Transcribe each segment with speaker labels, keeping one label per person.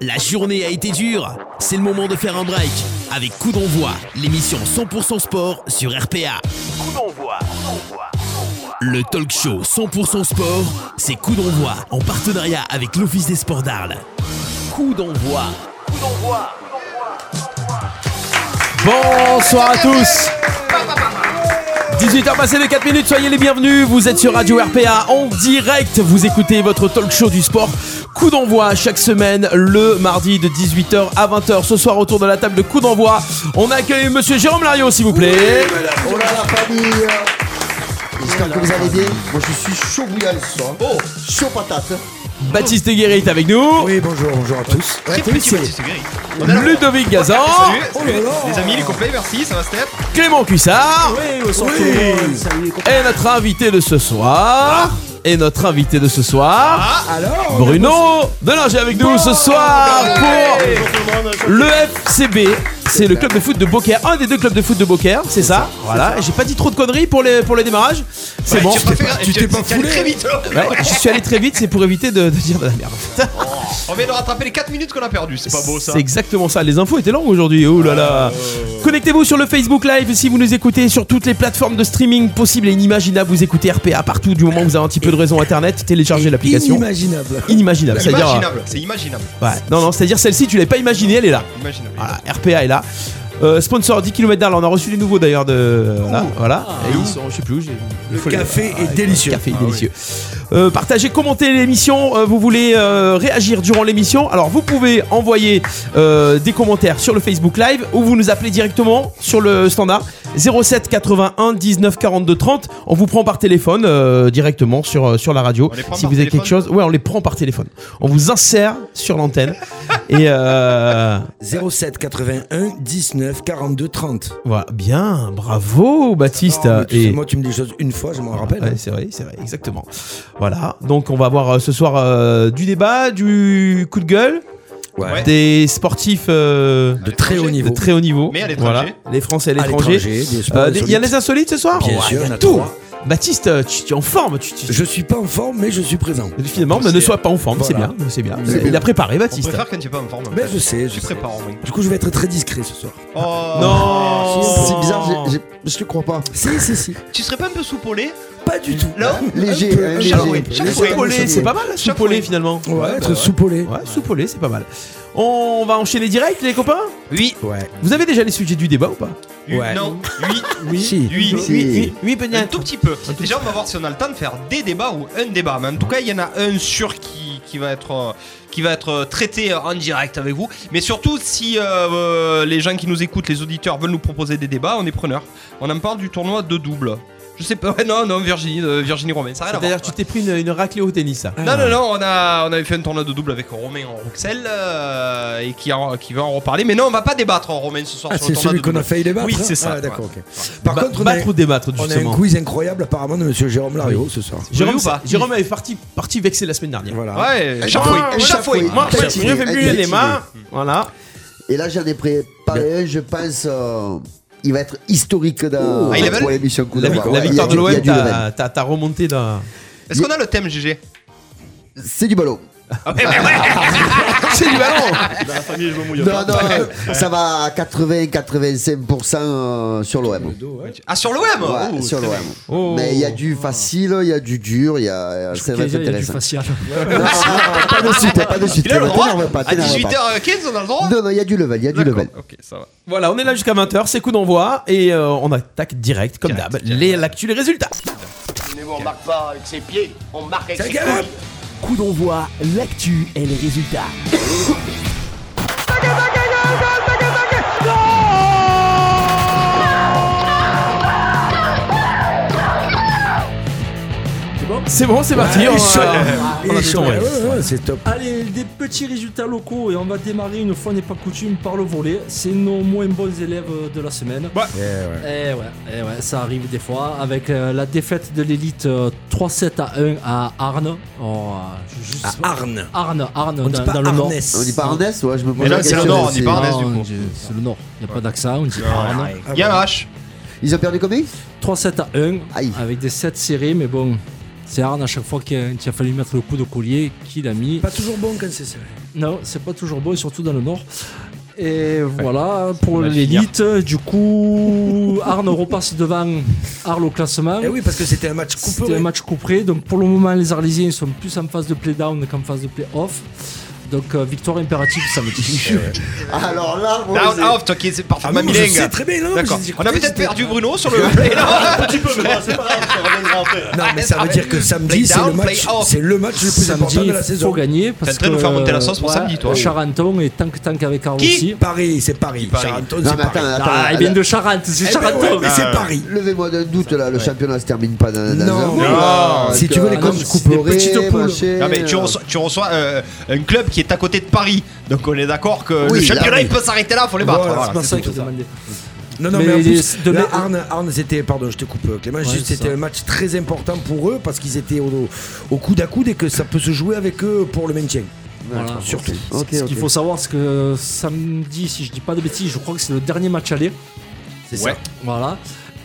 Speaker 1: La journée a été dure. C'est le moment de faire un break avec Coup d'envoi, l'émission 100% sport sur RPA.
Speaker 2: Coup d'envoi.
Speaker 1: Le talk show 100% sport, c'est Coup d'envoi en partenariat avec l'Office des sports d'Arles. Coup d'envoi.
Speaker 2: Coup d'envoi.
Speaker 3: Bonsoir à tous 18h passé de 4 minutes, soyez les bienvenus, vous êtes sur Radio RPA en direct, vous écoutez votre talk show du sport, coup d'envoi chaque semaine le mardi de 18h à 20h. Ce soir autour de la table de coup d'envoi, on accueille monsieur Jérôme Lario s'il vous plaît.
Speaker 4: Oh là la famille J'espère que vous allez bien. Moi je suis chaud bouillant ce soir. Oh Chaud patate.
Speaker 3: Baptiste Guéry est avec nous.
Speaker 5: Oui, bonjour, bonjour à tous.
Speaker 4: Ouais, t'es
Speaker 6: Petit
Speaker 4: vicié.
Speaker 6: Baptiste Guéry.
Speaker 3: Ludovic Gazan.
Speaker 6: Salut,
Speaker 4: Oh
Speaker 6: salut,
Speaker 4: là là.
Speaker 6: les amis, les complets, merci, ça va Steph
Speaker 3: Clément Cussard. Et notre invité de ce
Speaker 6: Ah.
Speaker 3: soir. Et notre invité de ce soir.
Speaker 5: Alors
Speaker 3: Bruno Delanger avec nous ce soir pour le FCB. C'est le club de foot de Beaucaire, un des deux clubs de foot de Beaucaire, c'est ça. Voilà, j'ai pas dit trop de conneries pour le pour le démarrage. C'est bon.
Speaker 6: tu t'es pas foulé très vite
Speaker 3: Ouais, Bah, je suis allé très vite, c'est pour éviter de, de dire de la merde.
Speaker 6: On vient de rattraper les 4 minutes qu'on a perdu, c'est pas beau ça Ah,
Speaker 3: C'est exactement ça. Les infos étaient longues aujourd'hui. Oh là là. Connectez-vous sur le Facebook Live si vous nous écoutez, sur toutes les plateformes de streaming possibles et inimaginables. Vous écoutez RPA partout du moment où vous avez un petit peu de réseau internet. Téléchargez l'application.
Speaker 5: Inimaginable.
Speaker 3: Inimaginable.
Speaker 6: C'est
Speaker 3: C'est-à-dire.
Speaker 6: imaginable, c'est imaginable,
Speaker 3: Ouais. Non, non, c'est-à-dire celle-ci, tu l'avais pas imaginée, elle est là.
Speaker 6: imaginable.
Speaker 3: Voilà, RPA est là. Euh, sponsor 10 km d'Arles, on a reçu les nouveaux d'ailleurs de voilà, voilà. Et Ah, ils sont, je sais plus où j'ai.
Speaker 5: Le
Speaker 3: faut les-
Speaker 5: café
Speaker 3: Ah,
Speaker 5: est
Speaker 3: le
Speaker 5: délicieux.
Speaker 3: café est délicieux. Euh, partagez, commentez l'émission. euh, vous voulez euh, réagir durant l'émission Alors vous pouvez envoyer euh, des commentaires sur le Facebook Live ou vous nous appelez directement sur le standard 07 81 19 42 30. On vous prend par téléphone euh, directement sur euh, sur la radio.
Speaker 6: On les prend
Speaker 3: Si
Speaker 6: par
Speaker 3: vous avez quelque
Speaker 6: téléphone
Speaker 3: chose, ouais, on les prend par téléphone. On vous insère sur l'antenne et euh,
Speaker 5: 07 81 19 42 30.
Speaker 3: Voilà, bien, bravo Baptiste.
Speaker 5: Ah, mais tu
Speaker 3: Et-
Speaker 5: sais, moi, tu me dis les choses une fois, je m'en rappelle. hein.
Speaker 3: Ouais, c'est vrai, c'est vrai, exactement. Voilà, donc on va avoir euh, ce soir euh, du débat, du coup de gueule,
Speaker 6: Ouais.
Speaker 3: des sportifs euh,
Speaker 5: De très haut niveau.
Speaker 3: de très haut niveau.
Speaker 6: Mais à l'étranger.
Speaker 3: voilà, les Français à
Speaker 5: À
Speaker 3: l'étranger.
Speaker 5: l'étranger, des sports
Speaker 3: Euh, des- Il y a
Speaker 5: insolites.
Speaker 3: les insolites ce soir
Speaker 5: Bien
Speaker 3: Ouais,
Speaker 5: sûr,
Speaker 3: il y
Speaker 5: il y en
Speaker 3: a
Speaker 5: a
Speaker 3: tout.
Speaker 5: trois.
Speaker 3: Baptiste, euh, tu, tu es en forme. Tu, tu-
Speaker 5: Je suis pas en forme, mais je suis présent.
Speaker 3: Finalement, mais ne
Speaker 6: C'est-
Speaker 3: sois pas en forme, c'est
Speaker 5: Voilà.
Speaker 3: bien, c'est bien.
Speaker 4: C'est
Speaker 3: Il
Speaker 4: bien.
Speaker 3: a préparé
Speaker 6: On
Speaker 3: Baptiste.
Speaker 6: préfère quand tu es pas en forme. en
Speaker 5: Mais
Speaker 6: fait.
Speaker 5: je sais, je
Speaker 6: Tu
Speaker 5: sais.
Speaker 6: prépares, oui.
Speaker 5: Du coup, je vais être très discret ce soir.
Speaker 6: Oh
Speaker 3: Non.
Speaker 4: C'est
Speaker 3: Oh.
Speaker 4: bizarre, j'ai- j'ai- je te crois pas.
Speaker 5: Si, si, si.
Speaker 6: Tu serais pas un peu soupolé
Speaker 5: Pas du tout.
Speaker 6: Là
Speaker 4: Léger,
Speaker 5: Un peu,
Speaker 4: hein,
Speaker 5: un
Speaker 4: léger.
Speaker 5: peu.
Speaker 6: oui, chaque
Speaker 4: Léger,
Speaker 6: fois,
Speaker 4: comme
Speaker 3: Soupolé,
Speaker 4: ça.
Speaker 3: c'est pas mal, la
Speaker 6: Chaque
Speaker 3: soupolé
Speaker 6: fois.
Speaker 3: finalement.
Speaker 5: On va être
Speaker 3: bah,
Speaker 5: soupolé.
Speaker 3: Ouais, soupolé, c'est pas mal. On va enchaîner direct, les copains
Speaker 6: Oui,
Speaker 5: Ouais.
Speaker 3: Vous avez déjà les sujets du débat ou pas
Speaker 6: oui,
Speaker 5: Ouais.
Speaker 6: non, oui,
Speaker 5: Oui.
Speaker 6: oui,
Speaker 4: Si.
Speaker 3: oui,
Speaker 6: un tout petit peu. Déjà, on va voir si on a le temps de faire des débats ou un débat. Mais en tout cas, il y en a un sûr qui, qui va être euh, qui va être euh, traité euh, en direct avec vous. Mais surtout, si euh, euh, les gens qui nous écoutent, les auditeurs, veulent nous proposer des débats, on est preneurs. On en parle du tournoi de double. Je sais pas. ouais, non, non, Virginie, euh, Virginie Romain, ça n'a rien à
Speaker 3: C'est-à-dire,
Speaker 6: voir.
Speaker 3: tu t'es pris une, une raclée au tennis, ça.
Speaker 6: Non, non, non, on, a, on avait fait un tournoi de double avec Romain en Bruxelles euh, et qui, en- qui va en reparler. Mais non, on va pas débattre en Romain ce soir
Speaker 5: Ah,
Speaker 6: sur le
Speaker 5: c'est
Speaker 6: tournoi
Speaker 5: celui
Speaker 6: de
Speaker 5: qu'on a
Speaker 6: double.
Speaker 5: failli débattre
Speaker 6: Oui,
Speaker 5: hein
Speaker 6: c'est ça.
Speaker 5: Ah, d'accord,
Speaker 6: Ouais.
Speaker 5: ok. Par
Speaker 3: Ba-
Speaker 5: contre, on a,
Speaker 3: battre ou débattre,
Speaker 5: on a un
Speaker 3: justement.
Speaker 5: quiz incroyable apparemment de monsieur Jérôme Lario ce soir.
Speaker 3: Jérôme,
Speaker 6: Oui ou pas
Speaker 3: Jérôme avait parti, parti vexé la semaine dernière.
Speaker 5: Voilà.
Speaker 6: Ouais,
Speaker 4: Ah,
Speaker 6: chafoué, chafoué.
Speaker 4: échafoué.
Speaker 3: Moi, en fait,
Speaker 4: Chafoué,
Speaker 3: je me fais plus les
Speaker 4: exactement.
Speaker 3: mains. Voilà.
Speaker 4: Et là, j'en ai préparé un, je pense. euh, il va être historique
Speaker 3: Oh.
Speaker 4: dans,
Speaker 6: Ah, il est
Speaker 4: pour
Speaker 6: belle.
Speaker 4: l'émission Coup
Speaker 3: La,
Speaker 4: d'envoi.
Speaker 3: vic- la
Speaker 4: Ouais,
Speaker 3: victoire de
Speaker 4: il y a du-
Speaker 3: l'OM,
Speaker 4: il y a du level.
Speaker 3: t'as t'as- t'as remonté dans.
Speaker 6: Est-ce qu'on a le thème, GG
Speaker 4: C'est du ballon.
Speaker 3: Ah, C'est du ballon
Speaker 4: Non, non, ça va à 80-85% euh, sur l'OM.
Speaker 6: Ah, sur l'OM
Speaker 4: Ouais, sur l'OM.
Speaker 3: Oh.
Speaker 4: Mais il y a du facile, il y a du dur, il y a. C'est
Speaker 7: Déjà, il y a du
Speaker 4: intéressant.
Speaker 7: facial.
Speaker 4: Non, non, non, pas de suite, pas de suite.
Speaker 6: Il a le droit
Speaker 4: T'énerve pas,
Speaker 6: À
Speaker 4: t'énerve pas.
Speaker 6: 18h15, on a le droit
Speaker 4: Non, non, il y a du level, il y a du
Speaker 6: D'accord,
Speaker 4: level.
Speaker 6: Ok, ça va.
Speaker 3: Voilà, on est là jusqu'à 20h, c'est coup d'envoi et euh, on attaque direct, comme
Speaker 6: Direct,
Speaker 3: d'hab,
Speaker 6: direct.
Speaker 3: les- l'actu, les résultats.
Speaker 8: on marque pas avec ses pieds, on marque avec
Speaker 5: Ta
Speaker 8: ses
Speaker 5: gueule
Speaker 7: Coup d'envoi, l'actu et les résultats.
Speaker 3: C'est bon, c'est parti. on,
Speaker 5: chaud.
Speaker 3: a-
Speaker 5: Il
Speaker 3: on a
Speaker 5: est
Speaker 3: tout
Speaker 5: chaud.
Speaker 3: envoyé.
Speaker 5: Ouais, ouais, ouais, c'est top.
Speaker 7: Allez, des petits résultats locaux et on va démarrer une fois n'est pas coutume par le volet. C'est nos moins bons élèves de la semaine.
Speaker 5: Eh, ouais.
Speaker 7: Eh ouais, eh ouais, ça arrive des fois. Avec euh, la défaite de l'élite euh, 3-7 à 1 à Arne. Oh, euh, je- je-
Speaker 5: À Arne.
Speaker 7: Arne, Arne,
Speaker 5: On
Speaker 7: dans,
Speaker 5: dit pas
Speaker 7: dans le nord.
Speaker 5: Arnes.
Speaker 4: On dit pas Arnès, ouais, je me pose
Speaker 6: là,
Speaker 4: la
Speaker 6: Eh c'est le
Speaker 4: question.
Speaker 6: Nord, on dit
Speaker 4: c'est-
Speaker 6: pas Arnès. du
Speaker 7: Non,
Speaker 6: coup.
Speaker 7: je- C'est le nord, il n'y a pas d'accent, on dit pas Arne.
Speaker 6: Il y a un Ah, H.
Speaker 4: Ils ont perdu combien
Speaker 7: 3-7 à 1
Speaker 4: Aïe.
Speaker 7: avec des 7 séries, mais bon, C'est Arne à chaque fois qu'il qu'il a fallu mettre le coup de collier qu'il a mis.
Speaker 5: Pas toujours bon quand c'est serré.
Speaker 7: Non, c'est pas toujours beau, et surtout dans le nord. Et voilà, pour
Speaker 6: va
Speaker 7: l'élite, du coup, Arne repasse devant Arles au classement.
Speaker 5: Eh oui, parce que c'était un match
Speaker 7: C'était
Speaker 5: coupé.
Speaker 7: un match couperé. Donc pour le moment, les Arlésiens ils sont plus en phase de play-down qu'en phase de play-off. Donc euh, victoire impérative samedi.
Speaker 4: Alors là, vous
Speaker 6: Down off, toi qui es
Speaker 5: Ah
Speaker 6: parfaitement
Speaker 5: non, je sais
Speaker 6: bilingue.
Speaker 5: très bien, non, mais
Speaker 6: D'accord.
Speaker 5: j'ai dit,
Speaker 6: On a
Speaker 5: écoutez,
Speaker 6: peut-être
Speaker 5: c'était-
Speaker 6: perdu Bruno sur le. Mais non,
Speaker 9: Un petit peu, mais bon, c'est pas grave, ça reviendra après.
Speaker 5: Non, mais ça veut dire que samedi,
Speaker 6: Play
Speaker 5: c'est le
Speaker 6: down,
Speaker 5: match,
Speaker 6: play off.
Speaker 5: c'est le match le plus
Speaker 7: samedi,
Speaker 5: important de
Speaker 7: il
Speaker 5: la
Speaker 7: faut
Speaker 5: saison.
Speaker 7: gagner. Parce
Speaker 6: en train de
Speaker 7: que,
Speaker 6: nous faire monter la sauce pour
Speaker 7: ouais,
Speaker 6: samedi, toi.
Speaker 7: Charenton et tank tank avec Arles
Speaker 6: Qui
Speaker 7: aussi.
Speaker 5: Paris, c'est Paris.
Speaker 6: Paris
Speaker 5: Charenton,
Speaker 4: Non,
Speaker 5: c'est
Speaker 4: mais attends,
Speaker 5: Paris.
Speaker 4: attends.
Speaker 7: Ah, ils viennent de Charente, c'est
Speaker 5: Eh ben ouais,
Speaker 7: Charenton.
Speaker 5: mais c'est Paris.
Speaker 4: Levez-moi d'un doute là, le championnat se termine pas dans, dans
Speaker 5: Non.
Speaker 4: un
Speaker 5: Non.
Speaker 4: mois, là,
Speaker 5: Si tu veux, les
Speaker 4: euh,
Speaker 5: comptes,
Speaker 4: comme
Speaker 5: c'est
Speaker 4: couperé,
Speaker 7: des petites poules.
Speaker 4: machin,
Speaker 6: Non, mais tu
Speaker 4: euh,
Speaker 6: reçois, tu reçois, euh, un club qui est à côté de Paris. Donc on est d'accord que
Speaker 4: Oui,
Speaker 6: le championnat
Speaker 4: là,
Speaker 6: il peut s'arrêter là, faut les battre.
Speaker 5: Voilà,
Speaker 6: ah Voilà, c'est
Speaker 5: c'est
Speaker 7: ça
Speaker 6: tout.
Speaker 7: qu'il demandait.
Speaker 5: Non, non,
Speaker 7: Mais
Speaker 5: mais, en plus,
Speaker 7: de-
Speaker 5: là, Arne, Arne, c'était, pardon, je te coupe, euh, Clément,
Speaker 7: Ouais,
Speaker 5: juste,
Speaker 7: c'est
Speaker 5: c'était
Speaker 7: ça.
Speaker 5: un match très important pour eux parce qu'ils étaient au, au coude à coude et que ça peut se jouer avec eux pour le maintien.
Speaker 7: Voilà.
Speaker 5: Surtout.
Speaker 4: Ok,
Speaker 7: Ce qu'il
Speaker 4: ok.
Speaker 7: faut savoir, c'est que samedi, si je dis pas de bêtises, je crois que c'est le dernier match aller.
Speaker 5: C'est
Speaker 6: Ouais.
Speaker 5: ça.
Speaker 7: Voilà.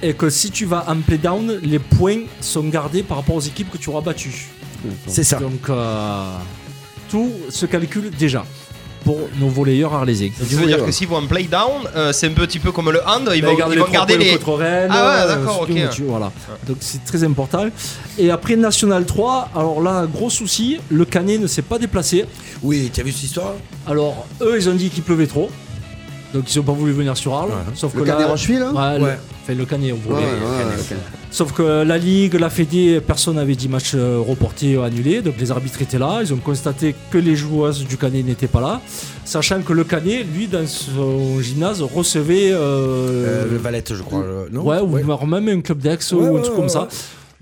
Speaker 7: Et que si tu vas en play-down, les points sont gardés par rapport aux équipes que tu auras battues.
Speaker 5: C'est ça.
Speaker 7: Donc, euh, tout se calcule déjà pour nos volleyeurs arlésiens.
Speaker 6: Ça veut dire que s'ils vont en play down, euh, c'est un petit peu comme le hand, Bah, ils vont ils vont garder les.
Speaker 7: contre Rennes.
Speaker 6: Ah ouais, d'accord,
Speaker 7: euh,
Speaker 6: ok.
Speaker 7: surtout, tu- voilà. Donc c'est très important. Et après National 3, alors là, gros souci, le Canet ne s'est pas déplacé.
Speaker 5: Oui, tu as vu cette histoire
Speaker 7: Alors eux, ils ont dit qu'il pleuvait trop. Donc ils ont pas voulu venir sur Arles. Sauf
Speaker 4: Le
Speaker 7: que là-
Speaker 4: cadet Rocheville, là
Speaker 7: Ouais, le-
Speaker 5: Ouais.
Speaker 7: enfin, le Canet, on
Speaker 4: Ouais,
Speaker 7: voulait.
Speaker 4: hein ouais, ouais.
Speaker 7: Sauf que la Ligue, la Fédé, personne n'avait dit match euh, reporté ou annulé. Donc les arbitres étaient là. Ils ont constaté que les joueuses du Canet n'étaient pas là. Sachant que le Canet, lui, dans son gymnase, recevait. euh,
Speaker 5: Euh, Le Valette, je crois. le- Non
Speaker 7: ouais, ou voire même un club d'ex
Speaker 5: Ouais,
Speaker 7: ou un
Speaker 5: ouais,
Speaker 7: truc
Speaker 5: ouais,
Speaker 7: comme
Speaker 5: ouais.
Speaker 7: ça.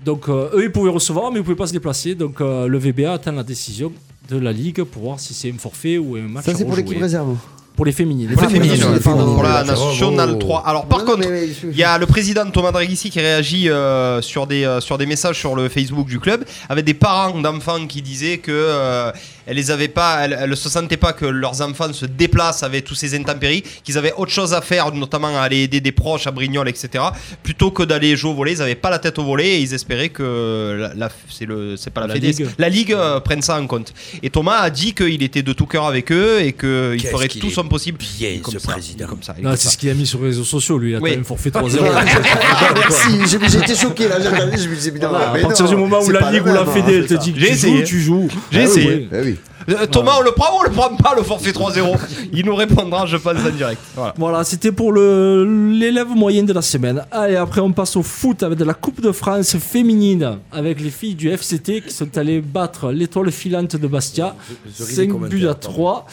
Speaker 7: Donc euh, eux, ils pouvaient recevoir, mais ils pouvaient pas se déplacer. Donc euh, le VBA attend la décision de la Ligue pour voir si c'est un forfait ou un match
Speaker 4: Ça, c'est pour
Speaker 7: rejoué.
Speaker 4: l'équipe réserve.
Speaker 7: Pour les féminines. Euh,
Speaker 5: Pour les
Speaker 4: féminines,
Speaker 5: féminines,
Speaker 4: ouais,
Speaker 5: les
Speaker 4: pardon.
Speaker 5: féminines.
Speaker 6: Pour la
Speaker 5: Bravo.
Speaker 6: National 3. Alors par
Speaker 4: Non, non,
Speaker 6: contre,
Speaker 4: mais- mais-
Speaker 6: Il y a le président Thomas Dragissi qui réagit euh, sur, des, euh, sur des messages sur le Facebook du club avec des parents d'enfants qui disaient que euh, elles les avaient pas, elles, elles se sentaient pas que leurs enfants se déplacent avec tous ces intempéries, qu'ils avaient autre chose à faire, notamment à aller aider des proches à Brignoles, etc. Plutôt que d'aller jouer au volet, ils avaient pas la tête au volet et ils espéraient que la, la- c'est le c'est pas la,
Speaker 7: La
Speaker 6: Fédé,
Speaker 7: Ligue.
Speaker 6: la ligue euh, prenne ça en compte. Et Thomas a dit qu'il était de tout cœur avec eux et qu'il
Speaker 5: Qu'est-ce
Speaker 6: ferait
Speaker 5: qu'il
Speaker 6: tout
Speaker 5: est
Speaker 6: son possible.
Speaker 5: bien,
Speaker 6: Comme
Speaker 5: ce
Speaker 6: ça,
Speaker 5: président.
Speaker 6: comme ça,
Speaker 7: Non,
Speaker 6: comme
Speaker 7: c'est
Speaker 6: ça.
Speaker 7: ce qu'il a mis sur les réseaux sociaux, lui. Il a
Speaker 6: Oui.
Speaker 7: quand même forfait 3-0.
Speaker 4: Voilà. Ah, Merci, j'ai- j'étais choqué là, j'ai regardé, je me disais, mais non,
Speaker 7: Voilà, à
Speaker 4: Ah, mais
Speaker 7: partir
Speaker 4: non,
Speaker 7: du moment où
Speaker 4: c'est
Speaker 7: la
Speaker 4: pas
Speaker 7: Ligue
Speaker 4: le
Speaker 7: ou la
Speaker 4: même,
Speaker 7: Fédé
Speaker 4: hein.
Speaker 7: elle te dit
Speaker 6: J'ai
Speaker 7: tu
Speaker 6: essayé.
Speaker 7: joues, tu joues.
Speaker 6: J'ai
Speaker 7: Ah oui,
Speaker 6: essayé.
Speaker 7: oui.
Speaker 4: Eh oui.
Speaker 6: Euh, Thomas, on le prend ou on le prend pas le forfait 3-0 Il nous répondra, je pense, en direct. Voilà.
Speaker 7: Voilà, c'était pour le- l'élève moyen de la semaine. Allez, après on passe au foot avec de la Coupe de France féminine avec les filles du FCT qui sont allées battre l'étoile filante de Bastia.
Speaker 5: je ris des
Speaker 7: 5
Speaker 5: commentaires,
Speaker 7: buts à
Speaker 5: pardon.
Speaker 7: 3.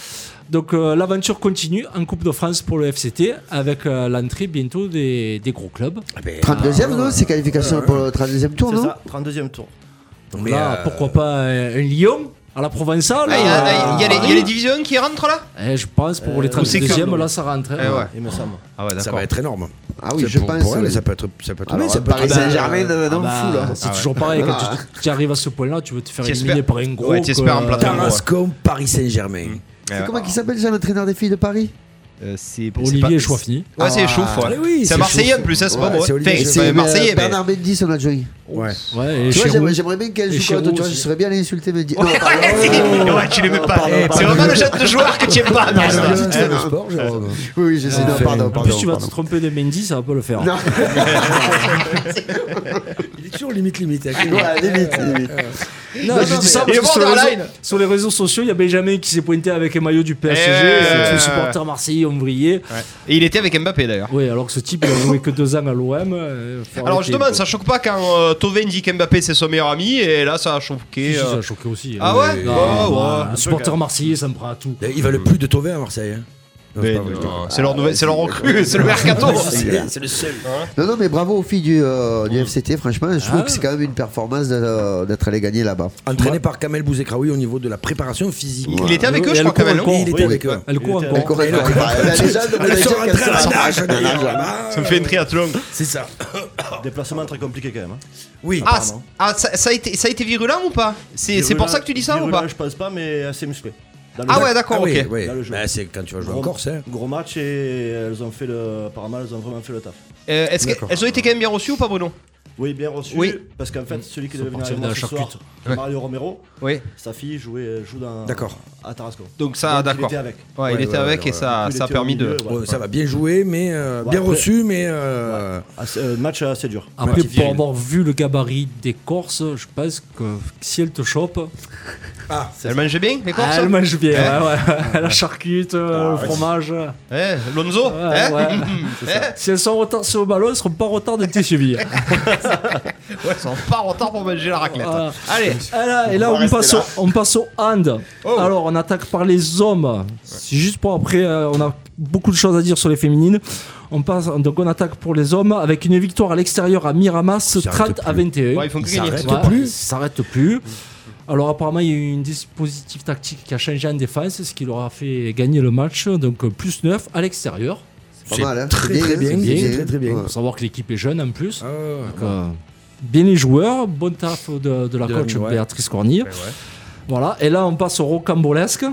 Speaker 7: Donc euh, l'aventure continue en Coupe de France pour le FCT avec euh, l'entrée bientôt des, des gros clubs.
Speaker 4: 32ème, non C'est qualification pour le 32ème tour,
Speaker 9: C'est
Speaker 4: non Ah
Speaker 9: ça, 32ème tour.
Speaker 7: Donc
Speaker 5: Mais,
Speaker 7: là,
Speaker 5: euh,
Speaker 7: pourquoi pas euh, un Lyon à la Provençale
Speaker 6: Ah, Il y, a- il y a les- il y a les
Speaker 7: Paris.
Speaker 6: divisions qui rentrent là
Speaker 7: Eh, je pense pour les
Speaker 9: ou c'est
Speaker 7: 32e,
Speaker 9: Carlo.
Speaker 7: là ça rentre. hein.
Speaker 6: Eh ouais.
Speaker 9: Il me semble.
Speaker 6: Ah ouais,
Speaker 5: Ça
Speaker 6: d'accord.
Speaker 5: va être énorme.
Speaker 4: Ah oui,
Speaker 5: C'est
Speaker 4: je
Speaker 5: pour-
Speaker 4: pense.
Speaker 5: pour elle,
Speaker 4: oui.
Speaker 5: ça peut être, ça peut être
Speaker 4: Alors,
Speaker 5: bien, ça bah, peut
Speaker 4: Paris
Speaker 5: être-
Speaker 4: Saint-Germain euh, dans
Speaker 7: Ah
Speaker 4: le fou,
Speaker 7: bah,
Speaker 4: là.
Speaker 7: C'est toujours pareil, quand tu, tu arrives à ce point-là, tu veux te faire
Speaker 6: T'espères-
Speaker 7: éliminer par un gros.
Speaker 6: Ah. Ouais, t'espères en plateau.
Speaker 5: Tarascon, Paris Saint-Germain.
Speaker 6: Ouais,
Speaker 4: C'est
Speaker 6: ouais.
Speaker 4: comment qu'il s'appelle déjà l'entraîneur des filles de Paris
Speaker 6: Euh, C'est
Speaker 7: Olivier
Speaker 6: choix
Speaker 7: Chouafini.
Speaker 6: Ouais, c'est
Speaker 4: Ah,
Speaker 6: Chouf. ouais.
Speaker 5: mais oui,
Speaker 6: c'est
Speaker 5: c'est
Speaker 6: un Marseillais en plus, hein, c'est pas
Speaker 5: Ouais,
Speaker 6: moi.
Speaker 5: c'est Olivier
Speaker 6: Enfin,
Speaker 5: Giroud.
Speaker 6: c'est pas un
Speaker 4: euh,
Speaker 6: Marseillais, mais.
Speaker 4: Bernard Mendy, son adjoint.
Speaker 5: Ouais.
Speaker 7: Ouais, et
Speaker 4: Tu vois,
Speaker 7: Giroud.
Speaker 4: j'aimerais- j'aimerais bien qu'elle
Speaker 7: Et
Speaker 4: joue contre
Speaker 7: Giroud
Speaker 4: toi, tu vois, je
Speaker 7: aussi.
Speaker 4: serais bien allé insulter Mendy. Non,
Speaker 6: Ouais,
Speaker 4: pardon.
Speaker 6: c'est- ouais, tu l'aimais pas.
Speaker 5: pardon,
Speaker 6: C'est
Speaker 5: pardon.
Speaker 6: vraiment le genre de joueur que tu aimes pas.
Speaker 4: Non,
Speaker 6: Bernard.
Speaker 4: non, non,
Speaker 6: Eh,
Speaker 4: non.
Speaker 5: Sport, Jérôme.
Speaker 4: Oui, oui, j'essaie. Non, pardon,
Speaker 7: En
Speaker 4: pardon.
Speaker 7: plus, tu vas te
Speaker 4: pardon.
Speaker 7: tromper de Mendy, ça va pas le faire.
Speaker 4: Non.
Speaker 5: Il est toujours limite limite. hein. avec-
Speaker 4: Ouais, limite, limite.
Speaker 7: Non,
Speaker 4: Non,
Speaker 7: je
Speaker 4: non,
Speaker 7: dis ça
Speaker 6: mais-
Speaker 7: parce
Speaker 6: Et
Speaker 7: que sur les,
Speaker 6: borderline.
Speaker 7: réseaux, sur les réseaux sociaux, il y a Benjamin qui s'est pointé avec un maillot du PSG.
Speaker 6: Eh ouais.
Speaker 7: c'est euh, Tous les supporters marseillais ont brillé.
Speaker 6: Et il était avec Mbappé d'ailleurs.
Speaker 7: Oui, alors que ce type, il a joué que deux ans à l'OM. euh, faut
Speaker 6: Alors
Speaker 7: arrêter,
Speaker 6: justement,
Speaker 7: quoi.
Speaker 6: ça choque pas quand euh, Tovin dit qu'Mbappé c'est son meilleur ami, et là ça a
Speaker 7: Si, si,
Speaker 6: choqué.
Speaker 7: ça
Speaker 6: euh.
Speaker 7: a choqué aussi.
Speaker 6: Ah ouais
Speaker 7: Non,
Speaker 6: Ouais, ouais,
Speaker 7: ouais,
Speaker 6: ouais, un
Speaker 7: Un
Speaker 6: peu,
Speaker 7: supporter marseillais, ça me prend à tout.
Speaker 5: Ils veulent plus de Tové à Marseille. hein. Non, c'est
Speaker 6: Mais
Speaker 5: pas vrai, je te-
Speaker 6: non, Ben, euh, C'est leur nouvelle- c'est leur recrue, c'est le mercato.
Speaker 5: le seul.
Speaker 4: Non, non, mais bravo aux filles du, euh, du FCT, franchement. Je trouve
Speaker 7: Ah.
Speaker 4: que c'est quand même une performance de- euh, d'être allé gagner là-bas.
Speaker 5: Entraîné par Kamel Bouzekraoui au niveau de la préparation physique.
Speaker 6: Il était avec eux, je
Speaker 7: Et
Speaker 6: crois,
Speaker 7: elle
Speaker 6: quand même.
Speaker 7: court,
Speaker 6: non
Speaker 5: Il
Speaker 7: elle
Speaker 5: était
Speaker 7: court.
Speaker 5: avec eux.
Speaker 7: Elle court
Speaker 9: Il
Speaker 7: encore.
Speaker 4: Correct. Bah, La légende de
Speaker 5: Elles
Speaker 4: Brésil,
Speaker 5: sont en train
Speaker 4: qu'elle
Speaker 6: Ah,
Speaker 5: de
Speaker 4: soit-
Speaker 5: nage, d'ailleurs.
Speaker 6: Ça me fait une triathlon.
Speaker 5: Ah, C'est ça.
Speaker 9: Déplacement très compliqué quand même. hein.
Speaker 5: Oui.
Speaker 6: Ah, c- ah, ça, ça a été, ça a été virulent ou pas C'est c'est pour
Speaker 9: Virulent-
Speaker 6: ça que tu dis ça ou
Speaker 9: virulent,
Speaker 6: pas
Speaker 9: Je pense pas, mais assez musclé. Dans le
Speaker 6: Ah
Speaker 9: jeu.
Speaker 6: ouais, d'accord,
Speaker 5: Ah oui,
Speaker 6: ok.
Speaker 5: oui.
Speaker 9: Dans le jeu.
Speaker 5: Bah, c'est quand tu vas jouer
Speaker 9: Gros-
Speaker 5: en Corse. hein.
Speaker 9: Gros match et elles ont fait le. Apparemment, elles ont vraiment fait le taf.
Speaker 6: Euh, Est-ce qu'elles ont été quand même bien reçues ou pas, Bruno Oui, bien reçu.
Speaker 8: Oui.
Speaker 6: Parce qu'en fait, celui qui
Speaker 7: Ils sont
Speaker 6: devait venir
Speaker 7: partis
Speaker 6: avec
Speaker 7: dans la
Speaker 6: moi ce soir,
Speaker 7: charcute.
Speaker 8: Ouais.
Speaker 6: Mario Romero,
Speaker 8: Oui.
Speaker 6: sa fille jouait,
Speaker 9: euh,
Speaker 6: joue dans,
Speaker 5: D'accord.
Speaker 6: à Tarasco.
Speaker 8: Donc ça,
Speaker 6: Donc, il
Speaker 8: d'accord.
Speaker 6: était avec.
Speaker 8: Ouais, il
Speaker 5: Ouais,
Speaker 8: était
Speaker 5: ouais,
Speaker 8: avec
Speaker 5: ouais,
Speaker 8: et ça,
Speaker 6: Il
Speaker 8: ça a
Speaker 6: était au
Speaker 8: permis de.
Speaker 6: milieu,
Speaker 5: Bon,
Speaker 6: ouais.
Speaker 5: ça va bien joué, mais euh, bien
Speaker 6: après-
Speaker 5: reçu, mais euh,
Speaker 6: Assez- euh, match assez dur.
Speaker 7: Après,
Speaker 8: Ouais.
Speaker 7: Ah, pour avoir vu le gabarit des Corses, je pense que si elle te chope,
Speaker 8: Elle mangeait bien les hein courses
Speaker 7: Ah, elle mange bien. ouais, ouais. la charcute, euh, le fromage.
Speaker 8: Eh, Lonzo
Speaker 7: Ouais,
Speaker 8: hein
Speaker 7: ouais. Si elles sont en retard sur le ballon, elles seront pas en retard de tes suivis.
Speaker 8: Eh, Ouais, ça en part en retard pour manger la raclette.
Speaker 7: Voilà.
Speaker 8: Allez,
Speaker 7: Ah là, et là, on, passe Au, on passe au hand.
Speaker 8: Oh.
Speaker 7: Alors, on attaque par les hommes. C'est juste pour après, euh, on a beaucoup de choses à dire sur les féminines. On passe, donc on attaque pour les hommes avec une victoire à l'extérieur à Miramas, 30 à 21.
Speaker 8: Ouais, ils font que gagner.
Speaker 7: s'arrêtent plus. s'arrête plus. Alors apparemment il y a eu un dispositif tactique qui a changé en défense, ce qui leur a fait gagner le match, donc euh, plus 9 à l'extérieur.
Speaker 4: Pas mal, hein.
Speaker 5: très
Speaker 4: C'est
Speaker 5: très bien,
Speaker 4: c'est
Speaker 5: très très, très bien.
Speaker 4: Ouais.
Speaker 7: Faut savoir que l'équipe est jeune en plus. Donc, euh, bien les joueurs, bon taf de, de la
Speaker 5: De la-
Speaker 7: coach
Speaker 5: ouais.
Speaker 7: Béatrice Cornier. Voilà, et là on passe au rocambolesque.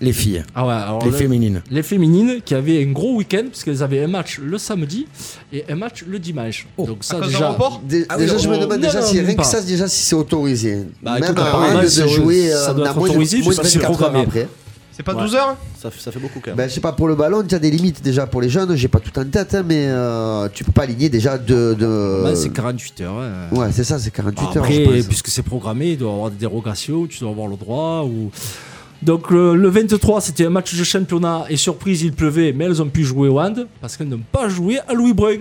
Speaker 5: Les filles,
Speaker 7: Ah ouais, alors
Speaker 5: les
Speaker 7: là,
Speaker 5: féminines.
Speaker 7: les féminines qui avaient un gros week-end, parce qu'elles avaient un match le samedi et un match le dimanche. Donc
Speaker 8: À
Speaker 7: ça
Speaker 8: cause d'un
Speaker 7: déjà.
Speaker 8: report
Speaker 4: Dé-
Speaker 5: Ah oui,
Speaker 4: déjà, je me
Speaker 5: on-
Speaker 4: demande
Speaker 7: non,
Speaker 4: déjà
Speaker 7: non,
Speaker 4: si
Speaker 7: même
Speaker 4: rien que
Speaker 7: pas.
Speaker 4: ça, déjà si c'est autorisé.
Speaker 7: Bah,
Speaker 4: Même
Speaker 7: écoute,
Speaker 4: à
Speaker 7: apparemment,
Speaker 4: règle de
Speaker 7: c'est-
Speaker 4: jouer
Speaker 7: ça
Speaker 4: euh,
Speaker 7: doit
Speaker 4: on a
Speaker 7: être
Speaker 4: moins de-
Speaker 7: autorisé,
Speaker 4: moins de
Speaker 7: puisque c'est
Speaker 4: 24 heures
Speaker 7: programmé.
Speaker 4: après.
Speaker 8: c'est pas
Speaker 6: Ouais.
Speaker 8: 12 heures hein
Speaker 6: Ça, fait- ça fait beaucoup quand même.
Speaker 4: Ben, je sais pas, pour le ballon, tu as des limites déjà pour les jeunes, j'ai pas tout en tête, hein, mais euh, tu peux pas aligner déjà de. de-
Speaker 7: Ouais, ben, Bah, c'est 48 heures. ouais.
Speaker 4: Ouais, c'est ça, c'est 48 heures.
Speaker 7: Après,
Speaker 4: je pense.
Speaker 7: puisque c'est programmé, il doit y avoir des dérogations, tu dois avoir le droit. Ou... Donc le, le 23, c'était un match de championnat et surprise, il pleuvait, mais elles ont pu jouer au hand parce qu'elles n'ont pas joué à Louis Brun.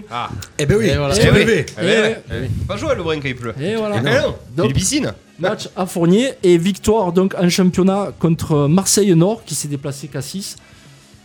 Speaker 5: Eh ben oui,
Speaker 7: voilà.
Speaker 5: parce
Speaker 8: Eh
Speaker 5: qu'il
Speaker 8: oui.
Speaker 5: pleuvait.
Speaker 8: Eh ouais.
Speaker 7: Eh oui.
Speaker 8: Faut Pas jouer le brin quand il pleut.
Speaker 7: Et voilà.
Speaker 8: Eh non, il y a
Speaker 7: Donc-
Speaker 8: des piscines.
Speaker 7: Match à Fournier et victoire donc en championnat contre Marseille Nord qui s'est déplacé qu'à 6.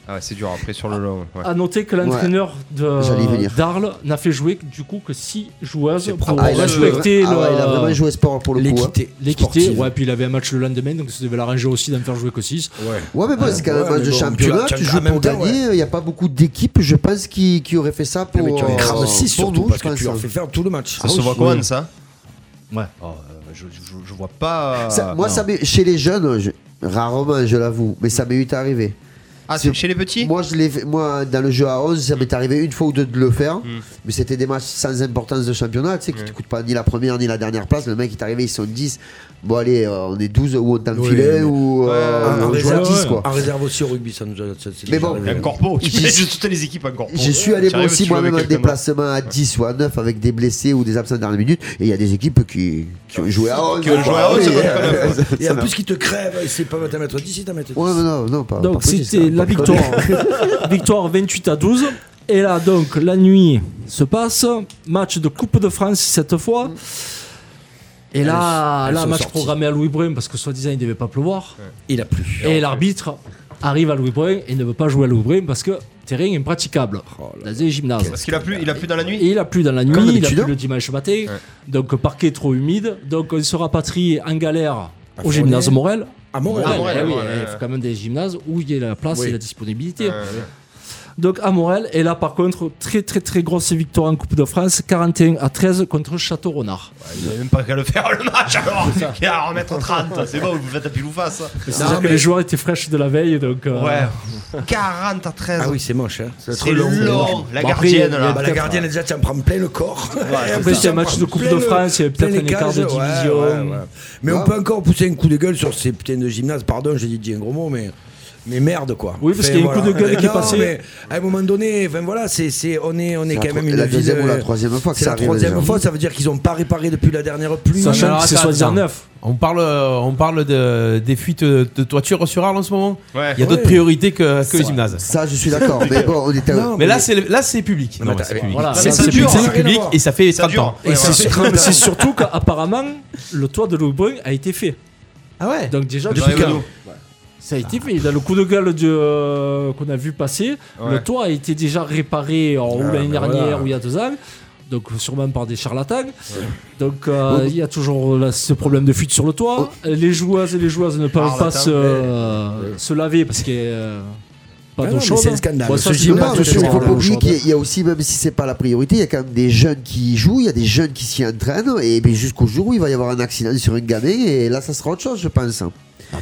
Speaker 8: Ah ouais, c'est dur après sur le long. ouais.
Speaker 7: À noter que l'entraîneur
Speaker 4: J'allais y venir.
Speaker 7: de d'Arles n'a fait jouer du coup que 6 joueuses pour
Speaker 4: Ah, il a joué-
Speaker 7: respecter
Speaker 4: ah ouais, il a
Speaker 7: le-
Speaker 4: vraiment joué sport pour le coup. hein.
Speaker 5: L'équité.
Speaker 7: l'équité.
Speaker 5: sportive.
Speaker 7: Ouais, puis il avait un match le lendemain donc ça devait l'arranger aussi d'en faire jouer que 6.
Speaker 4: Ouais, mais bon, c'est quand même
Speaker 5: ouais,
Speaker 4: un match
Speaker 5: mais
Speaker 4: de
Speaker 5: bon,
Speaker 4: championnat,
Speaker 5: tu-
Speaker 4: tu
Speaker 5: tu-
Speaker 4: joues
Speaker 5: en même
Speaker 4: pour
Speaker 5: temps,
Speaker 4: gagner. Il n'y a pas beaucoup d'équipes, je pense, qui, qui auraient fait ça pour.
Speaker 5: Mais tu en
Speaker 4: euh,
Speaker 5: crames 6
Speaker 4: pour
Speaker 5: surtout
Speaker 4: nous,
Speaker 5: parce
Speaker 4: je
Speaker 5: que tu
Speaker 4: pense.
Speaker 5: leur fais faire tout le match. Ah
Speaker 8: Ça se voit
Speaker 4: oui.
Speaker 8: comment ça
Speaker 7: Ouais.
Speaker 8: Oh, euh, je, je, je vois pas.
Speaker 4: Ça- moi, ça m'est- chez les jeunes, je- rarement, je l'avoue, mais ça m'est vite arrivé.
Speaker 8: Ah, c'est chez les petits
Speaker 4: Moi, je l'ai fait- moi, dans le jeu à 11, ça m'est arrivé une fois ou deux de le faire,
Speaker 8: Hmm.
Speaker 4: mais c'était des matchs sans importance de championnat, tu sais, qui ne coûtent pas ni la première ni la dernière place. Le mec est arrivé, ils sont 10. Bon, allez, euh, on est 12 ou on est dans le
Speaker 5: Oui,
Speaker 4: filet
Speaker 5: oui.
Speaker 4: ou
Speaker 5: En-
Speaker 4: euh,
Speaker 5: en
Speaker 4: on joue à
Speaker 5: réserve,
Speaker 4: 10,
Speaker 5: ouais.
Speaker 8: Ah,
Speaker 4: quoi.
Speaker 5: En réserve aussi au rugby, ça nous a. ça, c'est
Speaker 4: Mais
Speaker 5: déjà
Speaker 4: bon,
Speaker 5: arrivé.
Speaker 8: Même corpo. Tu
Speaker 4: J'y
Speaker 8: mets
Speaker 4: suis-
Speaker 8: toutes les équipes en corpo.
Speaker 4: J'ai su aller moi
Speaker 8: J'arrive,
Speaker 4: aussi
Speaker 8: tu joues
Speaker 4: moi-même un
Speaker 8: avec quelqu'un d'autre.
Speaker 4: déplacement à 10 ou à 9 avec des blessés ou des absents de dernière minute. Et il y a des équipes qui, qui ont joué à 11.
Speaker 8: Qui ont joué à
Speaker 4: Ah
Speaker 8: 11,
Speaker 4: oui,
Speaker 8: c'est pas
Speaker 4: euh,
Speaker 8: quand même.
Speaker 4: ça-
Speaker 5: Et en
Speaker 4: ça-
Speaker 5: plus, qui te crève, c'est pas t'en mettre 10, c'est t'en mettre 10.
Speaker 4: Ouais, mais non, non, pas. pas
Speaker 7: Donc
Speaker 4: possible,
Speaker 7: c'était
Speaker 4: ça.
Speaker 7: la
Speaker 4: Pas-
Speaker 7: victoire. victoire 28 à 12. Et là donc la nuit se passe. Match de Coupe de France cette fois. Et là,
Speaker 5: elles
Speaker 7: là
Speaker 5: sont
Speaker 7: match
Speaker 5: sorties.
Speaker 7: programmé à Louis Brun parce que soi-disant il ne devait pas pleuvoir.
Speaker 5: Il a plu.
Speaker 7: Et l'arbitre arrive à Louis Brun et ne veut pas jouer à Louis Brun parce que terrain impraticable.
Speaker 4: Oh
Speaker 7: Dans les gymnases.
Speaker 8: Parce qu'il a plu, il a plu dans la nuit.
Speaker 7: Et il a plu dans la
Speaker 4: Comme
Speaker 7: nuit, il a
Speaker 4: d'habitude. hein.
Speaker 7: plu le dimanche matin, donc parquet trop humide, donc on se rapatrie en galère au
Speaker 5: Fournier.
Speaker 7: gymnase Morel.
Speaker 5: À Montréal.
Speaker 8: Ah,
Speaker 7: Morel,
Speaker 8: Morel,
Speaker 7: eh oui,
Speaker 8: Morel,
Speaker 7: eh,
Speaker 8: ouais.
Speaker 7: il faut quand même des gymnases où il y a la place
Speaker 5: Oui.
Speaker 7: et la disponibilité.
Speaker 8: Euh,
Speaker 7: Donc à Morel, et là par contre, très très très grosse victoire en Coupe de France, 41 à 13 contre Château Renard.
Speaker 8: Il n'y a même pas qu'à le faire le match alors Il y a à en mettre 30, c'est bon, vous faites à pile ou face.
Speaker 7: C'est-à-dire que les joueurs étaient fraîches de la veille, donc... euh,
Speaker 8: Ouais, 40 à 13.
Speaker 5: Ah oui, c'est moche. Hein.
Speaker 8: c'est long, la
Speaker 7: Bon, après,
Speaker 8: gardienne
Speaker 7: il y a-
Speaker 8: là.
Speaker 5: Bah, la gardienne, déjà, tu en prends plein le corps.
Speaker 7: Après, c'est un match de Coupe de France, il y avait peut-être un écart de division.
Speaker 5: Mais on peut encore pousser un coup de gueule sur ces putains de gymnases. Pardon, j'ai dit- dit un gros mot, mais. Mais merde quoi.
Speaker 7: Oui, parce
Speaker 5: Enfin,
Speaker 7: qu'il y a eu un coup de gueule qui est
Speaker 5: Non,
Speaker 7: passé.
Speaker 5: mais à un moment donné, enfin voilà, c'est, c'est- on est, on
Speaker 4: la
Speaker 5: est quand même
Speaker 4: tro-
Speaker 5: une
Speaker 4: la
Speaker 5: ville,
Speaker 4: deuxième ou la
Speaker 5: euh,
Speaker 4: troisième fois que
Speaker 5: C'est
Speaker 4: ça
Speaker 5: la
Speaker 4: arrive,
Speaker 5: troisième
Speaker 4: déjà.
Speaker 5: fois, ça veut dire qu'ils n'ont pas réparé depuis la dernière pluie.
Speaker 10: Ça
Speaker 7: Sachant
Speaker 10: Alors,
Speaker 7: que c'est
Speaker 10: attends,
Speaker 7: soi-disant
Speaker 10: attends.
Speaker 7: neuf.
Speaker 10: On parle, euh, on parle de, des fuites de toiture sur Arles en ce moment.
Speaker 8: Ouais.
Speaker 10: Il y a d'autres
Speaker 5: Ouais.
Speaker 10: priorités que, que le gymnase.
Speaker 4: Ça, je suis d'accord. mais bon, on était.
Speaker 5: Non,
Speaker 10: Mais là, c'est là, c'est public. Non, mais c'est public.
Speaker 7: Voilà.
Speaker 10: C'est-
Speaker 8: Ça
Speaker 10: c'est
Speaker 8: dure,
Speaker 10: public, c'est
Speaker 8: ça a
Speaker 5: rien
Speaker 10: public
Speaker 5: à voir.
Speaker 10: et ça fait
Speaker 8: Ça
Speaker 10: 30 ans.
Speaker 8: dure. Ouais, ouais.
Speaker 7: C'est surtout- C'est surtout qu'apparemment, le toit de Louis Brun a été fait.
Speaker 10: Ah ouais.
Speaker 7: Donc déjà,
Speaker 8: Depuis
Speaker 7: tu-
Speaker 8: quand Ouais.
Speaker 7: ça a été fait. Dans le coup de gueule du, euh, qu'on a vu passer,
Speaker 8: Ouais.
Speaker 7: le toit a été déjà réparé en, ou l'année
Speaker 5: ben
Speaker 7: dernière
Speaker 5: voilà.
Speaker 7: ou il y a deux ans. Donc sûrement par des charlatans. Donc euh, il y a toujours là, ce problème de fuite sur le toit. Les joueuses et les joueuses ne peuvent
Speaker 8: Charlatans.
Speaker 7: pas se, se laver parce qu'il y a euh, pas
Speaker 5: Ah
Speaker 7: d'eau
Speaker 5: non, mais
Speaker 7: chaude.
Speaker 5: c'est un scandale.
Speaker 7: Bon, ça,
Speaker 5: Ce
Speaker 7: c'est
Speaker 5: gym,
Speaker 7: dommage,
Speaker 4: Non, mais
Speaker 7: parce
Speaker 4: il
Speaker 7: qu'il y a
Speaker 4: faut
Speaker 7: de
Speaker 4: pas
Speaker 7: l'eau
Speaker 4: oublier
Speaker 7: chaude.
Speaker 4: qu'il y a- il y, a aussi, même si c'est pas la priorité, il y a quand même des jeunes qui y jouent, il y a des jeunes qui s'y entraînent, et ben, jusqu'au jour où il va y avoir un accident sur une gamin, et là, ça sera autre chose, je pense.
Speaker 7: Non,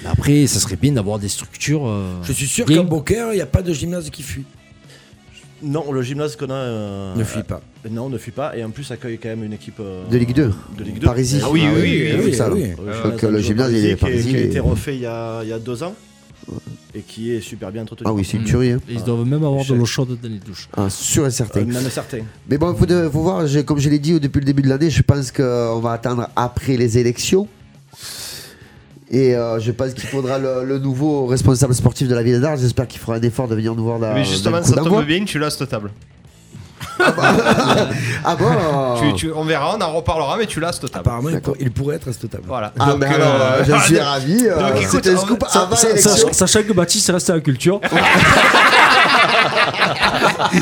Speaker 7: mais après, ça serait bien d'avoir des structures. euh,
Speaker 5: Je suis sûr
Speaker 7: Bien.
Speaker 5: qu'en Beaucaire, il n'y a pas de gymnase qui fuit.
Speaker 6: Non, le gymnase qu'on a. euh,
Speaker 5: Ne fuit pas.
Speaker 9: Non, ne fuit pas. Et en plus, accueille quand même une équipe euh,
Speaker 4: De Ligue 2.
Speaker 9: De Ligue 2.
Speaker 4: Parisis.
Speaker 6: Ah oui, oui, oui,
Speaker 4: j'ai
Speaker 6: oui, Ah,
Speaker 4: vu
Speaker 5: oui,
Speaker 4: ça,
Speaker 5: oui.
Speaker 4: là.
Speaker 9: Euh,
Speaker 4: Je crois que le
Speaker 9: gymnase
Speaker 4: gymnase, il est
Speaker 9: qui, qui a
Speaker 4: parisien.
Speaker 9: été
Speaker 4: et-
Speaker 9: refait il y a, il y a deux ans et qui est super bien entretenu.
Speaker 4: Ah oui, c'est une tuerie. hein.
Speaker 7: Ils doivent même avoir de l'eau chaude dans les douches.
Speaker 4: Ah, sûr et certain.
Speaker 9: Euh, Même certain.
Speaker 4: Mais bon, faut, de- faut voir, j'ai- comme je l'ai dit depuis le début de l'année, je pense qu'on va attendre après les élections. Et euh, je pense qu'il faudra le, le nouveau responsable sportif de la ville d'Arles. J'espère qu'il fera un effort de venir nous voir là.
Speaker 8: Ah,
Speaker 6: Mais
Speaker 4: dans
Speaker 6: justement,
Speaker 4: le coup
Speaker 6: ça tombe
Speaker 4: d'envoi.
Speaker 6: bien, tu l'as à cette table.
Speaker 4: Ah bon
Speaker 6: Tu- tu- on verra, on en reparlera, mais tu l'as à cette
Speaker 8: Ah.
Speaker 6: table.
Speaker 5: Apparemment, il, pour- il pourrait être à cette table.
Speaker 6: Voilà.
Speaker 4: Ah,
Speaker 6: Donc,
Speaker 4: mais
Speaker 6: euh,
Speaker 4: alors, euh, je
Speaker 6: ah,
Speaker 4: suis
Speaker 6: donc-
Speaker 4: ravi. euh,
Speaker 6: donc, écoute,
Speaker 4: C'était un
Speaker 6: on-
Speaker 4: scoop
Speaker 6: ça-
Speaker 4: avant
Speaker 7: Sa-
Speaker 4: l'élection.
Speaker 7: sach- Sachant que Baptiste est resté à la culture.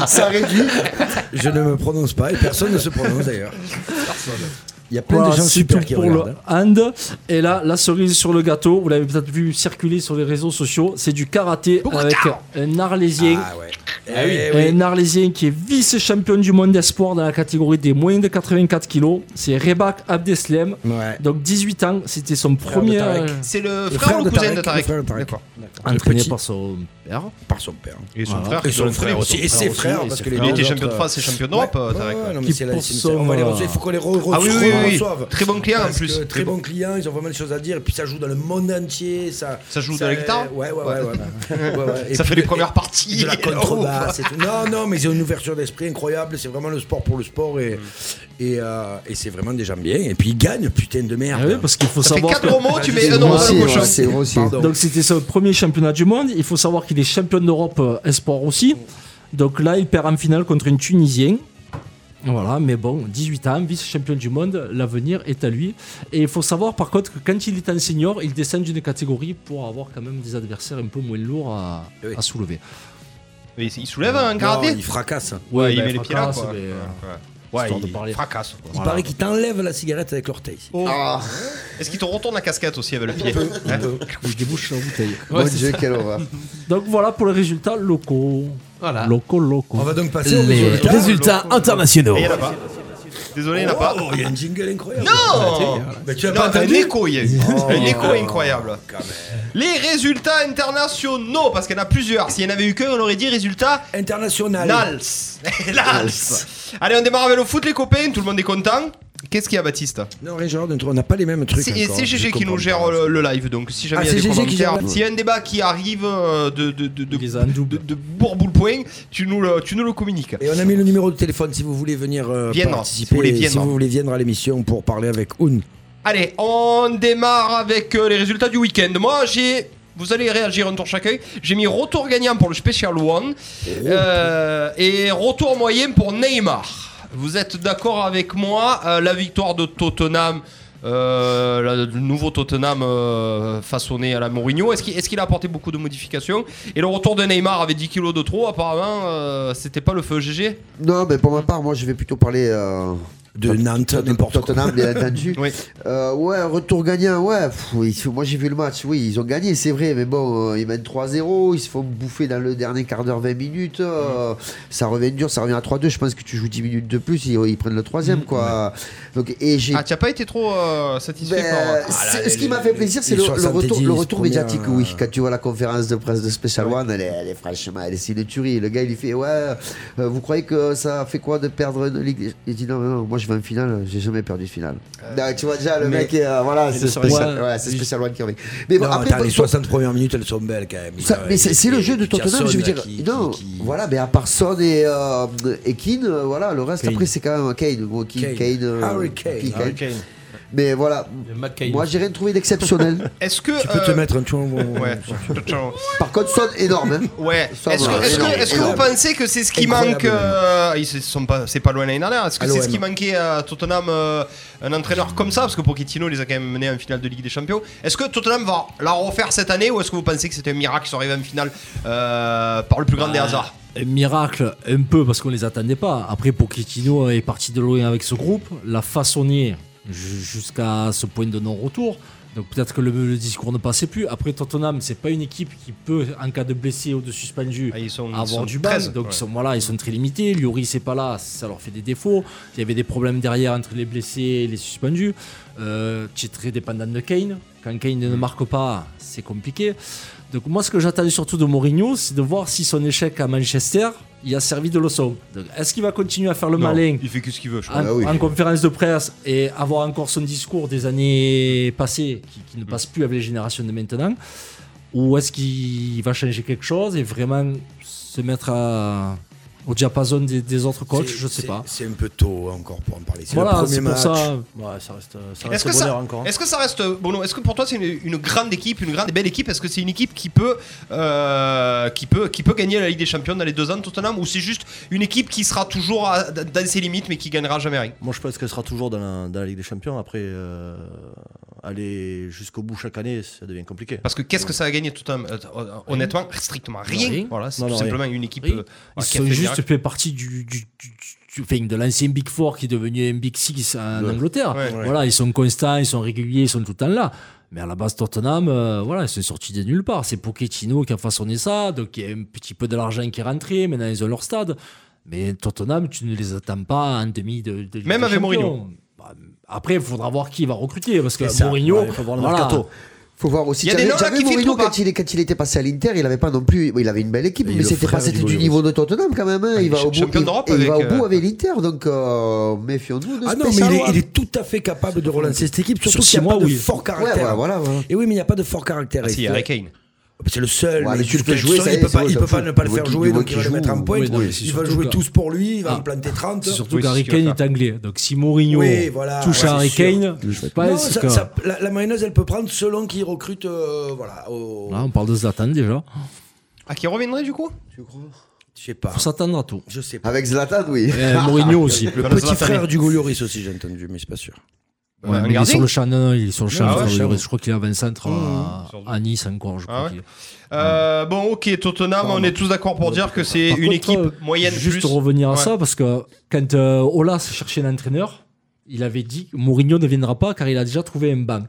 Speaker 4: Ça réduit.
Speaker 5: Je ne me prononce pas et personne ne se prononce d'ailleurs. Il y a plein
Speaker 7: Voilà,
Speaker 5: de gens
Speaker 7: c'est
Speaker 5: super
Speaker 7: tout
Speaker 5: qui
Speaker 7: pour le
Speaker 5: regardent. hein.
Speaker 7: hand. Et là, la cerise sur le gâteau, vous l'avez peut-être vu circuler sur les réseaux sociaux, c'est du karaté avec un Arlésien.
Speaker 5: Ah ouais. Eh oui.
Speaker 7: Un Arlésien qui est vice-champion du monde d'espoir dans la catégorie des moins de 84 kilos, c'est Rebak Abdeslem.
Speaker 5: Ouais.
Speaker 7: Donc 18 ans, c'était son
Speaker 5: de
Speaker 7: premier
Speaker 5: Tarek.
Speaker 7: euh,
Speaker 6: C'est le,
Speaker 5: Le
Speaker 6: frère ou le cousin de
Speaker 5: le
Speaker 6: Tarek
Speaker 5: frère de Tarek.
Speaker 6: D'accord.
Speaker 7: entraîné
Speaker 5: petit.
Speaker 7: par son père.
Speaker 5: Par son père.
Speaker 6: Et son
Speaker 7: Voilà.
Speaker 6: Ah, frère
Speaker 5: Et
Speaker 6: qui doit
Speaker 5: son
Speaker 6: l'entraîner
Speaker 5: frère aussi.
Speaker 6: aussi.
Speaker 5: Et ses frères, parce que les
Speaker 6: Il
Speaker 5: deux
Speaker 6: était
Speaker 5: autres-
Speaker 6: champion de France et champion d'europe, euh, Tarek.
Speaker 5: Ouais,
Speaker 6: ouais.
Speaker 5: non, mais
Speaker 7: Qui
Speaker 5: c'est la-
Speaker 7: pour
Speaker 5: c'est-
Speaker 7: son,
Speaker 5: on va les
Speaker 7: euh,
Speaker 5: reçoivre, il faut qu'on les re-
Speaker 6: Ah oui,
Speaker 5: reçoive,
Speaker 6: oui, oui, oui.
Speaker 5: reçoive.
Speaker 6: Très bon client, en
Speaker 5: Parce
Speaker 6: plus.
Speaker 5: que Très
Speaker 6: Très
Speaker 5: bon
Speaker 6: bon.
Speaker 5: client, ils ont vraiment des choses à dire. Et puis ça joue dans le monde entier. Ça,
Speaker 6: Ça joue de la guitare
Speaker 5: Ouais, ouais, ouais. ouais, ouais. Ouais, ouais. Et
Speaker 6: Ça
Speaker 5: puis
Speaker 6: fait
Speaker 5: de-
Speaker 6: les premières
Speaker 5: et
Speaker 6: parties.
Speaker 5: De la contrebasse et tout. Non, non, mais ils ont une ouverture d'esprit incroyable. C'est vraiment le sport pour le sport. Et, et, euh, et c'est vraiment des gens bien. Et puis ils gagnent, putain de
Speaker 7: Ah
Speaker 5: merde.
Speaker 7: oui, parce qu'il faut
Speaker 6: Ça fait
Speaker 7: savoir.
Speaker 6: 4
Speaker 7: que-
Speaker 6: gros mots, tu mets
Speaker 4: C'est
Speaker 6: un nom dans
Speaker 4: grossier,
Speaker 6: le
Speaker 4: ouais,
Speaker 6: cochon.
Speaker 4: c'est grossier.
Speaker 5: Pardon.
Speaker 7: Donc c'était son premier championnat du monde. Il faut savoir qu'il est champion d'Europe euh, espoir aussi. Donc là, il perd en finale contre une Tunisienne. Voilà, mais bon, 18 ans, vice-champion du monde, l'avenir est à lui. Et il faut savoir par contre que quand il est en senior, il descend d'une catégorie pour avoir quand même des adversaires un peu moins lourds à,
Speaker 6: Eh
Speaker 5: Oui.
Speaker 7: à soulever.
Speaker 6: Mais Il soulève un
Speaker 5: Non,
Speaker 6: gradé.
Speaker 5: il fracasse.
Speaker 6: Ouais, il
Speaker 7: bah,
Speaker 6: met les pieds là,
Speaker 7: fracasse,
Speaker 6: quoi.
Speaker 7: mais, euh,
Speaker 6: Ouais,
Speaker 7: histoire de
Speaker 6: il
Speaker 7: parler.
Speaker 6: fracasse. quoi.
Speaker 5: Il paraît qu'il t'enlève la cigarette avec l'orteil.
Speaker 6: Est-ce qu'il te retourne la casquette aussi avec le pied Hein
Speaker 7: il débouche la bouteille.
Speaker 4: Mon Dieu, quelle horreur.
Speaker 7: Donc voilà pour les résultats locaux.
Speaker 6: Voilà.
Speaker 7: Locaux, locaux.
Speaker 5: On va donc passer au
Speaker 10: Les
Speaker 5: résultat.
Speaker 10: résultats internationaux.
Speaker 6: Et il y en a pas. Désolé, il n'y en a pas.
Speaker 5: Oh, il y a une jingle incroyable.
Speaker 6: Non
Speaker 5: Mais tu as
Speaker 6: Non,
Speaker 5: pas
Speaker 6: un
Speaker 5: entendu
Speaker 6: écho, il y a eu. Un écho incroyable. Les résultats internationaux, parce qu'il y en a plusieurs. S'il y en avait eu qu'un, on aurait dit résultats
Speaker 5: International.
Speaker 6: NALS. NALS. Allez, on démarre avec le foot, les copains. Tout le monde est content. Qu'est-ce qu'il y a, Baptiste
Speaker 5: Non, Réjean, on n'a pas les mêmes trucs.
Speaker 6: C'est
Speaker 5: encore,
Speaker 6: c'est
Speaker 5: je
Speaker 6: GG qui
Speaker 5: comprends
Speaker 6: nous
Speaker 5: pas.
Speaker 6: gère euh, le, le live, donc si jamais
Speaker 5: Ah,
Speaker 6: il y a des
Speaker 5: c'est GG qui gère
Speaker 6: commentaires,
Speaker 5: le-
Speaker 6: s'il y a un débat qui arrive euh, de, de, de, de,
Speaker 7: Il les a en double.
Speaker 6: de, de bourboule point, tu nous le, tu nous le communiques.
Speaker 5: Et on a mis le numéro de téléphone si vous voulez venir euh,
Speaker 6: Vienne, si
Speaker 5: participer.
Speaker 6: vous voulez Vienne.
Speaker 5: si vous voulez venir à l'émission pour parler avec Oun.
Speaker 6: Allez, on démarre avec euh, les résultats du week-end. Moi, j'ai. Vous allez réagir un tour chacun. J'ai mis retour gagnant pour le Special One
Speaker 4: Oh.
Speaker 6: euh, et retour moyen pour Neymar. Vous êtes d'accord avec moi euh, La victoire de Tottenham, euh, la- le nouveau Tottenham euh, façonné à la Mourinho, est-ce qu'il est-ce qu'il a apporté beaucoup de modifications Et le retour de Neymar avec 10 kilos de trop, apparemment, euh, c'était pas le feu GG
Speaker 4: Non, mais pour ma part, moi, je vais plutôt parler. euh,
Speaker 5: De Nantes,
Speaker 4: Tot-
Speaker 5: n'importe quoi.
Speaker 4: Tottenham, bien entendu.
Speaker 6: Oui.
Speaker 4: Euh, ouais, retour gagnant, ouais. pff, oui, ils- moi j'ai vu le match, oui, ils ont gagné, c'est vrai, mais bon, euh, ils mènent 3-0, ils se font bouffer dans le dernier quart d'heure, 20 minutes. euh, Ça revient dur, ça revient à 3-2. Je pense que tu joues 10 minutes de plus, ils, ils prennent le troisième, quoi. Donc, et j'ai.
Speaker 6: Ah, tu pas été trop euh, satisfait
Speaker 4: Ben,
Speaker 6: par.
Speaker 4: c'est-
Speaker 6: Ah, là,
Speaker 4: ce
Speaker 6: les-
Speaker 4: qui m'a fait plaisir, c'est
Speaker 5: les
Speaker 4: le, le retour,
Speaker 5: 70
Speaker 4: le retour
Speaker 5: premières,
Speaker 4: médiatique, oui.
Speaker 5: euh,
Speaker 4: Quand tu vois la conférence de presse de Special One, elle est, elle est franchement, elle est c'est une tuerie. Le gars, il fait Ouais, euh, vous croyez que ça fait quoi de perdre une Ligue Il dit Non, mais non, moi je vais en finale, j'ai jamais perdu de finale. Non, tu vois déjà, le mec, est, euh, voilà, c'est Special,
Speaker 7: Ouais.
Speaker 4: ouais, c'est Special One qui revient. Mais bon,
Speaker 5: Non,
Speaker 4: après,
Speaker 5: attends,
Speaker 4: faut-
Speaker 5: les 60 premières minutes, elles sont belles quand même.
Speaker 4: ça-
Speaker 5: Il y a-
Speaker 4: mais c'est
Speaker 5: il y a-
Speaker 4: c'est le jeu de
Speaker 5: il y a
Speaker 4: Tottenham, je veux
Speaker 5: Son,
Speaker 4: dire.
Speaker 5: là, qui-
Speaker 4: non,
Speaker 5: qui- qui-
Speaker 4: voilà, mais à part Son et, euh, et Keane, euh, voilà, le reste, après, c'est quand même Kane. Bon, Keane,
Speaker 5: Kane.
Speaker 4: Kane, euh,
Speaker 5: Harry Kane.
Speaker 4: Kane,
Speaker 9: Harry Kane.
Speaker 4: Mais voilà, moi, j'ai rien trouvé d'exceptionnel.
Speaker 6: Est-ce que.
Speaker 5: Tu peux te
Speaker 6: euh,
Speaker 5: mettre un chou
Speaker 6: Ouais.
Speaker 4: Par contre, Son, énorme. hein.
Speaker 6: ouais.
Speaker 4: Ça
Speaker 6: Est-ce
Speaker 4: va,
Speaker 6: que, est-ce que-
Speaker 4: énorme,
Speaker 6: est-ce que vous
Speaker 4: énorme.
Speaker 6: pensez que c'est ce qui
Speaker 5: Incroyable,
Speaker 6: manque euh, ils se sont pas, C'est pas loin l'année dernière. Est-ce que
Speaker 5: À
Speaker 6: c'est ce
Speaker 5: l'OM.
Speaker 6: qui manquait à Tottenham euh, un entraîneur comme ça Parce que Pochettino les a quand même menés en finale de Ligue des Champions. Est-ce que Tottenham va la refaire cette année ou est-ce que vous pensez que c'était un miracle qu'ils sont arrivés en finale euh, par le plus grand des hasards
Speaker 7: Un miracle, un peu, parce qu'on les attendait pas. Après, Pochettino est parti de loin avec ce groupe, l'a façonné ju- jusqu'à ce point de non-retour. Donc peut-être que le, le discours ne passait plus. Après, Tottenham, c'est pas une équipe qui peut, en cas de blessé ou de suspendu,
Speaker 6: Ah, ils sont- ils
Speaker 7: avoir
Speaker 6: sont
Speaker 7: du bal.
Speaker 6: 13,
Speaker 7: Donc
Speaker 6: ouais.
Speaker 7: ils sont voilà, ils sont très limités. Lloris c'est pas là, ça leur fait des défauts. Il y avait des problèmes derrière entre les blessés et les suspendus. Euh, tu es très dépendant de Kane. Quand Quand Kane ne marque pas, c'est compliqué. Donc moi, ce que j'attendais surtout de Mourinho, c'est de voir si son échec à Manchester, il a servi de leçon. Donc, Est-ce qu'il va continuer à faire le
Speaker 6: Non,
Speaker 7: malin
Speaker 6: Il fait que ce qu'il veut, je crois.
Speaker 7: en,
Speaker 4: Ah oui.
Speaker 7: en conférence de presse et avoir encore son discours des années passées qui, qui ne passe plus avec les générations de maintenant ou est-ce qu'il va changer quelque chose et vraiment se mettre à- au diapason des, des autres coachs
Speaker 5: C'est-
Speaker 7: je sais
Speaker 5: c'est-
Speaker 7: pas
Speaker 5: C'est un peu tôt encore pour en parler. C'est
Speaker 7: voilà
Speaker 5: le
Speaker 7: c'est
Speaker 5: premier
Speaker 7: pour
Speaker 5: match.
Speaker 7: ça
Speaker 9: Ouais, ça reste, euh, ça
Speaker 6: Est-ce
Speaker 9: reste
Speaker 6: que,
Speaker 9: bonheur
Speaker 6: ça,
Speaker 9: encore. hein.
Speaker 6: est-ce que ça reste Bono Est-ce que pour toi c'est une, une grande équipe, une grande et belle équipe Est-ce que c'est une équipe qui peut, euh, qui peut, qui peut gagner la Ligue des Champions dans les deux ans de Tottenham, ou c'est juste une équipe qui sera toujours à- dans ses limites mais qui gagnera jamais rien
Speaker 9: Moi, je pense qu'elle sera toujours dans la, dans la Ligue des Champions. Après, euh, aller jusqu'au bout chaque année, ça devient compliqué.
Speaker 6: Parce que qu'est-ce que ça a gagné Tottenham Euh, euh, Honnêtement, strictement rien.
Speaker 7: Rien.
Speaker 6: Voilà, c'est
Speaker 9: Non,
Speaker 6: tout
Speaker 9: non,
Speaker 6: simplement une équipe.
Speaker 7: Rien.
Speaker 6: euh,
Speaker 7: ils
Speaker 6: qui a
Speaker 7: sont
Speaker 6: fait le
Speaker 7: juste
Speaker 6: miracle.
Speaker 7: fait partie du, du- du- du- enfin, de l'ancien Big Four qui est devenu un Big Six en
Speaker 9: Ouais.
Speaker 7: Angleterre
Speaker 6: Ouais.
Speaker 7: voilà ils sont constants ils sont réguliers ils sont tout le temps là mais à la base Tottenham euh, voilà ils sont sortis de nulle part c'est Pochettino qui a façonné ça donc il y a un petit peu de l'argent qui est rentré maintenant ils ont leur stade mais Tottenham tu ne les attends pas en demi de, de Ligue
Speaker 6: Même
Speaker 7: des
Speaker 6: avec
Speaker 7: Champions.
Speaker 6: Mourinho.
Speaker 7: Bah, après il faudra voir qui va recruter parce que
Speaker 9: C'est ça.
Speaker 7: Mourinho
Speaker 9: Ouais, il faut voir le
Speaker 7: voilà.
Speaker 9: mercato.
Speaker 4: Faut voir aussi.
Speaker 6: Il y a des
Speaker 4: J'avais
Speaker 6: noms là
Speaker 4: j'avais
Speaker 6: qui filtrent
Speaker 4: Mourinho
Speaker 6: ou pas
Speaker 4: quand il, est- quand il était passé à l'Inter, il avait pas non plus. Il avait une belle équipe,
Speaker 9: Et
Speaker 4: mais
Speaker 9: le
Speaker 4: c'était pas
Speaker 9: frère
Speaker 4: c'était
Speaker 9: du
Speaker 4: du
Speaker 9: Goyos.
Speaker 4: niveau de Tottenham quand même. hein.
Speaker 6: Ah, il
Speaker 4: Il va
Speaker 6: est
Speaker 4: au bout.
Speaker 6: champion
Speaker 4: il-
Speaker 6: d'Europe
Speaker 4: et il va
Speaker 6: avec,
Speaker 4: au bout
Speaker 6: euh,
Speaker 4: avec l'Inter, donc euh, méfions-nous de
Speaker 5: Ah
Speaker 4: ce
Speaker 5: non, mais il est,
Speaker 4: Spécialois.
Speaker 5: il est tout à fait capable de relancer cette équipe, surtout
Speaker 7: Sur six
Speaker 5: qu'il n'y a
Speaker 7: mois,
Speaker 5: pas de
Speaker 7: oui.
Speaker 5: fort
Speaker 4: Ouais,
Speaker 5: caractère.
Speaker 4: voilà, voilà. voilà.
Speaker 5: Et oui, mais il n'y a pas de fort caractère.
Speaker 6: Ah si, il y a
Speaker 5: Il
Speaker 6: Harry
Speaker 5: faut-
Speaker 6: Kane.
Speaker 5: C'est le seul.
Speaker 4: Ouais,
Speaker 5: mais
Speaker 4: mais tu le
Speaker 5: de
Speaker 4: fais
Speaker 5: toute
Speaker 4: jouer,
Speaker 5: façon,
Speaker 4: ça y
Speaker 5: il
Speaker 4: est,
Speaker 5: peut
Speaker 4: c'est
Speaker 5: pas,
Speaker 4: bon,
Speaker 5: il
Speaker 4: ça
Speaker 5: peut
Speaker 4: me
Speaker 5: pas
Speaker 4: fout.
Speaker 5: ne pas le
Speaker 4: Il
Speaker 5: faire
Speaker 4: voit
Speaker 5: jouer,
Speaker 4: qu'il
Speaker 5: donc il va le
Speaker 4: joue.
Speaker 5: mettre en pointe.
Speaker 7: Oui, non, mais c'est
Speaker 5: il va
Speaker 7: surtout
Speaker 5: jouer
Speaker 7: que-
Speaker 5: tous pour lui, il va
Speaker 7: Ah.
Speaker 5: en planter 30.
Speaker 7: C'est surtout
Speaker 6: Oui, c'est
Speaker 7: qu'Harry
Speaker 6: ce qu'il va
Speaker 7: Kane est
Speaker 6: faire.
Speaker 7: anglais. Donc si Mourinho
Speaker 5: Oui, voilà,
Speaker 7: touche
Speaker 5: ouais,
Speaker 7: à Harry
Speaker 5: c'est sûr.
Speaker 7: Kane, je
Speaker 5: Non,
Speaker 7: pense
Speaker 5: ça-
Speaker 7: que...
Speaker 5: ça- la, la mayonnaise, elle peut prendre selon qui recrute. euh, voilà. Au...
Speaker 7: Là, on parle de Zlatan déjà.
Speaker 6: À Ah, qui reviendrait du coup
Speaker 5: Je sais pas.
Speaker 7: Pour s'attendre à tout.
Speaker 5: Je sais pas.
Speaker 4: Avec Zlatan, oui.
Speaker 7: Et Mourinho aussi.
Speaker 5: Le
Speaker 6: Voilà,
Speaker 5: petit
Speaker 6: Zlatan.
Speaker 5: frère du Golioris aussi, j'ai entendu, mais c'est pas sûr.
Speaker 6: Un
Speaker 7: Ouais, mais il est
Speaker 6: gardien
Speaker 7: sur le champ, non, non, il est sur le champ.
Speaker 6: Ah ouais,
Speaker 7: je crois,
Speaker 5: champ.
Speaker 7: je crois qu'il a 20 centres à,
Speaker 6: Sur-
Speaker 7: à Nice encore. Je crois
Speaker 6: Ah ouais.
Speaker 7: qu'il-
Speaker 6: Euh, Bon, ok, Tottenham, on est tous d'accord pour dire que c'est
Speaker 7: Par
Speaker 6: une
Speaker 7: contre,
Speaker 6: équipe
Speaker 7: euh,
Speaker 6: moyenne
Speaker 7: Juste
Speaker 6: plus.
Speaker 7: revenir à
Speaker 6: Ouais.
Speaker 7: ça, parce que quand euh, Ola se cherchait l'entraîneur, il avait dit que Mourinho ne viendra pas car il a déjà trouvé un banc.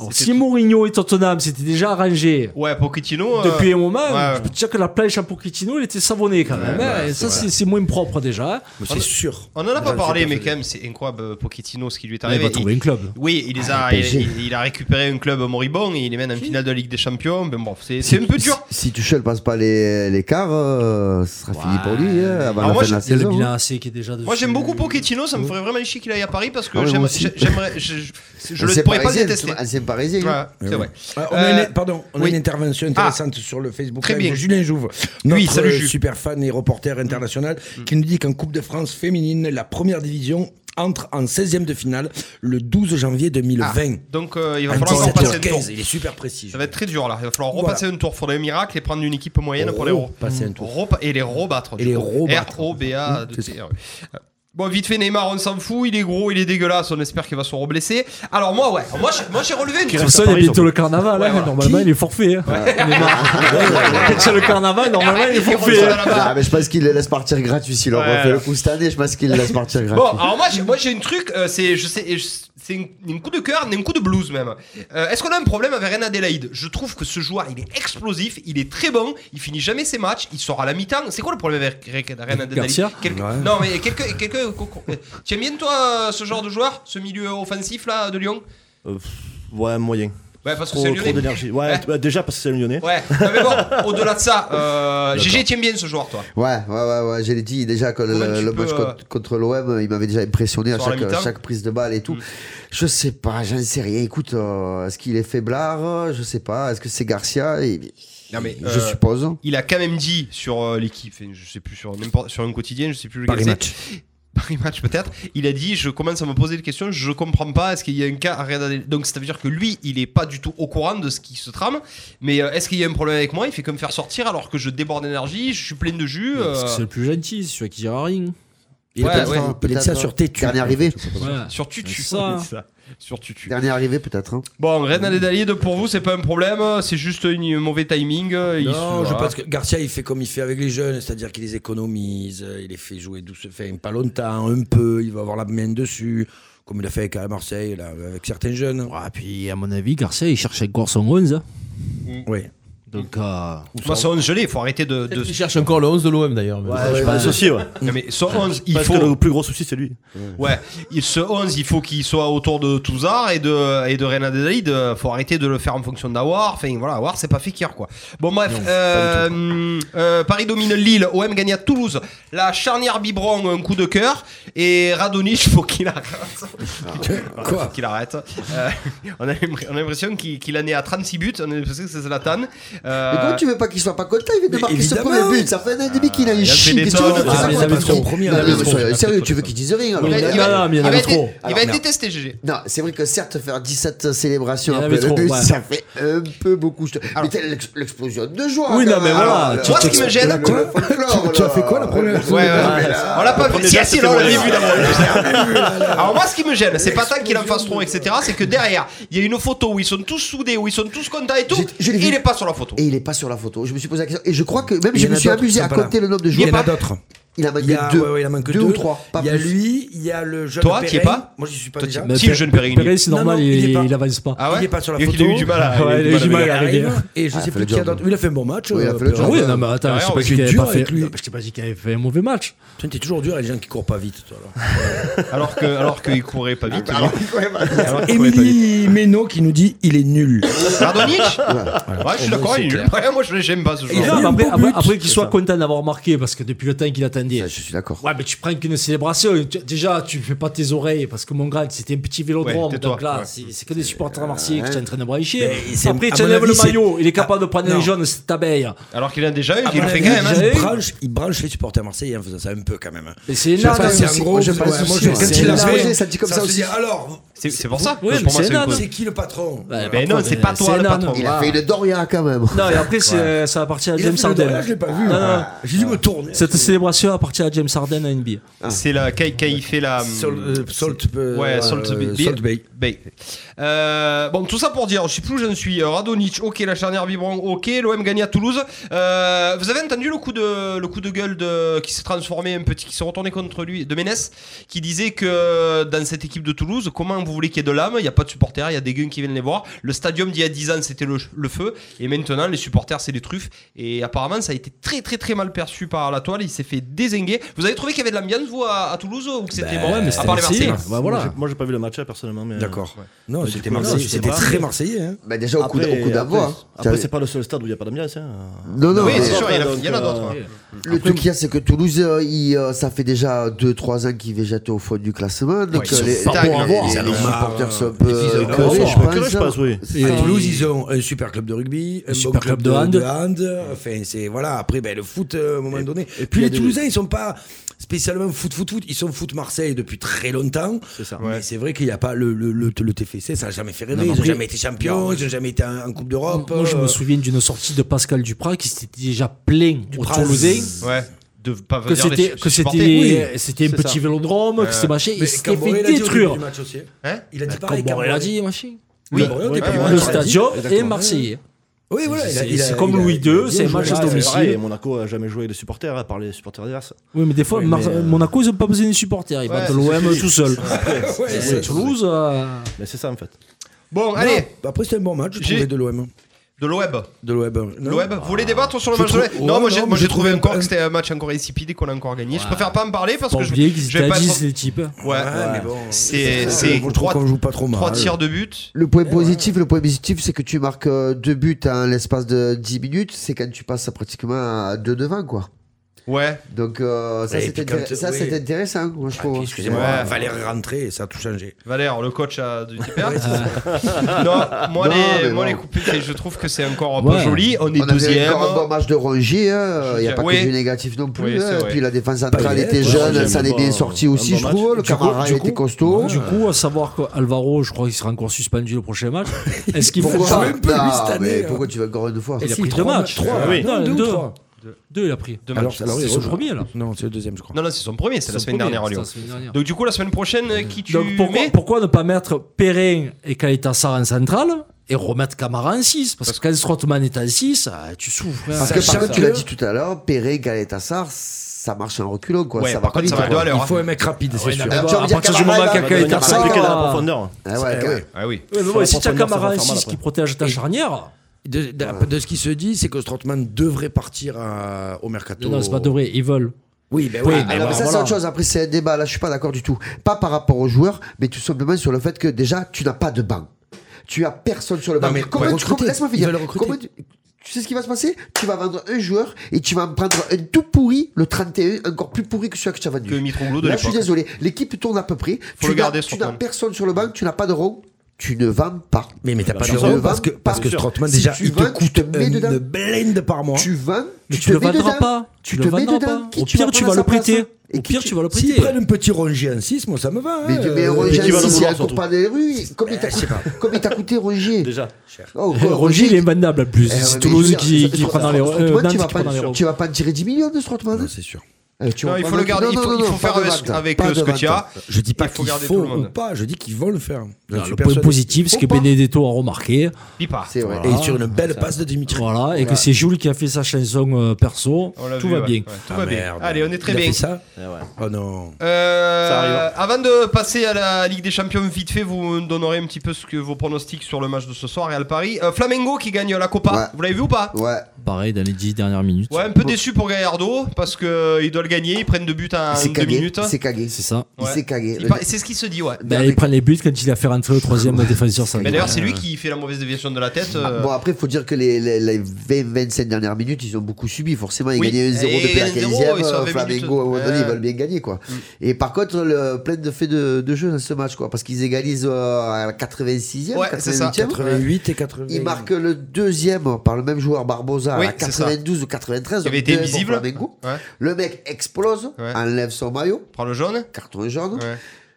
Speaker 7: Alors,
Speaker 6: C'était
Speaker 7: si
Speaker 6: tout-
Speaker 7: Mourinho et Tottenham s'étaient déjà arrangés
Speaker 6: Ouais, Pochettino. euh,
Speaker 7: depuis un moment,
Speaker 6: ouais.
Speaker 7: je peux te dire que la planche à Pochettino, elle était savonnée quand même. hein, et ça, c'est c'est moins propre déjà. hein.
Speaker 5: Mais c'est sûr.
Speaker 6: On en a
Speaker 5: Déjà,
Speaker 6: pas
Speaker 5: je
Speaker 6: parlé,
Speaker 5: sais
Speaker 6: mais
Speaker 5: je-
Speaker 6: quand même, c'est incroyable euh, Pochettino ce qui lui est
Speaker 7: il
Speaker 6: arrivé.
Speaker 7: va trouver un club.
Speaker 6: Oui, il, les a,
Speaker 4: le
Speaker 6: il,
Speaker 4: PSG.
Speaker 6: il- il a récupéré un club moribond et il est même en finale de la Ligue des Champions. Mais bon, c'est c'est un peu dur.
Speaker 4: Si, si Tuchel passe pas les, les quarts, euh, ce sera fini pour lui hein, avant
Speaker 6: Alors
Speaker 4: la
Speaker 6: Ah, moi,
Speaker 4: fin de la
Speaker 7: Il y a le
Speaker 4: saison.
Speaker 7: Milan AC qui est déjà dessus.
Speaker 6: Moi, j'aime beaucoup Pochettino. Ça me ferait vraiment chier qu'il aille à Paris parce que
Speaker 4: Ah ouais, moi
Speaker 6: j'aime-
Speaker 4: aussi.
Speaker 6: j'ai- j'aimerais. Je, je, je le
Speaker 4: C'est
Speaker 6: pourrais pas le
Speaker 4: parisien,
Speaker 6: détester.
Speaker 4: c'est un- C'est un parisien.
Speaker 6: Ouais, Ah, c'est vrai.
Speaker 5: Euh, on a
Speaker 6: Euh,
Speaker 5: une, pardon, on a
Speaker 6: oui. Ah.
Speaker 5: une intervention intéressante sur le Facebook
Speaker 6: Très
Speaker 5: Live
Speaker 6: bien.
Speaker 5: de Julien Jouve, notre
Speaker 6: Oui, salut, Mm.
Speaker 5: euh,
Speaker 6: Ju.
Speaker 5: super fan et reporter international, qui nous dit qu'en Coupe de France féminine, la première division entre en 16e de finale le 12 janvier 2020.
Speaker 6: Donc, euh, il va
Speaker 5: À
Speaker 6: falloir encore passer un tour.
Speaker 5: 17h15, il est super précis.
Speaker 6: Ça va être très dur là. Il va falloir
Speaker 5: Voilà.
Speaker 6: repasser un tour. Il faudrait un miracle et prendre une équipe moyenne pour les re-
Speaker 5: Repasser un tour.
Speaker 6: Repa- et les rebattre.
Speaker 5: Et les rebattre.
Speaker 6: R-O-B-A
Speaker 5: Mmh,
Speaker 6: de
Speaker 5: c'est ça.
Speaker 6: T-R-E. Euh, Bon, vite fait, Neymar, on s'en fout. Il est gros, il est dégueulasse. On espère qu'il va se reblesser. Alors, moi, ouais. Moi, j'ai- moi, j'ai relevé une
Speaker 7: De toute façon, il y a bientôt le carnaval.
Speaker 6: Ouais,
Speaker 7: hein,
Speaker 6: voilà.
Speaker 7: Normalement,
Speaker 5: Qui
Speaker 7: il est forfait. hein. Quand c'est le carnaval, normalement, il est
Speaker 6: Il
Speaker 7: forfait.
Speaker 6: retourne
Speaker 7: hein.
Speaker 6: là-bas.
Speaker 4: Ah, mais je pense qu'il les laisse partir gratuit. S'il leur
Speaker 6: Ouais.
Speaker 4: refait le coup cette année, je pense qu'il les laisse partir gratuit.
Speaker 6: Bon, alors moi, j'ai- moi j'ai une truc, euh, c'est je sais, je- c'est une, une coup de cœur, mais une coup de blues même. Euh, Est-ce qu'on a un problème avec René Adélaïde Je trouve que ce joueur, il est explosif, il est très bon, il finit jamais ses matchs, il sort à la mi-temps. C'est quoi le problème avec Re- René Adélaïde
Speaker 7: Garcia
Speaker 6: Quelqu'un-
Speaker 5: Ouais.
Speaker 6: Non, mais quelqu'un, quelqu'un- tu aimes bien euh, toi euh, ce genre de joueur, ce milieu offensif là de Lyon
Speaker 9: Euh, pff, ouais, moyen.
Speaker 6: Ouais, parce que
Speaker 9: Trop,
Speaker 6: c'est
Speaker 9: trop
Speaker 6: lyonnais.
Speaker 9: d'énergie. Ouais,
Speaker 6: Ouais.
Speaker 9: bah, déjà parce que c'est le lyonnais.
Speaker 6: Ouais, non, mais bon, au-delà de ça, euh, GG, t'aimes bien ce joueur toi
Speaker 4: Ouais, ouais, ouais, ouais, j'ai dit déjà que le,
Speaker 6: Comment tu
Speaker 4: le
Speaker 6: peux,
Speaker 4: match
Speaker 6: euh,
Speaker 4: contre, contre l'OM, il m'avait déjà impressionné à
Speaker 6: Sur la
Speaker 4: chaque, à
Speaker 6: mi-temps Mm.
Speaker 4: chaque prise de balle et tout. Je sais pas, j'en sais rien. Écoute, euh, est-ce qu'il est faiblard Je sais pas. Est-ce que c'est Garcia Et-
Speaker 6: Non, mais,
Speaker 4: Je
Speaker 6: euh,
Speaker 4: suppose.
Speaker 6: Il a quand même dit sur euh, l'équipe, enfin, je sais plus sur n'importe sur un quotidien, je sais plus lequel
Speaker 5: Paris
Speaker 6: c'est.
Speaker 5: Match.
Speaker 6: Paris Match peut-être, il a dit je commence à me poser des questions, je comprends pas, est-ce qu'il y a un cas à regarder Donc ça veut dire que lui, il est pas du tout au courant de ce qui se trame, mais euh, est-ce qu'il y a un problème avec moi Il fait comme faire sortir alors que je déborde d'énergie, je suis plein de jus. euh,
Speaker 7: Parce que C'est le plus gentil, c'est celui qui dira rien.
Speaker 5: Il
Speaker 6: Ouais,
Speaker 5: est
Speaker 6: ouais. hein.
Speaker 5: peut-être peut-être ça sur Tétu.
Speaker 4: Dernier arrivé.
Speaker 7: Ouais.
Speaker 6: ah, Sur tutu.
Speaker 7: C'est ça.
Speaker 6: Sur tutu.
Speaker 4: Dernier arrivé, peut-être. hein.
Speaker 6: Bon, Renan et Dalid, pour vous, c'est pas un problème, c'est juste une- un mauvais timing. euh, il
Speaker 5: Non,
Speaker 6: se-
Speaker 5: Oh, je
Speaker 6: voilà.
Speaker 5: pense que Garcia, il fait comme il fait avec les jeunes, c'est-à-dire qu'il les économise, il les fait jouer douce, enfin, pas longtemps, un peu, il va avoir la main dessus, comme il a fait avec à Marseille, là, avec certains jeunes.
Speaker 7: Ouais, puis à mon avis, Garcia, il cherche encore son 11. hein.
Speaker 5: Oui.
Speaker 9: Donc, euh,
Speaker 6: Moi, son 11, je l'ai, faut arrêter de. de-
Speaker 3: Il cherche encore le 11 de l'OM d'ailleurs. mais-
Speaker 9: ouais, je pense aussi, ouais.
Speaker 6: Non, mais son 11,
Speaker 9: Il
Speaker 6: il
Speaker 9: que le
Speaker 6: bah, faut.
Speaker 9: plus gros souci, c'est lui.
Speaker 6: Ouais, il- ce 11, il faut qu'il soit autour de Touzard et de, et de Renan Adelaide. euh, Faut arrêter de le faire en fonction d'Awar. Enfin, voilà, Awar, c'est pas Fekir, quoi. Bon, bref, euh, hum, euh, Paris domine Lille, OM gagne à Toulouse. La charnière Biberon, un coup de cœur. Et Radonich, faut qu'il arrête. Faut qu'il arrête. Euh, on a l'impr- on a l'impression qu'il qu'il en est à 36 buts. On a l'impression que c'est Zlatan. Euh,
Speaker 4: Mais comment tu veux pas qu'il soit pas content Il vient de
Speaker 5: mais
Speaker 4: marquer ce
Speaker 5: évidemment.
Speaker 4: premier but. Ça fait un an et demi qu'il a les
Speaker 6: il a fait
Speaker 4: chiens.
Speaker 6: des
Speaker 4: Qu'est-ce que tu veux
Speaker 6: tonnes.
Speaker 4: faire
Speaker 5: Ah,
Speaker 4: ça
Speaker 5: mais
Speaker 4: pour
Speaker 5: il avait
Speaker 4: un
Speaker 5: trop
Speaker 4: con
Speaker 5: promis, il
Speaker 4: Non,
Speaker 5: avait
Speaker 4: mais
Speaker 5: trop
Speaker 4: soyez
Speaker 5: promis.
Speaker 4: Sérieux, tu veux qu'il dise rien alors.
Speaker 7: Il y en
Speaker 6: il
Speaker 7: avait-
Speaker 6: va-
Speaker 7: non, mais il
Speaker 6: il
Speaker 7: y en
Speaker 6: va
Speaker 7: avait
Speaker 6: être-
Speaker 7: trop.
Speaker 6: il va être
Speaker 7: Alors,
Speaker 6: détesté, GG.
Speaker 4: Non, c'est vrai que certes, faire 17 célébrations
Speaker 7: Il y en
Speaker 4: après
Speaker 7: avait
Speaker 4: le
Speaker 7: trop,
Speaker 4: but,
Speaker 7: ouais.
Speaker 4: ça fait un peu beaucoup. Je te- Mais t'as l'ex- l'explosion de joie.
Speaker 7: Oui,
Speaker 4: quand
Speaker 7: non, mais
Speaker 4: même.
Speaker 7: voilà,
Speaker 4: Alors,
Speaker 7: tu-
Speaker 4: moi,
Speaker 6: tu-
Speaker 4: ce qui me gêne,
Speaker 6: la
Speaker 4: le
Speaker 6: quoi
Speaker 4: folklore,
Speaker 11: Tu as
Speaker 4: là.
Speaker 11: fait quoi la première
Speaker 6: Ouais, ouais, ouais. on l'a pas vu. Si, si, là, on l'avait vu d'abord. Alors, moi, ce qui me gêne, c'est pas tant qu'il en fasse trop, etc. C'est que derrière, il y a une photo où ils sont tous soudés, où ils sont tous contents et tout.
Speaker 4: J'ai- je l'ai vu.
Speaker 6: il est pas sur la photo.
Speaker 4: Et il est pas sur la photo. Je me suis posé la question. Et je crois que même
Speaker 5: Il y
Speaker 4: je
Speaker 5: en
Speaker 4: me
Speaker 5: a
Speaker 4: suis
Speaker 5: d'autres
Speaker 4: amusé
Speaker 5: qui
Speaker 4: à
Speaker 5: sont pas
Speaker 4: compter
Speaker 5: là.
Speaker 4: le nombre de
Speaker 5: Il y
Speaker 4: joueurs.
Speaker 5: en a d'autres.
Speaker 4: Il a
Speaker 5: Il y
Speaker 4: manqué
Speaker 5: a,
Speaker 4: deux.
Speaker 5: ouais, ouais, il a manqué
Speaker 4: deux,
Speaker 5: deux,
Speaker 4: ou trois. Pas
Speaker 5: il y a
Speaker 4: plus.
Speaker 5: lui, il y a le jeune.
Speaker 6: Toi, t'y es
Speaker 5: Perrin.
Speaker 6: pas
Speaker 5: Moi, j'y suis pas
Speaker 6: Toi, t'y-
Speaker 5: déjà.
Speaker 6: Si, le jeune Perini.
Speaker 7: Perret, c'est
Speaker 5: Non,
Speaker 7: normal,
Speaker 5: non, il
Speaker 7: il,
Speaker 5: est pas.
Speaker 7: il avance pas.
Speaker 6: Ah ouais
Speaker 5: Il est pas sur la
Speaker 6: Il a-
Speaker 5: photo.
Speaker 6: Il a eu du mal à.
Speaker 7: Ouais,
Speaker 6: il a
Speaker 7: il a eu du mal
Speaker 6: à-
Speaker 7: à
Speaker 5: arrive,
Speaker 7: arriver.
Speaker 5: Et je
Speaker 4: Ah,
Speaker 5: sais
Speaker 4: fait
Speaker 5: plus
Speaker 4: le
Speaker 5: qui a
Speaker 4: job.
Speaker 5: d'autre. Il a fait un bon match. euh,
Speaker 4: Oui, il a fait le
Speaker 5: Perrin.
Speaker 4: job.
Speaker 7: Ah oui,
Speaker 5: Ouais,
Speaker 7: non, mais attends, je sais
Speaker 6: Derrière,
Speaker 7: pas
Speaker 5: on
Speaker 7: qu'il
Speaker 5: était
Speaker 7: avait pas
Speaker 5: dur
Speaker 7: fait.
Speaker 5: avec lui.
Speaker 7: Non, mais Je t'ai pas dit qu'il avait fait un mauvais match.
Speaker 5: Putain, T'es toujours dur avec les gens qui courent pas vite, toi. là.
Speaker 6: Alors que, alors Ah, qu'il courait pas vite.
Speaker 5: Alors, Émilie Méno qui nous dit il est nul.
Speaker 6: Radonjic
Speaker 5: Ah,
Speaker 6: Ouais, je suis d'accord, il est nul. Ouais, Moi, je j'aime pas ce
Speaker 5: Il
Speaker 6: joueur.
Speaker 5: a-
Speaker 7: Non, mais après,
Speaker 5: un beau
Speaker 7: après-
Speaker 5: but.
Speaker 7: après qu'il
Speaker 5: C'est
Speaker 7: soit
Speaker 5: ça.
Speaker 7: content d'avoir marqué, parce que depuis le temps qu'il attendait.
Speaker 4: Ça, Je suis d'accord.
Speaker 7: Ouais, mais tu prends qu'une célébration. Tu- Déjà, tu fais pas tes oreilles parce que mon gars, c'était un petit
Speaker 6: Ouais,
Speaker 7: vélodrome.
Speaker 6: tais-toi.
Speaker 7: donc là,
Speaker 6: Ouais.
Speaker 7: c'est c'est que des supporters marseillais qui sont en train de
Speaker 5: Euh, Mais
Speaker 7: brailler.
Speaker 5: c'est- à
Speaker 7: Après, tu
Speaker 5: mon
Speaker 7: enlèves
Speaker 5: avis,
Speaker 7: le
Speaker 5: c'est-
Speaker 7: maillot. Il est capable de prendre
Speaker 5: non.
Speaker 7: les jaunes, cette abeille.
Speaker 6: Alors qu'il en a déjà eu,
Speaker 5: Ah,
Speaker 6: il le
Speaker 5: bah,
Speaker 6: fait
Speaker 5: il-
Speaker 6: quand même. hein.
Speaker 5: Il branche, il branche les supporters marseillais en faisant ça un peu quand même. hein.
Speaker 7: Mais c'est
Speaker 5: Je
Speaker 7: énorme.
Speaker 5: pense que c'est
Speaker 4: aussi.
Speaker 5: un gros.
Speaker 4: Je pense
Speaker 5: ouais,
Speaker 4: aussi,
Speaker 5: moi,
Speaker 4: ouais.
Speaker 5: Quand
Speaker 4: C'est
Speaker 5: il a
Speaker 4: énorme.
Speaker 5: fait,
Speaker 4: Ça dit comme ça
Speaker 5: se
Speaker 4: aussi.
Speaker 5: dit, Alors,
Speaker 6: C'est c'est pour ça.
Speaker 7: Oui,
Speaker 6: Moi,
Speaker 7: mais
Speaker 6: Pour moi,
Speaker 7: c'est
Speaker 6: c'est une
Speaker 7: énorme.
Speaker 6: cause.
Speaker 5: c'est qui le patron
Speaker 7: Ouais,
Speaker 6: Ben
Speaker 7: par
Speaker 6: non,
Speaker 7: contre,
Speaker 6: c'est pas
Speaker 7: euh,
Speaker 6: toi
Speaker 7: c'est
Speaker 6: le
Speaker 7: énorme.
Speaker 6: patron.
Speaker 4: Il a fait une Doria quand même.
Speaker 7: Non, et après, c'est- ça appartient à
Speaker 5: Il a
Speaker 7: James
Speaker 5: fait le doigt,
Speaker 7: Harden.
Speaker 5: Je l'ai pas vu.
Speaker 7: Non, non.
Speaker 5: Ah, J'ai dû me tourner.
Speaker 7: Cette célébration appartient à James Harden à NBA.
Speaker 6: C'est la quand quand il fait la.
Speaker 5: Sol- euh, Salt, euh,
Speaker 6: Ouais,
Speaker 5: euh,
Speaker 6: Salt Bay.
Speaker 5: Salt Bay.
Speaker 6: Bay. Ben, Euh, bon, tout ça pour dire, je sais plus où j'en suis. Euh, Radonic, ok, la charnière Biberon, ok, l'OM gagne à Toulouse. Euh, vous avez entendu le coup de, le coup de gueule de, qui s'est transformé un petit, qui s'est retourné contre lui, de Ménès, qui disait que dans cette équipe de Toulouse, comment vous voulez qu'il y ait de l'âme Il n'y a pas de supporters, il y a des guns qui viennent les voir. Le stadium d'il y a 10 ans, c'était le, le feu, et maintenant, les supporters, c'est des truffes. Et apparemment, ça a été très, très, très mal perçu par la toile. Il s'est fait désinguer. Vous avez trouvé qu'il y avait de l'ambiance, vous, à, à Toulouse, ou que c'était bon, à part les Marseillais
Speaker 7: Bah
Speaker 9: Moi,
Speaker 7: voilà.
Speaker 9: j'ai- Moi, j'ai pas vu le match, hein, personnellement. mais, euh,
Speaker 5: D'accord. Non, c'était
Speaker 9: coup, non,
Speaker 5: Marseillais.
Speaker 9: je sais
Speaker 5: C'était
Speaker 9: pas.
Speaker 5: très Marseillais. hein.
Speaker 4: Bah déjà au coup
Speaker 9: après-
Speaker 4: d- au coup d'envoi.
Speaker 9: après-
Speaker 4: hein.
Speaker 9: Après, c'est pas le seul stade où il n'y a pas d'ambiance. hein.
Speaker 4: Non, non,
Speaker 6: Oui,
Speaker 4: mais
Speaker 6: c'est sûr, il y en a-
Speaker 9: donc,
Speaker 6: il y en a d'autres. hein.
Speaker 9: euh,
Speaker 6: ouais.
Speaker 4: le truc qu'il y a, c'est que Toulouse, euh, il, euh, ça fait déjà 2-3 ans qu'il végète au fond du classement. Donc
Speaker 6: Ouais, ils
Speaker 4: euh,
Speaker 6: sont
Speaker 4: les,
Speaker 6: pas
Speaker 4: les-
Speaker 6: bons à
Speaker 4: les-
Speaker 6: voir,
Speaker 4: les
Speaker 6: ça, non.
Speaker 4: supporters sont un
Speaker 5: Ils disent,
Speaker 4: peu
Speaker 5: euh,
Speaker 4: écœurés,
Speaker 5: bon,
Speaker 9: écœurés,
Speaker 4: je
Speaker 9: je
Speaker 4: pense.
Speaker 9: pense, oui.
Speaker 4: C'est-
Speaker 5: À
Speaker 7: Et-
Speaker 5: Toulouse, ils ont un super club de rugby, un
Speaker 7: super
Speaker 5: bon club,
Speaker 7: club de hand.
Speaker 5: de, de hand. Enfin, c'est voilà. Après, ben, le foot, euh, à un moment donné. Et
Speaker 9: puis,
Speaker 5: puis
Speaker 9: il y a
Speaker 5: les
Speaker 9: des-
Speaker 5: Toulousains, ils sont pas spécialement foot, foot, foot. Ils sont foot Marseille depuis très longtemps.
Speaker 9: C'est ça.
Speaker 5: Mais c'est vrai qu'il n'y a pas le, le, le, le TFC, ça n'a jamais fait rêver. ils n'ont jamais été champions, ils n'ont jamais été en, en Coupe d'Europe.
Speaker 7: Moi, je
Speaker 5: euh,
Speaker 7: me souviens d'une sortie de Pascal Duprat qui s'était déjà plaint au
Speaker 5: Duprat.
Speaker 7: Toulousain.
Speaker 6: Ouais. De pas
Speaker 7: que
Speaker 6: venir les
Speaker 7: c'était
Speaker 6: su-
Speaker 7: que
Speaker 6: supporter.
Speaker 7: c'était c'était un
Speaker 9: c'est
Speaker 7: petit
Speaker 9: ça.
Speaker 7: vélodrome que c'est machin il
Speaker 5: Euh, mais
Speaker 7: s'était
Speaker 5: Camboré
Speaker 7: fait
Speaker 5: l'a dit au début
Speaker 7: détruire
Speaker 5: du match aussi.
Speaker 6: Hein
Speaker 5: Il a dit
Speaker 7: comme
Speaker 5: pareil.
Speaker 7: Borel a dit machin
Speaker 5: Oui,
Speaker 7: le stadium est marseillais
Speaker 5: Oui, voilà. il a-
Speaker 7: C'est-
Speaker 5: il a-
Speaker 7: c'est
Speaker 5: il
Speaker 7: comme
Speaker 5: a-
Speaker 7: Louis
Speaker 5: il a
Speaker 7: II,
Speaker 5: bien
Speaker 7: c'est un
Speaker 5: joué.
Speaker 7: match à
Speaker 9: ah,
Speaker 5: Ouais,
Speaker 7: domicile.
Speaker 5: ouais.
Speaker 9: Pareil, Monaco a jamais joué avec les supporters, à part les supporters adverses.
Speaker 7: oui mais des fois
Speaker 9: Oui,
Speaker 7: Mar-
Speaker 9: mais, euh,
Speaker 7: Monaco ils ont pas besoin des supporters ils battent
Speaker 6: c'est
Speaker 7: l'OM tout seul
Speaker 5: Ouais,
Speaker 7: Et
Speaker 5: ouais.
Speaker 7: Toulouse euh,
Speaker 9: Mais c'est ça, en fait.
Speaker 6: Bon,
Speaker 5: Non,
Speaker 6: allez,
Speaker 5: Bah, Après, c'était un bon match, je
Speaker 6: J'ai-
Speaker 5: trouvais, de l'OM.
Speaker 6: de E l'OEB.
Speaker 5: De l'OM.
Speaker 6: Le web, E vous voulez débattre sur le
Speaker 5: Ah. Je
Speaker 6: match de
Speaker 5: trouve-
Speaker 6: l'OEB Non,
Speaker 5: Ouais,
Speaker 6: moi j'ai-
Speaker 5: non,
Speaker 6: moi,
Speaker 5: mais
Speaker 6: j'ai
Speaker 5: je
Speaker 6: trouvé
Speaker 5: trouve
Speaker 6: encore
Speaker 5: un-
Speaker 6: que c'était un match encore insipide et qu'on a encore gagné. Je préfère pas en parler parce
Speaker 7: pas
Speaker 6: que je,
Speaker 7: oublier qu'ils
Speaker 6: je vais
Speaker 7: étaient à
Speaker 6: pas
Speaker 7: 10
Speaker 6: être.
Speaker 7: les types
Speaker 6: Ouais,
Speaker 5: Ouais, Ah, mais bon.
Speaker 6: c'est
Speaker 5: Ouais,
Speaker 6: c'est
Speaker 5: moi, je trouve
Speaker 6: trois
Speaker 5: qu'on joue pas trop mal.
Speaker 6: trois tirs de but.
Speaker 4: Le point positif, le point positif, c'est que tu marques euh, deux buts à l'espace de 10 minutes. C'est quand tu passes à pratiquement à 2 devant, quoi.
Speaker 6: Ouais.
Speaker 4: Donc euh, ça,
Speaker 5: Et
Speaker 4: c'est
Speaker 5: puis
Speaker 4: intér-
Speaker 5: quand-
Speaker 4: ça,
Speaker 5: oui. Ah,
Speaker 4: c'est intéressant, moi, je trouve.
Speaker 5: Excusez-moi,
Speaker 6: Ouais.
Speaker 5: fallait rentrer et ça a tout changé.
Speaker 6: Valère, le coach euh, du TPR. non, moi,
Speaker 4: Non,
Speaker 6: les,
Speaker 4: mais
Speaker 6: moi
Speaker 4: bon.
Speaker 6: les coupés, je trouve que c'est encore un
Speaker 7: Ouais.
Speaker 6: peu joli. On est
Speaker 4: On avait
Speaker 6: deuxième.
Speaker 4: encore un bon match de Rongier, hein. il n'y a
Speaker 6: Je-
Speaker 4: pas
Speaker 6: oui.
Speaker 4: que du négatif non plus.
Speaker 6: Oui, c'est
Speaker 4: hein.
Speaker 6: vrai.
Speaker 4: Puis la défense
Speaker 5: Pas
Speaker 4: centrale
Speaker 5: idée.
Speaker 4: était
Speaker 5: Ouais,
Speaker 4: jeune,
Speaker 9: j'aime
Speaker 4: ça en est
Speaker 9: pas
Speaker 4: bien
Speaker 9: un-
Speaker 4: sorti
Speaker 9: un
Speaker 4: aussi,
Speaker 9: bon
Speaker 4: je
Speaker 9: match.
Speaker 4: trouve. Le
Speaker 7: Du coup-
Speaker 4: Camara
Speaker 7: du
Speaker 4: était
Speaker 7: coup-
Speaker 4: costaud.
Speaker 7: du coup à savoir qu'Alvaro je crois qu'il sera encore suspendu le prochain match est-ce qu'il faut
Speaker 5: Pourquoi
Speaker 7: ça
Speaker 5: un peu, lui, cette
Speaker 4: Non, mais
Speaker 5: année, hein.
Speaker 4: Pourquoi tu vas encore une fois
Speaker 7: il a
Speaker 5: Si,
Speaker 7: pris deux
Speaker 5: trois
Speaker 7: matchs
Speaker 5: matchs. Trois,
Speaker 9: oui.
Speaker 7: Non,
Speaker 5: Deux ou
Speaker 7: deux
Speaker 5: trois
Speaker 7: deux il a pris
Speaker 6: Deux
Speaker 5: Alors,
Speaker 6: matchs.
Speaker 5: alors,
Speaker 7: c'est
Speaker 5: il
Speaker 7: son
Speaker 5: rejoue.
Speaker 7: premier là
Speaker 5: Non, c'est le deuxième, je crois.
Speaker 6: Non, non, c'est son premier, c'est la
Speaker 7: Son
Speaker 6: semaine
Speaker 7: premier,
Speaker 6: dernière à
Speaker 7: c'est
Speaker 6: Lyon.
Speaker 7: la semaine dernière.
Speaker 6: Donc du coup, la semaine prochaine, euh, qui tu
Speaker 7: Donc pourquoi,
Speaker 6: mets
Speaker 7: pourquoi ne pas mettre Perrin et Kaletassa en centrale et remettre Camara en 6 Parce que quand Strottmann est en 6, tu souffres. hein.
Speaker 4: Parce que
Speaker 5: Sachant
Speaker 4: par contre, tu
Speaker 5: que-
Speaker 4: l'as dit tout à l'heure, Perret, Galatasarsar, ça marche en reculons, quoi.
Speaker 6: Ouais,
Speaker 4: ça va
Speaker 6: par
Speaker 4: pas vite.
Speaker 6: contre, ça va de hein.
Speaker 4: quoi.
Speaker 6: à l'heure.
Speaker 5: Il faut un mec rapide, c'est sûr.
Speaker 4: mais
Speaker 7: D'abord,
Speaker 4: tu vas me
Speaker 7: à
Speaker 4: dire
Speaker 7: partir du moment
Speaker 4: Camara,
Speaker 7: qu'Akaï est
Speaker 9: Il y a
Speaker 7: à
Speaker 4: Kaletassa,
Speaker 9: compliqué dans la
Speaker 7: Sarre,
Speaker 9: profondeur.
Speaker 4: Ah ouais,
Speaker 5: Eh
Speaker 4: quand
Speaker 5: ouais.
Speaker 4: même.
Speaker 6: Ah oui.
Speaker 7: Ouais, mais
Speaker 9: Ça va
Speaker 7: bon, si tu as
Speaker 9: profondeur, ça va
Speaker 7: Camara en
Speaker 9: faire mal
Speaker 7: 6
Speaker 9: après.
Speaker 7: qui protège ta charnière,
Speaker 5: De, de- de ce qui se dit, c'est que Strottmann devrait partir à- au mercato.
Speaker 7: Non, c'est pas de vrai, ils veulent.
Speaker 5: Oui, ben oui.
Speaker 7: Oui,
Speaker 4: Ah
Speaker 5: mais
Speaker 7: mais bah,
Speaker 4: non, mais
Speaker 5: voilà.
Speaker 4: ça, c'est autre chose. Après, c'est un débat. Là, je suis pas d'accord du tout. Pas par rapport aux joueurs, mais tout simplement sur le fait que déjà, tu n'as pas de banc. Tu as personne sur le
Speaker 5: Non,
Speaker 4: banc.
Speaker 5: mais
Speaker 4: Comment
Speaker 5: ouais,
Speaker 4: tu-
Speaker 5: recruter.
Speaker 4: comment- Laisse-moi
Speaker 5: Ils
Speaker 4: finir.
Speaker 5: veulent recruter.
Speaker 4: Comment tu... tu sais ce qui va se passer Tu vas vendre un joueur et tu vas en prendre un tout pourri, le 31, encore plus pourri que celui que tu as vendu.
Speaker 8: Que Mitroglou de
Speaker 4: Là, je suis
Speaker 8: l'époque.
Speaker 4: désolé. L'équipe tourne à peu près. tu
Speaker 8: le
Speaker 4: n'as-
Speaker 8: garder,
Speaker 4: tu
Speaker 8: sur
Speaker 4: n'as
Speaker 8: ton-
Speaker 4: personne sur le banc, tu n'as pas de rond. Tu ne vends pas.
Speaker 5: Mais, mais t'as pas
Speaker 4: Tu
Speaker 5: de
Speaker 4: ne
Speaker 5: raison
Speaker 4: vends
Speaker 5: parce que,
Speaker 4: pas.
Speaker 5: parce que Strottmann,
Speaker 4: Si
Speaker 5: déjà,
Speaker 4: tu
Speaker 5: il te
Speaker 4: vends, tu
Speaker 5: coûte
Speaker 4: te mets
Speaker 5: une,
Speaker 4: dedans.
Speaker 5: blinde par mois.
Speaker 4: Tu vends,
Speaker 7: Mais
Speaker 4: te
Speaker 7: tu le
Speaker 4: mets
Speaker 7: vendras
Speaker 4: dedans.
Speaker 7: pas. Tu le
Speaker 4: te mets
Speaker 7: vendras
Speaker 4: dedans.
Speaker 7: pas.
Speaker 4: Qui
Speaker 7: Au pire,
Speaker 4: vas
Speaker 7: tu
Speaker 4: prendre
Speaker 7: vas le
Speaker 4: à sa place
Speaker 7: prêter.
Speaker 4: Et
Speaker 7: Au
Speaker 4: qui
Speaker 7: pire, tu vas le
Speaker 5: S'ils
Speaker 7: prêter.
Speaker 5: prennent un petit rongé en 6, moi ça me va.
Speaker 4: Mais,
Speaker 5: hein,
Speaker 4: mais
Speaker 5: euh,
Speaker 4: Roger,
Speaker 6: qui va
Speaker 4: si
Speaker 6: le
Speaker 4: c'est
Speaker 6: vouloir,
Speaker 4: un Ah,
Speaker 6: surtout.
Speaker 4: copain des rues, combien
Speaker 5: je sais pas.
Speaker 4: il t'a coûté Roger
Speaker 6: Déjà.
Speaker 4: Oh,
Speaker 7: Euh, Roger, il est vendable en plus.
Speaker 4: Eh, ouais,
Speaker 7: C'est
Speaker 4: mais
Speaker 7: Toulouse
Speaker 4: je veux
Speaker 7: qui,
Speaker 4: dire,
Speaker 7: qui
Speaker 4: sur-
Speaker 7: prend dans les
Speaker 4: sur
Speaker 7: euh,
Speaker 4: Strootman,
Speaker 7: Nantes
Speaker 4: tu,
Speaker 7: qui
Speaker 4: vas
Speaker 7: prend dans les
Speaker 4: pas,
Speaker 7: ronds.
Speaker 4: tu vas pas en tirer 10 millions de Strootman
Speaker 5: Non, c'est sûr.
Speaker 4: Euh, tu
Speaker 8: Non,
Speaker 4: vas
Speaker 8: il
Speaker 4: pas
Speaker 8: faut le
Speaker 4: vendre-
Speaker 8: garder.
Speaker 4: Non,
Speaker 8: Il
Speaker 4: non,
Speaker 8: faut, il
Speaker 4: non,
Speaker 8: faut
Speaker 4: pas
Speaker 8: faire
Speaker 4: de
Speaker 8: avec,
Speaker 4: vente.
Speaker 8: avec,
Speaker 4: Pas
Speaker 8: euh,
Speaker 4: de
Speaker 8: ce que
Speaker 4: vente.
Speaker 8: tu as.
Speaker 5: Je dis pas
Speaker 8: Il faut
Speaker 5: qu'il
Speaker 8: garder
Speaker 5: faut
Speaker 8: tout le
Speaker 5: ou
Speaker 8: monde.
Speaker 5: pas, je dis qu'ils vont le faire. Je
Speaker 7: Alors,
Speaker 5: suis
Speaker 7: Le point
Speaker 5: persuadé.
Speaker 7: positif, c'est que
Speaker 4: Faut pas.
Speaker 7: Benedetto a remarqué.
Speaker 8: Pipa.
Speaker 4: C'est vrai.
Speaker 5: Et sur une belle passe de Dimitri.
Speaker 7: Voilà, et que c'est Jules qui a fait sa chanson euh, perso.
Speaker 8: On l'a
Speaker 7: Tout
Speaker 8: vu,
Speaker 7: va
Speaker 8: ouais.
Speaker 7: bien.
Speaker 8: Ouais, tout
Speaker 5: Ah,
Speaker 8: va bien.
Speaker 5: merde.
Speaker 8: Allez, on est très
Speaker 5: Il a
Speaker 8: bien.
Speaker 5: fait ça
Speaker 6: Eh
Speaker 8: Ah,
Speaker 6: ouais.
Speaker 5: Oh non.
Speaker 8: Euh,
Speaker 6: Ça arrive.
Speaker 8: avant de passer à la Ligue des Champions, vite fait, vous me donnerez un petit peu ce que vos pronostics sur le match de ce soir Real Paris. Euh, Flamengo qui gagne la Copa.
Speaker 4: Ouais.
Speaker 8: Vous l'avez vu ou pas
Speaker 4: Ouais.
Speaker 12: Pareil, dans les 10 dernières minutes.
Speaker 8: Ouais, un peu déçu pour Gallardo parce que euh, il doit le gagner. Ils prennent deux buts en
Speaker 4: Il s'est
Speaker 8: deux
Speaker 4: cagué.
Speaker 8: minutes.
Speaker 4: Il s'est cagué.
Speaker 12: C'est ça.
Speaker 4: Il
Speaker 8: Ouais.
Speaker 4: s'est cagué.
Speaker 8: Il par- C'est ce qui se dit, ouais.
Speaker 4: Le-
Speaker 7: Ben, il prend les buts quand il a fait rentrer le troisième défenseur. ça
Speaker 8: Mais
Speaker 7: va.
Speaker 8: d'ailleurs, c'est lui qui fait la mauvaise déviation de la tête.
Speaker 4: Ah,
Speaker 8: euh,
Speaker 4: Bon, après, il faut dire que les, les, les 20, 25 dernières minutes, ils ont beaucoup subi. Forcément, ils
Speaker 8: Oui.
Speaker 4: gagnaient 1-0
Speaker 8: Et
Speaker 4: depuis la
Speaker 8: 1-0,
Speaker 4: 15
Speaker 8: ils sont à
Speaker 4: e
Speaker 8: 20 minutes.
Speaker 4: Flamengo, à un moment donné,
Speaker 8: Ouais. Mm.
Speaker 4: ils veulent bien gagner. quoi. Et par contre, le, plein de faits de, de jeu dans ce match, quoi, parce qu'ils égalisent euh, à la 86e,
Speaker 8: Ouais, c'est ça.
Speaker 4: 88e.
Speaker 5: 88 et 80.
Speaker 4: Il marque le deuxième par le même joueur Barbosa
Speaker 8: Oui,
Speaker 4: à
Speaker 8: c'est ça.
Speaker 4: 92 ou 93.
Speaker 8: Il avait
Speaker 4: donc
Speaker 8: été
Speaker 4: deux pour
Speaker 8: visible.
Speaker 4: Flamengo.
Speaker 8: Ouais.
Speaker 4: Le mec explose,
Speaker 8: Ouais.
Speaker 4: enlève son maillot,
Speaker 8: Prends le jaune.
Speaker 4: carton jaune.
Speaker 8: Ouais.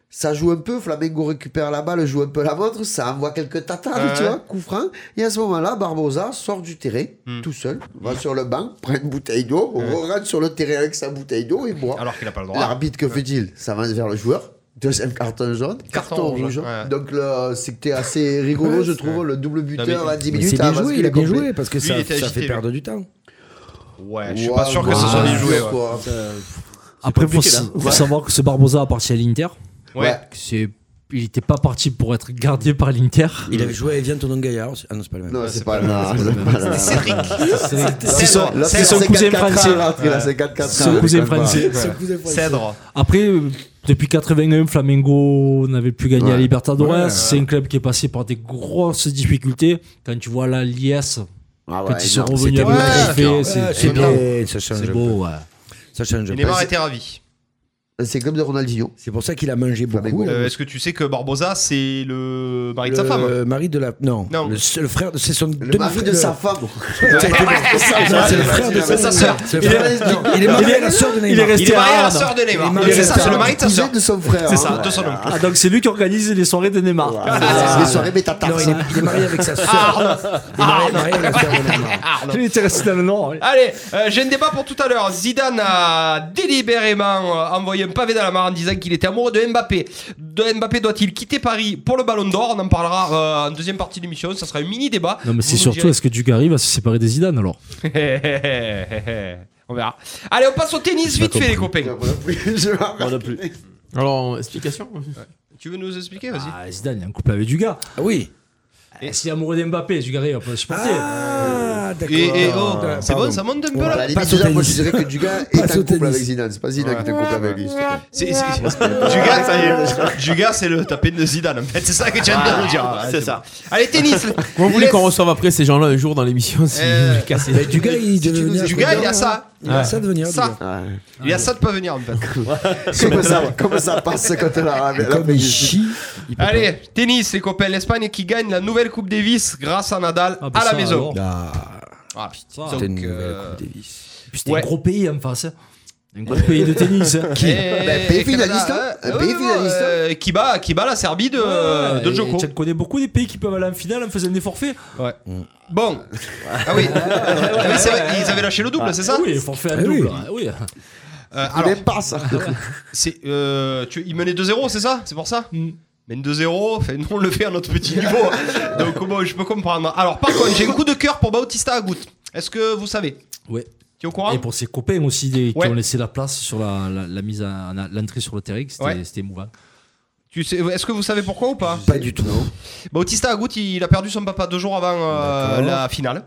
Speaker 4: Ça joue un peu, Flamengo récupère la balle, joue un peu la montre, ça envoie quelques tatanes,
Speaker 8: Ouais.
Speaker 4: tu vois, coup franc. Et à ce moment-là, Barbosa sort du terrain,
Speaker 8: Hmm.
Speaker 4: tout seul, va sur le banc, prend une bouteille d'eau, rentre sur le terrain avec sa bouteille d'eau et boit.
Speaker 8: Alors qu'il a pas le droit.
Speaker 4: L'arbitre, que fait-il S'avance vers le joueur. Deuxième carton jaune,
Speaker 8: Carton
Speaker 4: carton,
Speaker 8: rouge,
Speaker 4: rouge.
Speaker 8: ouais.
Speaker 4: Donc là, c'était assez rigolo, je trouve, le double buteur
Speaker 8: Non, mais-
Speaker 4: à 10
Speaker 5: Mais c'est
Speaker 4: minutes. hein,
Speaker 5: bien
Speaker 4: à
Speaker 5: joué,
Speaker 4: basculer
Speaker 5: il a bien
Speaker 4: complet.
Speaker 5: joué parce que
Speaker 8: Lui,
Speaker 5: ça,
Speaker 8: il était
Speaker 5: ça
Speaker 8: agité,
Speaker 5: fait
Speaker 8: lui.
Speaker 5: perdre du temps.
Speaker 8: Ouais, je suis pas sûr que ce soit
Speaker 4: ouais,
Speaker 8: bien joué. Ouais.
Speaker 4: quoi.
Speaker 7: Après, faut, sa- faut savoir que ce Barbosa appartient à l'Inter.
Speaker 8: Ouais.
Speaker 4: Ouais.
Speaker 7: que c'est- Il n'était pas parti pour être gardé par l'Inter.
Speaker 5: Il avait joué à Evian Tonon Gaillard aussi. Ah non, c'est pas le même.
Speaker 4: Non, c'est pas là. c'est pas là.
Speaker 8: Cédric.
Speaker 7: C'est son,
Speaker 4: Là,
Speaker 7: c'est son
Speaker 4: 54
Speaker 7: cousin
Speaker 4: ans,
Speaker 7: français.
Speaker 4: là, Il a 54 ans.
Speaker 7: Son cousin
Speaker 4: déconne pas.
Speaker 7: français.
Speaker 8: Cèdre.
Speaker 7: Après, euh, depuis 81, Flamengo n'avait plus gagné à
Speaker 4: Ouais.
Speaker 7: Libertadores. C'est un club qui est passé par des grosses difficultés. Quand tu vois la liesse,
Speaker 4: Ah ouais,
Speaker 7: quand ils sont
Speaker 4: énorme.
Speaker 7: revenus avec
Speaker 8: ouais,
Speaker 7: le trophée,
Speaker 5: Ah,
Speaker 7: c'est-
Speaker 5: C'est
Speaker 7: c'est
Speaker 5: bien,
Speaker 7: bien.
Speaker 5: ça change.
Speaker 7: C'est beau, ouais.
Speaker 5: Ça change.
Speaker 8: Et
Speaker 5: pas.
Speaker 8: Neymar
Speaker 5: C'est-
Speaker 8: était ravi.
Speaker 4: C'est comme de Ronaldinho.
Speaker 5: C'est pour ça qu'il a mangé beaucoup.
Speaker 4: Flamengo.
Speaker 8: Euh, Est-ce que tu sais que Barbosa, c'est le mari de sa femme
Speaker 5: Le mari Euh, de la. Non.
Speaker 8: Non.
Speaker 5: Le seul- le frère de. C'est son
Speaker 4: Le mari de sa femme.
Speaker 5: C'est le frère de
Speaker 8: C'est sa sœur.
Speaker 5: C'est le frère- Il est marié à la sœur de Neymar.
Speaker 8: Il est marié à la sœur de Neymar.
Speaker 5: Il est marié
Speaker 8: C'est
Speaker 5: à
Speaker 8: ça,
Speaker 5: la
Speaker 8: c'est
Speaker 5: sœur.
Speaker 8: le mari de sa sœur.
Speaker 4: Cousin de son frère.
Speaker 8: C'est ça,
Speaker 4: hein.
Speaker 8: de son nom.
Speaker 7: Ah, donc c'est lui qui organise les soirées de Neymar.
Speaker 4: Ah, Les soirées
Speaker 5: Non,
Speaker 4: métatarses.
Speaker 5: il est- il est marié avec sa sœur. Il est marié- marié avec la sœur de Neymar.
Speaker 7: Il était resté dans le Nord.
Speaker 8: Allez, euh, j'ai un débat pour tout à l'heure. Zidane a délibérément euh, envoyé un pavé dans la mare en disant qu'il était amoureux de Mbappé. De Mbappé doit-il quitter Paris pour le Ballon d'Or On en parlera euh, en deuxième partie de l'émission. Ça sera un mini débat.
Speaker 7: Non, mais c'est
Speaker 8: Vous
Speaker 7: surtout,
Speaker 8: nous
Speaker 7: est-ce que Dugarry va se séparer des Zidane alors
Speaker 8: direz- On verra. Allez, on passe au tennis vite fait, les copains.
Speaker 6: Moi non plus.
Speaker 10: Alors, explication
Speaker 8: Tu veux nous expliquer Vas-y.
Speaker 7: Ah, Zidane, il est en couple avec Dugas.
Speaker 5: Ah Oui.
Speaker 8: Eh.
Speaker 7: Et s'il est amoureux d'Mbappé, Dugarry va pas le supporter.
Speaker 5: Ah, d'accord.
Speaker 8: Et, et, oh, c'est bon,
Speaker 5: Ah, Pardon.
Speaker 8: ça monte un peu
Speaker 4: À
Speaker 8: là
Speaker 4: la
Speaker 5: Pas
Speaker 4: limite,
Speaker 5: au
Speaker 4: déjà, moi, je
Speaker 5: tennis.
Speaker 4: dirais que Duga
Speaker 5: Pas
Speaker 4: est
Speaker 5: au
Speaker 4: en couple
Speaker 5: tennis.
Speaker 4: avec Zidane. C'est pas Zidane qui est en couple avec lui. s'il te plaît.
Speaker 8: C'est- c'est- Dugas, ça y est. Dugas, euh, c'est le tapé de Zidane. en fait. C'est ça que tu viens de nous dire.
Speaker 6: Ah,
Speaker 8: Ah,
Speaker 6: C'est ça.
Speaker 8: Allez, tennis.
Speaker 10: Comment vous voulez
Speaker 8: Laisse-
Speaker 10: qu'on reçoive après ces gens-là un jour dans l'émission si
Speaker 8: Euh,
Speaker 10: vous les cassez
Speaker 5: Mais du gars, il devait
Speaker 4: nous
Speaker 5: venir.
Speaker 8: Dugas, il y a ça.
Speaker 5: Il a ça de venir.
Speaker 8: Ça.
Speaker 5: Dugas.
Speaker 4: Ouais.
Speaker 8: Il y a ça de pas venir en fait.
Speaker 4: Comment ça- Comment ça passe quand elle a la
Speaker 5: Comme il chie. il peut
Speaker 8: Allez, tennis, les copains. L'Espagne qui gagne la nouvelle Coupe Davis grâce à Nadal
Speaker 7: Ah, bah
Speaker 8: à la
Speaker 7: ça,
Speaker 8: maison.
Speaker 7: alors.
Speaker 5: pas. Ah,
Speaker 8: Voilà.
Speaker 7: Putain.
Speaker 8: Donc,
Speaker 5: c'était une nouvelle
Speaker 8: euh,
Speaker 5: Coupe Davis.
Speaker 7: Puis c'était
Speaker 8: Ouais.
Speaker 7: un gros pays en face. hein. Un gros pays de tennis. hein.
Speaker 8: Eh,
Speaker 4: Ben, pays
Speaker 8: Canada,
Speaker 4: finaliste, hein.
Speaker 8: ouais,
Speaker 4: Un pays
Speaker 8: ouais,
Speaker 4: finaliste,
Speaker 8: ouais, euh, qui bat, qui bat la Serbie de,
Speaker 7: Ouais,
Speaker 8: euh, de
Speaker 7: et
Speaker 8: Djoko.
Speaker 7: Tu en connais beaucoup des pays qui peuvent aller en finale en faisant des forfaits.
Speaker 8: Bon, ah oui, Ah oui, c'est vrai, ils avaient lâché le double, c'est ça
Speaker 7: Oui, forfait en
Speaker 5: Eh oui.
Speaker 7: double. ah Oui.
Speaker 8: Euh,
Speaker 4: Il
Speaker 8: Alors,
Speaker 4: n'aime pas ça.
Speaker 8: c'est, euh, tu, ils menaient 2-0, c'est ça C'est pour ça Mène 2-0, fait, nous on le fait à notre petit niveau. Donc au moins, je peux comprendre. Alors par contre, j'ai un coup de cœur pour Bautista Agut. Est-ce que vous savez
Speaker 12: Ouais.
Speaker 8: Tu es au courant
Speaker 12: Et pour ses copains aussi des-
Speaker 8: Ah. Ouais.
Speaker 12: qui ont laissé la place sur la, la- la mise à à l'entrée sur le terrain, c'était
Speaker 8: Ouais.
Speaker 12: c'était émouvant.
Speaker 8: Tu sais, est-ce que vous savez pourquoi ou pas
Speaker 4: Pas du tout.
Speaker 8: Bautista Agut, il a perdu son papa deux jours avant euh,
Speaker 4: D'accord.
Speaker 8: la finale.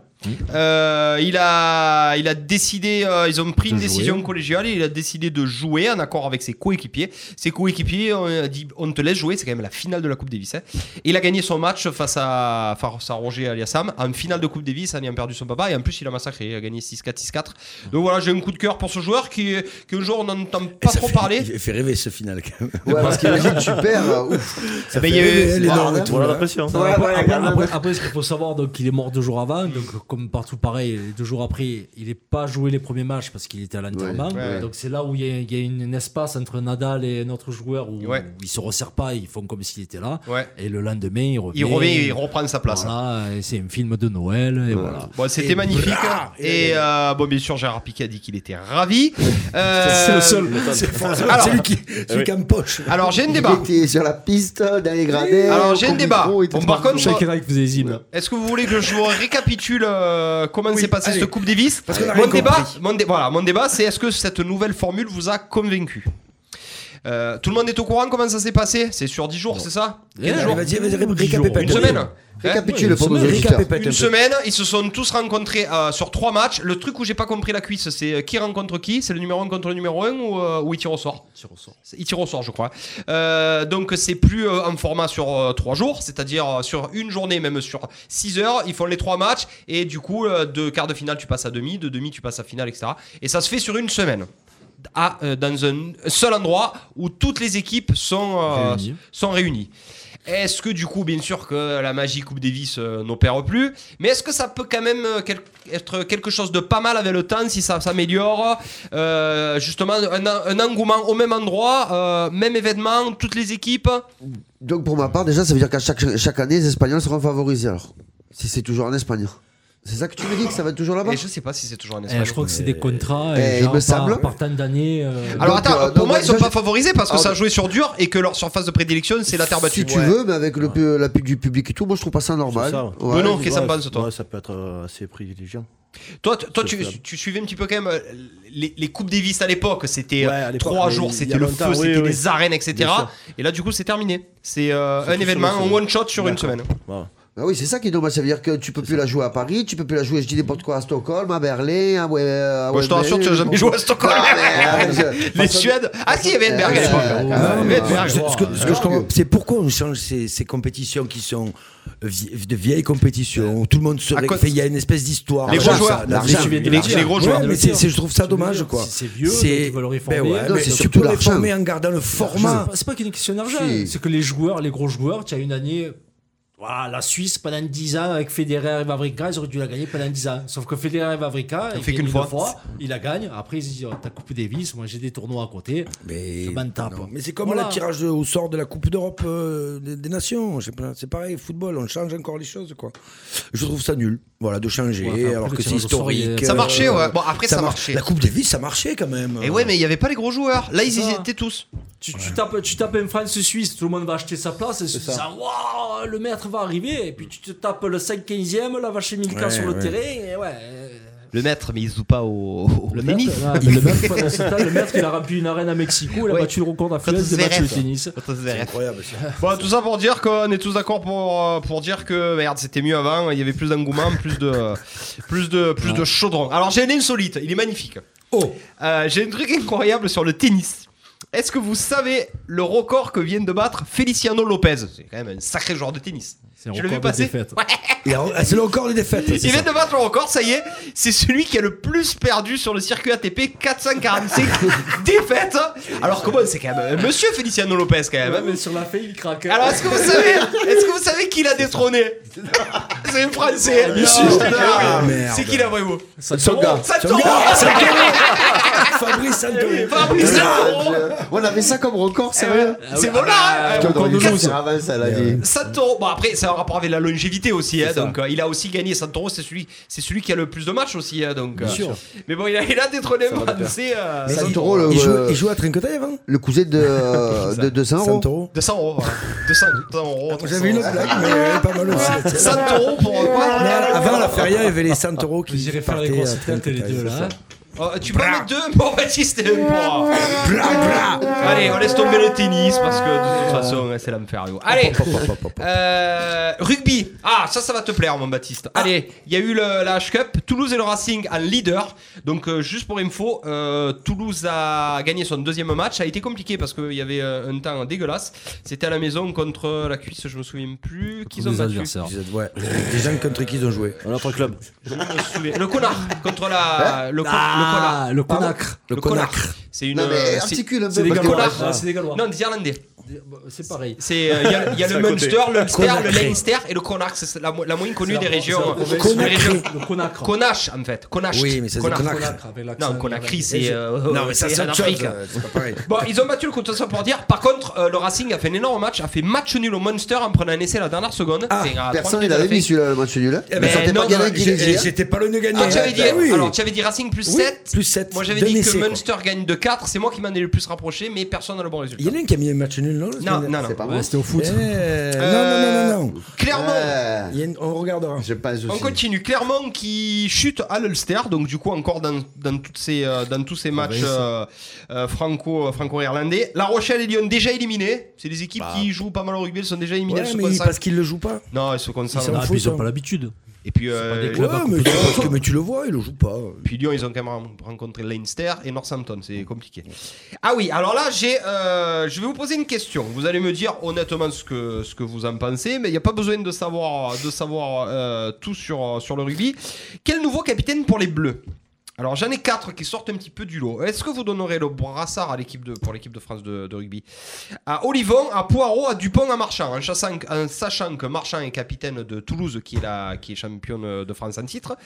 Speaker 8: Euh, il, a, il a décidé, euh, ils ont pris une
Speaker 6: jouer.
Speaker 8: décision collégiale et il a décidé de jouer en accord avec ses coéquipiers. Ses coéquipiers ont dit on te laisse jouer, c'est quand même la finale de la Coupe Davis. hein. Et il a gagné son match face à, face à Roger Aliassam en finale de Coupe Davis en ayant perdu son papa et en plus il a massacré, il a gagné 6-4, 6-4. Donc voilà, j'ai un coup de cœur pour ce joueur qui, qui un jour on n'entend pas trop parler.
Speaker 5: Il fait rêver ce final quand même.
Speaker 4: Ouais, parce qu'imagine, tu perds. euh, ouf.
Speaker 5: Ça
Speaker 8: Mais
Speaker 5: fait
Speaker 8: Eh ben, il y a eu-
Speaker 5: rêver les
Speaker 4: voilà,
Speaker 5: normes et tout,
Speaker 6: voilà
Speaker 5: là.
Speaker 6: la pression.
Speaker 4: Ouais,
Speaker 7: après,
Speaker 4: ouais,
Speaker 7: après-
Speaker 4: regarde,
Speaker 7: après- après, ce qu'il faut savoir, donc, il est mort deux jours avant. Donc, comme partout pareil, deux jours après, il n'est pas joué les premiers matchs parce qu'il était à l'entraînement.
Speaker 8: Ouais, ouais.
Speaker 7: Donc, c'est là où il y a, il y a une- un espace entre Nadal et un autre joueur où,
Speaker 8: Ouais.
Speaker 7: ils se resserrent pas, ils font comme s'il était là.
Speaker 8: Ouais.
Speaker 7: Et le lendemain, il revient.
Speaker 8: Il revient, il reprend sa place. hein.
Speaker 7: Voilà, et c'est un film de Noël. Et voilà.
Speaker 8: Bon, c'était magnifique. et euh, bon, bien sûr, Gérard Piquet a dit qu'il était ravi. Euh,
Speaker 7: C'est le seul.
Speaker 8: Alors-
Speaker 5: C'est lui qui, celui qui empoche.
Speaker 4: Ah,
Speaker 8: Alors, j'ai un
Speaker 4: Il
Speaker 8: débat.
Speaker 4: était sur la piste, dans les gradins.
Speaker 8: Alors, j'ai
Speaker 4: au
Speaker 8: un débat.
Speaker 4: micro, il était
Speaker 8: Bon, par
Speaker 4: tranquille.
Speaker 8: contre, moi,
Speaker 7: faisait les hymnes.
Speaker 8: est-ce que vous voulez que je vous récapitule euh, comment
Speaker 5: Oui,
Speaker 8: s'est passée
Speaker 5: allez.
Speaker 8: cette Coupe Davis
Speaker 5: Parce qu'on a
Speaker 8: mon
Speaker 5: rien
Speaker 8: débat,
Speaker 5: compris.
Speaker 8: mon, dé- voilà, mon débat, c'est est-ce que cette nouvelle formule vous a convaincu Euh, Tout le monde est au courant comment ça s'est passé C'est sur 10 jours, c'est ça
Speaker 5: Allez,
Speaker 8: jours.
Speaker 5: Vas-y, vas-y, ré-
Speaker 7: jours.
Speaker 5: récapépète.
Speaker 8: Une semaine Hein
Speaker 4: Récapitule pour nos auditeurs.
Speaker 5: Récapépète.
Speaker 8: Une semaine, ils se sont tous rencontrés euh, sur trois matchs. Le truc où j'ai pas compris la cuisse, c'est euh, qui rencontre qui C'est le numéro 1 contre le numéro 1 ou, euh, ou il tire au sort C'est- Il tire au sort, je crois. Euh, donc c'est plus euh, en format sur euh, trois jours, c'est-à-dire euh, sur une journée, même sur six heures. Ils font les trois matchs et du coup, euh, de quart de finale, tu passes à demi, de demi, tu passes à finale, etc. Et ça se fait sur une semaine. À, euh, dans un seul endroit où toutes les équipes sont, euh,
Speaker 12: Réunies.
Speaker 8: sont réunies. Est-ce que du coup, bien sûr que la magie Coupe Davis euh, n'opère plus, mais est-ce que ça peut quand même euh, quel- être quelque chose de pas mal avec le temps si ça s'améliore euh, Justement, un, en- un engouement au même endroit, euh, même événement, toutes les équipes
Speaker 4: Ah Donc pour ma part, déjà, ça veut dire qu'à chaque, chaque année, les Espagnols seront favorisés. Alors, si c'est toujours en Espagne. C'est ça que tu me dis que ça va toujours là-bas
Speaker 8: Et je sais pas si c'est toujours en
Speaker 7: Eh,
Speaker 8: Espagne.
Speaker 7: je crois que c'est des contrats.
Speaker 4: Eh,
Speaker 7: et
Speaker 4: il
Speaker 7: genre,
Speaker 4: me
Speaker 7: par-
Speaker 4: semble.
Speaker 7: Par tant d'années. euh,
Speaker 8: Alors
Speaker 4: Donc,
Speaker 8: attends,
Speaker 4: euh,
Speaker 8: pour
Speaker 4: non,
Speaker 8: moi
Speaker 4: mais
Speaker 8: ils sont
Speaker 4: déjà,
Speaker 8: pas
Speaker 4: je-
Speaker 8: favorisés parce que
Speaker 4: Alors,
Speaker 8: ça a joué sur dur et que leur surface de prédilection c'est la terre battue.
Speaker 4: Si tu
Speaker 8: Ouais.
Speaker 4: veux, mais avec le pu- la pub du public et tout, moi je trouve pas ça normal.
Speaker 6: C'est ça, ouais.
Speaker 4: Ouais.
Speaker 8: Benoît, qu'est-ce que ça me
Speaker 6: Ouais,
Speaker 8: pense, toi
Speaker 6: ouais, Ça peut être euh, assez privilégiant.
Speaker 8: Toi, t- toi
Speaker 6: C'est
Speaker 8: tu,
Speaker 6: faisable.
Speaker 8: tu suivais un petit peu quand même euh, les, les Coupes Davis à l'époque. C'était euh,
Speaker 6: Ouais, à l'époque,
Speaker 8: trois
Speaker 6: mais
Speaker 8: jours,
Speaker 6: il y
Speaker 8: c'était
Speaker 6: a
Speaker 8: le feu,
Speaker 6: longtemps, oui,
Speaker 8: c'était
Speaker 6: oui.
Speaker 8: les arènes, etc.
Speaker 6: Bien sûr.
Speaker 8: Et là, du coup, c'est terminé. C'est euh,
Speaker 6: C'est
Speaker 8: un
Speaker 6: tout
Speaker 8: événement,
Speaker 6: sur
Speaker 8: un
Speaker 6: une
Speaker 8: one shot sur une semaine.
Speaker 6: Voilà.
Speaker 4: Bah oui, c'est ça qui est normal. Ça veut dire que tu peux plus la jouer à Paris, tu peux plus la jouer, je dis n'importe quoi, à Stockholm, à Berlin, à Wem- à
Speaker 8: Moi, je te
Speaker 4: Wembley,
Speaker 8: rassure, tu n'as jamais joué à Stockholm.
Speaker 4: Ah, mais, euh, je-
Speaker 8: Les
Speaker 4: façon-
Speaker 8: Suèdes. Ah si, il y avait Edberg à
Speaker 4: Euh,
Speaker 8: l'époque.
Speaker 4: euh,
Speaker 8: Il y
Speaker 7: Ah,
Speaker 4: euh,
Speaker 8: avait Edberg.
Speaker 5: Ce ce que, ce que je comprends, c'est pourquoi on change ces, ces compétitions qui sont euh, vie- de vieilles compétitions. où Tout le monde se
Speaker 8: À
Speaker 5: ré-
Speaker 8: cause-
Speaker 5: fait- Il y a une espèce d'histoire.
Speaker 8: Les gros
Speaker 5: L'argent,
Speaker 8: joueurs.
Speaker 5: ça,
Speaker 4: L'argent.
Speaker 5: l'argent.
Speaker 4: Les-
Speaker 8: les gros
Speaker 5: Ouais,
Speaker 8: joueurs.
Speaker 5: mais c'est- c'est- je trouve ça dommage, quoi.
Speaker 7: C'est- c'est vieux, donc ils veulent réformer.
Speaker 5: Ben ouais,
Speaker 7: Non,
Speaker 5: mais
Speaker 4: c'est
Speaker 5: tu
Speaker 4: surtout
Speaker 5: peux
Speaker 4: l'argent.
Speaker 5: réformer en gardant le format.
Speaker 7: C'est pas- C'est pas qu'une question d'argent.
Speaker 4: Si.
Speaker 7: C'est que les joueurs, les gros joueurs, tu as une année. Voilà, la Suisse, pendant 10 ans, avec Federer et Vavrika, ils auraient dû la gagner pendant 10 ans. Sauf que Federer et Vavrika, il
Speaker 8: fait qu'une
Speaker 7: gagne
Speaker 8: fois.
Speaker 7: deux Il la gagne. Après, ils se disent oh, T'as Coupe Davis, moi j'ai des tournois à côté.
Speaker 5: Mais,
Speaker 7: Je m'en tape.
Speaker 5: non, mais c'est comme
Speaker 7: Voilà.
Speaker 5: le tirage au sort de la Coupe d'Europe euh, des, des Nations. Je sais pas, C'est pareil, football, on change encore les choses. quoi. Je trouve ça nul, voilà, de changer,
Speaker 7: Ouais, enfin, après,
Speaker 5: alors
Speaker 7: le
Speaker 5: que c'est
Speaker 7: tirage au sort, il est-
Speaker 5: historique. euh,
Speaker 8: Ça marchait, ouais. Bon, après, ça
Speaker 5: mar-
Speaker 8: marchait.
Speaker 5: La Coupe Davis, ça marchait quand même.
Speaker 8: Et ouais, mais il n'y avait pas les gros joueurs. Là, ils
Speaker 7: C'est
Speaker 8: y
Speaker 7: ça.
Speaker 8: étaient tous.
Speaker 7: Tu, tu tapes, tu tapes un France-Suisse, tout le monde va acheter sa place. Et se disant Waouh, le maître va arriver. Et puis tu te tapes le 5-15e, la vache Milka
Speaker 5: Ouais,
Speaker 7: sur le
Speaker 5: ouais.
Speaker 7: terrain. Et ouais. euh,
Speaker 8: Le maître, mais ils jouent pas au, au
Speaker 7: Le maître,
Speaker 8: tennis.
Speaker 7: ouais, mais le maître, pendant ce temps, le maître, il a rempli une arène à Mexico, il a
Speaker 8: Ouais.
Speaker 7: battu le record
Speaker 8: Quand
Speaker 7: d'affluence
Speaker 8: on se
Speaker 7: des matchs de
Speaker 8: verrait, ça.
Speaker 7: tennis.
Speaker 5: Incroyable. ça.
Speaker 8: Bon, tout ça pour dire qu'on est tous d'accord pour, euh, pour dire que merde, c'était mieux avant, il y avait plus d'engouement, plus de plus de plus de chaudron. Alors j'ai un insolite, il est magnifique.
Speaker 5: Oh,
Speaker 8: Euh, j'ai un truc incroyable sur le tennis. Est-ce que vous savez le record que vient de battre Feliciano Lopez C'est quand même un sacré joueur de tennis.
Speaker 7: C'est un
Speaker 8: Je l'ai vu
Speaker 7: record de
Speaker 8: passer.
Speaker 7: défaite.
Speaker 8: Ouais,
Speaker 5: Et alors, Ah, c'est le record des défaites. c'est
Speaker 8: il
Speaker 5: ça.
Speaker 8: vient de battre le record, ça y est. C'est celui qui a le plus perdu sur le circuit ATP 445 défaites. hein. Alors comment c'est quand même un monsieur Feliciano Lopez quand même. hein.
Speaker 7: Ouais, mais sur la feuille, il craque.
Speaker 8: Alors est-ce que vous savez Est-ce que vous savez qui l'a détrôné C'est un français.
Speaker 5: bien sûr.
Speaker 8: Non,
Speaker 5: Ah,
Speaker 8: non.
Speaker 5: merde.
Speaker 8: C'est qui l'avez-vous
Speaker 7: Songa.
Speaker 8: Santoro
Speaker 5: Fabrice Santoro.
Speaker 8: Fabrice Santoro
Speaker 4: On avait ça comme
Speaker 8: Eh
Speaker 4: record, sérieux
Speaker 8: C'est bon là hein
Speaker 4: Putain,
Speaker 7: encore
Speaker 4: on
Speaker 7: de
Speaker 4: aurait dû
Speaker 7: nous,
Speaker 4: faire avant, ça, la vie.
Speaker 8: Santoro, bon après c'est un rapport avec la longévité aussi, hein, donc euh, il a aussi gagné Santoro, c'est celui, c'est celui qui a le plus de matchs aussi, hein, donc. euh, Mais bon, il a, il a détrôné un Français euh,
Speaker 5: Mais
Speaker 4: Santoro,
Speaker 5: il-
Speaker 4: le-
Speaker 5: il, joue,
Speaker 4: euh,
Speaker 5: il joue à Trinquetail avant
Speaker 4: Le cousin de, de, de Saint-Ro.
Speaker 5: Santoro.
Speaker 8: 200 euros, voilà. 200 200 euros.
Speaker 5: J'avais une autre blague, mais elle est pas mal aussi.
Speaker 8: Santoro pour euh,
Speaker 5: Non,
Speaker 8: quoi
Speaker 5: avant la feria, il y avait les Santoro qui
Speaker 7: Vous irez faire les
Speaker 5: partaient à
Speaker 7: grosses têtes, les
Speaker 5: Trinquetail,
Speaker 7: deux
Speaker 5: c'est ça.
Speaker 7: là.
Speaker 8: Oh, tu peux en mettre deux Bon, vas-y, c'était un point. Allez, on laisse tomber le tennis parce que de toute façon, c'est l'enfer. yo. Allez, euh, rugby. Ah, ça, ça va te plaire, mon Baptiste.
Speaker 5: Ah.
Speaker 8: Allez, il y a eu le- la H-Cup. Toulouse et le Racing en leader. Donc, euh, juste pour info, euh, Toulouse a gagné son deuxième match. Ça a été compliqué parce qu'il y avait euh, un temps dégueulasse. C'était à la maison contre la cuisse, je me souviens plus. Qu'ils ont
Speaker 5: Des
Speaker 8: battu.
Speaker 5: adversaires. Des- ouais. Des gens contre qui ils ont joué. Un autre club.
Speaker 8: Je me souviens. Le connard contre la. le, co-
Speaker 5: Ah,
Speaker 8: le
Speaker 5: le
Speaker 8: connard.
Speaker 5: Connacre.
Speaker 8: Pardon
Speaker 5: Le
Speaker 8: Le connard.
Speaker 5: Connacre.
Speaker 8: C'est une.
Speaker 5: Non, mais
Speaker 8: euh,
Speaker 5: articule un peu,
Speaker 8: c'est- C'est des
Speaker 5: parce que-
Speaker 8: Gallois.
Speaker 5: Ah, c'est des Gallois.
Speaker 8: Non, des Irlandais.
Speaker 7: bah, C'est pareil.
Speaker 8: C'est euh, il y a, il y a
Speaker 7: C'est
Speaker 8: le
Speaker 7: à côté.
Speaker 8: Munster, le Ulster, le
Speaker 7: Conakry.
Speaker 8: Leinster et le Connacre. C'est la, mo- la moins connue
Speaker 7: C'est
Speaker 8: des
Speaker 7: la- c'est
Speaker 8: régions.
Speaker 7: la province.
Speaker 8: des régions-
Speaker 7: Le Conakre.
Speaker 8: Connache en fait. Connache.
Speaker 5: Oui, mais ça, c'est Connacre.
Speaker 7: avec l'accent
Speaker 8: Non, Conakry
Speaker 5: irlandais.
Speaker 8: c'est. euh,
Speaker 5: Non, mais ça,
Speaker 8: c'est
Speaker 5: Oh, c'est
Speaker 8: en
Speaker 5: autre chose,
Speaker 8: Afrique.
Speaker 5: euh, c'est pas pareil.
Speaker 8: Bon, ils ont battu le contre pour dire. Par contre, euh, le Racing a fait un énorme match, a fait match nul au Munster en prenant un essai à la dernière seconde.
Speaker 5: Ah,
Speaker 8: C'est à trois
Speaker 4: Personne
Speaker 8: minutes
Speaker 4: il
Speaker 8: de la
Speaker 4: avait
Speaker 8: fin.
Speaker 4: mis celui-là, le match nul.
Speaker 8: Eh
Speaker 4: Mais
Speaker 8: ben,
Speaker 4: c'était
Speaker 8: non,
Speaker 4: pas
Speaker 8: non,
Speaker 4: Galin qui
Speaker 8: j'ai-
Speaker 4: les
Speaker 8: j'ai-
Speaker 4: disait.
Speaker 5: J'étais pas le gagnant.
Speaker 8: Ah, tu avais dit,
Speaker 5: Ah oui.
Speaker 8: alors, tu avais dit Racing plus
Speaker 5: Oui,
Speaker 8: 7.
Speaker 5: plus 7.
Speaker 8: Moi j'avais
Speaker 5: D'un
Speaker 8: dit que
Speaker 5: essai, quoi.
Speaker 8: Munster gagne de 4, c'est moi qui m'en ai le plus rapproché, mais personne n'a le bon résultat.
Speaker 5: Il y en a un qui a mis un match nul, non
Speaker 8: Non, non, non.
Speaker 4: C'est pas moi.
Speaker 5: au foot.
Speaker 8: Euh,
Speaker 5: Non, non, non, non, non.
Speaker 8: Clermont,
Speaker 4: Ouais.
Speaker 5: Il y a une- On regardera.
Speaker 4: J'ai pas un
Speaker 8: on
Speaker 4: souci.
Speaker 8: continue. Clermont qui chute à l'Ulster, donc du coup encore dans, dans, toutes ces, euh, dans tous
Speaker 5: Ah bah
Speaker 8: ces matchs euh, euh, franco, franco-irlandais. La Rochelle et Lyon déjà éliminés. C'est des équipes qui jouent pas mal au rugby, elles sont déjà éliminées.
Speaker 5: Bah. Ouais,
Speaker 8: elles se
Speaker 5: mais
Speaker 8: concentrent.
Speaker 5: parce qu'il le joue pas.
Speaker 8: Non, elles se concentrent.
Speaker 5: Ils s'en
Speaker 8: Ah,
Speaker 5: foutent.
Speaker 7: Ils ont pas l'habitude. Ah,
Speaker 8: Et puis, euh,
Speaker 5: Ouais, mais, parce que- mais tu le vois, il le joue pas.
Speaker 8: Puis Lyon, ils ont quand même rencontré Leinster et Northampton, c'est compliqué. Ah oui, alors là, j'ai, euh, je vais vous poser une question. Vous allez me dire honnêtement ce que, ce que vous en pensez, mais il n'y a pas besoin de savoir, de savoir euh, tout sur, sur le rugby. Quel nouveau capitaine pour les Bleus alors j'en ai quatre qui sortent un petit peu du lot. Est-ce que vous donnerez le brassard à l'équipe de, pour l'équipe de France de, de rugby À Olivon, à Poirot, à Dupont, à Marchand. En, chassant- en sachant que Marchand est capitaine de Toulouse, qui est, la, qui est championne de France en titre,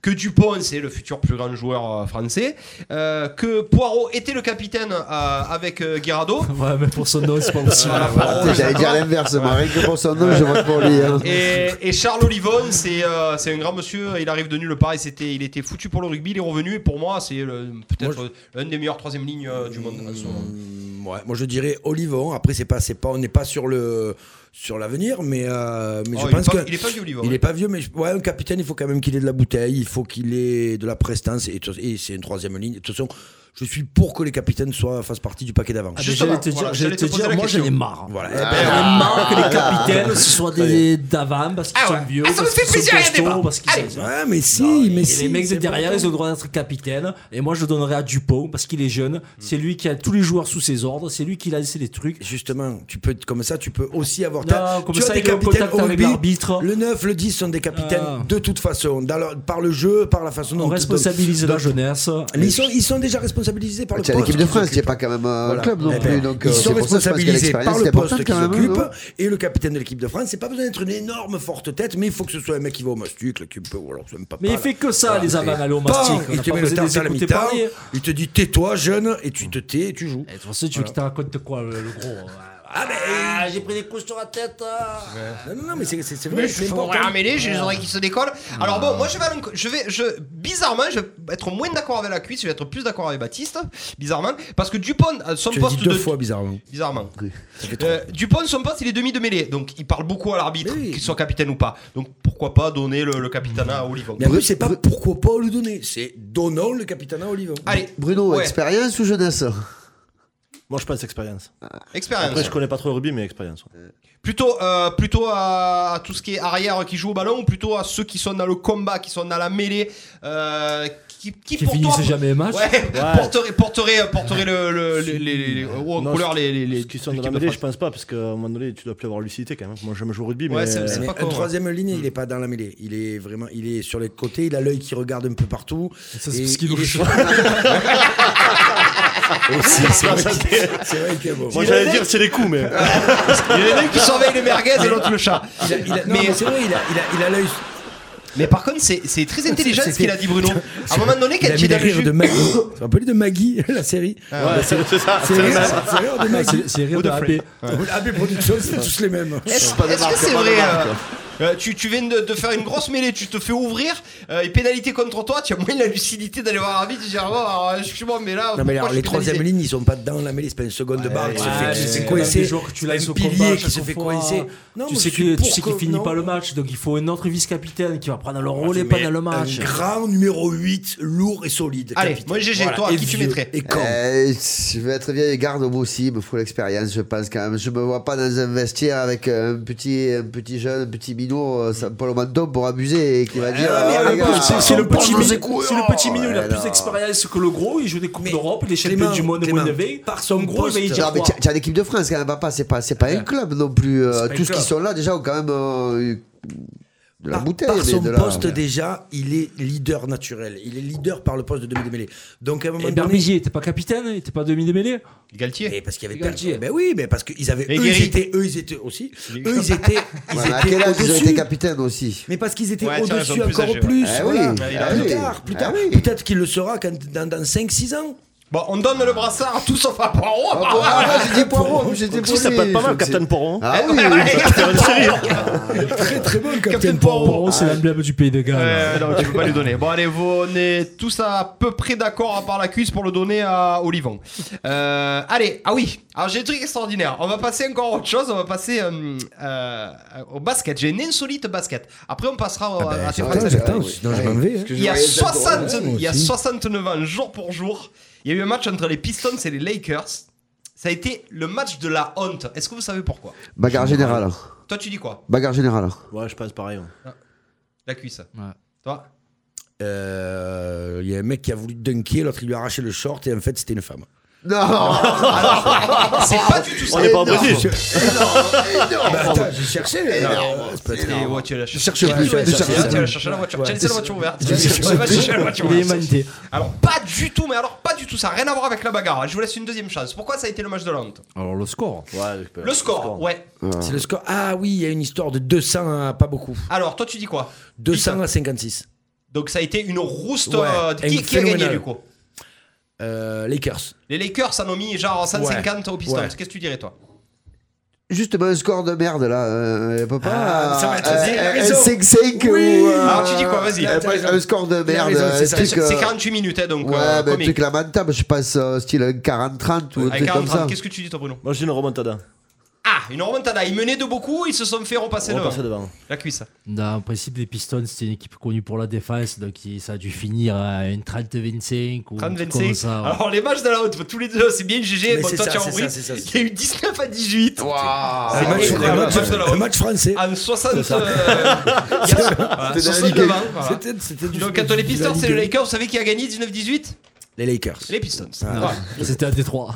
Speaker 8: que Dupont c'est le futur plus grand joueur euh, français, euh, que Poirot était le capitaine euh, avec euh, Guirado.
Speaker 7: Ouais, mais pour son nom, c'est pas possible.
Speaker 8: Voilà, Poirot,
Speaker 4: Putain, Ah, J'allais dire l'inverse, moi. Rien que pour son nom, je vote pour lui. hein.
Speaker 8: Et, et Charles Olivon, c'est euh, c'est un grand monsieur, il arrive de nulle part, et c'était, il était foutu pour le rugby, il est revenu, et pour moi, c'est le- peut-être l'un des meilleurs troisième lignes euh, du
Speaker 7: Mmh.
Speaker 8: monde. en ce moment.
Speaker 5: Mm, ouais, moi je dirais Olivon. Après c'est pas, c'est pas, on n'est pas sur le sur l'avenir, mais euh, mais
Speaker 8: Oh,
Speaker 5: je
Speaker 8: il est
Speaker 5: pense
Speaker 8: pas-
Speaker 5: que
Speaker 8: il est pas vieux, Olivon,
Speaker 5: Il
Speaker 8: ouais.
Speaker 5: est pas vieux, mais je- ouais, un capitaine, il faut quand même qu'il ait de la bouteille, il faut qu'il ait de la prestance et, tout- et c'est une troisième ligne. De toute façon, je suis pour que les capitaines soient fassent partie du paquet d'avant.
Speaker 7: Ah, mais
Speaker 8: Justement,
Speaker 7: J'allais te
Speaker 8: voilà,
Speaker 7: dire, j'allais
Speaker 8: j'allais
Speaker 7: te
Speaker 8: te poser
Speaker 7: dire,
Speaker 8: la
Speaker 7: moi j'en ai
Speaker 8: question. Ah.
Speaker 7: marre.
Speaker 5: Voilà. Eh
Speaker 7: J'en ai
Speaker 5: ben,
Speaker 7: marre que les capitaines, ce soient des d'avant parce qu'ils
Speaker 8: Ah ouais.
Speaker 7: sont vieux,
Speaker 8: Ah, ça me
Speaker 7: parce
Speaker 8: fait
Speaker 7: qu'ils
Speaker 8: plaisir,
Speaker 7: sont
Speaker 8: il y a débat.
Speaker 7: costauds, parce
Speaker 8: Allez.
Speaker 7: qu'ils sont...
Speaker 5: ouais, mais si,
Speaker 7: Non,
Speaker 5: mais
Speaker 7: et
Speaker 5: si.
Speaker 7: les mecs de
Speaker 5: c'est
Speaker 7: derrière,
Speaker 5: important.
Speaker 7: ils ont le droit d'être capitaine. Et moi, je le donnerais à Dupont parce qu'il est jeune. C'est lui qui a tous les joueurs sous ses ordres. C'est lui qui lancé les trucs.
Speaker 5: Justement, tu peux comme ça, tu peux aussi avoir
Speaker 7: Non, comme
Speaker 5: tu as
Speaker 7: ça,
Speaker 5: des
Speaker 7: il est en
Speaker 5: capitaines
Speaker 7: contact
Speaker 5: au
Speaker 7: avec
Speaker 5: rugby.
Speaker 7: l'arbitre.
Speaker 5: Le 9, le 10 sont des capitaines
Speaker 7: Ah.
Speaker 5: de toute façon, dans leur- par le jeu, par la façon dont
Speaker 7: On responsabilise
Speaker 5: dont-
Speaker 7: la jeunesse.
Speaker 5: Mais ils sont, ils sont déjà responsabilisés par le
Speaker 4: Tu as
Speaker 5: poste
Speaker 4: Ah, l'équipe de France,
Speaker 5: qu'ils
Speaker 4: tu n'es
Speaker 5: occupent.
Speaker 4: pas quand même euh, un
Speaker 5: Voilà.
Speaker 4: club non
Speaker 5: Eh ben,
Speaker 4: plus. Donc, euh,
Speaker 5: ils sont
Speaker 4: c'est pour ça, je pense que
Speaker 5: responsabilisés
Speaker 4: l'expérience,
Speaker 5: par
Speaker 4: c'est
Speaker 5: le
Speaker 4: important
Speaker 5: poste
Speaker 4: quand
Speaker 5: qu'ils
Speaker 4: même,
Speaker 5: occupent
Speaker 4: hein.
Speaker 5: et le capitaine de l'équipe de France. C'est pas besoin d'être une énorme forte tête, mais il faut que ce soit un mec qui va au mastic, qui peut, ou alors c'est même pas.
Speaker 7: Mais il
Speaker 5: pas,
Speaker 7: fait
Speaker 5: là.
Speaker 7: que ça,
Speaker 8: Ah,
Speaker 5: Voilà.
Speaker 7: les avants, aller au
Speaker 5: Bam
Speaker 7: mastic. On
Speaker 5: Il
Speaker 7: a
Speaker 5: te
Speaker 7: pas
Speaker 5: met le
Speaker 7: besoin de
Speaker 5: temps
Speaker 7: les
Speaker 5: à la
Speaker 7: écouter
Speaker 5: mi-temps,
Speaker 7: parler.
Speaker 5: il te dit tais-toi jeune, et tu te tais et tu joues.
Speaker 7: Et de toute façon, tu veux qu'il te raconte quoi, le, le gros euh, Ah, mais j'ai pris des coups sur la tête. ah.
Speaker 5: Non, non, non, mais c'est c'est- c'est
Speaker 8: Mais
Speaker 5: vrai,
Speaker 8: je
Speaker 5: c'est
Speaker 8: vais
Speaker 5: important.
Speaker 8: ramêler, j'ai les oreilles qui se décollent. Alors bon, moi je vais, aller- je vais, je bizarrement, je vais être moins d'accord avec la cuisse, je vais être plus d'accord avec Baptiste, bizarrement, parce que Dupont, euh, son
Speaker 5: Tu l'as dit
Speaker 8: poste
Speaker 5: deux
Speaker 8: de
Speaker 5: fois bizarrement.
Speaker 8: bizarrement. Euh, Dupont, son poste, il est demi de mêlée, donc il parle beaucoup à l'arbitre,
Speaker 5: Mais oui.
Speaker 8: qu'il soit capitaine ou pas. Donc pourquoi pas donner le, le capitana à Olivon.
Speaker 5: Mais après, c'est pas pourquoi pas le donner, c'est donnons le capitaine à Olivon.
Speaker 7: Ah,
Speaker 8: Allez,
Speaker 4: Bruno,
Speaker 8: Ouais.
Speaker 4: expérience ou jeunesse
Speaker 6: Moi, je pense expérience.
Speaker 8: expérience.
Speaker 6: Après, je connais pas trop le rugby, mais expérience. ouais.
Speaker 8: Plutôt, euh, plutôt à, à tout ce qui est arrière qui joue au ballon, ou plutôt à ceux qui sont dans le combat, qui sont dans la mêlée, euh, qui, qui,
Speaker 7: Qui
Speaker 8: pour
Speaker 7: finissent
Speaker 8: toi-
Speaker 7: jamais les matchs.
Speaker 8: Ouais, porterait, porterait, porterait le, le- les, les, les, les- ou en
Speaker 6: Non,
Speaker 8: couleur
Speaker 6: ce-
Speaker 8: les, les, les
Speaker 6: Ceux qui sont dans
Speaker 8: l'équipe
Speaker 6: la
Speaker 8: de
Speaker 6: mêlée,
Speaker 8: France.
Speaker 6: je pense pas, parce qu'à un moment donné, tu dois plus avoir lucidité quand même. Moi, j'aime jouer au rugby,
Speaker 8: Ouais,
Speaker 6: mais.
Speaker 8: c'est- c'est
Speaker 5: Euh, Mais
Speaker 8: pas con,
Speaker 5: un
Speaker 8: ouais.
Speaker 5: troisième ligne, il est pas dans la mêlée. Il est vraiment, il est sur les côtés. Il a l'œil qui regarde un peu partout.
Speaker 7: Ça, c'est
Speaker 5: Et
Speaker 7: parce qu'il
Speaker 5: il
Speaker 7: nous
Speaker 5: est
Speaker 7: chauffe.
Speaker 5: Aussi, c'est vrai que- c'est vrai que bon.
Speaker 6: Moi, j'allais Eh, dire, c'est les coups, mais.
Speaker 8: Il y en a un qui surveille les merguez et l'autre le chat.
Speaker 5: Il a- il a- non,
Speaker 8: mais,
Speaker 5: mais c'est vrai, il a, il a, il a l'œil.
Speaker 8: mais par contre, c'est c'est très intelligent
Speaker 5: C'est-
Speaker 8: ce qu'il a dit Bruno. À un moment donné,
Speaker 5: Il
Speaker 8: quand
Speaker 5: a
Speaker 8: il
Speaker 5: mis le
Speaker 8: est dans le
Speaker 5: rire de
Speaker 8: jus,
Speaker 5: Maggie. Tu te rappelles de Maggie, la série
Speaker 6: Ouais, c'est c'est ça.
Speaker 5: C'est
Speaker 6: c'est
Speaker 5: le
Speaker 6: le
Speaker 5: rire
Speaker 6: même.
Speaker 5: c'est le rire de Maggie.
Speaker 7: C'est rire de AB.
Speaker 5: AB Productions, c'est tous les mêmes.
Speaker 8: est-ce est-ce que c'est vrai euh, Euh, tu, tu viens de, de faire une grosse mêlée, tu te fais ouvrir, euh, et pénalité contre toi, tu as moins la lucidité d'aller voir l'arbitre, tu dis, ah bon, alors, excuse-moi, mais là.
Speaker 5: Non mais alors les
Speaker 8: pourquoi je suis pénalisé
Speaker 5: troisième lignes ils sont pas dedans la mêlée c'est pas une seconde de barre qui se
Speaker 7: ouais,
Speaker 5: fait, qui
Speaker 7: ouais,
Speaker 5: se fait
Speaker 7: c'est comme
Speaker 5: coincer
Speaker 7: des joueurs que tu
Speaker 5: c'est
Speaker 7: laisses
Speaker 5: un
Speaker 7: au
Speaker 5: pilier
Speaker 7: combat
Speaker 5: qui
Speaker 7: chaque
Speaker 5: se fait
Speaker 7: fois.
Speaker 5: coincer
Speaker 7: tu
Speaker 5: moi,
Speaker 7: sais
Speaker 5: je suis
Speaker 7: que- tu
Speaker 5: pour
Speaker 7: sais qu'il
Speaker 5: que-
Speaker 7: finit
Speaker 5: non.
Speaker 7: pas le match, donc il faut un autre vice-capitaine qui va prendre le
Speaker 5: Moi, je
Speaker 7: relais pendant
Speaker 5: mets
Speaker 7: le match.
Speaker 5: un grand numéro 8 lourd et solide
Speaker 8: Allez,
Speaker 5: capitaine.
Speaker 8: moi, GG,
Speaker 5: Voilà,
Speaker 8: toi,
Speaker 5: et
Speaker 8: qui tu
Speaker 5: vieux,
Speaker 8: mettrais
Speaker 5: et quand
Speaker 4: Euh, je vais être vieille garde moi aussi, il me faut l'expérience, je pense quand même. Je me vois pas dans un vestiaire avec un petit, un petit jeune, un petit minot, euh, ça- Paul Mandom pour abuser et qui va dire.
Speaker 7: Mais
Speaker 4: Ah,
Speaker 7: un
Speaker 4: les gars,
Speaker 7: peu, c'est- C'est le
Speaker 4: on parle
Speaker 7: petit
Speaker 4: de
Speaker 7: minou-
Speaker 4: ces couilles,
Speaker 7: c'est le petit
Speaker 4: oh,
Speaker 7: minou, il a
Speaker 4: ouais,
Speaker 7: plus
Speaker 4: non.
Speaker 7: d'expérience que le gros, il joue des coupes d'Europe, il est champion
Speaker 5: Clément,
Speaker 7: du monde moins
Speaker 5: Clément,
Speaker 7: de 20.
Speaker 5: par son
Speaker 7: En gros, il va y
Speaker 5: poste-
Speaker 7: dire
Speaker 4: Non, mais
Speaker 7: quoi
Speaker 4: t'as- t'as l'équipe de France quand même, papa, c'est pas, c'est pas un club non plus. euh,
Speaker 5: C'est pas un
Speaker 4: tous ceux
Speaker 5: club.
Speaker 4: qui sont là déjà ont quand même euh, eu de la
Speaker 5: par,
Speaker 4: bouteille.
Speaker 5: par
Speaker 4: mais
Speaker 5: son
Speaker 4: de la-
Speaker 5: poste déjà il est leader naturel il est leader par le poste de demi de mêlée donc à un moment
Speaker 7: Et
Speaker 5: donné
Speaker 7: Berbizier, t'es pas capitaine, il était pas Oh, demi de mêlée
Speaker 8: Galtier.
Speaker 5: mais parce qu'il y avait
Speaker 7: Et Galtier.
Speaker 5: personne. Ben oui, mais parce qu'ils avaient.
Speaker 8: eh. Et
Speaker 5: Eux ils,
Speaker 8: Guéry.
Speaker 5: étaient, eux, ils étaient aussi. Eux, ils étaient. Ils
Speaker 4: Ouais, mais à
Speaker 5: étaient
Speaker 4: quel âge ils ont
Speaker 5: au-dessus.
Speaker 4: été capitaines aussi
Speaker 5: Mais parce qu'ils étaient
Speaker 8: Ouais, tiens, ils sont
Speaker 5: au-dessus
Speaker 8: plus
Speaker 5: encore
Speaker 8: âgés,
Speaker 5: plus. euh,
Speaker 4: ouais. Eh
Speaker 5: voilà.
Speaker 4: oui,
Speaker 5: Plus
Speaker 4: eh oui.
Speaker 5: tard, plus tard.
Speaker 4: Eh oui.
Speaker 5: Peut-être qu'il le sera quand, dans, dans 5-6 ans.
Speaker 8: Bon, on donne le brassard à tous sauf à Poirot. à
Speaker 4: Ah,
Speaker 8: part-
Speaker 4: bon, ah, moi, j'ai dit Poirot, j'étais
Speaker 6: Si ça
Speaker 4: lui,
Speaker 6: peut être pas mal,
Speaker 4: je me suis-
Speaker 6: Captain Poron.
Speaker 4: Ah oui,
Speaker 6: Faire une série.
Speaker 5: Très très bon, Captain
Speaker 8: Captain
Speaker 5: Poirot.
Speaker 7: Poirot, c'est l'emblème du pays de Galles.
Speaker 8: Euh, non, tu peux pas lui donner. Bon, allez, vous, on est tous à peu près d'accord à part la cuisse pour le donner à Olivon. Euh, allez, ah oui, alors j'ai des trucs extraordinaires. On va passer encore à autre chose, on va passer euh, euh, au basket. J'ai une insolite basket. Après, on passera
Speaker 5: Ah
Speaker 8: à- à, tes
Speaker 4: vrai,
Speaker 8: Français.
Speaker 4: c'est vrai.
Speaker 5: Attends, sinon ben, je m'en vais. hein.
Speaker 8: Il y, a 60
Speaker 5: moi
Speaker 8: il y a
Speaker 5: aussi.
Speaker 8: 69 ans, jour pour jour, il y a eu un match entre les Pistons et les Lakers. Ça a été le match de la honte. Est-ce que vous savez pourquoi
Speaker 4: Bagarre générale.
Speaker 8: Toi, tu dis quoi
Speaker 4: Bagarre générale.
Speaker 6: Ouais, je pense pareil. ouais.
Speaker 8: La cuisse.
Speaker 12: Ouais.
Speaker 8: Toi
Speaker 5: Euh, Il y a un mec qui a voulu dunker, l'autre il lui a arraché le short et en fait c'était une femme.
Speaker 4: Non
Speaker 8: C'est
Speaker 5: Ah,
Speaker 8: pas du tout ça.
Speaker 6: On n'est pas en
Speaker 4: Énorme.
Speaker 6: Brésil.
Speaker 8: Ah, bah,
Speaker 5: Attends, j'ai cherché.
Speaker 8: Et ouais, tu l'as cherché.
Speaker 5: cherche plus,
Speaker 8: Tu l'as
Speaker 5: ouais, cherche
Speaker 8: cherché,
Speaker 5: plus.
Speaker 8: tu l'as cherché la voiture. Tu as laissé la voiture ouverte. Tu
Speaker 5: Ouais.
Speaker 8: vas chercher la voiture
Speaker 7: Il est
Speaker 8: ouverte.
Speaker 7: humanité.
Speaker 8: Alors, pas du tout, mais alors, pas du tout. Ça n'a rien à voir avec la bagarre. hein. Je vous laisse une deuxième chance. Pourquoi ça a été le match de l'Ante
Speaker 12: Alors le score.
Speaker 8: Le score, ouais.
Speaker 5: C'est le score. Ah oui, il y a une histoire de 200 à pas beaucoup.
Speaker 8: Alors, toi, tu dis quoi
Speaker 5: 200 à 56.
Speaker 8: Donc, ça a été une rouste.
Speaker 5: Ouais,
Speaker 8: euh,
Speaker 5: et
Speaker 8: Qui qui a gagné
Speaker 5: phénoménal.
Speaker 8: du coup
Speaker 5: Euh, Lakers.
Speaker 8: Les Lakers en ont mis genre 150
Speaker 5: Ouais.
Speaker 8: aux Pistons.
Speaker 5: Ouais.
Speaker 8: Qu'est-ce que tu dirais, toi
Speaker 4: Justement, ben, un score de merde là. Euh, peut pas.
Speaker 5: Ah, ça va être
Speaker 4: euh,
Speaker 5: zéro.
Speaker 4: un
Speaker 5: Raison.
Speaker 4: 5-5
Speaker 5: Oui.
Speaker 4: ou. euh,
Speaker 8: Alors, tu dis quoi Vas-y.
Speaker 4: euh, pas- Un score de merde.
Speaker 5: raison, c'est
Speaker 4: un
Speaker 5: ça.
Speaker 4: truc,
Speaker 8: C'est
Speaker 4: euh,
Speaker 8: c'est 48 minutes, hein, donc.
Speaker 4: Ouais,
Speaker 8: euh,
Speaker 4: mais un
Speaker 8: comique.
Speaker 4: truc lamentable, je passe euh, style un 40-30 ou un
Speaker 8: Avec
Speaker 4: truc comme
Speaker 8: 40,
Speaker 4: ça.
Speaker 8: Qu'est-ce que tu dis, toi, Bruno
Speaker 6: Moi, je dis une remontada.
Speaker 8: Ah, une remontada. Ils menaient de beaucoup, ils se sont fait repasser
Speaker 6: On va
Speaker 8: devant.
Speaker 6: passer devant.
Speaker 8: La cuisse.
Speaker 12: Dans le principe, les Pistons, c'était une équipe connue pour la défense, donc il- ça a dû finir à une 30-25 ou un truc comme
Speaker 8: 30-26.
Speaker 12: ça. ouais.
Speaker 8: Alors, les matchs de la haute, tous les deux, c'est bien GG.
Speaker 5: Mais
Speaker 8: Bon,
Speaker 5: c'est
Speaker 8: toi,
Speaker 5: ça,
Speaker 8: tu as Ah,
Speaker 5: c'est
Speaker 8: compris.
Speaker 5: ça, c'est ça, c'est
Speaker 8: Il y a eu 19 à 18.
Speaker 5: Un match- un
Speaker 8: incroyable, le
Speaker 5: match-
Speaker 8: match de la
Speaker 5: un
Speaker 8: honte.
Speaker 5: match français.
Speaker 8: En 60. euh, il y a- voilà, 69 ans, voilà.
Speaker 5: C'était- c'était du-
Speaker 8: Donc, entre les
Speaker 5: de la
Speaker 8: Pistons et
Speaker 5: Ligue.
Speaker 8: les Lakers, vous savez qui a gagné 19-18
Speaker 5: Les Lakers.
Speaker 8: Les Pistons.
Speaker 5: Ah.
Speaker 8: Voilà.
Speaker 12: C'était à Détroit.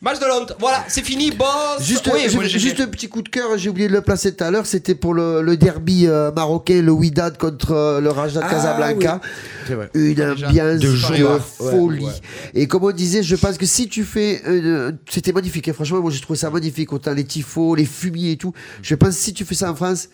Speaker 8: Match de la honte. Voilà, c'est fini. Boss.
Speaker 4: Juste,
Speaker 8: Oui,
Speaker 4: ju-
Speaker 8: moi, j'ai-
Speaker 4: juste un petit coup de cœur, j'ai oublié de le placer tout à l'heure, c'était pour le, le derby euh, marocain, le Widad contre euh, le Raja de
Speaker 5: Ah,
Speaker 4: Casablanca.
Speaker 5: C'est vrai.
Speaker 4: Une ambiance
Speaker 5: De
Speaker 4: de,
Speaker 5: joie.
Speaker 4: folie.
Speaker 5: Ouais, ouais.
Speaker 4: Et comme on disait, je pense que si tu fais... une- C'était magnifique, hein. franchement, moi j'ai trouvé ça magnifique, autant les tifos, les fumiers et tout. Je pense que si tu fais ça en France,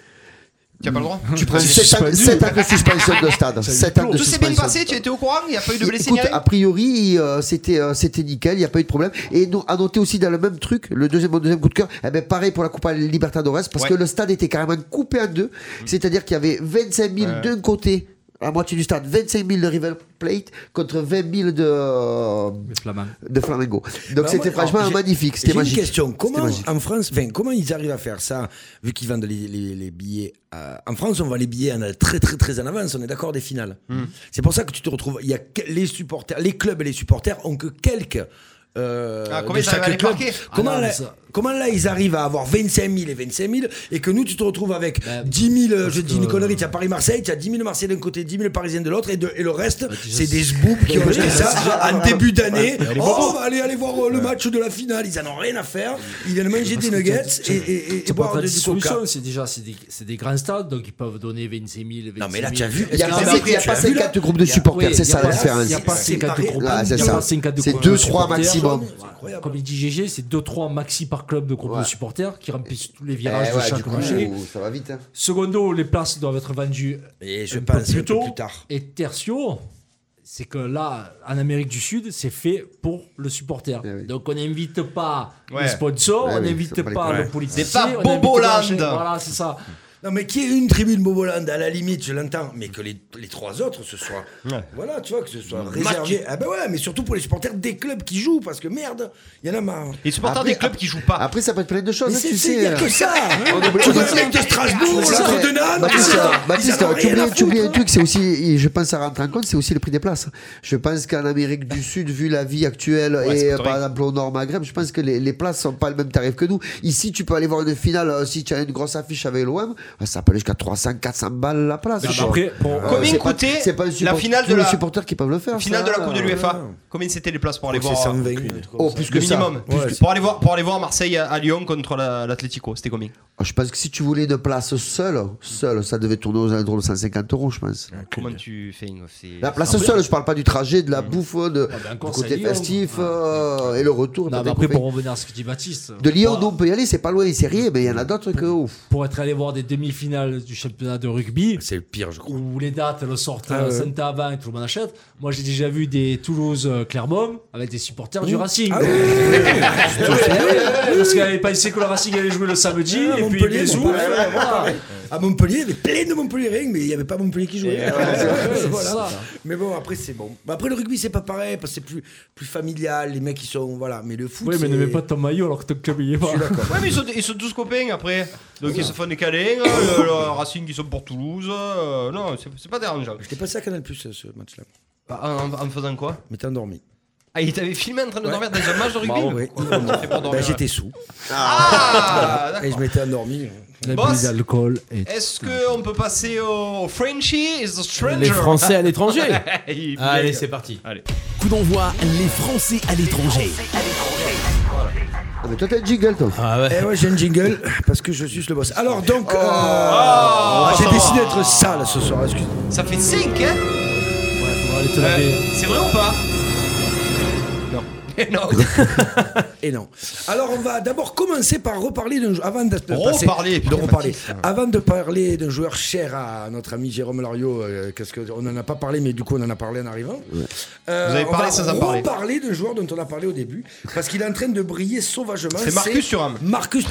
Speaker 8: Tu as pas le droit
Speaker 4: tu prends 7 ans, sept ans de suspension de stade. 7 ans de
Speaker 8: Tout s'est bien
Speaker 4: suspension.
Speaker 8: passé, tu étais au courant, il n'y a pas eu de blessé
Speaker 4: Écoute,
Speaker 8: ni rien
Speaker 4: a priori, euh, c'était euh, c'était nickel, il n'y a pas eu de problème. Et non, à noter aussi dans le même truc, le deuxième, mon deuxième coup de cœur, eh ben pareil pour la Coupe Libertadores, parce
Speaker 8: Ouais.
Speaker 4: que le stade était carrément coupé en deux, c'est-à-dire qu'il y avait 25 000 d'un côté, la moitié du stade, 25 000 de River Plate contre 20 000 de, euh,
Speaker 12: Les Flamands.
Speaker 4: de Flamengo. Donc
Speaker 5: Bah,
Speaker 4: c'était
Speaker 5: moi, alors,
Speaker 4: franchement
Speaker 5: j'ai-
Speaker 4: magnifique,
Speaker 5: J'ai
Speaker 4: c'était
Speaker 5: une
Speaker 4: magique.
Speaker 5: question. Comment
Speaker 4: magique.
Speaker 5: en France, enfin, comment ils arrivent à faire ça, vu qu'ils vendent les, les- les billets à- En France, on vend les billets en- très très très en avance. On est d'accord des finales.
Speaker 8: Hmm.
Speaker 5: C'est pour ça que tu te retrouves. Il y a que- les supporters, les clubs et les supporters ont que quelques. euh,
Speaker 8: Ah, comment
Speaker 5: de
Speaker 8: ils arrivent à
Speaker 5: chaque
Speaker 8: les
Speaker 5: club.
Speaker 8: parquer
Speaker 5: Comment,
Speaker 12: Ah non,
Speaker 5: là,
Speaker 12: mais ça-
Speaker 5: comment là ils arrivent à avoir 25 000 et 25 000 et que nous tu te retrouves avec
Speaker 12: Bah,
Speaker 5: 10 000, euh, je
Speaker 12: parce
Speaker 5: dis une
Speaker 12: que-
Speaker 5: connerie, tu as Paris-Marseille, tu as 10 000 Marseillais d'un côté, 10 000 Parisiens de l'autre et, de- et le reste
Speaker 12: déjà, c'est-
Speaker 5: c'est des zboubs qui ont acheté ça en début d'année.
Speaker 12: est
Speaker 5: Oh, on va aller, aller voir euh, le match de la finale, ils en ont rien à faire, ils viennent manger des nuggets et, et, et,
Speaker 12: C'est pas
Speaker 5: boire
Speaker 12: pas
Speaker 5: de-
Speaker 12: de
Speaker 5: du coca.
Speaker 12: solution, c'est déjà c'est des, c'est des grands stades, donc ils peuvent donner 25 000, 25 000.
Speaker 5: Non mais là tu as vu,
Speaker 4: Il n'y a
Speaker 5: est-ce
Speaker 4: pas
Speaker 5: que t'as
Speaker 8: c'est-
Speaker 5: vu-
Speaker 8: il y a
Speaker 5: tu as
Speaker 4: pas
Speaker 5: vu là
Speaker 4: 54 groupes de
Speaker 12: Oui,
Speaker 4: supporters, c'est
Speaker 12: y a
Speaker 4: ça la
Speaker 12: pas-
Speaker 4: différence.
Speaker 12: Il n'y a pas
Speaker 5: C'est
Speaker 12: 54
Speaker 5: pareil.
Speaker 12: groupes.
Speaker 4: Ah, c'est
Speaker 12: il y a
Speaker 4: ça.
Speaker 12: pas 54
Speaker 4: C'est
Speaker 12: groupes
Speaker 4: deux,
Speaker 12: de
Speaker 4: trois
Speaker 12: supporters.
Speaker 4: maximum.
Speaker 5: C'est incroyable.
Speaker 12: Comme il dit GG, c'est 2-3 maxi par club de groupes de supporters qui remplissent tous les
Speaker 4: Eh
Speaker 12: virages de
Speaker 4: ouais,
Speaker 12: chaque
Speaker 4: du coup,
Speaker 12: bouchée.
Speaker 4: ça va vite. hein.
Speaker 12: Secondo, les places doivent être vendues
Speaker 5: Et je
Speaker 12: un peu
Speaker 5: pense un
Speaker 12: plus
Speaker 5: peu
Speaker 12: tôt.
Speaker 5: plus tard.
Speaker 12: Et tertio, c'est que là, en Amérique du Sud, c'est fait pour le supporter.
Speaker 4: Eh oui.
Speaker 12: Donc on n'invite pas
Speaker 8: Ouais.
Speaker 12: les sponsors,
Speaker 4: Eh
Speaker 12: on
Speaker 4: oui,
Speaker 12: n'invite
Speaker 4: c'est pas les
Speaker 12: pas
Speaker 4: couilles.
Speaker 12: le politicien.
Speaker 8: C'est pas
Speaker 12: on n'invite
Speaker 8: Boboland.
Speaker 12: la chaîne- Voilà, c'est ça.
Speaker 5: Non, mais qu'il y ait une tribune Bobolande, à la limite, je l'entends, mais que les, les trois autres, ce soit. Voilà, tu vois, que ce soit réservé. Ah ben ouais, mais surtout pour les supporters des clubs qui jouent, parce que merde, il y en a marre.
Speaker 8: Les supporters
Speaker 4: Après-
Speaker 8: des clubs qui jouent
Speaker 6: Ah.
Speaker 8: pas.
Speaker 4: Après, ça peut être plein de choses,
Speaker 5: Mais
Speaker 4: hein,
Speaker 5: c'est
Speaker 4: tu
Speaker 5: c'est-
Speaker 4: sais.
Speaker 5: il y a
Speaker 4: euh.
Speaker 5: que ça Tu
Speaker 4: Baptiste,
Speaker 5: vois le mec de Strasbourg,
Speaker 4: Baptiste,
Speaker 5: l'autre de Nantes
Speaker 4: Ah, Baptiste,
Speaker 5: ah, ils en
Speaker 4: Baptiste,
Speaker 5: ont
Speaker 4: tu
Speaker 5: rien à
Speaker 4: oublies, tu oublies un
Speaker 5: foutre.
Speaker 4: truc, c'est aussi, et je pense à rentrer en compte, c'est aussi le prix des places. Je pense qu'en Amérique du Sud, vu la vie actuelle
Speaker 8: c'est
Speaker 4: et euh,
Speaker 8: pas
Speaker 4: par
Speaker 8: vrai.
Speaker 4: exemple au Nord Maghreb, je pense que les, les places sont pas le même tarif que nous. Ici, tu peux aller voir une finale, euh, si tu as une grosse affiche avec l'OM, ça peut aller jusqu'à 300, 400 balles la place.
Speaker 7: Ah bah
Speaker 4: quoi.
Speaker 7: après, pour-
Speaker 4: Euh,
Speaker 8: Combien
Speaker 4: c'est pas-
Speaker 8: coûtait
Speaker 4: c'est pas un support-
Speaker 8: la finale
Speaker 4: tous
Speaker 8: de
Speaker 4: les
Speaker 8: la-
Speaker 4: supporters qui peuvent le faire.
Speaker 8: Finale
Speaker 4: ça.
Speaker 8: de la Coupe de l'UEFA. Combien c'était les places pour aller
Speaker 5: C'est
Speaker 8: voir
Speaker 5: 120,
Speaker 4: Oh, plus
Speaker 8: Le
Speaker 4: que ça.
Speaker 8: minimum. Pour aller voir pour aller voir Marseille à à Lyon contre la- l'Atlético, c'était combien
Speaker 4: Ah, Je pense que si tu voulais une place seule, seule, ça devait tourner aux alentours de 150 euros, je pense.
Speaker 8: Comment tu fais une c'est-
Speaker 4: La place
Speaker 8: c'est un
Speaker 4: seule, je parle pas du trajet, de la bouffe, de,
Speaker 12: ben,
Speaker 4: du
Speaker 12: encore, c'est
Speaker 4: côté
Speaker 12: Lyon.
Speaker 4: festif
Speaker 12: Ouais.
Speaker 4: euh, et le retour.
Speaker 12: Non,
Speaker 4: t'as
Speaker 12: mais
Speaker 4: bien
Speaker 12: après,
Speaker 4: compris.
Speaker 12: pour revenir à ce que dit Baptiste,
Speaker 4: De Lyon,
Speaker 12: pour-
Speaker 4: nous, on peut y aller, c'est pas loin, c'est rien, mais il y en a d'autres que. ouf.
Speaker 12: pour être allé voir des demi-finales du championnat de rugby,
Speaker 5: C'est le pire, je crois.
Speaker 12: où les dates elles sortent
Speaker 5: Ah
Speaker 12: euh, Santa avant et tout le monde achète. Moi j'ai déjà vu des Toulouse euh, Clermont avec des supporters du Racing. Eh
Speaker 5: Ah oui,
Speaker 12: Parce qu'ils avaient pensé que le Racing allait jouer le samedi
Speaker 5: Ah,
Speaker 12: et puis
Speaker 5: Montpellier,
Speaker 12: les
Speaker 5: bon,
Speaker 12: ouf.
Speaker 5: pareil,
Speaker 12: voilà.
Speaker 5: À Ah Montpellier, il y avait plein de Montpellier Ring, mais il n'y avait pas Montpellier qui jouait. Voilà.
Speaker 12: ça.
Speaker 5: Mais bon, après, c'est bon. Mais Après, le rugby, c'est pas pareil, parce que c'est plus, plus familial, les mecs, ils sont. Voilà, mais le foot.
Speaker 12: Oui, mais ne
Speaker 5: c'est-
Speaker 12: mets pas ton maillot alors que ton club y est pas.
Speaker 8: Ouais, mais ils sont, ils sont tous copains après. Donc ils se font des câlins. euh, le, le Racing, ils sont pour Toulouse. euh, non, c'est c'est pas dérangeant.
Speaker 5: J'étais passé à Canal Plus euh, ce match-là.
Speaker 8: Bah, En, en faisant quoi
Speaker 5: Mais t'es endormi.
Speaker 8: Ah, ils t'avaient filmé en train de dormir dans un match de rugby
Speaker 5: Ouais.
Speaker 8: Comment tu fais pour dormir
Speaker 5: Ben, J'étais sous.
Speaker 8: Ah,
Speaker 5: Et je
Speaker 8: d'accord.
Speaker 5: m'étais endormi.
Speaker 12: La
Speaker 8: Boss.
Speaker 12: bulle d'alcool et
Speaker 8: Est-ce qu'on peut passer au Frenchie is a stranger
Speaker 10: Les Français à l'étranger.
Speaker 8: Il blague.
Speaker 10: Ah, Allez, c'est parti.
Speaker 3: Coup d'envoi, les Français à l'étranger.
Speaker 4: Ah, mais toi, t'as un jingle, toi.
Speaker 10: Ah ouais.
Speaker 5: Eh ouais, j'ai un jingle parce que je suce le boss. Alors donc, euh,
Speaker 8: Oh,
Speaker 5: j'ai
Speaker 8: ça
Speaker 5: décidé
Speaker 8: va.
Speaker 5: d'être sale ce soir. Excuse.
Speaker 8: Ça fait 5, hein
Speaker 12: faudra aller te laver.
Speaker 8: Euh, C'est vrai ou pas Non. non.
Speaker 5: Et non. Alors on va d'abord commencer par reparler d'un jou- avant de, de passer-
Speaker 8: Reparler,
Speaker 5: de
Speaker 8: putain,
Speaker 5: reparler.
Speaker 8: Baptiste. hein.
Speaker 5: Avant de parler d'un joueur cher à notre ami Jérôme Lario. euh, Qu'est-ce que on en a pas parlé, mais du coup on en a parlé en arrivant. Euh,
Speaker 8: Vous avez parlé
Speaker 5: on va
Speaker 8: sans en parler.
Speaker 5: reparler d'un joueur dont on a parlé au début parce qu'il est en train de briller sauvagement.
Speaker 8: C'est Marcus Thuram.
Speaker 5: Marcus.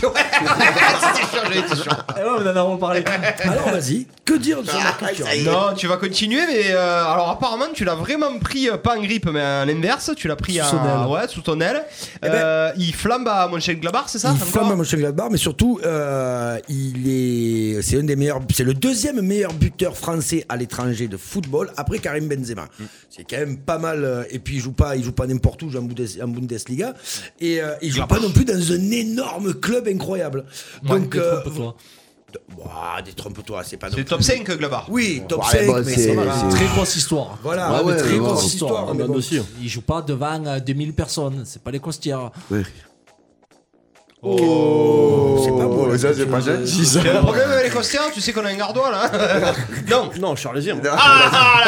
Speaker 8: C'était sûr, j'allais être sûr.
Speaker 12: Eh ouais, on en a reparlé.
Speaker 5: Alors vas-y. Que dire de ce
Speaker 8: Ah,
Speaker 5: Marcus Thuram
Speaker 8: Non, tu vas continuer, mais euh, alors apparemment tu l'as vraiment pris euh, pas en grippe, mais à l'inverse, tu l'as pris
Speaker 12: Sous
Speaker 8: à-
Speaker 12: son aile.
Speaker 8: ouais, sous ton aile.
Speaker 5: Eh ben-
Speaker 8: Euh, il flambe à Mönchengladbach, c'est ça
Speaker 5: Il
Speaker 8: encore
Speaker 5: flamme à Mönchengladbach, mais surtout, euh, il est, c'est un des meilleurs, c'est le deuxième meilleur buteur français à l'étranger de football après Karim Benzema. C'est quand même pas mal. euh, Et puis il joue pas, il joue pas n'importe où, il joue en Bundes- en Bundesliga, et euh, il joue pas non plus dans un énorme club incroyable. Donc, euh,
Speaker 12: Toi.
Speaker 5: ouah, détrompe-toi, c'est pas. non
Speaker 8: C'est
Speaker 5: plus-
Speaker 8: top 5 Gladbach.
Speaker 5: Oui, top
Speaker 4: Ouais,
Speaker 5: 5,
Speaker 4: bon,
Speaker 5: mais
Speaker 4: c'est-
Speaker 5: c'est voilà.
Speaker 4: c'est-
Speaker 12: Très grosse histoire.
Speaker 5: Voilà,
Speaker 4: Ouais,
Speaker 5: mais
Speaker 4: ouais,
Speaker 5: très
Speaker 4: ouais,
Speaker 5: grosse
Speaker 4: ouais.
Speaker 5: histoire. mais
Speaker 12: Amanda
Speaker 5: bon.
Speaker 4: hein.
Speaker 12: aussi. Ils jouent pas devant euh, 2000 personnes, c'est pas les costières.
Speaker 5: C'est pas beau, là,
Speaker 4: ça,
Speaker 5: ce que
Speaker 4: c'est
Speaker 5: tu
Speaker 4: pas
Speaker 5: dis.
Speaker 4: gentil.
Speaker 8: T'as un problème avec les Costières Tu sais qu'on a un gardois là Non
Speaker 6: Non, Charlesien.
Speaker 8: Ah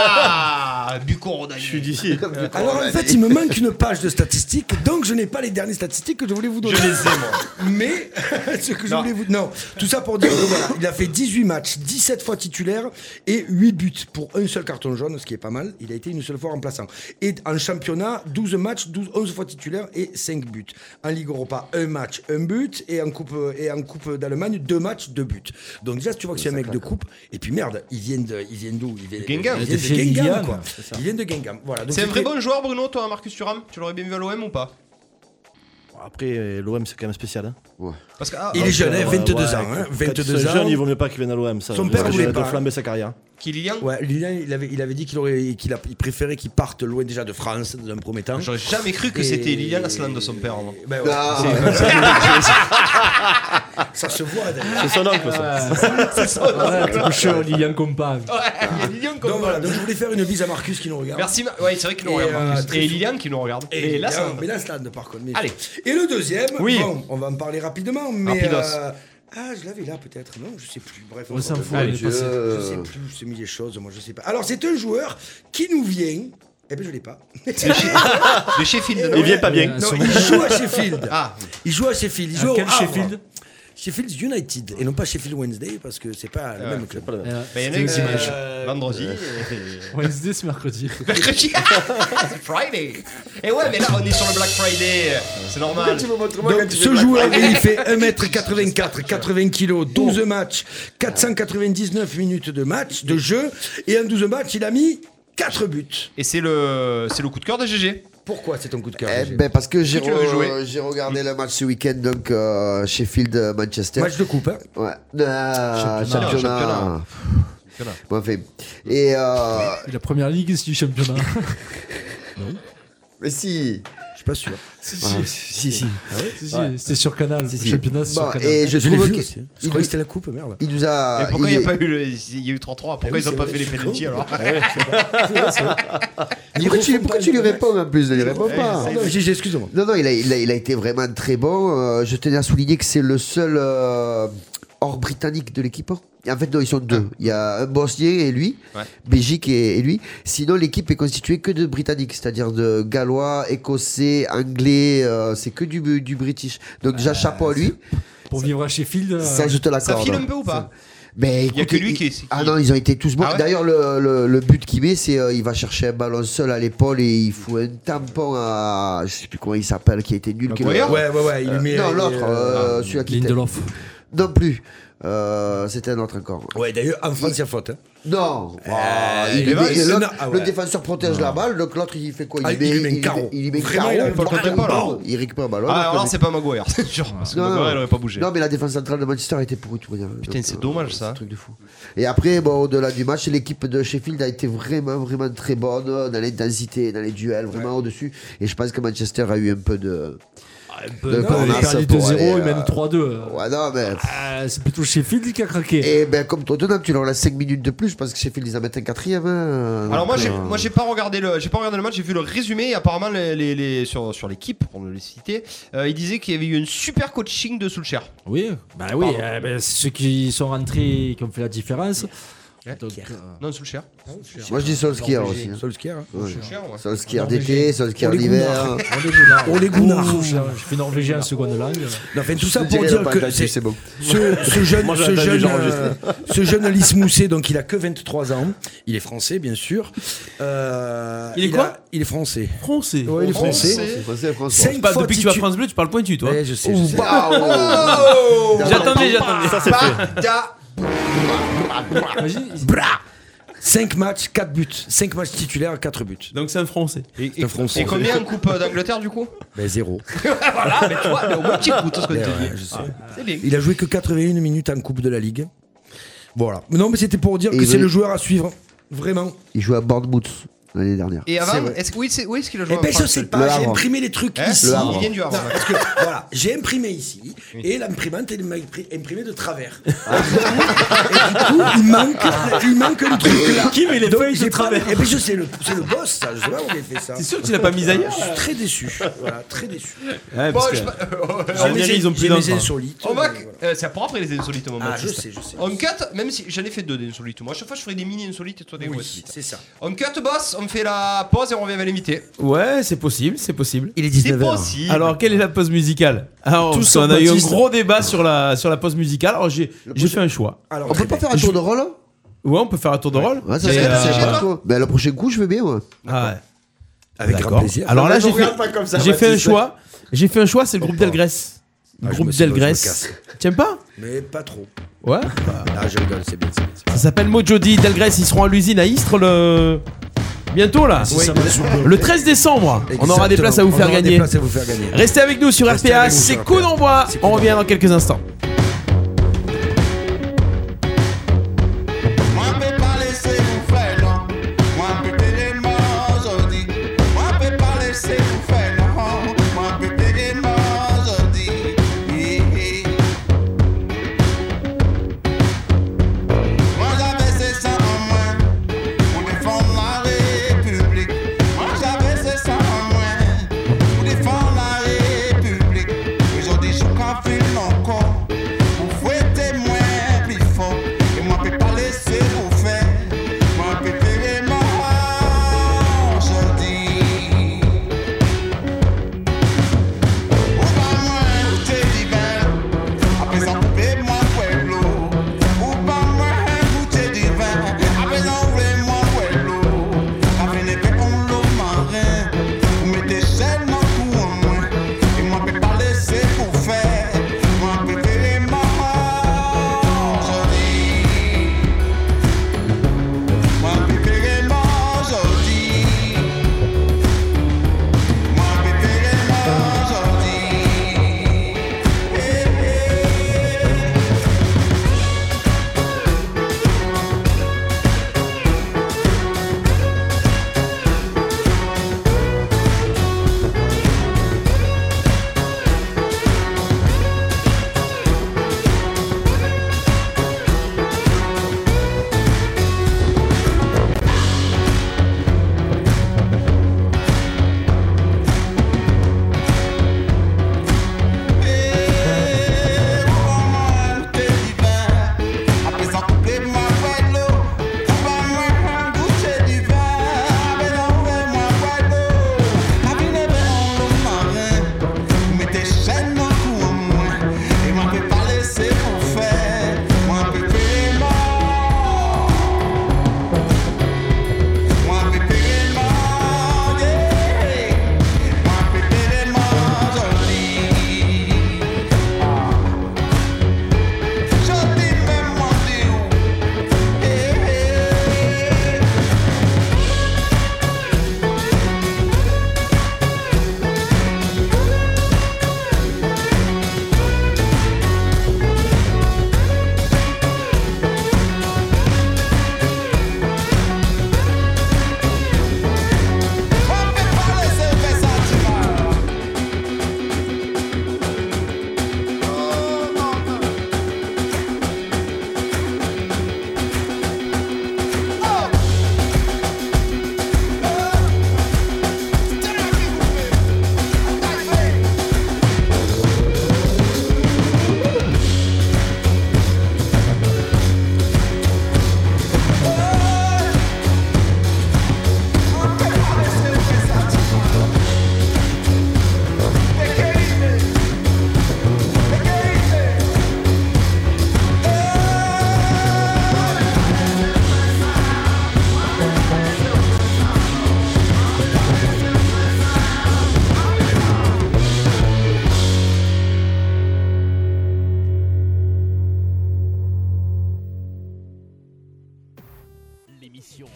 Speaker 8: là Bucon, on a
Speaker 6: Je suis d'ici.
Speaker 5: Euh, Alors en fait, il me manque une page de statistiques, donc je n'ai pas les dernières statistiques que je voulais vous donner.
Speaker 8: Je les ai, moi.
Speaker 5: Mais ce que je
Speaker 8: Non.
Speaker 5: voulais vous non, tout ça pour dire que voilà, il a fait 18 matchs, 17 fois titulaire et 8 buts pour un seul carton jaune, ce qui est pas mal. Il a été une seule fois remplaçant. Et en championnat, 12 matchs, 12 11 fois titulaire et 5 buts. En Ligue Europa, un match, un but et en coupe et en coupe d'Allemagne, deux matchs, deux buts. Donc déjà, tu vois que c'est un mec de coupe et puis merde, il vient de il vient d'où Il vient
Speaker 8: Guingamp.
Speaker 5: Il
Speaker 12: De
Speaker 5: vient de Guingamp
Speaker 12: Guingamp,
Speaker 5: quoi. Il vient de Guingamp. Voilà. Donc
Speaker 8: C'est un vrai
Speaker 5: c'était-
Speaker 8: bon joueur, Bruno, toi, Marcus Thuram Tu l'aurais bien vu à l'OM ou pas
Speaker 6: Après, l'OM, c'est quand même spécial. hein.
Speaker 8: Parce que. ah,
Speaker 5: Il est jeune, hein,
Speaker 12: euh,
Speaker 6: Ouais,
Speaker 5: 22
Speaker 6: ouais,
Speaker 5: ans,
Speaker 6: quand-
Speaker 5: hein,
Speaker 6: quand
Speaker 5: 22
Speaker 6: ils sont
Speaker 5: ans.
Speaker 6: jeunes, il vaut mieux pas qu'il vienne à l'OM. Ça,
Speaker 5: Son
Speaker 6: parce
Speaker 5: père
Speaker 6: que
Speaker 5: voulait
Speaker 6: ça va
Speaker 5: pas.
Speaker 6: flamber sa carrière.
Speaker 8: Kylian
Speaker 5: Ouais, Lilian, il avait, il avait dit qu'il aurait, qu'il a- il préférait qu'il parte loin déjà de France dans un premier temps.
Speaker 8: J'aurais jamais cru que
Speaker 5: Et-
Speaker 8: c'était Lilian Aslan de son père. moi.
Speaker 5: Ben ouais,
Speaker 4: Ah,
Speaker 5: c'est-
Speaker 4: ouais.
Speaker 5: ça se voit. d'ailleurs.
Speaker 6: C'est son oncle, ça.
Speaker 12: Ouais, t'es couché au Lilian Compa.
Speaker 8: Ouais, Lilian comme
Speaker 5: Donc voilà, donc je voulais faire une bise à Marcus qui nous regarde.
Speaker 8: Merci, Ma- ouais, c'est vrai qu'il nous
Speaker 5: Et,
Speaker 8: regarde.
Speaker 5: euh,
Speaker 8: Marcus.
Speaker 5: très
Speaker 8: et
Speaker 5: chaud.
Speaker 8: Liliane qui nous regarde. Et,
Speaker 5: Et,
Speaker 8: là, ça.
Speaker 5: mais là, Slade, par contre. mais-
Speaker 8: Allez.
Speaker 5: Et le deuxième,
Speaker 8: Oui.
Speaker 5: bon, on va en parler rapidement, mais.
Speaker 8: Rapidos.
Speaker 5: euh, ah, je l'avais là peut-être, non Je sais plus. Bref,
Speaker 12: On s'en
Speaker 5: va-
Speaker 12: fout, elle est
Speaker 5: je,
Speaker 12: passée.
Speaker 5: je sais plus, je sais mis des choses, moi je sais pas. Alors, c'est un joueur qui nous vient. Eh ben, je l'ai pas.
Speaker 8: De Sheffield.
Speaker 7: Euh,
Speaker 6: Il vient pas bien.
Speaker 5: non, il joue à Sheffield.
Speaker 8: Ah,
Speaker 5: Il joue à Sheffield. Il joue
Speaker 12: À
Speaker 5: au
Speaker 12: quel
Speaker 5: Havre.
Speaker 12: Sheffield
Speaker 5: Sheffield United et non pas Sheffield Wednesday parce que c'est pas le
Speaker 8: Ouais,
Speaker 5: même
Speaker 8: c'est
Speaker 5: club.
Speaker 6: pas le
Speaker 4: Euh,
Speaker 6: même.
Speaker 8: Mais Ben, il y en a
Speaker 5: C'était
Speaker 8: qui
Speaker 5: aussi moche.
Speaker 8: euh, vendredi. et-
Speaker 12: Wednesday, c'est mercredi.
Speaker 8: Mercredi C'est Friday Et Eh ouais, mais là, on est sur le Black Friday, c'est normal.
Speaker 5: Donc, ce joueur, il fait 1m84, 80 kg, 12 matchs, 499 minutes de match, de jeu, et en 12 matchs, il a mis 4 buts.
Speaker 8: Et c'est le, c'est le coup de cœur de GG.
Speaker 5: Pourquoi c'est ton coup de cœur
Speaker 4: Eh
Speaker 5: Roger
Speaker 4: ben parce que j'ai
Speaker 8: tu l'avais
Speaker 4: re-
Speaker 8: joué.
Speaker 4: j'ai regardé le match ce week-end donc euh, Sheffield euh, Manchester.
Speaker 5: Match de coupe, hein
Speaker 4: Ouais. Euh,
Speaker 8: Championnat.
Speaker 4: championnat. Bon, fait. Et euh,
Speaker 12: La première ligue, c'est du championnat.
Speaker 4: mais si.
Speaker 5: Je suis pas sûr.
Speaker 4: Ah, si si.
Speaker 12: Si, si, C'était sur Canal. Le
Speaker 4: si.
Speaker 12: championnat, c'est
Speaker 4: Bon,
Speaker 12: sur Canal.
Speaker 4: et je
Speaker 5: l'ai
Speaker 4: trouve
Speaker 5: vu
Speaker 4: qu'il
Speaker 5: aussi. hein. Je
Speaker 4: il,
Speaker 5: croyais que c'était la coupe, merde.
Speaker 4: il nous a.
Speaker 8: Mais pourquoi il n'y
Speaker 4: est-
Speaker 8: a pas eu le, il y a eu 3-3 Pourquoi
Speaker 5: oui,
Speaker 8: ils n'ont
Speaker 5: c'est
Speaker 8: pas
Speaker 5: vrai,
Speaker 8: fait les
Speaker 5: je suis
Speaker 8: penalties
Speaker 5: con.
Speaker 8: alors
Speaker 4: Pourquoi tu, pourquoi tu lui réponds en plus Ne lui réponds pas.
Speaker 5: Ah, Excuse-moi.
Speaker 4: Non, non, il a, il a, il a été vraiment très bon. Euh, je tenais à souligner que c'est le seul euh, hors britannique de l'équipe. hein. En fait, non, ils sont deux. Il y a un Bosnien et lui,
Speaker 8: Ouais.
Speaker 4: Belgique et, et lui. Sinon, l'équipe est constituée que de Britanniques, c'est-à-dire de Gallois, Écossais, Anglais. euh, c'est que du, du British. Donc, déjà, chapeau à lui.
Speaker 7: Pour vivre à Sheffield. euh,
Speaker 4: Ça, je te
Speaker 8: Ça
Speaker 4: l'accorde.
Speaker 8: file un peu ou pas
Speaker 4: Mais
Speaker 8: Il y a
Speaker 4: écoutez,
Speaker 8: que lui qui est-
Speaker 4: il- Ah non, ils ont été tous bons.
Speaker 8: Ah ouais
Speaker 4: D'ailleurs, le, le- le but qu'il met, c'est euh, il va chercher un ballon seul à l'épaule et il fout un tampon à. Je sais plus comment il s'appelle, qui a été nul. qui-
Speaker 8: Maguire
Speaker 5: Ouais, ah, ouais, ouais. Il lui met,
Speaker 4: hein. non,
Speaker 5: il-
Speaker 4: l'autre, euh, celui à qui t'es-
Speaker 12: Lindelof.
Speaker 4: Non plus. Euh, C'était un autre encore.
Speaker 5: Ouais, d'ailleurs, en France, il y a faute. hein.
Speaker 4: Non. Oh,
Speaker 5: il
Speaker 4: il lui
Speaker 5: va-
Speaker 4: met-
Speaker 5: il-
Speaker 4: l'autre-
Speaker 5: non, ah ouais.
Speaker 4: Le défenseur protège la balle, donc l'autre il fait quoi
Speaker 5: Ah, il lui met un
Speaker 4: il,
Speaker 5: carreau.
Speaker 4: il lui met un
Speaker 5: Vraiment,
Speaker 4: carreau.
Speaker 5: il a pas le
Speaker 4: il,
Speaker 5: contrôle.
Speaker 4: il récupère un ballon.
Speaker 8: Ah,
Speaker 4: donc
Speaker 8: alors
Speaker 4: le-
Speaker 8: c'est pas Maguire, c'est sûr. Parce que
Speaker 4: Non,
Speaker 8: Maguire,
Speaker 4: non.
Speaker 8: il n'aurait pas bougé.
Speaker 4: Non, mais la défense centrale de Manchester était pourrie, tout dire.
Speaker 8: Putain, c'est dommage, ça.
Speaker 4: euh, Un truc de fou. Et après, bon, au-delà du match, l'équipe de Sheffield a été vraiment, vraiment très bonne euh, dans l'intensité, dans les duels, vraiment au-dessus. Et je pense que Manchester a eu un peu de.
Speaker 7: un peu-
Speaker 4: de
Speaker 7: non,
Speaker 4: corner,
Speaker 7: il a perdu
Speaker 4: ça, pour
Speaker 7: 2-0 et
Speaker 4: aller,
Speaker 7: même
Speaker 4: euh,
Speaker 7: 3-2.
Speaker 4: Ouais, non, mais.
Speaker 7: Euh, c'est plutôt Sheffield qui a craqué.
Speaker 4: Et ben, comme Tottenham, tu leur laisses 5 minutes de plus. Je pense que Sheffield, ils en mettent un quatrième. hein.
Speaker 8: Alors moi
Speaker 4: Donc,
Speaker 8: j'ai
Speaker 4: euh,
Speaker 8: moi j'ai pas regardé le j'ai pas regardé le match j'ai vu le résumé et apparemment les, les- les- sur sur l'équipe pour ne les citer euh, il disait qu'il y avait eu un super coaching de Sulcher
Speaker 7: Oui, bah oui,
Speaker 8: Pardon.
Speaker 7: euh, bah, c'est ceux qui sont rentrés et qui ont fait la différence. Donc, euh,
Speaker 8: non Sulcher
Speaker 4: Moi, je dis Solskjaer aussi. hein.
Speaker 5: Solskjaer. hein.
Speaker 4: Ouais.
Speaker 8: Sulcher ouais.
Speaker 4: Solskjaer d'été, Solskjaer
Speaker 5: Ole
Speaker 4: d'hiver.
Speaker 7: rendez-vous là.
Speaker 5: Oh, les gounards.
Speaker 7: Ouh, j'ai j'ai fait norvégien en seconde langue.
Speaker 5: Non, enfin, tout
Speaker 4: Je
Speaker 5: ça
Speaker 4: te
Speaker 5: pour
Speaker 4: dirai
Speaker 5: dire
Speaker 4: la
Speaker 5: que
Speaker 4: patate,
Speaker 5: c'est-
Speaker 4: c'est bon.
Speaker 5: ce, ce jeune,
Speaker 6: Moi,
Speaker 5: ce
Speaker 6: j'attends
Speaker 5: jeune,
Speaker 6: les gens
Speaker 5: euh, ce jeune Alice Mousset, donc il a que 23 ans. Il est français, bien sûr. Euh,
Speaker 10: Il est
Speaker 5: a-
Speaker 10: quoi Oh,
Speaker 5: Il est français.
Speaker 10: Français.
Speaker 5: Ouais, il est français.
Speaker 4: C'est français, François.
Speaker 5: Cinq
Speaker 10: Tu parles-
Speaker 5: fois
Speaker 10: depuis que tu vas à
Speaker 5: titu-
Speaker 10: France Bleu, tu parles pointu, toi. Oh, bah,
Speaker 5: Ouais, je sais, je sais.
Speaker 10: J'attendais, j'attendais.
Speaker 6: Ça, c'est fait.
Speaker 7: Imagine,
Speaker 5: Bra 5 matchs, 4 buts. 5 matchs titulaires, 4 buts.
Speaker 10: Donc c'est un Français.
Speaker 5: C'est un français.
Speaker 8: et combien en coupe euh, d'Angleterre du coup
Speaker 5: Ben, zéro.
Speaker 8: voilà mais toi mais au moins tu écoutes ce que
Speaker 5: Ben,
Speaker 8: tu
Speaker 5: ouais,
Speaker 8: dis
Speaker 5: je sais.
Speaker 10: Ah,
Speaker 8: c'est bien
Speaker 5: Il a joué que 81 minutes en Coupe de la Ligue. Voilà. Mais Non, mais c'était pour dire
Speaker 4: Et
Speaker 5: que
Speaker 4: il
Speaker 5: c'est
Speaker 4: veut-
Speaker 5: le joueur à suivre. Vraiment.
Speaker 4: Il jouait à Bournemouth l'année dernière.
Speaker 8: et
Speaker 5: C'est
Speaker 8: avant
Speaker 5: vrai.
Speaker 8: est-ce que- oui c'est oui est-ce qu'il a joué
Speaker 5: Eh
Speaker 8: en
Speaker 5: ben, je
Speaker 8: France,
Speaker 5: sais
Speaker 4: Le
Speaker 5: pas, j'ai
Speaker 4: Havre.
Speaker 5: imprimé les trucs
Speaker 8: Hein
Speaker 5: ici.
Speaker 4: Le Havre.
Speaker 8: il vient du
Speaker 5: Non,
Speaker 8: Havre ouais.
Speaker 5: parce que voilà, j'ai imprimé ici et l'imprimante elle m'a impri- imprimé de travers. et du
Speaker 4: Ah.
Speaker 5: coup, il manque, il manque le truc là.
Speaker 7: Qui met les
Speaker 5: Donc,
Speaker 7: feuilles
Speaker 5: j'ai
Speaker 7: de
Speaker 5: pas-
Speaker 7: travers
Speaker 5: Et puis je sais, le- c'est le boss ça, je sais pas où il a fait ça.
Speaker 10: T'es sûr que tu l'as pas mis ailleurs
Speaker 5: Je suis très déçu. Voilà, très déçu.
Speaker 10: Ouais,
Speaker 8: Bon,
Speaker 10: parce que-
Speaker 8: je-
Speaker 4: euh,
Speaker 10: J'ai
Speaker 5: J'ai
Speaker 10: mis-
Speaker 5: mes-
Speaker 10: ils ont plus
Speaker 5: j'ai mes
Speaker 10: d'enfants.
Speaker 5: insolites.
Speaker 8: On
Speaker 5: euh,
Speaker 8: va.
Speaker 5: voilà.
Speaker 8: euh, c'est propre les insolites au moment
Speaker 5: Ah,
Speaker 8: de
Speaker 5: je
Speaker 8: ça.
Speaker 5: sais, je sais.
Speaker 8: On cut, même si j'en ai fait deux des insolites. Moi, à chaque fois, je ferai des mini insolites et toi des
Speaker 5: Oui,
Speaker 8: grosses.
Speaker 5: c'est ça.
Speaker 8: On cut, boss, on fait la pause et on revient avec l'invité.
Speaker 10: Ouais, c'est possible, c'est possible.
Speaker 5: Il est
Speaker 8: C'est
Speaker 4: hein.
Speaker 8: possible.
Speaker 10: Alors, quelle est la pause musicale Alors,
Speaker 5: Tout
Speaker 10: parce
Speaker 5: sauf
Speaker 10: on a eu un
Speaker 5: Baptiste.
Speaker 10: gros débat sur la, sur la pause musicale. Alors, j'ai j'ai fait un choix.
Speaker 5: Alors,
Speaker 4: On peut pas faire un tour de rôle hein
Speaker 10: Ouais, on peut faire un tour de rôle
Speaker 4: Ouais, ça
Speaker 8: Et
Speaker 4: serait
Speaker 8: euh,
Speaker 4: c'est
Speaker 8: Gérard
Speaker 4: pas toi. Ben, le prochain coup, je veux bien, moi.
Speaker 10: Ah ouais.
Speaker 5: avec grand
Speaker 10: D'accord.
Speaker 5: plaisir.
Speaker 10: Alors là,
Speaker 4: Non,
Speaker 10: j'ai
Speaker 4: mais regarde pas comme ça,
Speaker 10: fait, j'ai fait un
Speaker 4: Baptiste.
Speaker 10: choix. J'ai fait un choix, c'est le groupe Delgrès. Le
Speaker 5: Ah, je
Speaker 10: groupe
Speaker 5: me suis- je me
Speaker 10: Delgrès.
Speaker 5: casse.
Speaker 10: T'aimes pas
Speaker 5: Mais pas trop.
Speaker 10: Ouais.
Speaker 5: Ah, je rigole, c'est bien, c'est bien. c'est bien.
Speaker 10: Ça s'appelle Mojodi Delgrès. Ils seront à l'usine à Istres le. Bientôt là.
Speaker 5: Si ça va sous peu.
Speaker 10: Le 13 décembre. On aura des places à vous
Speaker 5: On
Speaker 10: faire
Speaker 5: aura des
Speaker 10: gagner.
Speaker 5: places à vous faire gagner.
Speaker 10: Restez avec nous sur
Speaker 5: Restez
Speaker 10: RPA.
Speaker 5: avec nous sur
Speaker 10: C'est
Speaker 5: RPA.
Speaker 10: coup d'envoi.
Speaker 5: C'est coup
Speaker 10: On revient
Speaker 5: d'envoi.
Speaker 10: dans quelques instants.
Speaker 9: Moi, je peux pas laisser vous faire, non. Moi, je peux péter le mort aujourd'hui. Moi, je peux pas laisser vous faire, non. Moi, je peux péter le mort aujourd'hui. Hi, hi. Moi, j'avais ces ça en moi. Pour défendre la République. Moi, j'avais ces ça en moi. Pour défendre la République. Aujourd'hui, je confine encore. Pour fouetter moins plus fort. Et moi, je peux pas laisser vous faire. Moi, je peux faire les morts aujourd'hui.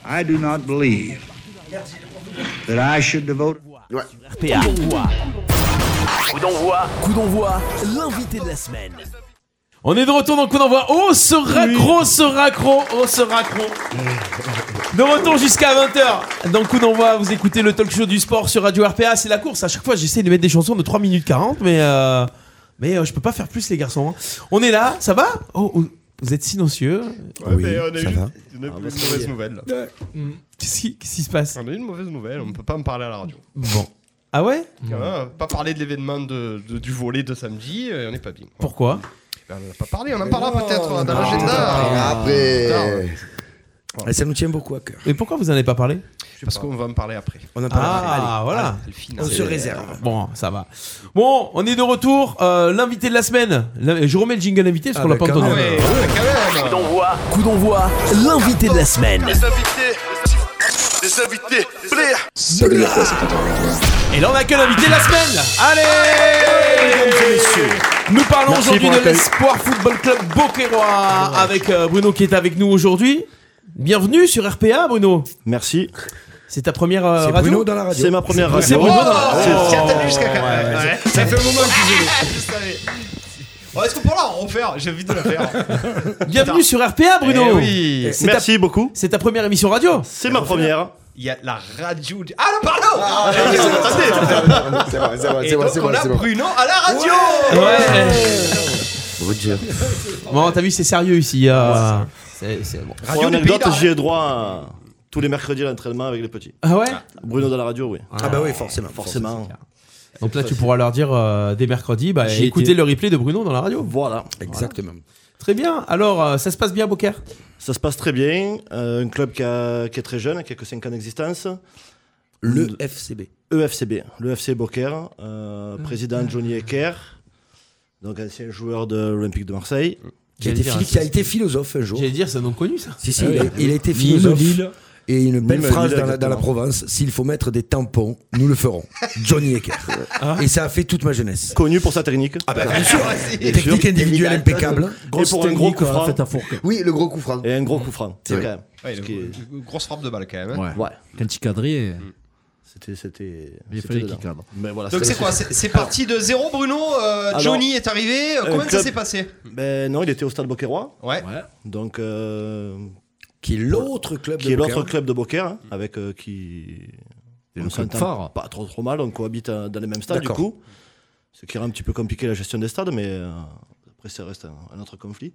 Speaker 13: I do not believe that I should devote.
Speaker 3: RPA. Coup d'envoi. Coup d'envoi. Coup d'envoi. L'invité de la semaine.
Speaker 10: On est de retour dans le coup d'envoi. Oh, ce raccro, ce raccro, oh, ce raccro. De retour jusqu'à 20h. Dans le coup d'envoi, vous écoutez le talk show du sport sur Radio RPA. C'est la course. À chaque fois, j'essaie de mettre des chansons de 3 minutes 40, mais, euh, mais euh, je peux pas faire plus, les garçons. hein. On est là, ça va oh, oh, vous êtes silencieux.
Speaker 8: Ouais, mais on a eu- on a eu
Speaker 10: Ah,
Speaker 8: une
Speaker 10: bah, ça y
Speaker 8: mauvaise
Speaker 10: est.
Speaker 8: nouvelle.
Speaker 10: Ouais. Mm. Qu'est-ce qui, qu'est-ce qui se passe
Speaker 8: On a eu une mauvaise nouvelle, on peut pas me parler à la radio.
Speaker 10: Bon. Ah ouais
Speaker 8: Ah, pas parler de l'événement de, de- du volet de samedi, euh, on n'est pas bien.
Speaker 10: Pourquoi
Speaker 8: Ben, on en a pas parlé, on en parlera peut-être euh, dans
Speaker 10: Ah,
Speaker 8: l'agenda.
Speaker 10: après.
Speaker 5: Ça nous tient beaucoup à cœur.
Speaker 10: Mais pourquoi vous en avez pas parlé
Speaker 8: Parce qu'on va en parler après.
Speaker 5: On en
Speaker 10: Ah, voilà.
Speaker 5: On se réserve.
Speaker 10: Bon, ça va. Bon, on est de retour. Euh, L'invité de la semaine. L'in- Je remets le jingle invité parce
Speaker 3: Ah,
Speaker 10: qu'on l'a
Speaker 3: bah,
Speaker 10: pas
Speaker 3: quand
Speaker 10: entendu.
Speaker 3: même. Ah ouais, Coup d'envoi. Coup d'envoi. L'invité de la semaine.
Speaker 2: Les invités, les invités,
Speaker 10: Et là, on a que l'invité de la semaine. Allez Nous parlons
Speaker 14: Merci
Speaker 10: aujourd'hui
Speaker 14: pour
Speaker 10: de
Speaker 14: l'accueil.
Speaker 10: l'Espoir Football Club Boquerois avec euh, Bruno qui est avec nous aujourd'hui. Bienvenue sur RPA, Bruno.
Speaker 6: Merci.
Speaker 10: C'est ta première euh,
Speaker 6: C'est
Speaker 10: radio
Speaker 6: Bruno dans la radio. C'est ma première radio.
Speaker 10: C'est Bruno
Speaker 6: Oh,
Speaker 10: dans la radio.
Speaker 6: c'est- c'est attendu
Speaker 8: jusqu'à quand même.
Speaker 10: Ouais, ouais.
Speaker 8: Ça fait un moment que je savais. Oh, Est-ce qu'on pourra en refaire J'ai envie de la faire.
Speaker 10: Bienvenue sur RPA, Bruno.
Speaker 8: Eh oui.
Speaker 10: C'est ta-
Speaker 8: Merci
Speaker 6: beaucoup.
Speaker 10: C'est ta première émission radio.
Speaker 6: C'est ma première.
Speaker 8: Il y a la radio. Ah non, pardon Attendez,
Speaker 2: c'est vrai,
Speaker 8: attendez.
Speaker 4: C'est vrai, c'est vrai,
Speaker 8: Et
Speaker 4: c'est vrai,
Speaker 8: donc,
Speaker 4: c'est
Speaker 8: on
Speaker 4: vrai,
Speaker 8: a
Speaker 4: c'est vrai.
Speaker 8: Bruno à la radio
Speaker 4: Roger.
Speaker 10: Bon, t'as vu, c'est sérieux ici. euh, c'est- c'est bon.
Speaker 6: Pour anecdote, j'y ai droit euh, tous les mercredis à l'entraînement avec les petits.
Speaker 10: Ah ouais
Speaker 6: Bruno de la radio, oui.
Speaker 10: Ah bah oui,
Speaker 6: forcément. Forcément.
Speaker 10: Donc là, tu pourras leur dire euh, dès mercredi, bah,
Speaker 6: J'y
Speaker 10: écoutez
Speaker 6: étais.
Speaker 10: le replay de Bruno dans la radio.
Speaker 6: Voilà.
Speaker 5: Exactement.
Speaker 10: Très bien. Alors, euh, ça se passe bien, Beaucaire
Speaker 6: Ça se passe très bien. Euh, un club qui, a- qui est très jeune, qui a que 5 ans d'existence.
Speaker 5: Le FCB.
Speaker 6: EFCB, le FC Beaucaire, euh, président Johnny Ecker, donc ancien joueur de l'Olympique de Marseille.
Speaker 5: Qui a été, philo- qui a été philosophe un jour.
Speaker 10: J'allais dire, c'est un nom connu ça.
Speaker 5: Si, si,
Speaker 6: Ah
Speaker 5: il, a,
Speaker 6: oui.
Speaker 5: il a été
Speaker 6: Lille,
Speaker 5: philosophe.
Speaker 6: Lille.
Speaker 5: Et une belle
Speaker 6: Lille,
Speaker 5: phrase
Speaker 6: Lille,
Speaker 5: dans, la, dans la
Speaker 6: exactement.
Speaker 5: Provence s'il faut mettre des tampons, nous le ferons. Johnny Ecker.
Speaker 6: Ah.
Speaker 5: Et ça a fait toute ma jeunesse.
Speaker 6: Connu pour sa technique.
Speaker 5: Ah bah, bien sûr. Technique individuelle impeccable.
Speaker 6: Et
Speaker 5: Grosse
Speaker 6: pour un gros
Speaker 5: technique,
Speaker 6: coup
Speaker 5: euh,
Speaker 6: franc.
Speaker 5: faite à Fourquet.
Speaker 4: Oui, le gros coup franc.
Speaker 6: Et un gros coup franc.
Speaker 5: C'est
Speaker 6: C'est
Speaker 5: vrai.
Speaker 6: quand même.
Speaker 8: Ouais, une grosse frappe de balle quand même. hein.
Speaker 6: Ouais.
Speaker 12: Quand il
Speaker 7: euh,
Speaker 12: cadrait,
Speaker 6: c'était. c'était
Speaker 12: Il
Speaker 6: c'était
Speaker 12: fallait qu'il
Speaker 6: dedans.
Speaker 12: cadre.
Speaker 6: Mais voilà,
Speaker 8: Donc c'est quoi C'est c'est parti de zéro, Bruno Euh,
Speaker 6: Alors,
Speaker 8: Johnny est arrivé.
Speaker 6: un
Speaker 8: Comment ça
Speaker 6: club-
Speaker 8: s'est passé
Speaker 6: Ben non, il était au stade Boquerois.
Speaker 8: Ouais.
Speaker 6: Donc. euh,
Speaker 5: Qui est l'autre club
Speaker 6: Qui
Speaker 5: de Mm.
Speaker 6: est l'autre
Speaker 5: Beaucaire.
Speaker 6: club de Beaucaire, hein, avec euh, qui.
Speaker 12: le
Speaker 6: on
Speaker 12: club
Speaker 6: s'entend
Speaker 12: phare.
Speaker 6: Pas trop trop mal, on cohabite euh, dans les mêmes stades du
Speaker 5: D'accord.
Speaker 6: coup. Ce qui rend un petit peu compliqué la gestion des stades, mais euh, après ça reste un, un autre conflit.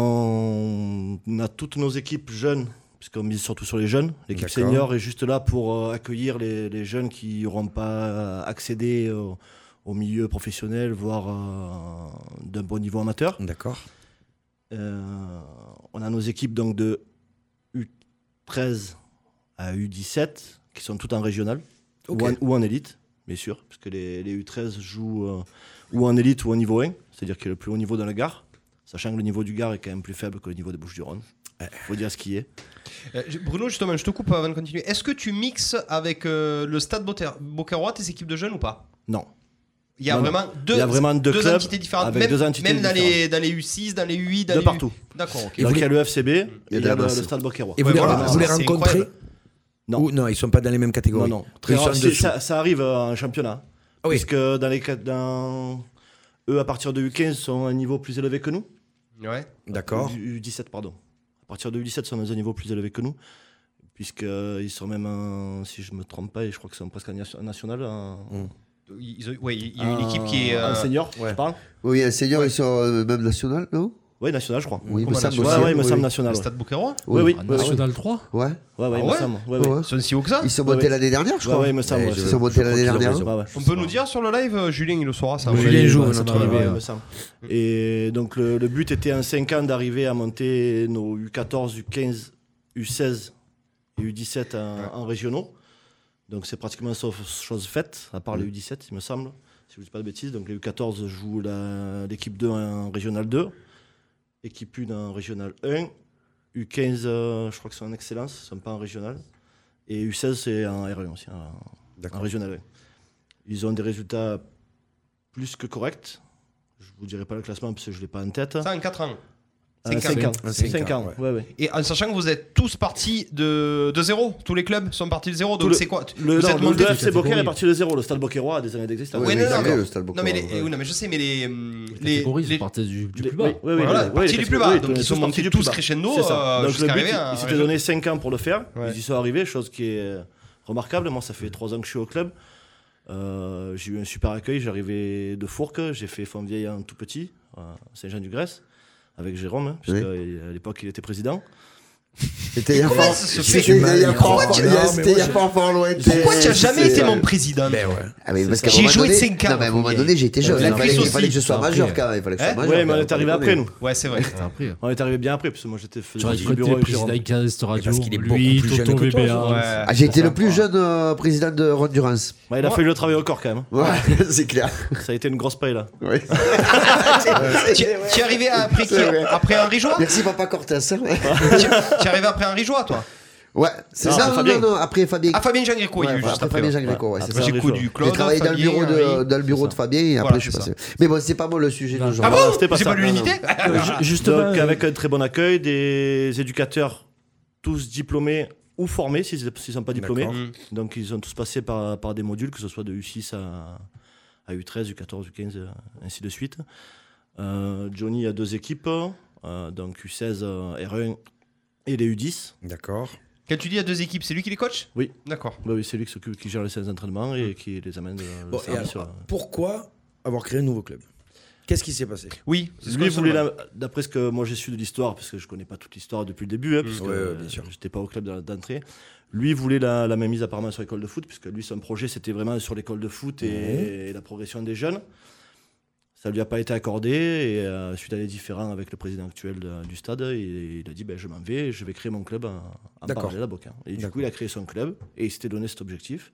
Speaker 6: On a toutes nos équipes jeunes, puisqu'on mise surtout sur les jeunes. L'équipe
Speaker 5: D'accord.
Speaker 6: senior est juste là pour euh, accueillir les, les jeunes qui n'auront pas euh, accédé au, au milieu professionnel, voire euh, d'un bon niveau amateur.
Speaker 5: D'accord.
Speaker 6: Euh, on a nos équipes donc de U13 à U17 qui sont toutes en régional
Speaker 5: Ok.
Speaker 6: ou, en, ou en élite, bien sûr, parce que les, les U13 jouent euh, ou en élite ou en niveau 1, c'est-à-dire qu'il y a le plus haut niveau dans le Gard, sachant que le niveau du Gard est quand même plus faible que le niveau des Bouches-du-Rhône.
Speaker 5: Eh.
Speaker 6: Faut dire ce qui est.
Speaker 8: Euh, je- Bruno, justement, je te coupe avant de continuer. Est-ce que tu mixes avec euh, le stade Beaucaire- Beaucairois tes équipes de jeunes ou pas
Speaker 6: Non.
Speaker 8: Il y a
Speaker 6: Non,
Speaker 8: vraiment
Speaker 6: non.
Speaker 8: deux,
Speaker 6: Il y a vraiment deux clubs
Speaker 8: entités différentes.
Speaker 6: avec
Speaker 8: même
Speaker 6: deux entités
Speaker 8: même dans, les, dans les U6, dans les U8, dans
Speaker 6: De
Speaker 8: les
Speaker 6: partout.
Speaker 8: U- D'accord, ok.
Speaker 6: Et donc il y a le FCB et
Speaker 4: Et
Speaker 6: il y a le,
Speaker 4: Damas.
Speaker 6: le Stade Boquerois.
Speaker 5: Et vous,
Speaker 8: Ouais,
Speaker 5: les,
Speaker 8: voilà,
Speaker 5: vous
Speaker 8: ça,
Speaker 5: les
Speaker 8: c'est
Speaker 5: rencontrez
Speaker 8: incroyable.
Speaker 5: non.
Speaker 6: Non.
Speaker 5: non, ils sont pas dans les mêmes catégories.
Speaker 6: Non, non.
Speaker 5: Ils
Speaker 6: Très
Speaker 5: sont
Speaker 6: rare,
Speaker 5: en
Speaker 6: c'est-
Speaker 5: dessous.
Speaker 6: ça, ça arrive euh, en championnat.
Speaker 5: Ah oui.
Speaker 6: Parce que dans les quatre- dans- eux, à partir de U15, sont à un niveau plus élevé que nous.
Speaker 8: Ouais.
Speaker 5: D'accord.
Speaker 6: U- U17, pardon. À partir de U17, sont dans un niveau plus élevé que nous. Puisqu'ils sont même, en- si je me trompe pas, et je crois qu'ils sont presque en nation- en national. en-
Speaker 8: Ils ont- ouais, il y a une
Speaker 6: en-
Speaker 8: équipe qui est.
Speaker 6: En
Speaker 8: euh,
Speaker 6: senior, je parle
Speaker 4: Oui, un senior, ils sont euh, même national, non
Speaker 6: Oui, national, je crois.
Speaker 4: Oui, il me
Speaker 8: Comment
Speaker 4: semble aussi.
Speaker 6: Ouais,
Speaker 8: national
Speaker 6: ouais, il me
Speaker 4: oui,
Speaker 6: semble
Speaker 4: oui.
Speaker 6: national.
Speaker 8: Le
Speaker 6: ouais.
Speaker 8: stade Beaucairois
Speaker 4: Hein
Speaker 6: Oui, oui.
Speaker 12: en
Speaker 6: ouais, ouais.
Speaker 12: National 3.
Speaker 4: Ouais.
Speaker 6: Ouais, ouais, il
Speaker 8: Ah
Speaker 6: me
Speaker 8: ouais
Speaker 6: semble. Ouais,
Speaker 4: ouais.
Speaker 6: ouais.
Speaker 8: Ils sont si haut que ça
Speaker 4: Ils sont
Speaker 6: Ouais,
Speaker 4: montés
Speaker 6: ouais.
Speaker 4: l'année dernière, Ah je
Speaker 6: Ouais,
Speaker 4: crois.
Speaker 6: ouais, il me semble.
Speaker 5: Ouais,
Speaker 6: ouais.
Speaker 5: je-
Speaker 4: Ils sont montés l'année dernière.
Speaker 5: raison.
Speaker 6: Ouais, ouais, je
Speaker 8: On
Speaker 6: pense
Speaker 8: peut
Speaker 6: pas.
Speaker 8: nous dire sur le live, euh, Julien il le saura ça.
Speaker 5: Julien
Speaker 8: Ouais.
Speaker 5: joue,
Speaker 6: Ça
Speaker 5: notre
Speaker 6: doit
Speaker 5: arrivée,
Speaker 6: arriver, me semble.
Speaker 8: Mm.
Speaker 6: Et donc le, le but était en 5 ans d'arriver à monter nos U14, U15, U16 et U17 en, en régionaux. Donc c'est pratiquement sauf chose faite, à
Speaker 8: Mm.
Speaker 6: part les U17, il me semble, si je ne dis pas de bêtises. Donc les U14 jouent la- l'équipe 2 en régional 2, équipe 1 en régional 1, U15, euh, je crois que c'est en excellence, ils ne sont pas en régional, et U16 c'est en R1 aussi, en, en régional 1. Ils ont des résultats plus que corrects. Je vous dirai pas le classement parce que je l'ai pas en tête.
Speaker 8: Ça en 4 ans.
Speaker 6: Un cinq ans. Un cinq ans, ouais, ouais.
Speaker 8: Et en sachant que vous êtes tous partis de, de zéro, tous les clubs sont partis de zéro,
Speaker 6: Tout
Speaker 8: donc
Speaker 6: le-
Speaker 8: c'est quoi
Speaker 6: le,
Speaker 8: Vous
Speaker 6: non,
Speaker 8: êtes
Speaker 6: le-
Speaker 8: monté
Speaker 6: le FC Beaucaire est parti de zéro, le Stade Beaucairois a des années d'existence.
Speaker 8: Ouais, non, non, non. Non, mais les- eh, oui, non, mais je sais, mais les. hum, Les
Speaker 6: catégories,
Speaker 8: les-
Speaker 6: partaient du- du
Speaker 8: les-
Speaker 6: plus bas.
Speaker 8: oui, oui,
Speaker 6: Voilà,
Speaker 8: voilà,
Speaker 6: oui, les
Speaker 8: partis du
Speaker 6: catégories,
Speaker 8: plus bas.
Speaker 6: oui,
Speaker 8: Donc
Speaker 6: ils
Speaker 8: ils sont
Speaker 6: sont
Speaker 8: montés
Speaker 6: partis du
Speaker 8: tous
Speaker 6: plus bas.
Speaker 8: crescendo
Speaker 6: C'est ça.
Speaker 8: euh,
Speaker 6: Donc,
Speaker 8: jusqu'à
Speaker 6: le but,
Speaker 8: arriver à.
Speaker 6: ils s'étaient donné 5 ans pour le faire. Ils y sont arrivés, chose qui est euh, remarquable. Moi, ça fait 3 ans que je suis au club. Euh, j'ai eu un super accueil. J'arrivais de Fourques, j'ai fait Fontvieille en tout petit, à Saint-Jean-du-Grèce, avec Jérôme, hein, puisque euh, à l'époque, il était président.
Speaker 4: C'était il y a Comment pas- ça se fait c'était il y a pas- Pourquoi tu- il y a- c'était il y a pas fort longtemps. Pourquoi tu as jamais été mon
Speaker 8: président
Speaker 4: Ah, mais parce qu'à un moment donné- Non, mais à un moment donné, j'étais jeune. Il fallait, il fallait que je sois majeur quand même. Il fallait que je sois majeur.
Speaker 6: Ouais, mais on
Speaker 4: quand
Speaker 6: est
Speaker 4: même.
Speaker 6: arrivé après nous.
Speaker 8: Ouais, c'est vrai.
Speaker 6: On est arrivé bien après, parce que moi j'étais
Speaker 12: Tu aurais dû être président d'Icast Radio, lui, Toto VBA.
Speaker 4: Ah, j'ai été le plus jeune euh, président de Ron Durance.
Speaker 6: Ouais, il a fallu le travailler au corps quand même. hein.
Speaker 4: Ouais, c'est clair.
Speaker 6: Ça a été une grosse paille là.
Speaker 8: Tu tu es arrivé à- après qui
Speaker 4: C'est vrai.
Speaker 8: Après Henri Joie
Speaker 4: Merci, papa Cortès. hein.
Speaker 8: Tu tu es arrivé après Henri Joie, toi
Speaker 4: Ouais, c'est
Speaker 8: Non,
Speaker 4: ça.
Speaker 8: après
Speaker 4: Non,
Speaker 8: Fabien.
Speaker 4: non, non, après Fabien.
Speaker 8: Ah, Fabien Jean-Gréco, il y a eu
Speaker 4: Ouais,
Speaker 8: juste
Speaker 4: après
Speaker 8: après,
Speaker 4: Fabien
Speaker 8: ouais.
Speaker 4: Jean-Gréco, ouais,
Speaker 8: Après
Speaker 4: c'est ça.
Speaker 8: J'ai connu Claude,
Speaker 4: J'ai travaillé dans le
Speaker 8: Fabien,
Speaker 4: bureau de,
Speaker 8: Henri.
Speaker 4: dans le bureau de Fabien et après je suis
Speaker 8: c'est
Speaker 4: passé. Mais bon, c'est pas moi le sujet d'aujourd'hui.
Speaker 8: Ah bon C'est pas l'unité
Speaker 6: Ah. Donc,
Speaker 5: euh,
Speaker 6: avec un très bon accueil, des éducateurs tous diplômés ou formés, s'ils ne sont pas diplômés.
Speaker 8: D'accord. Mm.
Speaker 6: Donc, ils ont tous passé par, par des modules, que ce soit de U6 à, à U13, U14, U15, euh, ainsi de suite. Euh, Johnny a deux équipes, euh, donc U16, euh, R1 et les U10.
Speaker 5: D'accord.
Speaker 8: Quand tu dis à deux équipes, c'est lui qui les coach
Speaker 6: Oui.
Speaker 8: D'accord.
Speaker 6: Bah oui, c'est lui qui, s'occupe- qui gère les séances d'entraînement et qui les amène. euh, le
Speaker 5: Mm. Bon, et
Speaker 6: service,
Speaker 5: alors,
Speaker 6: euh,
Speaker 5: pourquoi avoir créé un nouveau club Qu'est-ce qui s'est passé
Speaker 8: Oui, c'est ce
Speaker 6: Lui
Speaker 8: qu'on
Speaker 6: voulait,
Speaker 8: demande.
Speaker 6: la- d'après ce que moi j'ai su de l'histoire, parce que je connais pas toute l'histoire depuis le début, hein, parce que
Speaker 5: Ouais, ouais, bien
Speaker 6: euh,
Speaker 5: sûr.
Speaker 6: j'étais pas au club d'a- d'entrée. Lui voulait la, la même mise apparemment sur l'école de foot, puisque lui son projet c'était vraiment sur l'école de foot et,
Speaker 5: Ouais.
Speaker 6: et la progression des jeunes. Ça lui a pas été accordé et euh, suite à des différends avec le président actuel de- du stade, il, il a dit ben je m'en vais, je vais créer mon club en, en
Speaker 5: D'accord.
Speaker 6: parallèle à Boca. Et du coup il a créé son club et il s'était donné cet objectif.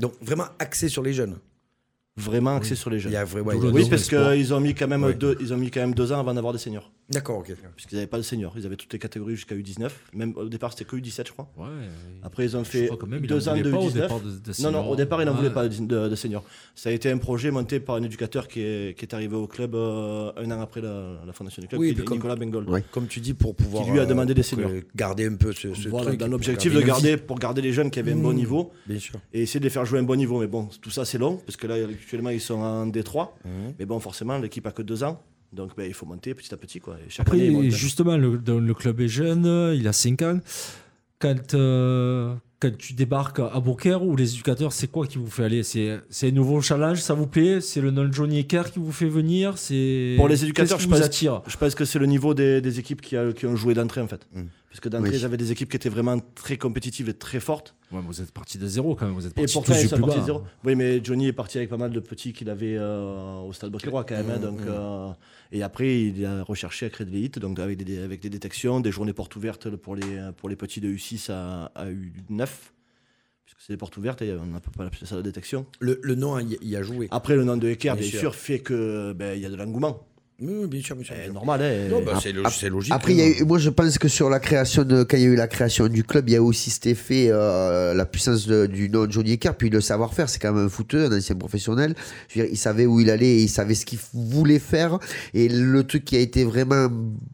Speaker 5: Donc vraiment axé sur les jeunes.
Speaker 6: Vraiment axé
Speaker 5: Oui.
Speaker 6: sur les jeunes.
Speaker 5: Il y a vrai- ouais, il y a
Speaker 6: oui,
Speaker 5: du
Speaker 6: parce
Speaker 5: sport.
Speaker 6: qu'ils ont mis quand même
Speaker 5: Ouais.
Speaker 6: deux, ils ont mis quand même deux ans avant d'avoir des seniors.
Speaker 5: D'accord, ok.
Speaker 6: Puisqu'ils n'avaient pas de senior, ils avaient toutes les catégories jusqu'à U19. Même au départ, c'était que U17, je crois.
Speaker 12: Ouais.
Speaker 6: Après, ils ont
Speaker 12: Je
Speaker 6: fait
Speaker 12: crois quand même, ils
Speaker 6: deux
Speaker 12: en
Speaker 6: ans de
Speaker 12: voulaient pas au
Speaker 6: U19.
Speaker 12: départ de- de
Speaker 6: non,
Speaker 12: senior.
Speaker 6: non, au départ, ils n'en
Speaker 12: Ouais.
Speaker 6: voulaient pas de, de- de senior. Ça a été un projet monté par un éducateur qui est, qui est arrivé au club euh, un an après la, la fondation du club,
Speaker 5: Oui,
Speaker 6: qui
Speaker 5: mais
Speaker 6: est
Speaker 5: comme-
Speaker 6: Nicolas Bengol.
Speaker 4: Ouais.
Speaker 5: Comme tu dis, pour pouvoir.
Speaker 6: Qui lui a
Speaker 5: euh,
Speaker 6: demandé des
Speaker 5: pour que-
Speaker 6: seniors.
Speaker 5: Garder un peu ce, ce
Speaker 6: Voilà,
Speaker 5: truc.
Speaker 6: dans
Speaker 5: pour
Speaker 6: l'objectif de
Speaker 5: une vie.
Speaker 6: garder, pour garder les jeunes qui avaient un bon
Speaker 5: Mmh.
Speaker 6: niveau
Speaker 5: Bien sûr.
Speaker 6: et essayer de les faire jouer un bon niveau. Mais bon, tout ça c'est long, parce que là actuellement ils sont en D3.
Speaker 5: Mhm.
Speaker 6: Mais bon, forcément, l'équipe a que deux ans. Donc ben, il faut monter petit à petit. Quoi. Et chaque
Speaker 7: Après,
Speaker 6: année, ils montent.
Speaker 7: justement, le, dans le club est jeune, euh, il a 5 ans. Quand, euh, quand tu débarques à Beaucaire ou les éducateurs, c'est quoi qui vous fait aller C'est c'est un nouveau challenge, ça vous plaît C'est le non Johnny Ecker qui vous fait venir C'est
Speaker 6: Pour les éducateurs,
Speaker 7: Qu'est-ce
Speaker 6: je
Speaker 7: qui vous
Speaker 6: pense,
Speaker 7: attire
Speaker 6: je pense que c'est le niveau des, des équipes qui, a- qui ont joué d'entrée, en fait. Parce que d'entrée,
Speaker 4: Oui.
Speaker 6: ils avaient des équipes qui étaient vraiment très compétitives et très fortes.
Speaker 12: Ouais, mais vous êtes parti de zéro quand même, vous êtes
Speaker 6: Et
Speaker 12: parti
Speaker 6: pourtant,
Speaker 12: tous
Speaker 6: ils
Speaker 12: du
Speaker 6: sont
Speaker 12: plus
Speaker 6: partis
Speaker 12: bas.
Speaker 6: de zéro. Oui, mais Johnny est parti avec pas mal de petits qu'il avait euh, au Stade Bocquerois, quand même. hein, donc, euh, et après, il a recherché à créer des hits, donc avec des, avec des détections, des journées portes ouvertes pour les, pour les petits de U6 à, à U9. Puisque c'est des portes ouvertes, et on ne peut pas appeler ça la détection.
Speaker 5: Le, le nom hein, il y a joué.
Speaker 6: Après, le nom de Ecker,
Speaker 5: Bien
Speaker 6: bien,
Speaker 5: sûr.
Speaker 6: sûr, fait que ben, il y a de l'engouement.
Speaker 5: Oui, bien sûr, bien sûr. bien
Speaker 6: C'est
Speaker 5: sûr.
Speaker 6: normal, hein.
Speaker 5: Non, bah, c'est
Speaker 4: Ap-
Speaker 5: lo-
Speaker 4: ap-
Speaker 5: c'est logique.
Speaker 4: Après, il y a eu- moi je pense que sur la création, de, quand il y a eu la création du club, il y a aussi cet effet, euh, la puissance de- du nom de Johnny Ecker, puis le savoir-faire. C'est quand même un footeur, un ancien professionnel. Je veux dire, il savait où il allait, il savait ce qu'il voulait faire. Et le truc qui a été vraiment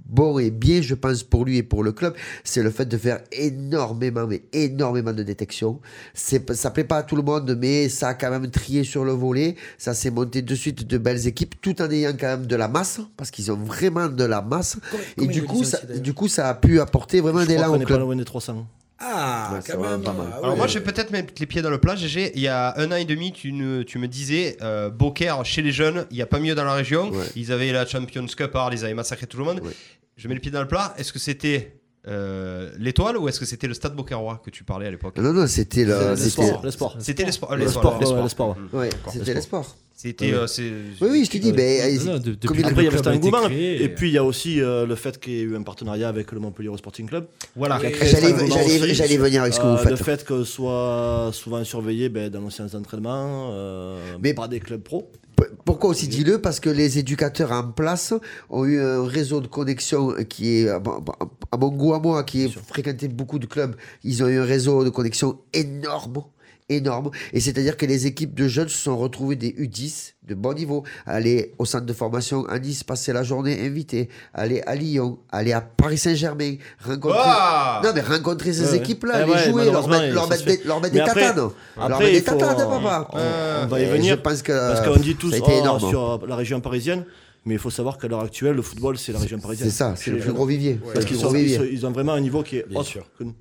Speaker 4: bon et bien, je pense, pour lui et pour le club, c'est le fait de faire énormément, mais énormément de détections. C'est, pas- ça plaît pas à tout le monde, mais ça a quand même trié sur le volet. Ça s'est monté de suite de belles équipes, tout en ayant quand même de la masse, parce qu'ils ont vraiment de la masse. Et
Speaker 5: combien
Speaker 4: du
Speaker 5: ils
Speaker 4: coup,
Speaker 5: disent
Speaker 4: ça,
Speaker 5: aussi, d'ailleurs
Speaker 4: du coup, ça a pu apporter vraiment
Speaker 6: Je
Speaker 4: des
Speaker 6: crois
Speaker 4: là
Speaker 6: qu'on
Speaker 4: au
Speaker 6: n'est pas
Speaker 4: club.
Speaker 6: loin des 300.
Speaker 5: Ah,
Speaker 4: Ouais, c'est
Speaker 5: quand
Speaker 4: vraiment
Speaker 5: même.
Speaker 4: pas mal.
Speaker 5: ah
Speaker 8: Alors
Speaker 5: ouais.
Speaker 8: moi, je vais peut-être mettre les pieds dans le plat, GG. Il y a un an et demi, tu, ne- tu me disais, euh, Beaucaire, chez les jeunes, il n'y a pas mieux dans la région.
Speaker 4: Ouais.
Speaker 8: Ils avaient la Champions Cup, alors ils avaient massacré tout le monde.
Speaker 4: Ouais.
Speaker 8: Je mets le pied dans le plat. Est-ce que c'était euh, l'étoile ou est-ce que c'était le stade Beaucairois que tu parlais à l'époque
Speaker 4: Non, non, c'était le,
Speaker 6: Le
Speaker 4: c'était,
Speaker 6: sport, le sport.
Speaker 8: C'était l'espoir.
Speaker 6: Le
Speaker 8: l'espoir,
Speaker 6: sport,
Speaker 8: l'espoir.
Speaker 6: ouais, le sport, ouais.
Speaker 8: Mm.
Speaker 4: ouais,
Speaker 8: D'accord.
Speaker 4: c'était l'espoir.
Speaker 8: C'était. euh, c'est-
Speaker 4: Oui, oui, je te dis, ben,
Speaker 12: Non, non, de-
Speaker 4: comme
Speaker 12: depuis
Speaker 4: il a-
Speaker 6: Après, il y avait
Speaker 12: club
Speaker 6: cet
Speaker 12: a été
Speaker 6: engouement.
Speaker 12: créé.
Speaker 6: Et puis, il y a aussi euh, le fait qu'il y ait eu un partenariat avec le Montpellier Sporting Club.
Speaker 8: Voilà.
Speaker 6: qui a créé cet
Speaker 4: J'allais,
Speaker 6: engouement
Speaker 4: j'allais,
Speaker 6: aussi.
Speaker 4: j'allais venir avec ce que
Speaker 6: Euh,
Speaker 4: vous
Speaker 6: Le
Speaker 4: faites.
Speaker 6: fait que soit souvent surveillé ben, dans nos séances d'entraînement, euh,
Speaker 4: Mais-
Speaker 6: par des clubs pro.
Speaker 4: P- Pourquoi aussi dis-le Parce que les éducateurs en place ont eu un réseau de connexion qui est, à mon- à mon goût à moi, qui est fréquenté beaucoup de clubs. Ils ont eu un réseau de connexion énorme énorme. Et c'est-à-dire que les équipes de jeunes se sont retrouvées des U10 de bon niveau. Aller au centre de formation à Nice, passer la journée invité. Aller à Lyon, aller à Paris Saint-Germain, rencontrer.
Speaker 6: Ah
Speaker 4: non, mais rencontrer ces
Speaker 6: Ouais, ouais.
Speaker 4: équipes-là,
Speaker 6: Eh
Speaker 4: les
Speaker 6: ouais,
Speaker 4: jouer, leur
Speaker 6: malheureusement,
Speaker 4: mettre, leur
Speaker 6: ça
Speaker 4: mettre
Speaker 6: se
Speaker 4: des,
Speaker 6: fait.
Speaker 4: leur mettre
Speaker 6: Mais
Speaker 4: des
Speaker 6: après-
Speaker 4: tatanes. leur
Speaker 6: après,
Speaker 4: mettre
Speaker 6: il
Speaker 4: des
Speaker 6: faut-
Speaker 4: tatanes, papa. Euh,
Speaker 6: On va y
Speaker 4: Et
Speaker 6: venir.
Speaker 4: Je pense que.
Speaker 6: Parce qu'on dit tous
Speaker 4: ça a été
Speaker 6: ah,
Speaker 4: énorme. hein.
Speaker 6: sur la région parisienne, mais il faut savoir qu'à l'heure actuelle, le football, c'est la région parisienne.
Speaker 4: c'est ça, c'est le
Speaker 6: les
Speaker 4: plus
Speaker 6: jeunes.
Speaker 4: gros vivier.
Speaker 6: Parce
Speaker 4: C'est le
Speaker 6: qu'ils
Speaker 4: plus
Speaker 6: sont-
Speaker 4: gros
Speaker 6: ils
Speaker 4: vivier.
Speaker 6: sont- ils ont vraiment un niveau qui est autre que nous.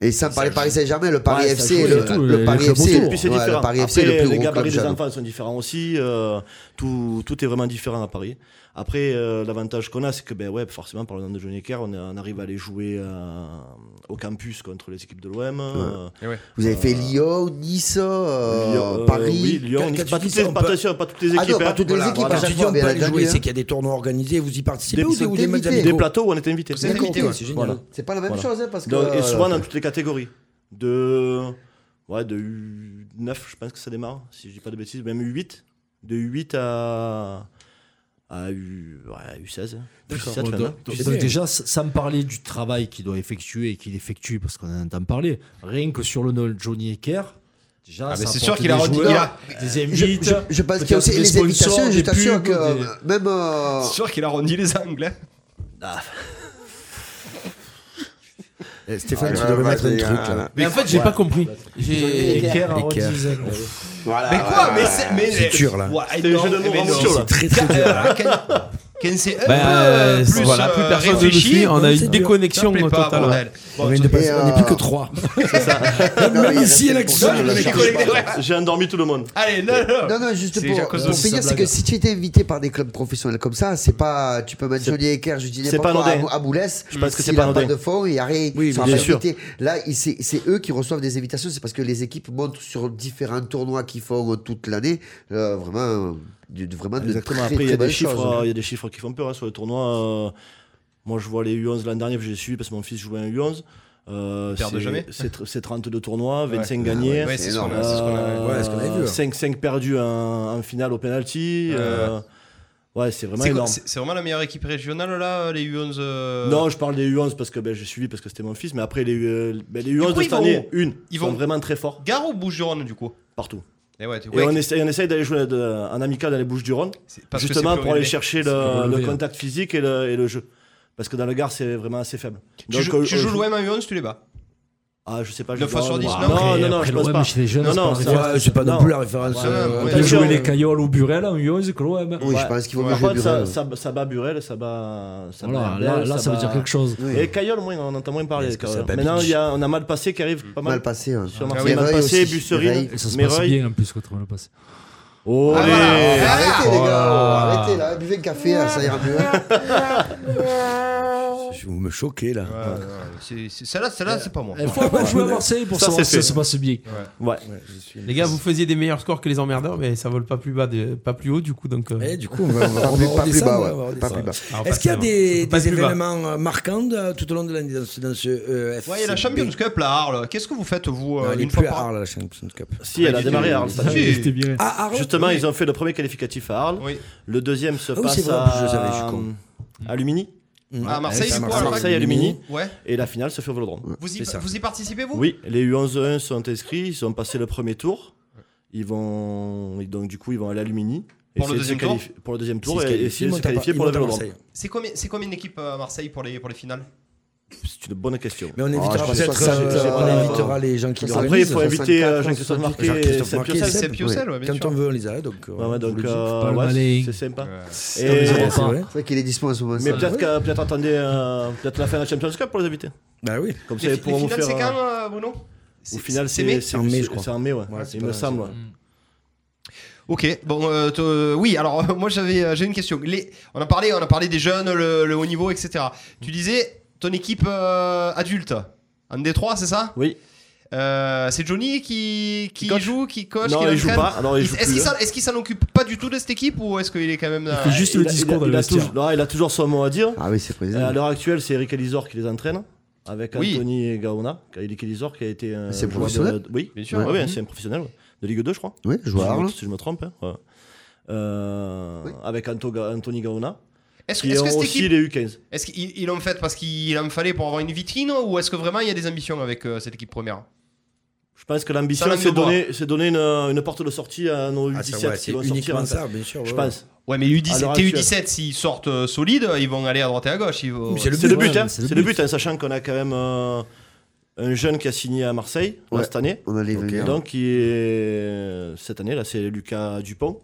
Speaker 4: Et sans parler Paris Saint-Germain, le Paris
Speaker 6: Ouais, ça
Speaker 4: FC,
Speaker 6: joue,
Speaker 4: le,
Speaker 6: surtout,
Speaker 4: le
Speaker 6: les-
Speaker 4: Paris
Speaker 6: les clubs
Speaker 4: FC,
Speaker 6: autour. Puis c'est
Speaker 4: ouais,
Speaker 6: différent.
Speaker 4: le Paris FC est
Speaker 6: Après,
Speaker 4: le plus
Speaker 6: les
Speaker 4: gros club
Speaker 6: gabarits des
Speaker 4: jeune.
Speaker 6: enfants sont différents aussi. euh, tout, tout est vraiment différent à Paris. Après, euh, l'avantage qu'on a, c'est que ben ouais, forcément, par le nom de Johnny Kerr, on, est- on arrive à aller jouer euh, au campus contre les équipes de l'OM. euh,
Speaker 4: Vous avez fait
Speaker 6: euh,
Speaker 4: Lyon, Nice, euh,
Speaker 6: Lyon, euh,
Speaker 4: Paris.
Speaker 6: oui, Lyon,
Speaker 5: Quand-
Speaker 6: Nice,
Speaker 5: quand
Speaker 6: pas
Speaker 5: tu dis
Speaker 6: toutes les-
Speaker 5: ça, on
Speaker 6: pas
Speaker 5: peut-
Speaker 6: attention, pas toutes les
Speaker 5: Ah non,
Speaker 6: équipes,
Speaker 5: pas
Speaker 6: hein.
Speaker 5: toutes les
Speaker 6: Voilà,
Speaker 5: équipes.
Speaker 6: voilà.
Speaker 5: Quand je dis on peut
Speaker 6: Bien
Speaker 5: aller
Speaker 6: joué,
Speaker 5: jouer,
Speaker 6: hein.
Speaker 5: c'est qu'il y a des tournois organisés, vous y participez
Speaker 6: Des-
Speaker 5: ou des, ou des matchs
Speaker 6: Des
Speaker 5: amicaux
Speaker 6: plateaux où on était invités.
Speaker 5: Vous êtes invités, ouais.
Speaker 6: C'est
Speaker 5: C'est
Speaker 6: génial.
Speaker 5: génial.
Speaker 4: C'est pas la même chose, hein, parce que,
Speaker 6: Donc,
Speaker 4: euh,
Speaker 6: Et souvent dans toutes les catégories. De. Ouais, de U9, je pense que ça démarre, si je dis pas de bêtises, même U8. De U8 à. à U... ouais, U16. hein. U17
Speaker 12: Bon,
Speaker 6: maintenant.
Speaker 12: donc- donc déjà, s- sans parler du travail qu'il doit effectuer et qu'il effectue, parce qu'on en entend parler, rien que sur le nom de Johnny Ecker, déjà,
Speaker 8: Ah, mais
Speaker 12: ça
Speaker 8: c'est
Speaker 12: apporte
Speaker 8: sûr qu'il
Speaker 12: des
Speaker 8: a redit-
Speaker 12: joueurs,
Speaker 8: il a-
Speaker 12: des
Speaker 4: Je,
Speaker 12: invites,
Speaker 4: je- je pense qu'il y
Speaker 12: peut-être
Speaker 4: a aussi
Speaker 12: des
Speaker 4: les
Speaker 12: sponsors,
Speaker 4: invitations,
Speaker 12: des
Speaker 4: je
Speaker 12: pubs,
Speaker 4: t'assure que euh,
Speaker 12: des-
Speaker 4: même. euh,
Speaker 8: C'est sûr qu'il a arrondi les angles. hein.
Speaker 5: Eh, Stéphane,
Speaker 4: Ah,
Speaker 5: tu devrais
Speaker 4: bah,
Speaker 5: mettre un
Speaker 4: c'est-
Speaker 5: truc
Speaker 4: ah,
Speaker 5: là.
Speaker 10: Mais en fait, j'ai pas compris. J'ai.
Speaker 12: Ecker à
Speaker 5: Ecker.
Speaker 12: Rodizek.
Speaker 4: Voilà,
Speaker 8: Mais quoi
Speaker 4: voilà.
Speaker 8: Mais Ah, c'est mais-
Speaker 5: C'est dur, là.
Speaker 8: Ouais,
Speaker 6: le
Speaker 8: non,
Speaker 6: jeu de mots
Speaker 8: mais
Speaker 6: en
Speaker 8: non.
Speaker 6: dur, là.
Speaker 5: Très très dur.
Speaker 8: Euh, quand- quand c'est un
Speaker 10: Ben,
Speaker 8: peu plus,
Speaker 10: voilà, plus
Speaker 8: euh,
Speaker 10: personne ne nous
Speaker 8: réfléchi,
Speaker 10: suit. On a
Speaker 5: c'est
Speaker 10: une
Speaker 5: dur.
Speaker 10: déconnexion
Speaker 8: ça plaît pas,
Speaker 10: totale.
Speaker 8: bordel.
Speaker 5: On vient de passer-
Speaker 4: euh,
Speaker 5: on n'est plus que trois.
Speaker 4: Non, mais il
Speaker 5: Même
Speaker 4: reste
Speaker 5: ici,
Speaker 4: le
Speaker 5: Alex.
Speaker 4: pourcentage,
Speaker 8: Non, je
Speaker 4: la
Speaker 8: l'ai
Speaker 4: charge.
Speaker 8: déconnecté, ouais.
Speaker 6: J'ai endormi tout le monde.
Speaker 8: Allez, non, non.
Speaker 4: Non, non, juste
Speaker 8: C'est
Speaker 4: pour,
Speaker 8: à cause de
Speaker 4: pour
Speaker 8: ça,
Speaker 4: finir,
Speaker 8: sa
Speaker 4: c'est que
Speaker 8: blague.
Speaker 4: si tu étais invité par des clubs professionnels comme ça, c'est pas. Tu peux mettre
Speaker 6: C'est-
Speaker 4: Johnny Ecker, je dis
Speaker 6: c'est
Speaker 4: n'importe
Speaker 6: pas
Speaker 4: quoi,
Speaker 6: anodin.
Speaker 4: à, à Boulès.
Speaker 6: Je pense que c'est
Speaker 4: s'il
Speaker 6: pas
Speaker 4: a
Speaker 6: anodin.
Speaker 4: de fond, il n'y a rien.
Speaker 5: Oui,
Speaker 4: il sera
Speaker 5: bien
Speaker 4: pas
Speaker 5: sûr.
Speaker 4: invité. Là, il- c'est c'est eux qui reçoivent des invitations, c'est parce que les équipes montent sur différents tournois qu'ils font euh, toute l'année. Euh, vraiment, de, vraiment de
Speaker 6: Exactement.
Speaker 4: Ah, très,
Speaker 6: Après, il y
Speaker 4: très
Speaker 6: a des
Speaker 4: belles
Speaker 6: chiffres,
Speaker 4: choses.
Speaker 6: euh, il y a des chiffres qui font peur hein, sur le tournoi. euh, moi, je vois les U11 l'an dernier, j'ai suivi parce que mon fils jouait en U11. Euh,
Speaker 8: Perdent
Speaker 6: c'est-
Speaker 8: jamais.
Speaker 6: C'est tr- c'est 32 tournois,
Speaker 8: Ouais.
Speaker 6: 25 gagnés.
Speaker 8: Ouais, c'est ce
Speaker 4: énorme.
Speaker 8: qu'on a- c'est ce qu'on a-
Speaker 5: ouais, ce qu'on avait vu. hein.
Speaker 6: 5, perdus en, en finale au penalty.
Speaker 8: Ouais.
Speaker 6: euh, ouais, c'est vraiment
Speaker 8: C'est quoi-
Speaker 6: énorme.
Speaker 8: C'est c'est vraiment la meilleure équipe régionale là, les U11 euh,
Speaker 6: Non, je parle des U11 parce que ben, j'ai suivi parce que c'était mon fils, mais après les, U- euh, ben, les U11
Speaker 8: coup,
Speaker 6: de
Speaker 8: ils
Speaker 6: cette année,
Speaker 8: vont où
Speaker 6: une,
Speaker 8: Ils
Speaker 6: ils
Speaker 8: vont-
Speaker 6: vont vraiment très fort
Speaker 8: Gare ou Bouches-du-Rhône du coup
Speaker 6: partout.
Speaker 8: Eh ouais, t'es-
Speaker 6: Et
Speaker 8: ouais,
Speaker 6: on essaye, on essaye d'aller jouer de- en amical dans les Bouches-du-Rhône.
Speaker 8: c'est- parce que c'est
Speaker 6: justement
Speaker 8: plus
Speaker 6: pour aller
Speaker 8: relevé.
Speaker 6: chercher euh,
Speaker 12: pour
Speaker 6: le, le
Speaker 5: hein.
Speaker 12: relever,
Speaker 6: contact physique et le, et le jeu. Parce que dans le Gard, c'est vraiment assez faible.
Speaker 8: Tu,
Speaker 6: Donc,
Speaker 8: joues-
Speaker 6: euh,
Speaker 8: tu
Speaker 6: euh,
Speaker 8: joues
Speaker 6: je-
Speaker 8: l'OM à U11, tu les bats.
Speaker 6: Ah, je sais pas. je
Speaker 8: Neuf fois
Speaker 6: dois-
Speaker 8: sur dix,
Speaker 6: non,
Speaker 8: non
Speaker 6: non, non,
Speaker 12: Après,
Speaker 6: je pense
Speaker 12: l'OM
Speaker 6: pas.
Speaker 12: chez les jeunes,
Speaker 6: Non,
Speaker 12: c'est
Speaker 6: non,
Speaker 12: pas
Speaker 6: ça-
Speaker 12: la
Speaker 5: Ouais, C'est pas non plus la référence.
Speaker 8: Ouais,
Speaker 5: euh,
Speaker 8: ouais.
Speaker 7: Bien
Speaker 6: Attention.
Speaker 7: joué les cailloles au Burel
Speaker 12: hein,
Speaker 7: en U11 que l'OM.
Speaker 4: Oui, je
Speaker 6: Ouais.
Speaker 4: pense qu'il vaut mieux
Speaker 6: Par
Speaker 4: jouer
Speaker 6: contre, ça,
Speaker 4: Burel.
Speaker 6: ça, ça bat Burel, ça bat. Ça
Speaker 12: Voilà,
Speaker 6: bat
Speaker 12: là,
Speaker 6: Burel,
Speaker 12: là, ça veut
Speaker 6: bat-
Speaker 12: dire quelque chose.
Speaker 6: Et Caillol, moins, on entend moins parler.
Speaker 5: Est-ce que ça
Speaker 6: Caillol.
Speaker 5: bat
Speaker 6: Maintenant,
Speaker 5: Bitch
Speaker 6: il y a, on a mal passé qui arrive pas mal.
Speaker 4: Mal passé. hein.
Speaker 6: Sur Marseille, mal
Speaker 4: Mereuil
Speaker 6: passé,
Speaker 4: aussi, Mereuil.
Speaker 6: Busserine,
Speaker 12: Et ça se passe
Speaker 6: Mereuil.
Speaker 12: bien en plus contre le passé.
Speaker 6: Oh,
Speaker 8: Ah, voilà.
Speaker 4: Arrêtez les gars, oh, arrêtez là, buvez le café, hein, ça ira mieux.
Speaker 5: Je- Vous me choquez là.
Speaker 8: Ouais, ouais, c'est- c'est- Celle-là, celle-là, c'est pas moi.
Speaker 6: Euh,
Speaker 12: Il faut avoir joué à Marseille pour
Speaker 6: Ça,
Speaker 12: savoir
Speaker 6: c'est
Speaker 12: si ça
Speaker 6: fait.
Speaker 12: se passe bien.
Speaker 6: Ouais.
Speaker 10: Les gars, vous faisiez des meilleurs scores que les emmerdeurs, mais ça vole pas plus bas, de- pas plus haut du coup. Donc, euh,
Speaker 5: Eh, du coup, on va, on va-
Speaker 4: Pas
Speaker 5: on
Speaker 4: plus-
Speaker 5: va
Speaker 4: pas plus bas,
Speaker 5: redescendre, on va
Speaker 4: ouais. Pas
Speaker 5: redescendre.
Speaker 4: plus bas.
Speaker 10: alors,
Speaker 5: Est-ce qu'il y a
Speaker 10: pas très
Speaker 5: des,
Speaker 10: bas. Pas
Speaker 5: des
Speaker 10: plus bas.
Speaker 5: événements euh, marquants de- tout au long de l'année dans, ce- dans ce euh,
Speaker 8: Ouais, il y a
Speaker 5: FCB?
Speaker 8: la Champions Cup là, à Arles. Qu'est-ce que vous faites, vous,
Speaker 5: Non,
Speaker 8: euh,
Speaker 5: elle est
Speaker 8: une fois
Speaker 5: plus à
Speaker 8: par an
Speaker 5: Arles, la Champions Cup.
Speaker 6: Si, elle a démarré à Arles. ça.
Speaker 8: Si.
Speaker 7: bien.
Speaker 5: Ah, Arles
Speaker 6: Justement,
Speaker 8: oui.
Speaker 6: ils ont fait le premier qualificatif à Arles.
Speaker 8: Oui.
Speaker 6: Le deuxième se
Speaker 5: Ah oui,
Speaker 6: passe
Speaker 5: c'est vrai, en plus, je savais, je suis
Speaker 6: à,
Speaker 5: con.
Speaker 6: à Lumini.
Speaker 8: À Ah, Marseille,
Speaker 5: Ouais,
Speaker 8: du coup,
Speaker 5: c'est
Speaker 6: à
Speaker 5: à
Speaker 6: Marseille, à Lumini.
Speaker 8: Ouais.
Speaker 6: Et la finale se fait au Vélodrome.
Speaker 8: Vous y,
Speaker 5: C'est ça.
Speaker 8: vous y participez, vous
Speaker 6: Oui, les U11-1 sont inscrits, ils ont passé le premier tour. Ils vont... et Donc du coup, ils vont aller à Lumini.
Speaker 8: Pour
Speaker 6: essayer de
Speaker 8: le
Speaker 6: se
Speaker 8: deuxième tour
Speaker 6: qualifi- Pour le deuxième
Speaker 5: Ils
Speaker 6: tour
Speaker 5: se
Speaker 6: et
Speaker 5: qualifient,
Speaker 6: essayer
Speaker 5: ils
Speaker 6: de se
Speaker 5: montent à-
Speaker 6: qualifier
Speaker 5: ils
Speaker 6: pour le
Speaker 5: montent à
Speaker 6: Vélodrome.
Speaker 5: Marseille.
Speaker 8: C'est combien, c'est combien d'équipes euh, à Marseille pour les, pour les finales
Speaker 6: C'est une bonne question.
Speaker 5: Mais on
Speaker 4: je
Speaker 5: évitera
Speaker 4: pense
Speaker 5: peut-être,
Speaker 4: que ça,
Speaker 5: euh,
Speaker 4: c'est-
Speaker 5: on évitera les gens qui
Speaker 6: Après, il
Speaker 5: l'organisent.
Speaker 6: faut inviter
Speaker 4: 64,
Speaker 6: euh, Jean-Christophe Marquet et
Speaker 5: Jean-Christophe
Speaker 6: Seb
Speaker 5: Marquet,
Speaker 6: Piocel.
Speaker 5: Seb.
Speaker 8: C'est Piocel, ouais, bien
Speaker 5: Quand
Speaker 8: sûr.
Speaker 5: on veut, on les a. Donc, euh,
Speaker 6: Ouais, ouais,
Speaker 5: on vous
Speaker 6: donc
Speaker 5: le dit.
Speaker 6: euh,
Speaker 12: pas le
Speaker 6: ouais,
Speaker 12: malin.
Speaker 6: c'est sympa.
Speaker 8: Ouais.
Speaker 6: Et-
Speaker 5: Ouais, c'est vrai.
Speaker 4: C'est vrai qu'il est dispo en ce moment.
Speaker 6: Mais
Speaker 4: ça.
Speaker 6: peut-être que- peut-être attendez euh, peut-être la fin de la Champions Cup pour les inviter.
Speaker 5: Bah oui.
Speaker 6: Comme ça,
Speaker 8: Les,
Speaker 6: ils
Speaker 8: les
Speaker 6: pourront vous
Speaker 8: finales,
Speaker 6: faire.
Speaker 8: c'est
Speaker 6: euh,
Speaker 8: quand, euh, Bruno
Speaker 6: Au final, c'est
Speaker 8: mai
Speaker 6: c'est-
Speaker 5: En mai, je
Speaker 6: c'est-
Speaker 5: crois.
Speaker 6: C'est en mai, ouais.
Speaker 5: Ouais,
Speaker 6: Il
Speaker 5: c'est pas
Speaker 6: me
Speaker 5: mal,
Speaker 6: semble. ouais.
Speaker 8: Mm. Ok, bon, euh, t- euh, oui, alors euh, moi j'avais, euh, j'ai une question. Les, on, a parlé, on a parlé des jeunes, le, le haut niveau, etc. Tu
Speaker 6: Mm.
Speaker 8: disais ton équipe euh, adulte, en D3, c'est ça
Speaker 6: Oui.
Speaker 8: Euh, c'est Johnny qui,
Speaker 6: Qui
Speaker 8: qui
Speaker 6: coach
Speaker 8: joue, qui coach,
Speaker 6: Non,
Speaker 8: qui
Speaker 6: il joue
Speaker 8: l'entraîne.
Speaker 6: pas. Alors, il
Speaker 8: Il-
Speaker 6: joue
Speaker 8: Est-ce
Speaker 6: plus,
Speaker 8: qu'il
Speaker 6: hein.
Speaker 8: s'en- est-ce qu'il s'en occupe pas du tout de cette équipe ou est-ce qu'il est quand même. euh,
Speaker 7: fait juste
Speaker 6: Il
Speaker 7: le
Speaker 6: a- il a-
Speaker 7: discours dans
Speaker 6: il
Speaker 7: le
Speaker 6: a
Speaker 7: vestiaire.
Speaker 6: toujours- non, Il a toujours son mot à dire.
Speaker 4: Ah oui, c'est
Speaker 6: Euh,
Speaker 4: président.
Speaker 6: À l'heure actuelle, c'est Eric Elisor qui les entraîne, avec
Speaker 8: Oui.
Speaker 6: Anthony et Gaona. Eric Elisor qui a été un.
Speaker 4: C'est
Speaker 6: joueur de-
Speaker 4: professionnel
Speaker 6: Oui,
Speaker 8: Bien sûr.
Speaker 6: Ouais, ouais,
Speaker 8: Mhm.
Speaker 6: c'est un professionnel ouais. de Ligue 2, je crois.
Speaker 4: Oui,
Speaker 6: Si je,
Speaker 4: joueur.
Speaker 6: me, si je me trompe. hein, ouais. Euh,
Speaker 4: Oui.
Speaker 6: Avec Anto Ga- Anthony Gaona,
Speaker 8: Est-ce que,
Speaker 6: qui
Speaker 8: est-ce que
Speaker 6: est
Speaker 8: cette
Speaker 6: aussi
Speaker 8: équipe.
Speaker 6: les U15.
Speaker 8: Est-ce qu'ils ils l'ont fait parce qu'il en fallait pour avoir une vitrine ou est-ce que vraiment il y a des ambitions avec euh, cette équipe première
Speaker 6: Je pense que l'ambition,
Speaker 8: Ça l'a mis
Speaker 6: c'est
Speaker 8: au bois.
Speaker 6: donner, c'est donner une, une porte de sortie à nos U17
Speaker 5: Ah, ça, ouais,
Speaker 6: qui
Speaker 5: c'est
Speaker 6: vont sortir.
Speaker 5: uniquement
Speaker 6: en fait.
Speaker 5: ça, bien sûr,
Speaker 6: hein, je
Speaker 5: ouais,
Speaker 6: pense.
Speaker 8: Ouais, mais
Speaker 6: À l'heure
Speaker 8: U17,
Speaker 6: actuelle.
Speaker 8: TU17, s'ils sortent euh, solides, ils vont aller à droite et à gauche. ils vont-
Speaker 5: C'est le
Speaker 6: C'est le but,
Speaker 12: ouais,
Speaker 6: hein.
Speaker 12: mais
Speaker 6: C'est le but, hein, sachant qu'on a quand même euh, un jeune qui a signé à Marseille là,
Speaker 4: Ouais.
Speaker 6: cette année.
Speaker 4: On allait y venir.
Speaker 6: Donc, qui est- cette année, là, c'est Lucas Dupont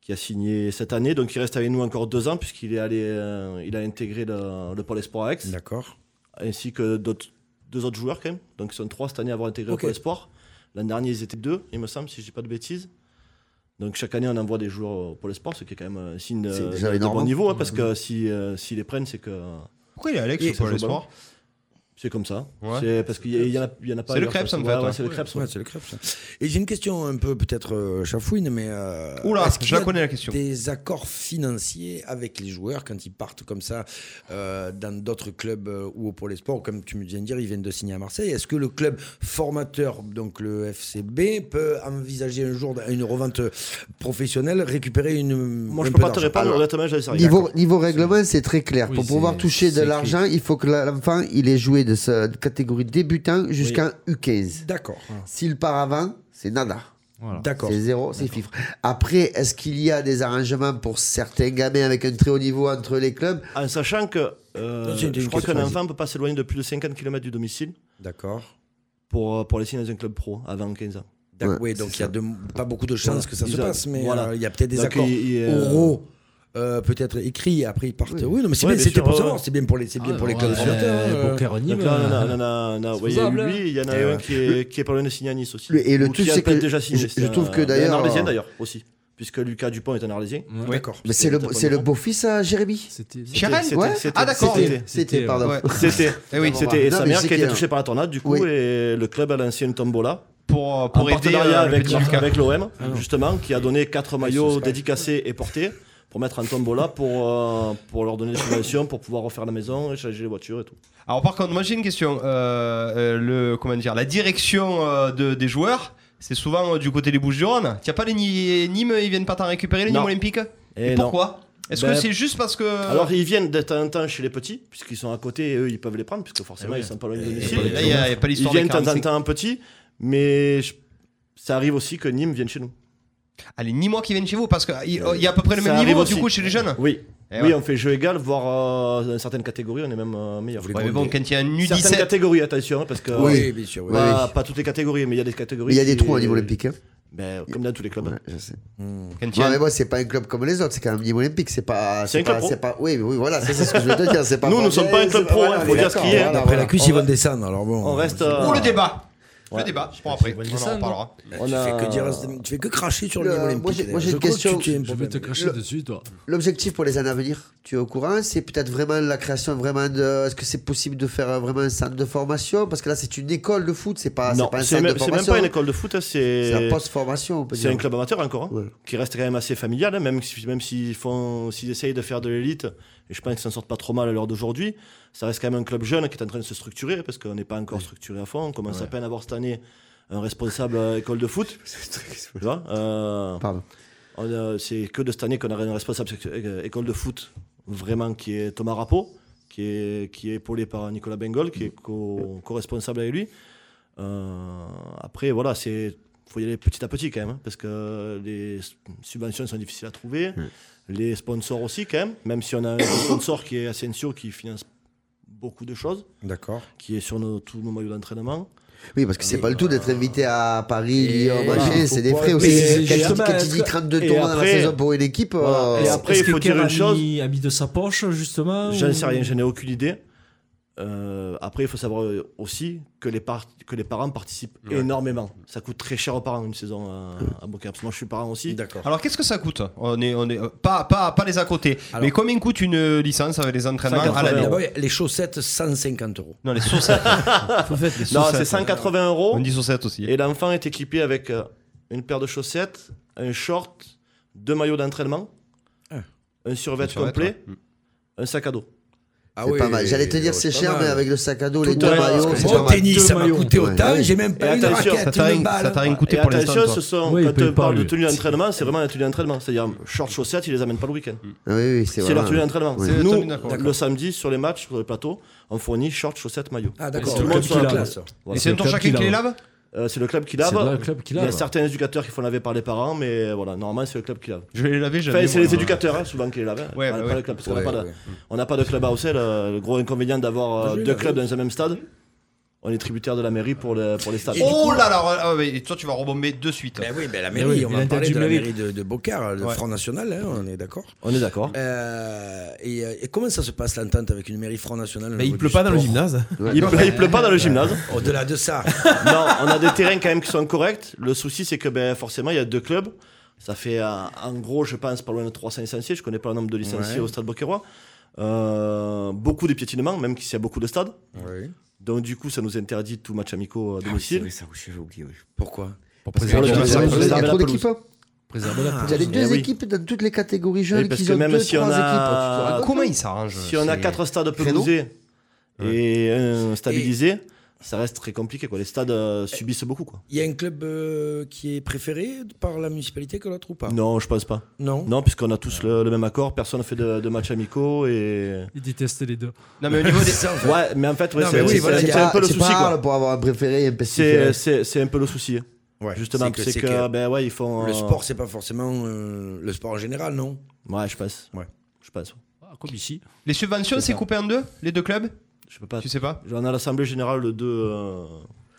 Speaker 6: qui a signé cette année. Donc, il reste avec nous encore deux ans puisqu'il est allé, euh, il a intégré le, le Pôle Espoir Aix,
Speaker 5: D'accord.
Speaker 6: ainsi que d'autres- deux autres joueurs quand même. Donc, ils sont trois cette année à avoir intégré
Speaker 5: Ok.
Speaker 6: le Pôle Espoir. L'an dernier, ils étaient deux, il me semble, si je dis pas de bêtises. Donc, chaque année, on envoie des joueurs pour l'espoir, ce qui est quand même un signe
Speaker 4: C'est
Speaker 6: euh,
Speaker 4: déjà
Speaker 6: de de
Speaker 4: énorme.
Speaker 6: bon niveau, hein, parce que si, euh, s'ils les prennent, c'est que
Speaker 8: Pourquoi il y a Alex
Speaker 6: Et-
Speaker 8: au Pôle
Speaker 6: ça joue
Speaker 8: Espoir
Speaker 6: c'est comme ça.
Speaker 8: Ouais.
Speaker 6: C'est parce qu'il y, a- il y en a, il y en a pas.
Speaker 8: C'est le
Speaker 6: ailleurs,
Speaker 8: Krebs,
Speaker 6: ça.
Speaker 8: en
Speaker 6: Ouais,
Speaker 8: fait, hein.
Speaker 6: ouais,
Speaker 8: ouais.
Speaker 6: c'est le Krebs. ouais.
Speaker 5: Ouais, c'est le crêpe, ça. Et j'ai une question un peu peut-être euh, chafouine, mais. euh,
Speaker 8: Oula,
Speaker 5: est-ce qu'il
Speaker 8: je
Speaker 5: y
Speaker 8: la
Speaker 5: a
Speaker 8: connais la question.
Speaker 5: Des accords financiers avec les joueurs quand ils partent comme ça euh, dans d'autres clubs euh, ou au Pôle Espoir, ou comme tu me viens de dire, ils viennent de signer à Marseille. Est-ce que le club formateur, donc le FCB, peut envisager un jour une revente professionnelle, récupérer une.
Speaker 6: Moi,
Speaker 5: un
Speaker 6: je
Speaker 5: peu
Speaker 6: peux pas te
Speaker 5: d'argent
Speaker 6: répondre,
Speaker 5: Alors,
Speaker 6: honnêtement, j'en sais rien.
Speaker 4: Niveau, niveau règlement, c'est très clair.
Speaker 12: Oui,
Speaker 4: Pour
Speaker 12: c'est-
Speaker 4: pouvoir toucher de
Speaker 12: c'est
Speaker 4: l'argent, il faut que la- l'enfant il ait joué de sa catégorie débutant jusqu'en U15.
Speaker 5: D'accord.
Speaker 8: Ah,
Speaker 4: S'il part avant, c'est nada.
Speaker 12: Voilà.
Speaker 5: D'accord.
Speaker 4: C'est zéro, c'est fifre. Après, est-ce qu'il y a des arrangements pour certains gamins avec un très haut niveau entre les clubs
Speaker 6: En sachant que euh,
Speaker 5: Non, c'est une
Speaker 6: je crois
Speaker 5: question,
Speaker 6: qu'un
Speaker 5: vas-y.
Speaker 6: enfant peut pas s'éloigner de plus de 50 km du domicile
Speaker 5: D'accord.
Speaker 6: pour, euh, pour aller signer dans un club pro avant 15 ans.
Speaker 5: D'ac-
Speaker 4: Ouais,
Speaker 5: oui, donc il y a de- pas beaucoup de chances
Speaker 6: Voilà.
Speaker 5: que ça se
Speaker 6: Ils ont-
Speaker 5: passe, mais euh, il
Speaker 6: voilà.
Speaker 5: y a peut-être des
Speaker 6: Donc,
Speaker 5: accords
Speaker 6: il- il, euh,
Speaker 5: oraux, euh, peut-être écrits, et après ils partent. Oui, non, mais c'est
Speaker 6: Ouais,
Speaker 5: bien,
Speaker 6: bien
Speaker 5: c'était
Speaker 6: sûr,
Speaker 5: pour
Speaker 6: ouais,
Speaker 5: savoir,
Speaker 6: ouais.
Speaker 5: c'est bien pour les, c'est bien pour les clubs formateurs, euh,
Speaker 12: Poker
Speaker 6: Donc
Speaker 12: Nîmes.
Speaker 6: là, on en a- on en a- on a-
Speaker 12: c'est
Speaker 6: ouais, il y a eu
Speaker 12: faisable, hein.
Speaker 6: lui, il y en a
Speaker 5: Et
Speaker 6: un
Speaker 5: ouais.
Speaker 6: qui est, qui est pas loin de signer à Nice aussi.
Speaker 4: Le- et le
Speaker 6: Ou
Speaker 4: truc,
Speaker 6: qui a
Speaker 4: c'est que
Speaker 6: peut-être déjà signé.
Speaker 4: je-
Speaker 6: c'est
Speaker 4: je
Speaker 6: un-
Speaker 4: trouve que
Speaker 6: un
Speaker 4: d'ailleurs- euh,
Speaker 6: Arlésien d'ailleurs aussi, puisque Lucas Dupont est un Arlésien.
Speaker 5: D'accord.
Speaker 4: Mais c'est le, c'est le beau-fils à Jérémy
Speaker 12: C'était.
Speaker 8: Sharon
Speaker 6: C'était-
Speaker 4: Ouais.
Speaker 6: c'était-
Speaker 8: Ah, d'accord.
Speaker 6: c'était-
Speaker 4: C'était, pardon.
Speaker 8: Ouais.
Speaker 6: C'était.
Speaker 8: Eh oui.
Speaker 6: C'était et
Speaker 4: Non,
Speaker 6: sa
Speaker 4: mais
Speaker 6: mère
Speaker 4: c'est
Speaker 6: qui
Speaker 4: qu'il
Speaker 6: a
Speaker 4: y
Speaker 6: été
Speaker 4: a-
Speaker 6: touchée par la tornade, du coup,
Speaker 4: Oui.
Speaker 6: et le club a lancé une tombola.
Speaker 8: Pour, euh,
Speaker 6: en
Speaker 8: pour aider
Speaker 6: partenariat
Speaker 8: euh, le
Speaker 6: avec,
Speaker 8: petit Lucas. Ah
Speaker 6: avec l'OM, justement, qui a donné quatre maillots dédicacés et portés pour mettre en tombola pour, euh, pour leur donner des subventions, pour pouvoir refaire la maison, échanger les voitures et tout.
Speaker 8: Alors par contre, moi j'ai une question. Euh, euh, le comment dire, la direction euh, de, des joueurs, c'est souvent euh, du côté des Bouches-du-Rhône. T'y a pas les Ni- Nîmes, ils viennent pas t'en récupérer les
Speaker 6: Non.
Speaker 8: Nîmes Olympiques
Speaker 6: Et non.
Speaker 8: Pourquoi Est-ce
Speaker 6: Ben,
Speaker 8: que c'est juste parce que
Speaker 6: Alors, ils viennent de temps en temps chez les petits, puisqu'ils sont à côté et eux, ils peuvent les prendre, puisque forcément,
Speaker 8: Eh oui.
Speaker 6: ils sont pas loin de
Speaker 8: Et
Speaker 6: domicile.
Speaker 8: là il y, a- y a pas
Speaker 6: Ils
Speaker 8: l'histoire des
Speaker 6: viennent
Speaker 4: Eh
Speaker 6: de temps en
Speaker 8: 45.
Speaker 6: temps en petit, mais je- ça arrive aussi que Nîmes vienne chez nous.
Speaker 8: Allez, ni moi qui viennent chez vous parce que il il y a à peu près le
Speaker 6: Euh, Ça
Speaker 8: même niveau
Speaker 6: arrive
Speaker 8: du
Speaker 6: aussi.
Speaker 8: coup chez les jeunes.
Speaker 6: Oui,
Speaker 8: Eh
Speaker 6: oui
Speaker 8: ouais.
Speaker 6: on fait jeu égal, voire euh, dans certaines catégories, on est même euh, meilleur.
Speaker 8: Ouais, mais bon, quand il y a un
Speaker 6: certaines
Speaker 8: U17,
Speaker 6: catégories, attention, hein, parce que
Speaker 5: Oui, bien sûr. oui.
Speaker 6: pas, pas toutes les catégories, mais il y a des catégories.
Speaker 4: Il y a des
Speaker 6: qui-
Speaker 4: trous au niveau olympique. hein.
Speaker 6: Ben, comme dans tous les clubs.
Speaker 4: Ouais, je sais.
Speaker 8: quand il y
Speaker 4: Non,
Speaker 8: a-
Speaker 4: Bah, mais moi, c'est pas un club comme les autres, c'est quand même niveau olympique. C'est pas.
Speaker 6: C'est un club
Speaker 4: pas,
Speaker 6: pro.
Speaker 4: c'est pas- Oui, oui, voilà, c'est c'est ce que je veux te dire. c'est Pas
Speaker 6: Nous, nous
Speaker 4: Bordeaux,
Speaker 6: sommes pas un club
Speaker 4: c'est
Speaker 6: pro,
Speaker 4: voilà,
Speaker 6: hein, faut
Speaker 4: mais
Speaker 6: dire ce
Speaker 4: d'accord,
Speaker 6: qui est.
Speaker 4: voilà,
Speaker 5: Après la
Speaker 4: voilà.
Speaker 5: cuisse,
Speaker 6: On
Speaker 5: ils vont
Speaker 6: va-
Speaker 5: descendre, alors bon.
Speaker 6: On reste.
Speaker 5: c'est-
Speaker 6: euh,
Speaker 8: Ou le débat.
Speaker 6: Ouais.
Speaker 8: Le débat, je prends après. On en
Speaker 12: descendre.
Speaker 8: reparlera.
Speaker 5: Tu,
Speaker 6: on a-
Speaker 5: fais que dire- tu fais que cracher sur le
Speaker 4: Le-
Speaker 5: niveau olympique. euh,
Speaker 4: moi, j'ai- moi, j'ai
Speaker 5: Je
Speaker 4: une
Speaker 5: crois que
Speaker 4: question.
Speaker 5: tu- tu es un
Speaker 12: Je vais
Speaker 5: problème.
Speaker 12: te cracher dessus, toi.
Speaker 4: L'objectif pour les années à venir, tu es au courant, c'est peut-être vraiment la création vraiment de. Est-ce que c'est possible de faire euh, vraiment un centre de formation Parce que là, c'est une école de foot, Ah, c'est pas,
Speaker 6: Non,
Speaker 4: c'est pas un
Speaker 6: c'est
Speaker 4: centre
Speaker 6: même,
Speaker 4: de
Speaker 6: c'est même
Speaker 4: formation.
Speaker 6: pas une école de foot, hein,
Speaker 4: C'est la
Speaker 6: c'est
Speaker 4: post-formation, on peut
Speaker 6: c'est
Speaker 4: dire.
Speaker 6: un club amateur encore, hein,
Speaker 4: Ouais.
Speaker 6: qui reste quand même assez familial, hein, même si- même s'ils font, s'ils essayent de faire de l'élite, et je pense qu'ils s'en sortent pas trop mal à l'heure d'aujourd'hui, ça reste quand même un club jeune qui est en train de se structurer, parce qu'on n'est pas encore structuré à fond, on commence à peine à voir cette année un responsable euh, école de foot, tu vois, euh,
Speaker 4: Pardon.
Speaker 6: on, euh, c'est que de cette année qu'on a un responsable sec- euh, école de foot, vraiment, qui est Thomas Rappo, qui est, qui est épaulé par Nicolas Bengol, qui est co- co-responsable avec lui. Euh, après, voilà, c'est faut y aller petit à petit quand même, hein, parce que les s- subventions sont difficiles à trouver, les sponsors aussi quand même, même si on a un sponsor qui est Asensio qui finance beaucoup de choses,
Speaker 5: D'accord.
Speaker 6: qui est sur nos, tous nos maillots d'entraînement.
Speaker 4: Oui, parce que c'est pas le tout d'être invité à Paris,
Speaker 5: Et
Speaker 4: Lyon,
Speaker 5: voilà,
Speaker 4: machin,
Speaker 5: faut
Speaker 4: c'est des
Speaker 5: pas-
Speaker 4: frais
Speaker 7: Mais
Speaker 4: aussi.
Speaker 7: c'est
Speaker 4: Quand tu dis-
Speaker 7: justement,
Speaker 4: quand tu dis
Speaker 7: est-ce-
Speaker 4: 32
Speaker 6: et
Speaker 4: tournois dans la
Speaker 6: après-
Speaker 4: saison pour une équipe,
Speaker 6: Voilà,
Speaker 4: euh,
Speaker 6: et
Speaker 4: c'est-
Speaker 6: Ah, après, il faut dire une chose.
Speaker 7: Il a mis de sa poche, justement.
Speaker 6: J'en
Speaker 7: ou-
Speaker 6: sais rien, j'en ai aucune idée. Euh, après, il faut savoir euh, aussi que les, par- que les parents participent énormément. Ça coûte très cher aux parents une saison à, à Boca. Parce que moi, je suis parent aussi.
Speaker 5: D'accord.
Speaker 8: Alors qu'est-ce que ça coûte On est, on est euh, pas, pas, pas les à côté. mais combien coûte une euh, licence avec les entraînements à
Speaker 6: 180
Speaker 8: l'année
Speaker 6: euros.
Speaker 5: D'abord, les chaussettes, 150 euros.
Speaker 8: Non, les saucettes.
Speaker 6: Non, c'est 180 euros.
Speaker 8: On dit saucettes aussi.
Speaker 6: Et l'enfant est équipé avec euh, une paire de chaussettes, un short, deux maillots d'entraînement, un survêt
Speaker 8: Un survêt, Mm.
Speaker 6: complet, un sac à dos.
Speaker 5: Ah
Speaker 4: c'est
Speaker 5: oui,
Speaker 4: pas mal. J'allais te dire, c'est
Speaker 5: pas
Speaker 4: cher,
Speaker 5: mal.
Speaker 4: mais avec le sac à dos, les
Speaker 6: Tout
Speaker 4: deux
Speaker 6: ouais,
Speaker 4: maillots,
Speaker 6: parce que
Speaker 4: c'est
Speaker 6: c'est
Speaker 4: pas
Speaker 5: Bon,
Speaker 6: un
Speaker 4: mal.
Speaker 5: tennis,
Speaker 7: Deux
Speaker 5: ça m'a
Speaker 7: maillots.
Speaker 5: coûté
Speaker 4: Ouais.
Speaker 5: autant, j'ai même pas
Speaker 6: Et
Speaker 5: une
Speaker 6: attention,
Speaker 8: Ça
Speaker 5: raquette,
Speaker 8: t'a
Speaker 5: une
Speaker 8: rien, ça
Speaker 5: balle.
Speaker 8: t'a rien coûté
Speaker 6: Et
Speaker 8: pour
Speaker 6: attention,
Speaker 8: l'instant.
Speaker 6: ce
Speaker 8: toi.
Speaker 6: sont,
Speaker 7: Ouais, il
Speaker 6: quand
Speaker 7: paye
Speaker 6: on
Speaker 7: pas,
Speaker 6: parle de
Speaker 7: lui.
Speaker 6: tenue d'entraînement, c'est vraiment la tenue d'entraînement. C'est-à-dire, short, chaussettes, ils les amènent pas le week-end.
Speaker 4: Ah Oui, oui, c'est
Speaker 6: C'est leur tenue
Speaker 4: vrai.
Speaker 6: d'entraînement.
Speaker 4: Oui.
Speaker 8: C'est la
Speaker 6: Nous,
Speaker 8: tenue d'entraînement.
Speaker 6: le samedi, sur les matchs, sur le plateau, on fournit shorts, chaussettes, maillot.
Speaker 5: Ah d'accord.
Speaker 6: Tout le monde
Speaker 5: Comme
Speaker 6: sur la
Speaker 5: qu'il a.
Speaker 6: classe.
Speaker 8: Et c'est un tour
Speaker 7: Quatre
Speaker 8: chacun qui
Speaker 7: kilos.
Speaker 8: les lave
Speaker 6: Euh, c'est le club qui lave.
Speaker 7: C'est le club qui lave.
Speaker 6: Il y a certains éducateurs qui font laver par les parents, mais voilà, normalement c'est le club qui lave.
Speaker 8: Je vais les laver,
Speaker 6: Enfin,
Speaker 8: j'avais-
Speaker 6: c'est les éducateurs hein, souvent qui les lavent. hein.
Speaker 8: Ouais,
Speaker 6: Pas-
Speaker 8: bah
Speaker 6: pas
Speaker 8: ouais.
Speaker 6: le club, parce qu'on
Speaker 8: Ouais,
Speaker 6: n'a pas, de-
Speaker 8: ouais.
Speaker 6: on n'a pas de club à Auxerre. Le le gros inconvénient d'avoir euh,
Speaker 8: je vais
Speaker 6: deux
Speaker 8: laver.
Speaker 6: clubs dans un même stade, on est tributaire de la mairie pour, le- pour les stades.
Speaker 8: Et Oh là là, ah ouais, et toi tu vas rebomber de suite.
Speaker 5: Ben oui, ben la mairie, on va parler de la mairie de, de Bocard, le
Speaker 8: Ouais.
Speaker 5: Front National, hein, on est d'accord.
Speaker 6: On est d'accord.
Speaker 5: Euh, et, euh, et comment ça se passe l'entente avec une mairie Front National au
Speaker 10: Mais Bah, il
Speaker 5: niveau
Speaker 10: pleut
Speaker 5: du
Speaker 10: pas dans le
Speaker 5: sport
Speaker 10: gymnase.
Speaker 6: Il pleut- il pleut pas dans le gymnase.
Speaker 5: Au-delà de ça.
Speaker 6: non, on a des terrains quand même qui sont corrects. Le souci, c'est que ben, forcément, il y a deux clubs. Ça fait euh, en gros, je pense, pas loin de 300 licenciés. Je connais pas le nombre de licenciés
Speaker 5: Ouais.
Speaker 6: au stade Boquerois. Euh, beaucoup de piétinements, même s'il y a beaucoup de stades. Donc, du coup, ça nous interdit tout match amicaux à domicile.
Speaker 5: ça, oui, j'ai oublié. oui. Pourquoi
Speaker 12: Pour
Speaker 6: Parce que
Speaker 12: préserver
Speaker 6: le
Speaker 12: la
Speaker 6: gymnase,
Speaker 12: pelouse.
Speaker 6: préserver
Speaker 4: Il y a
Speaker 6: la
Speaker 4: trop
Speaker 6: pelouse.
Speaker 4: d'équipes.
Speaker 12: Préserver la
Speaker 4: Vous avez
Speaker 12: pelouse.
Speaker 4: deux
Speaker 6: oui.
Speaker 4: équipes dans toutes les catégories
Speaker 6: Oui,
Speaker 4: jeunes
Speaker 6: parce
Speaker 4: qui
Speaker 6: que
Speaker 4: ont
Speaker 6: même
Speaker 4: deux,
Speaker 6: si on
Speaker 4: trois
Speaker 6: a-
Speaker 4: équipes. Tu te rends
Speaker 8: Comment
Speaker 4: compte
Speaker 8: ils s'arrangent
Speaker 6: Si on a
Speaker 8: c'est-
Speaker 6: quatre stades
Speaker 4: Créneau.
Speaker 6: pelousés et un stabilisé, ça reste très compliqué. Quoi. Les stades euh, subissent beaucoup. Quoi.
Speaker 5: Il y a un club euh, qui est préféré par la municipalité que l'autre ou pas
Speaker 6: Non, je pense pas.
Speaker 5: Non.
Speaker 6: Non, puisqu'on a tous le, le même accord. Personne ne fait de, de match amicaux. Et...
Speaker 7: Ils détestent les deux.
Speaker 8: Non mais au niveau des.
Speaker 6: Ouais, mais en fait, ouais,
Speaker 5: Non,
Speaker 6: c'est
Speaker 5: mais oui,
Speaker 6: c'est-
Speaker 5: voilà,
Speaker 6: c'est
Speaker 5: il y
Speaker 6: un peu le
Speaker 4: C'est
Speaker 6: souci.
Speaker 4: pas
Speaker 6: quoi.
Speaker 4: là pour avoir un préféré et un best
Speaker 6: C'est-
Speaker 4: préféré.
Speaker 6: C'est c'est un peu le souci.
Speaker 5: Ouais,
Speaker 6: Justement, c'est que, ben ouais, ils font.
Speaker 5: le
Speaker 6: euh,
Speaker 5: sport, c'est pas forcément euh, le sport en général, non
Speaker 6: Ouais, je passe.
Speaker 5: Ouais.
Speaker 6: Je passe.
Speaker 7: Ah, Comme ici.
Speaker 8: Les subventions, c'est coupé en deux Les deux clubs
Speaker 6: Je peux pas.
Speaker 8: Tu sais pas
Speaker 6: J'en ai à l'assemblée générale le 2. euh,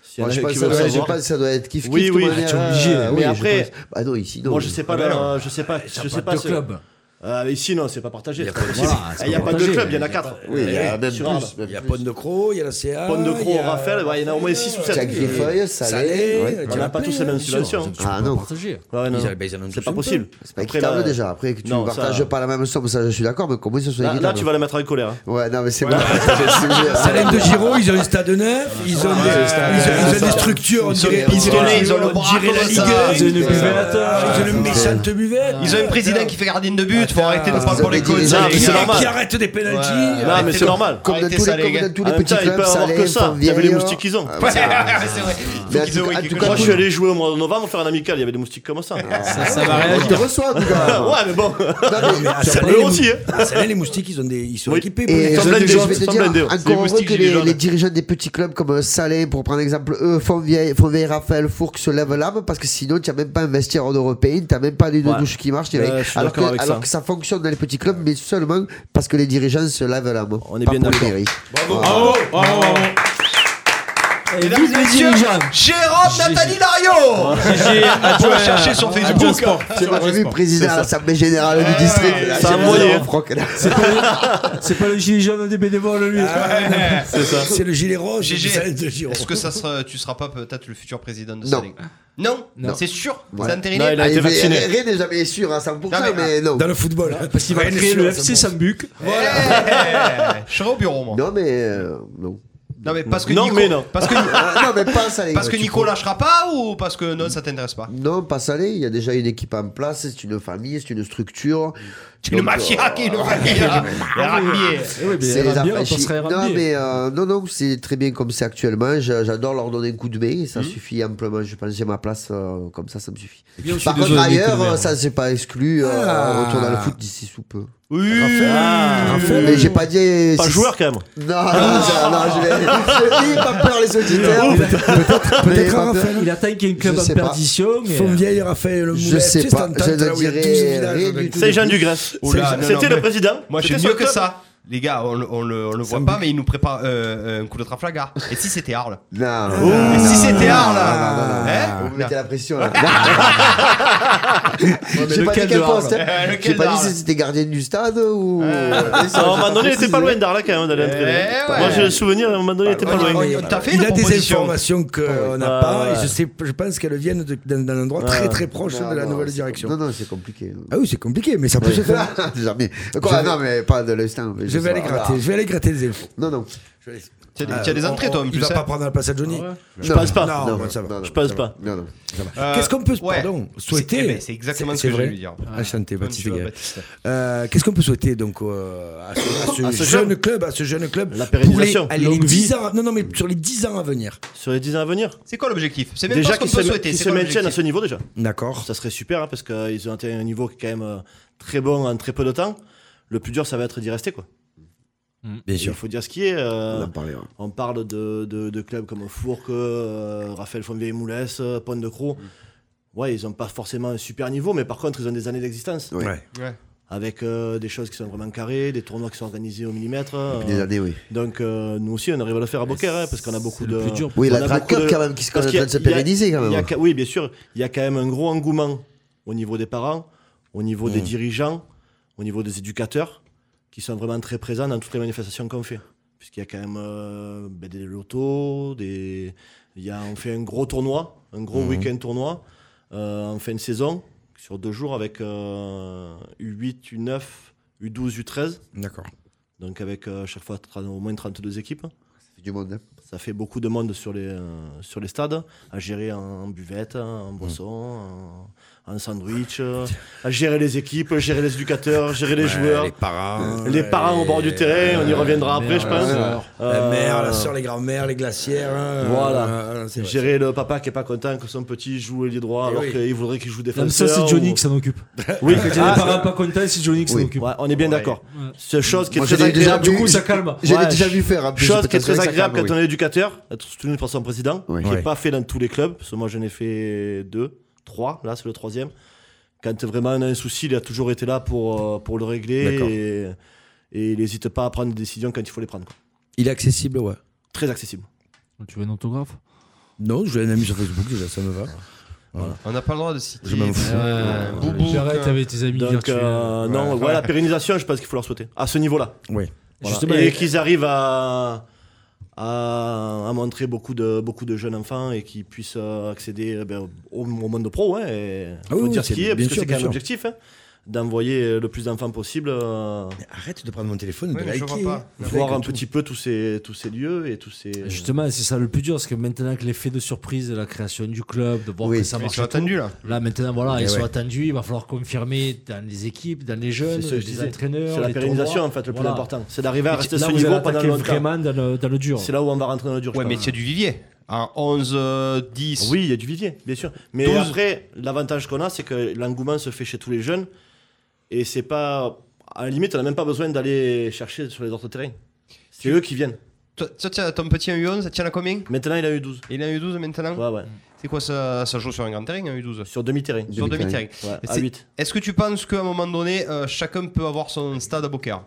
Speaker 6: s'il y en
Speaker 4: Moi,
Speaker 6: a
Speaker 4: je
Speaker 6: qui
Speaker 4: pense que ça
Speaker 6: veulent
Speaker 4: doit- je
Speaker 6: savoir.
Speaker 4: pense que ça doit être kiff kiff.
Speaker 6: Oui, oui, tu es obligé. Mais après-
Speaker 4: Ah non, ici, non.
Speaker 6: Moi, je sais pas.
Speaker 8: Ah ben
Speaker 6: là,
Speaker 8: non.
Speaker 6: je sais pas. Je sais
Speaker 7: Pas
Speaker 6: pas.
Speaker 7: deux
Speaker 6: ce-
Speaker 7: clubs.
Speaker 6: Euh, ici, non, c'est pas partagé.
Speaker 5: Il y a
Speaker 6: C'est
Speaker 5: pas-
Speaker 6: pas possible.
Speaker 5: voilà, c'est
Speaker 6: Eh, Il y a
Speaker 5: pas
Speaker 6: pas deux
Speaker 7: partagé,
Speaker 6: clubs, il y en a
Speaker 7: mais-
Speaker 6: quatre.
Speaker 4: Oui, il y a
Speaker 6: Eh,
Speaker 4: même
Speaker 6: sur
Speaker 4: plus,
Speaker 6: Arles.
Speaker 4: même
Speaker 5: Il y a
Speaker 4: plus.
Speaker 5: Pont de Croix, il y a la CA.
Speaker 6: Pont de Croix,
Speaker 5: il y a-
Speaker 6: Raphaël, ouais, il y en a au moins six ou sept.
Speaker 4: Jack Griffey, Salé. ouais.
Speaker 6: On n'a pas tous les mêmes subventions.
Speaker 4: Ah non,
Speaker 7: Partagé.
Speaker 6: Ouais, ouais, non,
Speaker 5: Ils
Speaker 6: non.
Speaker 5: avaient- ils en ont
Speaker 6: C'est
Speaker 5: tous
Speaker 6: pas
Speaker 5: un peu.
Speaker 6: possible.
Speaker 4: c'est pas
Speaker 6: Après,
Speaker 4: équitable
Speaker 6: là-
Speaker 4: déjà. Après, que tu
Speaker 6: Non,
Speaker 4: ne
Speaker 6: ça-
Speaker 4: partages pas la même somme, ça je suis d'accord, mais comment ça soit
Speaker 6: Là, là,
Speaker 4: équitable
Speaker 6: tu vas les mettre en colère. hein.
Speaker 4: Ouais, non, mais c'est bon. C'est
Speaker 5: Salem de Giro, ils ont un stade neuf, ils ont, des, ils ont- ils ont des structures, on dirait,
Speaker 8: Ils ont, ils ont le bras
Speaker 5: on dirait la
Speaker 8: comme
Speaker 5: Ligue
Speaker 8: ça.
Speaker 5: 1, ils ont une
Speaker 8: buvette.
Speaker 5: une méchante buvette.
Speaker 8: Ils ont un président qui fait gardien de but, faut arrêter de prendre pour les
Speaker 4: Attends,
Speaker 8: cons.
Speaker 4: attends,
Speaker 6: mais c'est normal.
Speaker 5: Qui arrête des pénaltys.
Speaker 8: Ouais.
Speaker 6: Non, Ah, mais c'est normal. Ah,
Speaker 4: Comme dans
Speaker 8: Arrêtez
Speaker 4: tous
Speaker 8: ça,
Speaker 4: les,
Speaker 8: les
Speaker 4: comme
Speaker 8: gars.
Speaker 4: dans tous
Speaker 6: En
Speaker 4: les
Speaker 6: même
Speaker 4: petits
Speaker 6: temps, ils
Speaker 4: clubs,
Speaker 6: peuvent avoir que
Speaker 4: Salé,
Speaker 6: ça. Il y avait les moustiques qu'ils ont.
Speaker 8: Ouais, c'est vrai.
Speaker 4: Mais en
Speaker 8: Ils ont
Speaker 4: tout cas- en
Speaker 8: quelque
Speaker 4: tout cas,
Speaker 6: Moi,
Speaker 8: chose.
Speaker 6: je suis allé jouer au mois de novembre faire un amical. Il y avait des moustiques comme ça.
Speaker 10: Ça va
Speaker 4: On te
Speaker 10: réagir.
Speaker 4: reçoit, en tout cas.
Speaker 6: Ah, Ouais, mais bon.
Speaker 4: Non, mais-
Speaker 5: Ah, ça,
Speaker 6: Eux
Speaker 5: les
Speaker 6: aussi, hein.
Speaker 5: mous- Ah, ça, les moustiques, ils ont des, ils sont
Speaker 6: Oui.
Speaker 5: équipés. pour
Speaker 4: Et
Speaker 5: les-
Speaker 6: Ils sont
Speaker 4: je,
Speaker 6: blindés,
Speaker 4: je vais
Speaker 6: ils
Speaker 4: te
Speaker 6: sont
Speaker 4: dire,
Speaker 6: blindés.
Speaker 8: Les
Speaker 4: encore heureux
Speaker 8: moustiques
Speaker 4: que
Speaker 8: gilets
Speaker 4: les,
Speaker 8: jaunes.
Speaker 4: les dirigeants des petits clubs comme Salé, pour prendre exemple, eux, Fontvieille, Fontvieille Raphaël, Fourques se lèvent l'âme parce que sinon, tu n'as même pas un vestiaire en européen, tu n'as même pas une
Speaker 6: Ouais.
Speaker 4: douche qui marche. t'as
Speaker 6: Ouais,
Speaker 4: rien.
Speaker 6: je suis
Speaker 4: alors que,
Speaker 6: d'accord avec
Speaker 4: alors
Speaker 6: ça.
Speaker 4: que ça fonctionne dans les petits clubs, mais seulement parce que les dirigeants se lèvent l'âme.
Speaker 6: On est
Speaker 4: Pas
Speaker 6: bien
Speaker 4: pour les
Speaker 6: d'accord.
Speaker 4: mairies.
Speaker 10: Bravo, bravo, bravo.
Speaker 6: Ah,
Speaker 8: Mesdames et messieurs, Jérôme Nathalie Lario
Speaker 10: GG,
Speaker 8: On
Speaker 10: adjoint-
Speaker 8: va chercher sur
Speaker 10: adjoint
Speaker 8: Facebook.
Speaker 10: sport.
Speaker 4: C'est
Speaker 10: Adjoint
Speaker 4: pas vu
Speaker 10: sport.
Speaker 4: président à l'Assemblée Générale du district.
Speaker 8: ouais,
Speaker 6: ça a
Speaker 4: J'ai
Speaker 6: moyen.
Speaker 4: raison, Franck, là.
Speaker 7: C'est pas, c'est pas le gilet jaune des bénévoles,
Speaker 6: Ah,
Speaker 7: lui.
Speaker 5: C'est le gilet rose.
Speaker 8: GG.
Speaker 5: c'est Salem de Giro.
Speaker 8: Est-ce que ça sera, euh, tu seras pas peut-être le futur président de
Speaker 4: Non.
Speaker 8: Saling Non,
Speaker 7: Non.
Speaker 8: c'est sûr,
Speaker 4: Ouais.
Speaker 8: c'est
Speaker 6: Non,
Speaker 8: entériné.
Speaker 6: il a été
Speaker 4: Ah, mais
Speaker 6: vacciné.
Speaker 4: Rien n'est jamais sûr hein, à 100%,
Speaker 8: Non, mais-
Speaker 4: mais non.
Speaker 5: Dans le football. Parce qu'il
Speaker 7: Il va créer le FC Sambuc.
Speaker 8: Voilà. Je serai au bureau moi.
Speaker 4: Non, mais euh, non.
Speaker 8: Non mais parce que
Speaker 6: Non,
Speaker 8: Nico,
Speaker 6: mais non.
Speaker 8: parce que
Speaker 4: Ah, non, mais pas Salé.
Speaker 8: parce que
Speaker 4: Tu
Speaker 8: Nico lâchera pas ou parce que non ça t'intéresse pas.
Speaker 4: Non, pas salé. Il y a déjà une équipe en place. C'est une famille, c'est une structure.
Speaker 8: Une
Speaker 4: Donc,
Speaker 8: mafia
Speaker 4: euh,
Speaker 8: qui nous mafia.
Speaker 6: Ah
Speaker 8: Rugby.
Speaker 7: Eh oui, mais
Speaker 4: C'est les
Speaker 7: Rambier, on
Speaker 4: affranchis.
Speaker 7: passerait
Speaker 4: Non,
Speaker 7: Rambier.
Speaker 4: mais euh, non, non, c'est très bien comme c'est actuellement. J'a- J'adore leur donner un coup de main. Ça suffit amplement. Je pense que j'ai ma place euh, comme ça, ça me suffit.
Speaker 12: Bien, je suis
Speaker 4: Par contre,
Speaker 12: désolé,
Speaker 4: ailleurs,
Speaker 12: Nicolas Maire.
Speaker 4: euh, ça c'est pas exclu. euh,
Speaker 5: Ah.
Speaker 4: On retourne à le foot d'ici sous peu.
Speaker 6: Ah,
Speaker 8: Oui.
Speaker 4: Mais j'ai pas dit.
Speaker 6: Pas
Speaker 4: si-
Speaker 6: joueur quand même.
Speaker 4: Non, non, ça- non, je vais. N'ayez pas peur, les auditeurs. N'ayez
Speaker 5: Peut-être
Speaker 4: pas
Speaker 5: un
Speaker 4: peur.
Speaker 5: Raphaël.
Speaker 7: Il attend qu'il y ait un club
Speaker 4: Je
Speaker 7: en
Speaker 4: sais pas.
Speaker 7: perdition. mais-
Speaker 5: Fontvieille, Raphaël, le
Speaker 4: Je
Speaker 5: Moulet,
Speaker 4: sais
Speaker 5: tu
Speaker 4: pas,
Speaker 5: cette entente
Speaker 4: je ne
Speaker 5: là où il y a
Speaker 4: dirais
Speaker 5: 12 villages
Speaker 4: rien
Speaker 5: d'un
Speaker 4: du
Speaker 5: coup.
Speaker 4: tout.
Speaker 6: Saint-Jean du Grèce.
Speaker 8: Oula, non, Oh non,
Speaker 6: C'était
Speaker 8: mais-
Speaker 6: le président.
Speaker 8: Moi, je
Speaker 6: C'était
Speaker 8: sais mieux
Speaker 6: son
Speaker 8: que
Speaker 6: club.
Speaker 8: ça. Les gars, on, le- on le, on le voit pas, mais il nous prépare euh, un coup de traflagard. Et si c'était Arles
Speaker 4: Non.
Speaker 8: Et si c'était Arles
Speaker 4: non, non, non, non.
Speaker 8: Hein
Speaker 4: Vous me mettez la pression là. J'ai pas dit quel poste. hein.
Speaker 8: Euh, lequel
Speaker 4: J'ai pas dit
Speaker 8: d'Arles
Speaker 4: si c'était gardien du stade ou.
Speaker 5: Ah,
Speaker 6: À un moment donné, il était pas loin d'Arles quand même d'aller entraîner.
Speaker 8: Eh ouais.
Speaker 6: Moi, j'ai le souvenir, à un moment donné, il était pas
Speaker 8: On-
Speaker 6: loin.
Speaker 8: on- T'as fait
Speaker 5: Il a
Speaker 8: une
Speaker 5: des
Speaker 8: proposition
Speaker 5: informations qu'on n'a
Speaker 6: Ouais,
Speaker 5: pas.
Speaker 6: ouais.
Speaker 5: Et je, sais, je pense qu'elles viennent de- d'un d'un endroit très très proche
Speaker 4: Non,
Speaker 5: de la
Speaker 4: non,
Speaker 5: nouvelle
Speaker 4: Ah, c'est-
Speaker 5: direction.
Speaker 4: Non, non, c'est compliqué.
Speaker 5: Ah oui, c'est compliqué, mais ça peut se faire.
Speaker 4: Jamais. Quoi,
Speaker 5: Je vais-
Speaker 4: non, mais pas de l'instant. mais
Speaker 5: Je vais aller
Speaker 4: sais pas.
Speaker 5: gratter, je vais aller gratter les infos.
Speaker 4: Non, non.
Speaker 8: Tu as des entrées, toi, en
Speaker 5: Ah, Il
Speaker 8: plus.
Speaker 5: va
Speaker 8: hein.
Speaker 5: pas prendre la place à Johnny.
Speaker 4: Je
Speaker 6: pense pas.
Speaker 5: Non,
Speaker 4: Non,
Speaker 5: bah, ça va.
Speaker 4: non,
Speaker 6: Je
Speaker 4: non,
Speaker 6: pense
Speaker 4: ça
Speaker 6: pas.
Speaker 4: va. Non, non.
Speaker 8: Euh,
Speaker 5: Qu'est-ce qu'on peut,
Speaker 8: ouais.
Speaker 5: pardon,
Speaker 8: C'est- eh
Speaker 5: souhaiter
Speaker 8: ben, c'est exactement ce
Speaker 5: c'est
Speaker 8: que je voulais
Speaker 5: vrai. Ah,
Speaker 8: lui dire.
Speaker 5: Enchanté,
Speaker 8: Comme
Speaker 5: Baptiste
Speaker 8: tu veux,
Speaker 5: Gay.
Speaker 8: Baptiste.
Speaker 5: Euh, Qu'est-ce qu'on peut souhaiter donc euh, à ce, à ce
Speaker 6: À ce
Speaker 5: jeune
Speaker 6: jeune.
Speaker 5: club, à ce jeune club,
Speaker 6: La
Speaker 5: pour les,
Speaker 6: pérennisation.
Speaker 5: allez, les
Speaker 6: Longue
Speaker 5: 10 ans, non, non, mais sur les 10 ans à venir,
Speaker 6: Sur les 10 ans à venir.
Speaker 8: C'est quoi l'objectif C'est même pas
Speaker 6: Déjà
Speaker 8: ce qu'on
Speaker 6: qu'ils se
Speaker 8: peut souhaiter.
Speaker 6: qu'ils
Speaker 8: c'est
Speaker 6: se
Speaker 8: quoi
Speaker 6: maintiennent à
Speaker 8: l'objectif
Speaker 6: ce niveau déjà.
Speaker 5: d'accord
Speaker 6: Ça serait super hein, parce qu'ils ont atteint un niveau qui est quand même euh, très bon en très peu de temps. Le plus dur, ça va être d'y rester quoi.
Speaker 5: Bien
Speaker 6: Et
Speaker 5: sûr.
Speaker 6: Il faut dire ce qui est. euh,
Speaker 4: On en parlait, ouais.
Speaker 6: on parle de, de- de clubs comme Fourque, euh, Raphaël Fonvieille Moulès, euh, Pont de Croix. Ouais, ils n'ont pas forcément un super niveau, mais par contre, ils ont des années d'existence.
Speaker 4: Ouais. Ouais.
Speaker 8: Ouais.
Speaker 6: Avec euh, des choses qui sont vraiment carrées, des tournois qui sont organisés au millimètre. euh,
Speaker 4: Des années, oui.
Speaker 6: Donc euh, nous aussi, on arrive à le faire à Beaucaire, hein, parce qu'on a beaucoup
Speaker 12: le
Speaker 6: de.
Speaker 12: plus dur.
Speaker 4: Oui,
Speaker 6: on
Speaker 4: la
Speaker 6: a
Speaker 4: Grad
Speaker 6: beaucoup
Speaker 4: Cup, quand même, qui se-
Speaker 6: parce
Speaker 4: qu'on est en
Speaker 6: qu'il y
Speaker 4: train de se
Speaker 6: a- il y a-
Speaker 4: pérenniser, quand
Speaker 6: il y a
Speaker 4: même.
Speaker 6: ca- oui, bien sûr. Il y a quand même un gros engouement au niveau des parents, au niveau des dirigeants, au niveau des éducateurs, qui sont vraiment très présents dans toutes les manifestations qu'on fait. Puisqu'il y a quand même euh, ben, des lotos, des... il y a, on fait un gros tournoi, un gros week-end tournoi, euh, en fin de saison, sur deux jours, avec euh, U8, U9, U12, U13.
Speaker 5: D'accord.
Speaker 6: Donc avec euh, chaque fois tra- au moins 32 équipes.
Speaker 4: C'est du monde. hein.
Speaker 6: Ça fait beaucoup de monde sur les, euh, sur les stades, à gérer en buvette, en boisson, en, en sandwich, euh, à gérer les équipes, gérer les éducateurs, gérer les joueurs,
Speaker 5: Les
Speaker 6: les,
Speaker 5: parents.
Speaker 6: parents au bord du terrain, on y reviendra après, je pense.
Speaker 5: La
Speaker 6: Euh,
Speaker 5: mère, la soeur, les grands-mères, les glacières. hein,
Speaker 6: Voilà.
Speaker 5: euh, c'est vrai.
Speaker 6: Gérer le papa qui est pas content que son petit joue ailier droit
Speaker 5: Eh
Speaker 6: alors
Speaker 5: oui.
Speaker 6: qu'il voudrait qu'il joue
Speaker 7: Même
Speaker 6: défenseur.
Speaker 7: euh, ça, c'est Johnny
Speaker 6: ou-
Speaker 7: qui s'en occupe.
Speaker 6: Oui, Ah,
Speaker 7: Quand il y a des parents pas contents, c'est Johnny qui s'en
Speaker 4: Oui.
Speaker 7: occupe.
Speaker 6: Ouais, on est bien d'accord.
Speaker 7: Ouais.
Speaker 6: C'est chose qui est
Speaker 4: Moi,
Speaker 6: très
Speaker 4: j'ai déjà
Speaker 6: agréable.
Speaker 7: Du
Speaker 4: vu-
Speaker 7: coup, ça calme.
Speaker 4: J'ai
Speaker 6: Ouais,
Speaker 4: déjà vu faire. hein, plus
Speaker 6: Chose
Speaker 4: de
Speaker 6: qui est très
Speaker 4: prestation,
Speaker 6: agréable
Speaker 4: ça,
Speaker 6: quand
Speaker 4: quand
Speaker 6: on
Speaker 4: même,
Speaker 6: est éducateur, être soutenu par son président,
Speaker 4: Oui.
Speaker 6: qui n'est
Speaker 5: Ouais.
Speaker 6: pas fait dans tous les clubs, parce que moi j'en ai fait deux, trois, là c'est le troisième. Quand vraiment on a un souci, il a toujours été là pour, euh, pour le
Speaker 5: D'accord.
Speaker 6: régler et, et il n'hésite pas à prendre des décisions quand il faut les prendre. quoi.
Speaker 5: Il est accessible, ouais.
Speaker 6: Très accessible.
Speaker 12: Tu veux un autographe
Speaker 5: Non, je l'ai un ami sur Facebook, déjà, ça me va.
Speaker 8: On n'a pas le droit de citer.
Speaker 5: Je m'en fous.
Speaker 8: euh, Boubou,
Speaker 12: J'arrête
Speaker 8: euh,
Speaker 12: avec tes amis
Speaker 6: Donc
Speaker 12: virtuels.
Speaker 6: euh, non,
Speaker 8: Ouais.
Speaker 6: voilà, la pérennisation, je pense qu'il faut leur souhaiter, à ce niveau-là.
Speaker 5: Oui.
Speaker 6: Voilà.
Speaker 12: Justement,
Speaker 6: et
Speaker 12: elle-
Speaker 6: qu'ils arrivent à, à, à montrer beaucoup de, beaucoup de jeunes enfants et qu'ils puissent euh, accéder euh, ben, au, au monde pro. Hein, et
Speaker 5: Ah
Speaker 6: faut
Speaker 5: oui,
Speaker 6: dire
Speaker 5: oui,
Speaker 6: ce qui
Speaker 5: c'est-
Speaker 6: est,
Speaker 5: bien
Speaker 6: parce que
Speaker 5: sûr,
Speaker 6: c'est quand
Speaker 5: bien
Speaker 6: même
Speaker 5: sûr.
Speaker 6: l'objectif hein, d'envoyer le plus d'enfants possible, euh,
Speaker 5: Arrête de prendre mon téléphone et
Speaker 8: Oui,
Speaker 5: de
Speaker 8: mais je
Speaker 5: liker.
Speaker 8: vois pas.
Speaker 5: Le
Speaker 6: voir
Speaker 5: mec,
Speaker 6: un
Speaker 5: tout.
Speaker 6: petit peu tous ces, tous ces lieux et tous ces.
Speaker 12: Justement, c'est ça le plus dur, parce que maintenant que l'effet de surprise, la création du club, de voir
Speaker 4: Oui.
Speaker 12: que ça
Speaker 8: mais
Speaker 12: marche,
Speaker 8: c'est attendu là.
Speaker 12: là maintenant, voilà,
Speaker 5: Eh
Speaker 12: ils sont
Speaker 5: ouais.
Speaker 12: attendus, il va falloir confirmer dans les équipes, dans les jeunes,
Speaker 6: C'est ce que je
Speaker 12: les
Speaker 6: disais.
Speaker 12: entraîneurs.
Speaker 6: C'est la
Speaker 12: les
Speaker 6: pérennisation
Speaker 12: tournois.
Speaker 6: en fait le plus
Speaker 12: Voilà.
Speaker 6: important. C'est d'arriver à rester à
Speaker 12: là,
Speaker 6: ce
Speaker 12: vous
Speaker 6: niveau
Speaker 12: allez
Speaker 6: pendant
Speaker 12: attaquer
Speaker 6: longtemps.
Speaker 12: vraiment dans le, dans le dur.
Speaker 6: C'est là où on va rentrer dans le dur. je
Speaker 8: Ouais, mais
Speaker 6: pense.
Speaker 8: c'est du vivier. En 11, euh, 10.
Speaker 6: Oui, il y a du vivier, bien sûr. Mais
Speaker 8: 12.
Speaker 6: après, l'avantage qu'on a, c'est que l'engouement se fait chez tous les jeunes. Et c'est pas. À la limite, on n'a même pas besoin d'aller chercher sur les autres terrains. C'est eux qui viennent.
Speaker 8: Toi, toi, tiens, ton petit a eu 11, tiens, à combien
Speaker 6: Maintenant, il a eu 12.
Speaker 8: Il en a eu 12 maintenant
Speaker 6: Ouais, ouais.
Speaker 8: C'est quoi ça Ça joue sur un grand terrain, un U12
Speaker 6: Sur demi-terrain.
Speaker 8: Sur demi-terrain.
Speaker 6: Ouais, à
Speaker 8: C'est-
Speaker 6: 8.
Speaker 8: Est-ce que tu penses qu'à un moment donné, euh, chacun peut avoir son stade à Beaucaire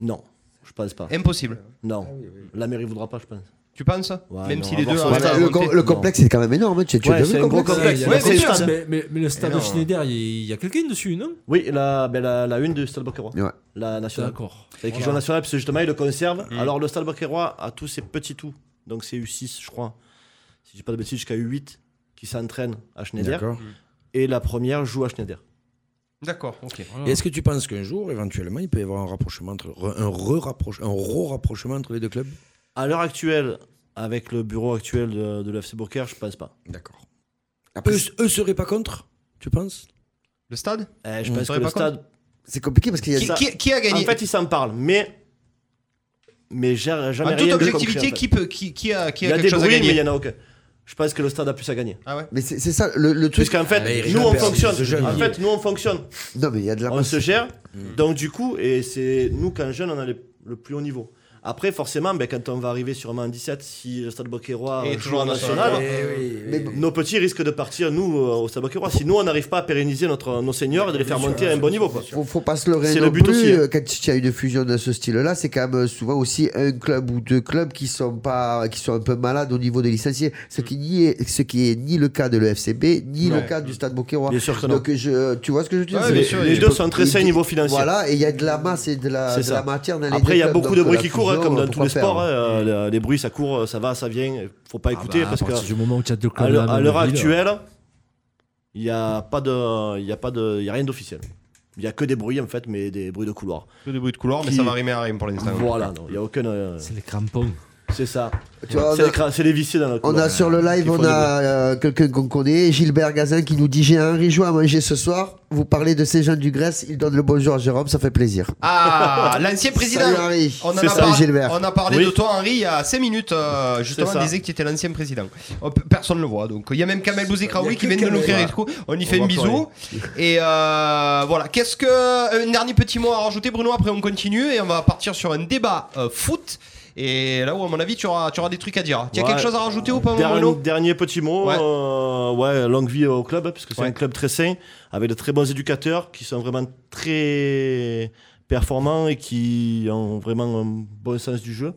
Speaker 6: Non, je pense pas.
Speaker 8: Impossible.
Speaker 6: Non. La mairie voudra pas, je pense.
Speaker 8: Tu penses
Speaker 6: Ouais,
Speaker 8: Même
Speaker 6: non,
Speaker 8: si
Speaker 6: on
Speaker 8: les
Speaker 6: va
Speaker 8: deux
Speaker 6: voir
Speaker 8: ont
Speaker 6: ça.
Speaker 8: un
Speaker 4: Ouais,
Speaker 8: stade à
Speaker 4: mais le,
Speaker 8: volonté.
Speaker 4: co- le complexe, c'est quand même énorme. hein. Tu, tu as
Speaker 6: Ouais,
Speaker 4: déjà vu
Speaker 6: c'est
Speaker 4: le
Speaker 6: un gros
Speaker 4: complexe
Speaker 6: complexe.
Speaker 12: Il y a
Speaker 8: Ouais,
Speaker 12: la
Speaker 8: c'est
Speaker 12: confiance,
Speaker 8: sûr.
Speaker 12: mais, mais- mais le stade
Speaker 8: non.
Speaker 12: Schneider, il il y a quelqu'un dessus, non
Speaker 6: Oui, la, ben, la, la une du Stade Bocquerois.
Speaker 4: Ouais.
Speaker 6: La nationale.
Speaker 12: D'accord.
Speaker 6: Et qui joue en nationale, parce que justement, il le conserve.
Speaker 8: Mmh.
Speaker 6: Alors, le Stade Bocquerois a tous ses petits tout. Donc, c'est U6, je crois. Si je dis pas de bêtises, jusqu'à U8 qui s'entraînent à Schneider.
Speaker 5: D'accord.
Speaker 6: Et la première joue à Schneider.
Speaker 8: D'accord, ok.
Speaker 5: Et Est-ce que tu penses qu'un jour, éventuellement, il peut y avoir un rapprochement, entre, un re-rapprochement, un re-rapprochement entre les deux clubs
Speaker 6: À l'heure actuelle, avec le bureau actuel de, de l'FC Bocaire, je pense pas.
Speaker 5: D'accord. Eux, eux seraient pas contre, tu penses
Speaker 8: Le stade
Speaker 6: Eh, je
Speaker 5: On
Speaker 6: pense que
Speaker 8: serait
Speaker 6: le
Speaker 8: pas
Speaker 6: stade.
Speaker 4: C'est compliqué parce qu'il y a
Speaker 8: qui,
Speaker 6: ça.
Speaker 8: qui- qui a
Speaker 6: En
Speaker 8: gagné
Speaker 6: fait, ils s'en parlent, mais. Mais j'ai jamais
Speaker 8: En
Speaker 6: rien
Speaker 8: toute
Speaker 6: de
Speaker 8: objectivité,
Speaker 6: concret, en fait.
Speaker 8: qui, peut, qui, qui a, qui
Speaker 6: Il
Speaker 8: a
Speaker 6: y a
Speaker 8: quelque
Speaker 6: des
Speaker 8: chose à
Speaker 6: bruits, mais il
Speaker 8: gagner
Speaker 6: y en a aucun. Je pense que le stade a plus à gagner.
Speaker 8: Ah ouais
Speaker 4: Mais c'est c'est ça le, le truc.
Speaker 6: Puisqu'en
Speaker 5: Ah,
Speaker 6: fait,
Speaker 5: il
Speaker 6: nous
Speaker 5: rigole
Speaker 6: on
Speaker 5: pas,
Speaker 6: fonctionne.
Speaker 5: ce jeune,
Speaker 6: En
Speaker 5: il-
Speaker 6: fait, nous on fonctionne.
Speaker 4: Non, mais il y a de la.
Speaker 6: On se gère. Donc du coup, et c'est nous quand jeune, on a les- le plus haut niveau. Après, forcément, ben, quand on va arriver sûrement en 17, si le Stade Boquerois
Speaker 8: Et
Speaker 6: joue
Speaker 8: toujours
Speaker 6: en
Speaker 8: national.
Speaker 6: national,
Speaker 5: Eh oui,
Speaker 4: Mais-
Speaker 6: nos petits risquent de partir, nous, euh, au Stade Boquerois. Si nous, on n'arrive pas à pérenniser notre, nos seniors et de les faire monter à un bon niveau. Quoi.
Speaker 4: Faut, faut pas se leurrer
Speaker 6: C'est
Speaker 4: non
Speaker 6: le but
Speaker 4: plus.
Speaker 6: aussi, hein.
Speaker 4: euh, Quand il y a une fusion de ce style-là, c'est quand même souvent aussi un club ou deux clubs qui sont pas, qui sont un peu malades au niveau des licenciés. Ce qui n'y est, ce qui est ni le cas de l'EFCB, ni le
Speaker 8: Ouais.
Speaker 4: cas du Stade Boquerois.
Speaker 6: Bien sûr que non.
Speaker 4: Donc je, tu vois ce que je veux dire
Speaker 8: Ouais,
Speaker 4: C'est-
Speaker 8: bien
Speaker 6: les
Speaker 8: sûr,
Speaker 6: les
Speaker 8: il
Speaker 6: deux
Speaker 8: peut-
Speaker 6: sont très sains
Speaker 4: il-
Speaker 6: niveau financier.
Speaker 4: Voilà, et il y a de la masse et de la,
Speaker 6: C'est
Speaker 4: de
Speaker 6: ça.
Speaker 4: la matière dans les
Speaker 6: Après,
Speaker 4: deux
Speaker 6: il y a
Speaker 4: clubs,
Speaker 6: beaucoup
Speaker 4: donc,
Speaker 6: de
Speaker 4: euh,
Speaker 6: bruit
Speaker 4: la
Speaker 6: qui court, hein,
Speaker 4: fusion,
Speaker 6: comme dans
Speaker 4: faut
Speaker 6: tous
Speaker 4: pas
Speaker 6: les
Speaker 4: faire,
Speaker 6: sports.
Speaker 4: hein.
Speaker 6: hein, euh, les- Les bruits, ça court, ça va, ça vient. Faut pas
Speaker 7: bah,
Speaker 6: écouter
Speaker 12: Ah,
Speaker 6: parce
Speaker 12: à
Speaker 6: que
Speaker 12: partir du moment où tu as deux
Speaker 6: à
Speaker 12: clubs
Speaker 6: l'heure-
Speaker 12: dans la
Speaker 6: à
Speaker 12: même
Speaker 6: l'heure
Speaker 12: ville,
Speaker 6: actuelle, il n'y a pas de, il y a pas de, il y a rien d'officiel. Il y a que des bruits en fait, mais des bruits de couloir.
Speaker 8: Que des bruits de couloir, mais
Speaker 6: Qui-
Speaker 8: ça va rimer à rien pour l'instant.
Speaker 6: Voilà, non, il y a aucun. euh,
Speaker 12: C'est les crampons.
Speaker 6: C'est ça.
Speaker 4: Tu vois,
Speaker 6: C'est
Speaker 4: on a-
Speaker 6: les cra- c'est les vicieux dans la
Speaker 4: On a sur le live, on a euh, quelqu'un qu'on connaît, Gilbert Gazin, qui nous dit J'ai un rigeau à manger ce soir. Vous parlez de ces gens du Grèce, ils donnent le bonjour à Jérôme, ça fait plaisir.
Speaker 8: Ah, l'ancien président.
Speaker 4: Salut, Henri.
Speaker 8: On, en
Speaker 4: C'est
Speaker 8: a
Speaker 4: ça.
Speaker 8: par-
Speaker 4: Gilbert.
Speaker 8: on a parlé
Speaker 4: Oui.
Speaker 8: de toi, Henri, il y a 5 minutes. euh, justement,
Speaker 4: C'est
Speaker 8: on
Speaker 4: ça.
Speaker 8: disait que tu étais l'ancien président. Oh, pe- personne ne le voit. Donc, il y a même
Speaker 5: Il
Speaker 8: Kamel
Speaker 5: y
Speaker 8: Bouzikraoui
Speaker 5: a
Speaker 8: qui
Speaker 5: que
Speaker 8: vient de nous
Speaker 5: Kamel.
Speaker 8: créer le coup. On y
Speaker 5: On
Speaker 8: fait
Speaker 5: voit
Speaker 8: un
Speaker 5: plus
Speaker 8: bisou. Et euh, voilà. Qu'est-ce que. euh, Un dernier petit mot à rajouter, Bruno. Après, on continue et on va partir sur un débat euh, foot. Et là où, à mon avis, tu auras, tu auras des trucs à dire. Tu as
Speaker 6: Ouais.
Speaker 8: quelque chose à rajouter ou pas, mon
Speaker 6: dernier,
Speaker 8: Bruno
Speaker 6: dernier petit mot.
Speaker 8: Ouais.
Speaker 6: euh, ouais, longue vie au club, hein, parce que c'est
Speaker 8: Ouais.
Speaker 6: un club très sain, avec de très bons éducateurs qui sont vraiment très performants et qui ont vraiment un bon sens du jeu.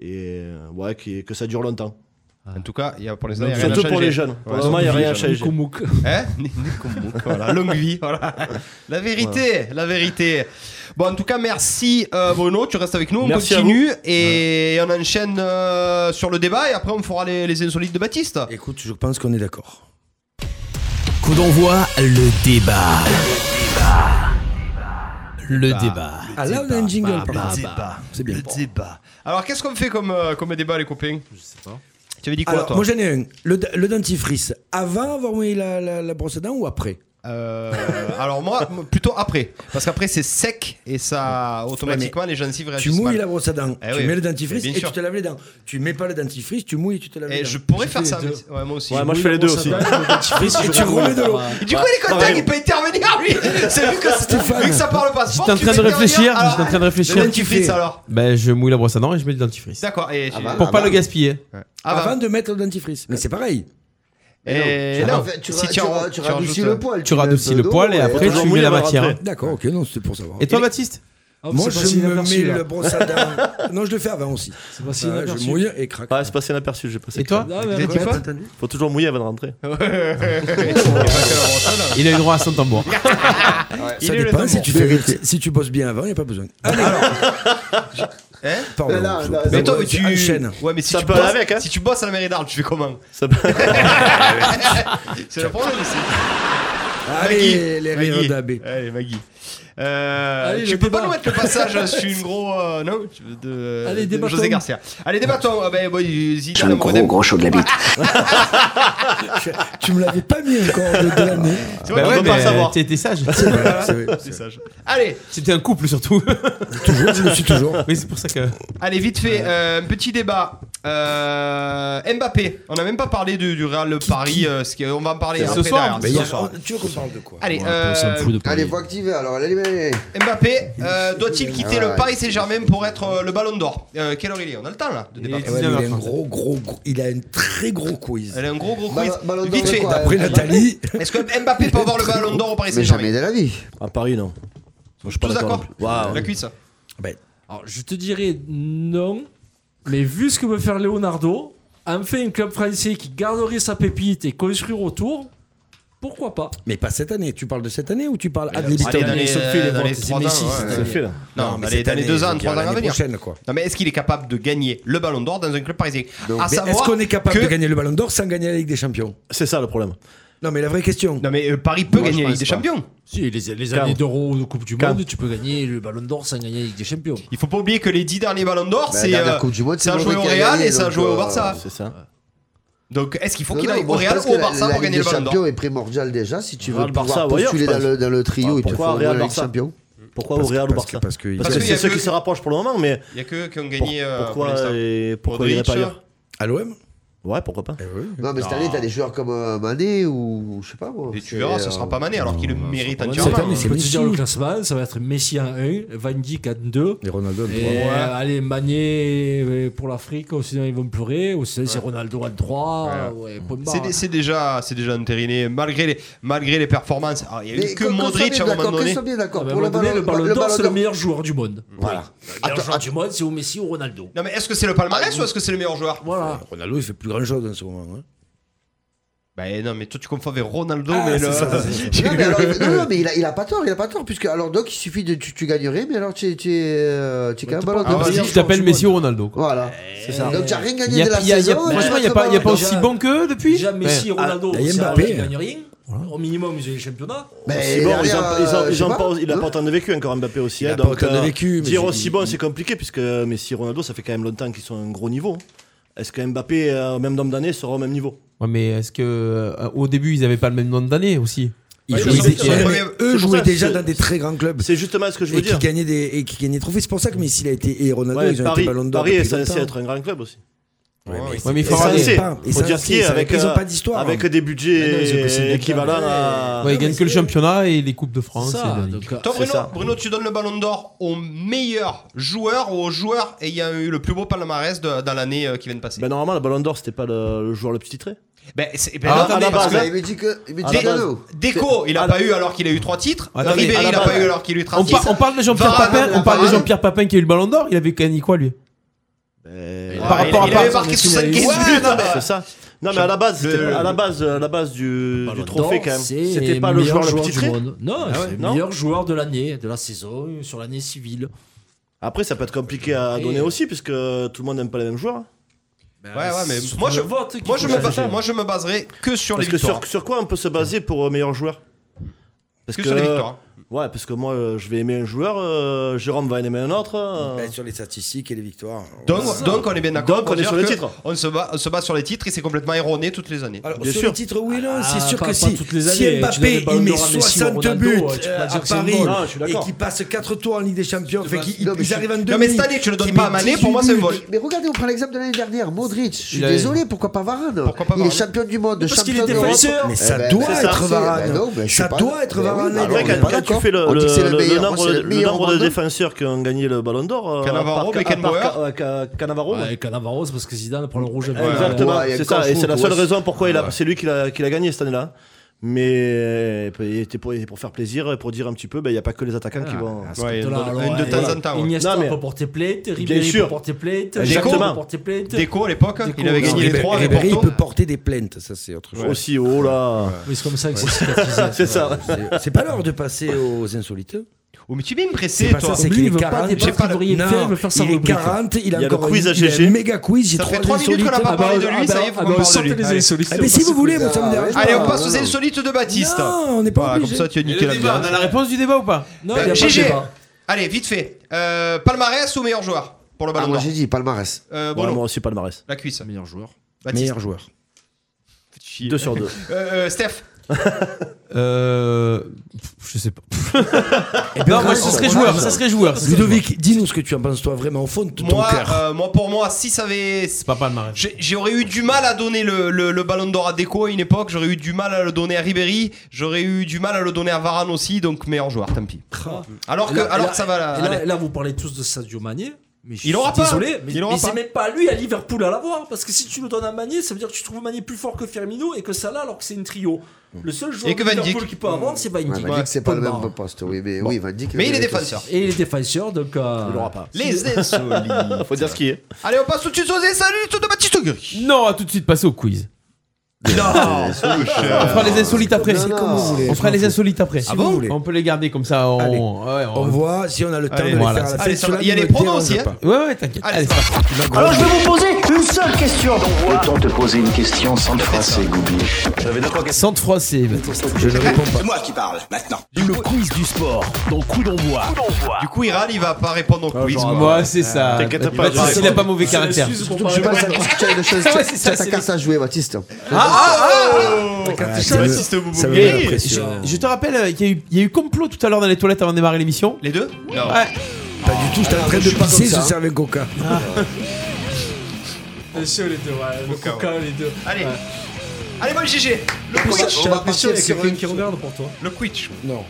Speaker 6: Et euh, ouais, qui- que ça dure longtemps.
Speaker 8: En tout cas, il y a pour les
Speaker 6: Donc, surtout pour les jeunes. Pour le moment, il n'y a rien à changer.
Speaker 8: Hein Nikomouk, voilà. Longue vie, voilà. La vérité,
Speaker 6: Voilà.
Speaker 8: la vérité. Bon, en tout cas, merci euh, Bruno, tu restes avec nous, on
Speaker 6: Merci à
Speaker 8: continue
Speaker 6: vous.
Speaker 8: et on enchaîne euh, sur le débat et après on fera les, les insolites de Baptiste.
Speaker 5: Écoute, je pense qu'on est d'accord.
Speaker 3: Coup d'envoi, le débat. Le débat. Le débat.
Speaker 5: Ah là, on a un jingle,
Speaker 8: bah,
Speaker 5: par
Speaker 6: Ah
Speaker 5: contre.
Speaker 6: bah.
Speaker 5: C'est bien.
Speaker 8: Le débat. Alors, qu'est-ce qu'on fait comme, euh, comme débat, les copains Je sais pas. Tu avais dit quoi,
Speaker 5: Alors,
Speaker 8: toi
Speaker 5: moi j'en ai un. Le, d- le dentifrice, avant avoir mis la, la- la brosse à dents ou après
Speaker 8: Euh, alors moi, m- plutôt après, parce qu'après c'est sec et ça automatiquement les gencives
Speaker 5: Tu
Speaker 8: réagissent.
Speaker 5: mouilles
Speaker 8: mal.
Speaker 5: la brosse à dents,
Speaker 8: Eh
Speaker 5: tu
Speaker 8: oui.
Speaker 5: mets le dentifrice
Speaker 8: Mais
Speaker 5: et
Speaker 8: bien sûr.
Speaker 5: tu te laves les dents. Tu mets pas le dentifrice, tu mouilles et tu te laves
Speaker 8: Et
Speaker 5: les dents.
Speaker 8: je pourrais
Speaker 5: Je
Speaker 8: faire
Speaker 5: fais
Speaker 8: ça.
Speaker 5: les
Speaker 8: mais-
Speaker 5: deux.
Speaker 8: Ouais, moi aussi.
Speaker 6: Ouais, moi, je fais les deux aussi.
Speaker 5: Et tu remets de l'eau.
Speaker 8: Et Du coup, il est content, il peut intervenir lui. C'est vu que
Speaker 5: Stéphane.
Speaker 8: Vu que ça parle pas.
Speaker 10: J'étais en train de réfléchir. J'étais en train de réfléchir.
Speaker 8: Le dentifrice alors.
Speaker 10: Ben, je mouille la brosse à dents et je mets le dentifrice.
Speaker 8: D'accord.
Speaker 6: Ah
Speaker 8: Et
Speaker 6: bah.
Speaker 8: tu-
Speaker 10: Pour pas le gaspiller.
Speaker 8: Ah,
Speaker 5: Avant
Speaker 8: bah.
Speaker 5: de mettre le dentifrice. Mais c'est pareil.
Speaker 6: Ah,
Speaker 8: Et non,
Speaker 4: tu,
Speaker 8: si
Speaker 4: ra-
Speaker 8: tu
Speaker 4: tu
Speaker 8: en-
Speaker 4: ra- tu
Speaker 8: tu
Speaker 4: radoucis
Speaker 8: rajoutes,
Speaker 4: le poil.
Speaker 10: Tu radoucis le poil et après tu mets la matière. hein.
Speaker 5: D'accord, ok, non, c'était pour savoir.
Speaker 10: Et toi, Baptiste
Speaker 5: Moi,
Speaker 7: Oh, c'est
Speaker 5: je
Speaker 7: passé
Speaker 5: me
Speaker 7: inaperçu,
Speaker 5: mets
Speaker 7: là.
Speaker 5: le brosse à dents. Non, je le fais avant aussi. C'est
Speaker 7: passé
Speaker 5: Je
Speaker 7: inaperçu.
Speaker 5: mouille et craque.
Speaker 8: Bah,
Speaker 6: Ouais, Ah, c'est passé inaperçu, j'ai passé.
Speaker 10: Et toi
Speaker 7: Ah,
Speaker 8: T'as
Speaker 7: mais
Speaker 8: dit quoi
Speaker 6: Faut toujours mouiller avant de rentrer.
Speaker 10: Il a eu droit à Bah son tambour.
Speaker 5: Ça
Speaker 8: est le
Speaker 5: dépend si
Speaker 8: tambour.
Speaker 5: tu, fais, si tu bosses bien avant, il n'y a pas besoin. Allez,
Speaker 8: Hein
Speaker 5: pardon.
Speaker 4: Là, là,
Speaker 5: je-
Speaker 4: là,
Speaker 8: Mais
Speaker 5: pardon,
Speaker 8: toi, mais
Speaker 5: je-
Speaker 8: tu
Speaker 5: enchaîne.
Speaker 8: Ouais, mais si
Speaker 6: Ça
Speaker 8: tu
Speaker 6: peut
Speaker 8: bosses,
Speaker 6: aller avec, hein.
Speaker 8: si tu bosses à la mairie d'Arles, tu fais comment
Speaker 6: Ça peut-
Speaker 8: C'est le problème ici.
Speaker 5: Allez, les
Speaker 8: Maggie.
Speaker 5: rires d'abbé.
Speaker 8: Allez, Maggie. Euh,
Speaker 7: Allez,
Speaker 8: tu
Speaker 7: le
Speaker 8: peux pas
Speaker 7: débat.
Speaker 8: nous mettre le passage euh, sur une gros. euh, non tu veux de,
Speaker 7: Allez,
Speaker 8: de
Speaker 7: débattons.
Speaker 8: José Garcia. Allez, débattons. Ah, ben, bon, Zidane,
Speaker 13: Je suis un
Speaker 8: Brodem.
Speaker 13: gros gros chaud de la bite.
Speaker 5: Tu me l'avais pas mis encore de, de l'année.
Speaker 8: C'est
Speaker 10: Ben
Speaker 8: vrai qu'on
Speaker 10: ouais,
Speaker 8: peut pas le
Speaker 10: mais
Speaker 8: savoir.
Speaker 10: t'étais sage.
Speaker 8: C'est sage. Allez,
Speaker 10: C'était un couple surtout.
Speaker 5: Toujours, je le suis toujours.
Speaker 10: Oui, c'est pour ça que.
Speaker 8: allez, vite fait, euh, un petit débat. Euh, Mbappé, on n'a même pas parlé du, du Real Paris. euh, ce qui- on va en parler
Speaker 10: C'est
Speaker 8: après
Speaker 10: ce soir,
Speaker 8: derrière,
Speaker 5: Mais
Speaker 8: ce
Speaker 5: hier,
Speaker 8: soir.
Speaker 5: on- tu veux qu'on parle de quoi
Speaker 8: Allez,
Speaker 12: On s'en
Speaker 8: euh,
Speaker 12: fout de
Speaker 4: Allez,
Speaker 12: parler.
Speaker 4: voix activée alors, allez, allez.
Speaker 8: Mbappé, euh, doit-il quitter
Speaker 4: Ah
Speaker 8: le
Speaker 4: ouais.
Speaker 8: Paris Saint-Germain pour être euh, le Ballon d'Or Euh, Quelle heure il est On a le temps là de débattre.
Speaker 5: Ouais, mais il a un gros, gros, gros- il a un très gros quiz.
Speaker 8: Elle a un gros gros quiz.
Speaker 4: Ballon- Ballon d'Or
Speaker 8: Vite
Speaker 4: de
Speaker 8: fait.
Speaker 4: quoi
Speaker 5: Après Nathalie,
Speaker 8: Est-ce que Mbappé peut avoir le Ballon d'Or au Paris
Speaker 4: Mais jamais
Speaker 8: Saint-Germain
Speaker 4: de la vie.
Speaker 6: À Paris, non. Moi, je suis pas
Speaker 8: Tous
Speaker 6: d'accord.
Speaker 8: d'accord
Speaker 6: non plus. Waouh.
Speaker 8: La cuisse.
Speaker 5: Ben,
Speaker 7: Alors, je te dirais non, mais vu ce que veut faire Leonardo, enfin un club français qui garderait sa pépite et construire autour, pourquoi pas
Speaker 5: mais pas cette année. Tu parles de cette année ou tu parles à
Speaker 8: Allez, dans les- euh, dans les trois ans, ouais.
Speaker 6: C'est fait là.
Speaker 8: Non, mais les- dans les deux ans, trois ans à venir.
Speaker 5: prochaine, quoi.
Speaker 8: Non, mais est-ce qu'il est capable de gagner le Ballon d'Or dans un club parisien À
Speaker 5: Mais
Speaker 8: savoir
Speaker 5: Est-ce qu'on est capable
Speaker 8: que-
Speaker 5: de gagner le Ballon d'Or sans gagner la Ligue des Champions
Speaker 6: C'est ça le problème.
Speaker 5: Non, mais la vraie question.
Speaker 8: Non, mais euh, Paris peut
Speaker 4: Moi, je
Speaker 8: gagner la Ligue
Speaker 4: pense
Speaker 8: des
Speaker 4: pas.
Speaker 8: Champions.
Speaker 12: Si, les, les
Speaker 6: Quand
Speaker 12: années d'Euro ou de Coupe du
Speaker 6: Quand
Speaker 12: Monde, tu peux gagner le Ballon d'Or sans gagner la Ligue des Champions.
Speaker 8: Il faut pas oublier que les dix derniers Ballons d'or,
Speaker 4: Bah,
Speaker 8: c'est
Speaker 4: dernière
Speaker 8: euh,
Speaker 4: Coupe du Monde,
Speaker 8: ça a
Speaker 4: c'est
Speaker 8: joué au
Speaker 4: Modric qui a
Speaker 8: Real
Speaker 4: gagné,
Speaker 8: et ça a
Speaker 4: donc,
Speaker 8: joué au
Speaker 4: euh,
Speaker 8: Barça.
Speaker 6: C'est ça.
Speaker 8: Donc, est-ce qu'il faut
Speaker 4: Non,
Speaker 8: qu'il
Speaker 4: non,
Speaker 8: aille au
Speaker 4: moi, je
Speaker 8: Real
Speaker 4: pense
Speaker 8: ou au
Speaker 4: que la-
Speaker 8: Barça
Speaker 4: la
Speaker 8: pour
Speaker 4: Ligue
Speaker 8: gagner le
Speaker 4: des
Speaker 8: Ballon
Speaker 4: Champions
Speaker 8: d'Or
Speaker 4: est primordial déjà. Si tu veux
Speaker 6: Real Barça,
Speaker 4: pouvoir
Speaker 6: ouais, je
Speaker 4: postuler dans
Speaker 6: pense.
Speaker 4: le, dans le trio, il te faut
Speaker 6: Pourquoi
Speaker 4: au moins
Speaker 6: Real
Speaker 4: la Ligue des
Speaker 6: Barça
Speaker 4: Champions.
Speaker 6: Pourquoi au Real ou
Speaker 5: Parce que-
Speaker 6: Barça
Speaker 5: parce que-
Speaker 8: Parce
Speaker 6: C'est
Speaker 8: qu'il y a
Speaker 6: c'est ceux
Speaker 8: que-
Speaker 6: qui se rapprochent pour le moment, mais
Speaker 8: Il n'y a que qui ont
Speaker 6: pour-
Speaker 8: gagné. euh, pour
Speaker 6: pourquoi
Speaker 8: l'instant.
Speaker 6: et pourquoi il irait pas
Speaker 8: Modric,
Speaker 6: ailleurs
Speaker 5: À l'OM
Speaker 6: Ouais, pourquoi pas
Speaker 4: Non, mais cette année, t'as des joueurs comme euh, Mané ou je sais pas moi. euh,
Speaker 8: Et tu verras, ce sera pas Mané alors qu'il le mérite
Speaker 7: Cette
Speaker 8: entièrement.
Speaker 6: hein,
Speaker 7: année,
Speaker 5: c'est
Speaker 7: je peux te
Speaker 5: Messi.
Speaker 7: dire le classement, ça va être Messi en 1, Van Dijk en 2.
Speaker 5: Et Ronaldo,
Speaker 7: Et euh, allez, Mané euh, pour l'Afrique, ou sinon ils vont pleurer. Ou sinon c'est Ronaldo en 3. Ouais. point barre.
Speaker 8: C'est dé- C'est déjà, c'est déjà entériné malgré les, malgré les performances. Alors, Il n'y a eu que Modric à un moment donné.
Speaker 4: bien
Speaker 7: Ah,
Speaker 4: d'accord.
Speaker 7: mais à un
Speaker 4: Pour
Speaker 7: moment donné, le Ballon
Speaker 4: le
Speaker 7: d'Or, c'est le
Speaker 4: Ballon d'Or-
Speaker 7: meilleur joueur du monde.
Speaker 5: Voilà.
Speaker 7: Le meilleur joueur du monde, c'est ou Messi ou Ronaldo.
Speaker 8: Non mais est-ce que c'est le palmarès ou est-ce que c'est le meilleur joueur
Speaker 7: Voilà.
Speaker 5: Ronaldo, il fait plus grand chose en ce moment. hein.
Speaker 8: Bah non mais toi tu confonds avec Ronaldo mais le...
Speaker 4: Non, mais alors, non, non, mais il a, il a pas tort, il a pas tort, puisque alors donc il suffit de tu, tu gagnerais, mais alors tu es, tu es, euh, tu es quand même ballon
Speaker 8: Ah,
Speaker 4: d'or.
Speaker 8: vas-y,
Speaker 10: Tu t'appelles Messi ou Ronaldo quoi.
Speaker 4: Voilà. Donc tu as rien gagné de la
Speaker 10: Y a- y a-
Speaker 4: saison. hein,
Speaker 10: franchement, il n'y a pas, y a pas aussi bon que depuis
Speaker 7: Déjà Messi et Ronaldo,
Speaker 5: Ah, il y a
Speaker 7: c'est
Speaker 5: Mbappé.
Speaker 7: gagne rien. Au minimum, ils ont les championnats.
Speaker 6: Aussi bon, ils ont- ils ont- ils ont euh, pas- il a pas autant de vécu encore Mbappé aussi.
Speaker 7: Il
Speaker 6: hein,
Speaker 7: a
Speaker 6: donc,
Speaker 7: pas autant de vécu, mais
Speaker 6: dire
Speaker 7: il-
Speaker 6: aussi bon, c'est compliqué puisque Messi, Ronaldo, ça fait quand même longtemps qu'ils sont à un gros niveau. hein. Est-ce que Mbappé, euh, au même nombre d'années, sera au même niveau
Speaker 10: Ouais, mais est-ce que euh, au début ils avaient pas le même nombre d'années aussi
Speaker 6: Ils
Speaker 10: Ouais,
Speaker 6: jouaient
Speaker 10: ils
Speaker 6: des-
Speaker 10: étaient-
Speaker 6: ils
Speaker 5: Mais
Speaker 6: Ouais, c'est
Speaker 5: eux
Speaker 6: pour
Speaker 5: jouaient
Speaker 6: ça,
Speaker 5: déjà
Speaker 6: c'est-
Speaker 5: dans des très grands clubs.
Speaker 6: C'est justement ce que je veux
Speaker 5: Et
Speaker 6: dire.
Speaker 5: qui gagnaient des et qui gagnaient des trophées. C'est pour ça que Messi a été et Ronaldo
Speaker 6: Ouais,
Speaker 5: ils ont
Speaker 6: Paris,
Speaker 5: été ballon d'or.
Speaker 6: Paris est
Speaker 5: depuis
Speaker 6: censé
Speaker 5: longtemps.
Speaker 6: être un grand club aussi.
Speaker 5: Ouais, mais
Speaker 6: Ouais,
Speaker 5: c'est-
Speaker 6: mais il
Speaker 5: et
Speaker 6: faut
Speaker 5: ça,
Speaker 6: avancer.
Speaker 5: c'est pas- et
Speaker 6: Faut
Speaker 5: ça,
Speaker 6: dire
Speaker 5: c'est-
Speaker 6: ce qui est
Speaker 5: ça,
Speaker 6: avec
Speaker 5: ils ont
Speaker 6: euh,
Speaker 5: pas d'histoire. hein.
Speaker 6: Avec des
Speaker 5: Mais non, ils ont
Speaker 6: budgets
Speaker 5: pas ces
Speaker 6: euh, équivalents à.
Speaker 10: Ouais, ils gagnent que le championnat et les coupes de France.
Speaker 8: ça,
Speaker 10: et la Ligue.
Speaker 8: Toi, Bruno, Bruno, tu donnes le ballon d'or au meilleur joueur ou au joueur ayant eu le plus beau palmarès de- dans l'année euh, qui vient de passer.
Speaker 6: Ben normalement, le Ballon d'Or, c'était pas le, le joueur le plus titré.
Speaker 8: Ben, c'est- ben,
Speaker 6: Ah,
Speaker 8: attendez,
Speaker 6: à la
Speaker 8: parce
Speaker 6: base,
Speaker 8: que-
Speaker 6: il me dit que- il me dit
Speaker 8: Dé-
Speaker 6: que non.
Speaker 8: Déco, il a
Speaker 6: À
Speaker 8: pas
Speaker 6: la-
Speaker 8: eu alors qu'il a eu 3 titres.
Speaker 10: Attendez,
Speaker 8: Ribéry,
Speaker 10: à
Speaker 8: il
Speaker 10: la
Speaker 8: a pas
Speaker 10: base-
Speaker 8: eu alors qu'il a eu 3
Speaker 10: On,
Speaker 8: titres.
Speaker 10: par- on parle de Jean-Pierre
Speaker 8: Varane,
Speaker 10: Papin, on parle de
Speaker 8: Varane.
Speaker 10: Jean-Pierre Papin qui a eu le ballon d'or, il avait gagné quoi lui
Speaker 6: Par
Speaker 8: Eh, il-
Speaker 6: rapport à
Speaker 8: il
Speaker 6: Paris,
Speaker 8: avait marqué
Speaker 6: on est
Speaker 8: 75
Speaker 6: finaliste.
Speaker 8: buts.
Speaker 6: Ouais, non, mais- c'est ça. Non mais à la base,
Speaker 8: Le-
Speaker 6: c'était- à la base, à la base du, du trophée quand même. C'était pas le joueur le plus
Speaker 12: du
Speaker 6: titré.
Speaker 12: monde. Non,
Speaker 6: Ah ouais,
Speaker 12: c'est le meilleur joueur de l'année, de la saison, euh, sur l'année civile.
Speaker 6: Après, ça peut être compliqué à
Speaker 12: Et-
Speaker 6: donner aussi puisque tout le monde n'aime pas les mêmes joueurs. hein.
Speaker 8: Ouais, ouais, mais
Speaker 12: surtout
Speaker 8: moi je,
Speaker 12: le vote qui
Speaker 8: moi, je
Speaker 12: compte.
Speaker 8: me base- moi, je me baserai que sur
Speaker 6: Parce
Speaker 8: les
Speaker 6: que
Speaker 8: victoires.
Speaker 6: sur, sur quoi on peut se baser pour euh, meilleur joueur Parce
Speaker 8: Que sur les victoires.
Speaker 6: Ouais, parce que moi, euh, je vais aimer un joueur, euh, Jérôme va en aimer un autre. euh.
Speaker 5: Ben, sur les statistiques et les victoires.
Speaker 8: Donc,
Speaker 5: Voilà.
Speaker 8: donc, on est bien d'accord.
Speaker 6: Donc,
Speaker 8: pour
Speaker 6: on est
Speaker 8: dire
Speaker 6: sur le
Speaker 8: que
Speaker 6: titre.
Speaker 8: On se, bat, on se bat sur les titres et c'est complètement erroné toutes les
Speaker 6: Ah,
Speaker 8: années.
Speaker 5: Alors, sur les titres, oui, non, c'est
Speaker 12: Ah,
Speaker 5: sûr
Speaker 12: pas-
Speaker 5: que
Speaker 12: pas
Speaker 5: si,
Speaker 12: toutes les
Speaker 5: si
Speaker 12: années, tu donnes
Speaker 5: Mbappé
Speaker 12: des ballons
Speaker 5: il met
Speaker 12: d'or à Messi ou
Speaker 5: 60
Speaker 12: Ronaldo,
Speaker 5: buts
Speaker 12: tu peux
Speaker 5: euh,
Speaker 12: pas
Speaker 5: à
Speaker 12: dire que c'est
Speaker 5: Paris
Speaker 12: une bonne. Non, je suis
Speaker 5: et
Speaker 12: d'accord.
Speaker 5: qui passe 4 tours en Ligue des Champions, fait qu'ils-
Speaker 4: Non, mais
Speaker 5: ils
Speaker 4: je-
Speaker 5: arrivent en
Speaker 8: Non, mais cette
Speaker 5: demi.
Speaker 8: année, tu le donnes
Speaker 5: Qui
Speaker 8: pas à
Speaker 5: met
Speaker 8: Mané,
Speaker 5: 18
Speaker 8: pour moi, c'est
Speaker 5: buts.
Speaker 8: vol.
Speaker 4: Mais regardez, on prend l'exemple de l'année dernière, Modric. Je suis
Speaker 10: Il a-
Speaker 4: désolé, pourquoi pas Varane
Speaker 8: pas
Speaker 4: Il est
Speaker 8: Varane
Speaker 4: champion du monde,
Speaker 12: parce qu'il
Speaker 4: champion
Speaker 12: est
Speaker 4: d'Europe.
Speaker 12: défenseur.
Speaker 5: Mais ça
Speaker 4: Eh ben,
Speaker 5: doit
Speaker 4: c'est
Speaker 5: être
Speaker 4: c'est-
Speaker 5: Varane.
Speaker 4: ben non, ben, je
Speaker 5: Ça
Speaker 4: sais pas.
Speaker 5: doit être
Speaker 4: Ben oui,
Speaker 5: Varane.
Speaker 4: ben
Speaker 5: Et
Speaker 4: alors,
Speaker 6: Après,
Speaker 5: on est
Speaker 6: quand,
Speaker 4: pas
Speaker 6: quand tu
Speaker 4: d'accord.
Speaker 6: fais le,
Speaker 4: On dit
Speaker 6: le-
Speaker 4: que c'est le
Speaker 6: le
Speaker 4: meilleur,
Speaker 6: nombre,
Speaker 4: moi, c'est le
Speaker 6: le
Speaker 4: meilleur
Speaker 6: nombre de
Speaker 4: Ronaldo.
Speaker 6: défenseurs qui ont gagné le Ballon d'Or, euh, à
Speaker 8: Cannavaro,
Speaker 6: part- à part-
Speaker 8: Beckenbauer.
Speaker 6: à part- euh, Cannavaro, ouais.
Speaker 12: Ouais, Cannavaro, c'est parce que Zidane prend le rouge avec
Speaker 6: Exactement,
Speaker 4: Ouais, il y a
Speaker 6: c'est
Speaker 4: le camp
Speaker 6: ça. Et
Speaker 4: chaud,
Speaker 6: c'est la
Speaker 4: quoi.
Speaker 6: seule raison pourquoi il a, c'est lui qui l'a, qui l'a gagné cette année-là. Mais il était pour, il était pour faire plaisir et pour dire un petit peu, ben, il n'y a pas Ah, que les attaquants qui vont.
Speaker 8: Ouais,
Speaker 12: Là,
Speaker 8: une de-
Speaker 12: alors,
Speaker 8: une de
Speaker 12: ouais,
Speaker 8: temps
Speaker 12: voilà.
Speaker 8: en temps. ouais.
Speaker 12: Iniesta
Speaker 6: Non, mais-
Speaker 12: peut porter plainte,
Speaker 6: Bien
Speaker 12: Ribéry
Speaker 6: sûr.
Speaker 12: peut porter plainte,
Speaker 6: Exactement.
Speaker 12: Jacquemin peut porter plainte.
Speaker 8: Déco à l'époque,
Speaker 12: Déco,
Speaker 8: il avait
Speaker 12: non,
Speaker 8: gagné les
Speaker 5: Ribéry-
Speaker 8: 3 avec
Speaker 5: Ribéry, il
Speaker 8: Porto.
Speaker 5: peut porter des plaintes, ça c'est autre chose.
Speaker 6: Aussi, oh là.
Speaker 12: Oui, c'est comme ça que c'est cicatrisé.
Speaker 6: C'est ça.
Speaker 5: C'est- C'est pas l'heure de passer aux insolites.
Speaker 8: Oh, mais tu es bien pressé,
Speaker 5: C'est pas
Speaker 8: toi.
Speaker 5: ça, c'est
Speaker 12: Lui,
Speaker 5: qu'il
Speaker 12: il
Speaker 5: est
Speaker 12: veut pas
Speaker 5: 40.
Speaker 12: débattre,
Speaker 5: J'ai pas le-
Speaker 12: il veut rien
Speaker 5: Non,
Speaker 12: faire, il veut faire sa
Speaker 5: Il est
Speaker 12: rubrique.
Speaker 5: 40, il
Speaker 6: Il y
Speaker 5: a
Speaker 6: a le
Speaker 5: encore
Speaker 6: quiz à
Speaker 5: il a
Speaker 6: GG.
Speaker 5: un méga quiz, j'ai
Speaker 8: Ça fait
Speaker 5: trois
Speaker 8: 3 minutes qu'on
Speaker 5: insolites.
Speaker 8: n'a pas
Speaker 5: Ah bah,
Speaker 8: parlé de lui, ça y est,
Speaker 12: Ah
Speaker 8: faut
Speaker 12: bah,
Speaker 8: qu'on
Speaker 12: on
Speaker 8: parle de
Speaker 12: sort
Speaker 8: lui.
Speaker 12: les insolites.
Speaker 5: Ah, mais si vous voulez, moi ça me dérange pas.
Speaker 8: Allez, on passe aux insolites de Baptiste.
Speaker 5: Non, on n'est pas
Speaker 8: Voilà,
Speaker 5: obligé.
Speaker 8: Comme ça, tu as niqué la
Speaker 10: On a la réponse du débat ou pas
Speaker 12: Non, il y a pas de
Speaker 8: GG.
Speaker 12: débat.
Speaker 8: Allez, vite fait. Euh, palmarès ou meilleur joueur pour le
Speaker 4: Ah,
Speaker 8: ballon
Speaker 4: moi
Speaker 8: d'or
Speaker 4: j'ai dit palmarès.
Speaker 8: euh,
Speaker 6: Ouais,
Speaker 8: Bruno,
Speaker 6: moi aussi, palmarès.
Speaker 8: la cuisse.
Speaker 12: Meilleur joueur.
Speaker 8: Baptiste.
Speaker 5: Meilleur joueur.
Speaker 6: 2 sur 2.
Speaker 8: Euh, euh, Steph.
Speaker 10: Euh. Je sais pas.
Speaker 5: Et
Speaker 10: Non, moi ce serait joueur, ça serait joueur. ça serait joueur.
Speaker 5: Ludovic, dis-nous ce que tu en penses, toi, vraiment, au fond de ton
Speaker 8: Moi,
Speaker 5: cœur.
Speaker 8: euh, moi, pour moi, si ça avait.
Speaker 10: C'est pas palmarès.
Speaker 8: j'ai- J'aurais eu du mal à donner le, le- le ballon d'or à Deco à une époque, j'aurais eu du mal à le donner à Ribéry, j'aurais eu du mal à le donner à Varane aussi, donc meilleur joueur, tant pis. Alors
Speaker 12: Et
Speaker 8: que,
Speaker 12: là-
Speaker 8: alors
Speaker 12: là-
Speaker 8: que ça va là.
Speaker 12: et là,
Speaker 8: allez.
Speaker 12: là, vous parlez tous de Sadio Mané. Mais je
Speaker 8: Il
Speaker 12: suis
Speaker 8: aura pas.
Speaker 12: désolé, mais,
Speaker 8: Il aura
Speaker 12: mais c'est
Speaker 8: pas.
Speaker 12: même pas à lui à Liverpool à l'avoir. Parce que si tu le donnes à Mané, ça veut dire que tu trouves Mané plus fort que Firmino et que Salah alors que c'est une trio. Le seul joueur
Speaker 8: Et que
Speaker 12: de
Speaker 8: Van
Speaker 12: Liverpool
Speaker 8: Dijk.
Speaker 12: qui peut avoir, c'est Van
Speaker 4: Ouais,
Speaker 12: Dijk.
Speaker 4: Van Dijk, c'est pas le
Speaker 12: Pogba.
Speaker 4: même poste. Oui, mais oui, Van Dijk.
Speaker 8: Mais il est
Speaker 4: avait été-
Speaker 8: défenseur.
Speaker 12: Et il est défenseur, donc. euh,
Speaker 6: Il l'aura pas.
Speaker 8: Les insolites.
Speaker 6: Faut dire ce qui est.
Speaker 8: Allez, on passe tout de suite aux insolites de Baptiste Gris.
Speaker 10: Non, à tout de suite passer au quiz.
Speaker 8: Non
Speaker 10: On fera les insolites après.
Speaker 4: Non, non.
Speaker 10: On fera les insolites après.
Speaker 5: Si vous voulez.
Speaker 10: Ah On peut les garder comme ça. On,
Speaker 5: Allez.
Speaker 10: ouais, on-
Speaker 5: On voit si on a le temps
Speaker 8: Oh. Allez,
Speaker 5: de les
Speaker 10: voilà.
Speaker 5: faire à la
Speaker 8: Allez,
Speaker 5: fin.
Speaker 8: ça va.
Speaker 5: Cela
Speaker 8: Il y a
Speaker 5: ne
Speaker 8: les
Speaker 5: me
Speaker 8: pronos aussi,
Speaker 5: dérange
Speaker 8: hein.
Speaker 5: pas.
Speaker 10: Ouais, ouais, t'inquiète.
Speaker 8: Allez,
Speaker 10: Allez, c'est parti.
Speaker 14: Alors je vais vous poser une seule question. Autant te poser une question sans te froisser, Goubi.
Speaker 10: Sans te froisser.
Speaker 5: Je ne réponds pas.
Speaker 13: moi qui parle, maintenant.
Speaker 3: Le quiz du sport dans Coup d'envoi.
Speaker 8: Du coup, Iran, il va pas répondre
Speaker 6: Ah,
Speaker 8: au quiz. quoi.
Speaker 10: Moi, c'est ça. Bah,
Speaker 6: T'inquiète pas,
Speaker 10: Baptiste,
Speaker 6: je
Speaker 10: il a pas mauvais caractère.
Speaker 4: Surtout que je pense que tu as une chose,
Speaker 10: Ouais, c'est ça,
Speaker 4: tu as ta
Speaker 10: c'est
Speaker 4: carte à jouer, Baptiste.
Speaker 8: Ah,
Speaker 6: Ah,
Speaker 5: Ça veut-
Speaker 8: Baptiste Boubou.
Speaker 5: ça veut
Speaker 8: Et-
Speaker 5: dire la
Speaker 10: Je,
Speaker 5: pression.
Speaker 10: je te rappelle euh, qu'il y, a eu- il y a eu complot tout à l'heure dans les toilettes avant de démarrer l'émission.
Speaker 8: Les deux Non.
Speaker 10: Ouais.
Speaker 5: Pas du tout, j'étais en train de passer, je servais un coca.
Speaker 7: Bien sûr, les deux, ouais. Le
Speaker 8: Coca,
Speaker 7: coca, les deux.
Speaker 8: Allez.
Speaker 7: Ouais.
Speaker 8: Allez, bon, GG. Le
Speaker 7: J'ai
Speaker 8: quiz.
Speaker 4: Ah,
Speaker 7: l'impression qu'il y a
Speaker 4: sur
Speaker 7: quelqu'un
Speaker 4: une-
Speaker 7: qui regarde pour toi.
Speaker 8: Le quiz.
Speaker 5: Non.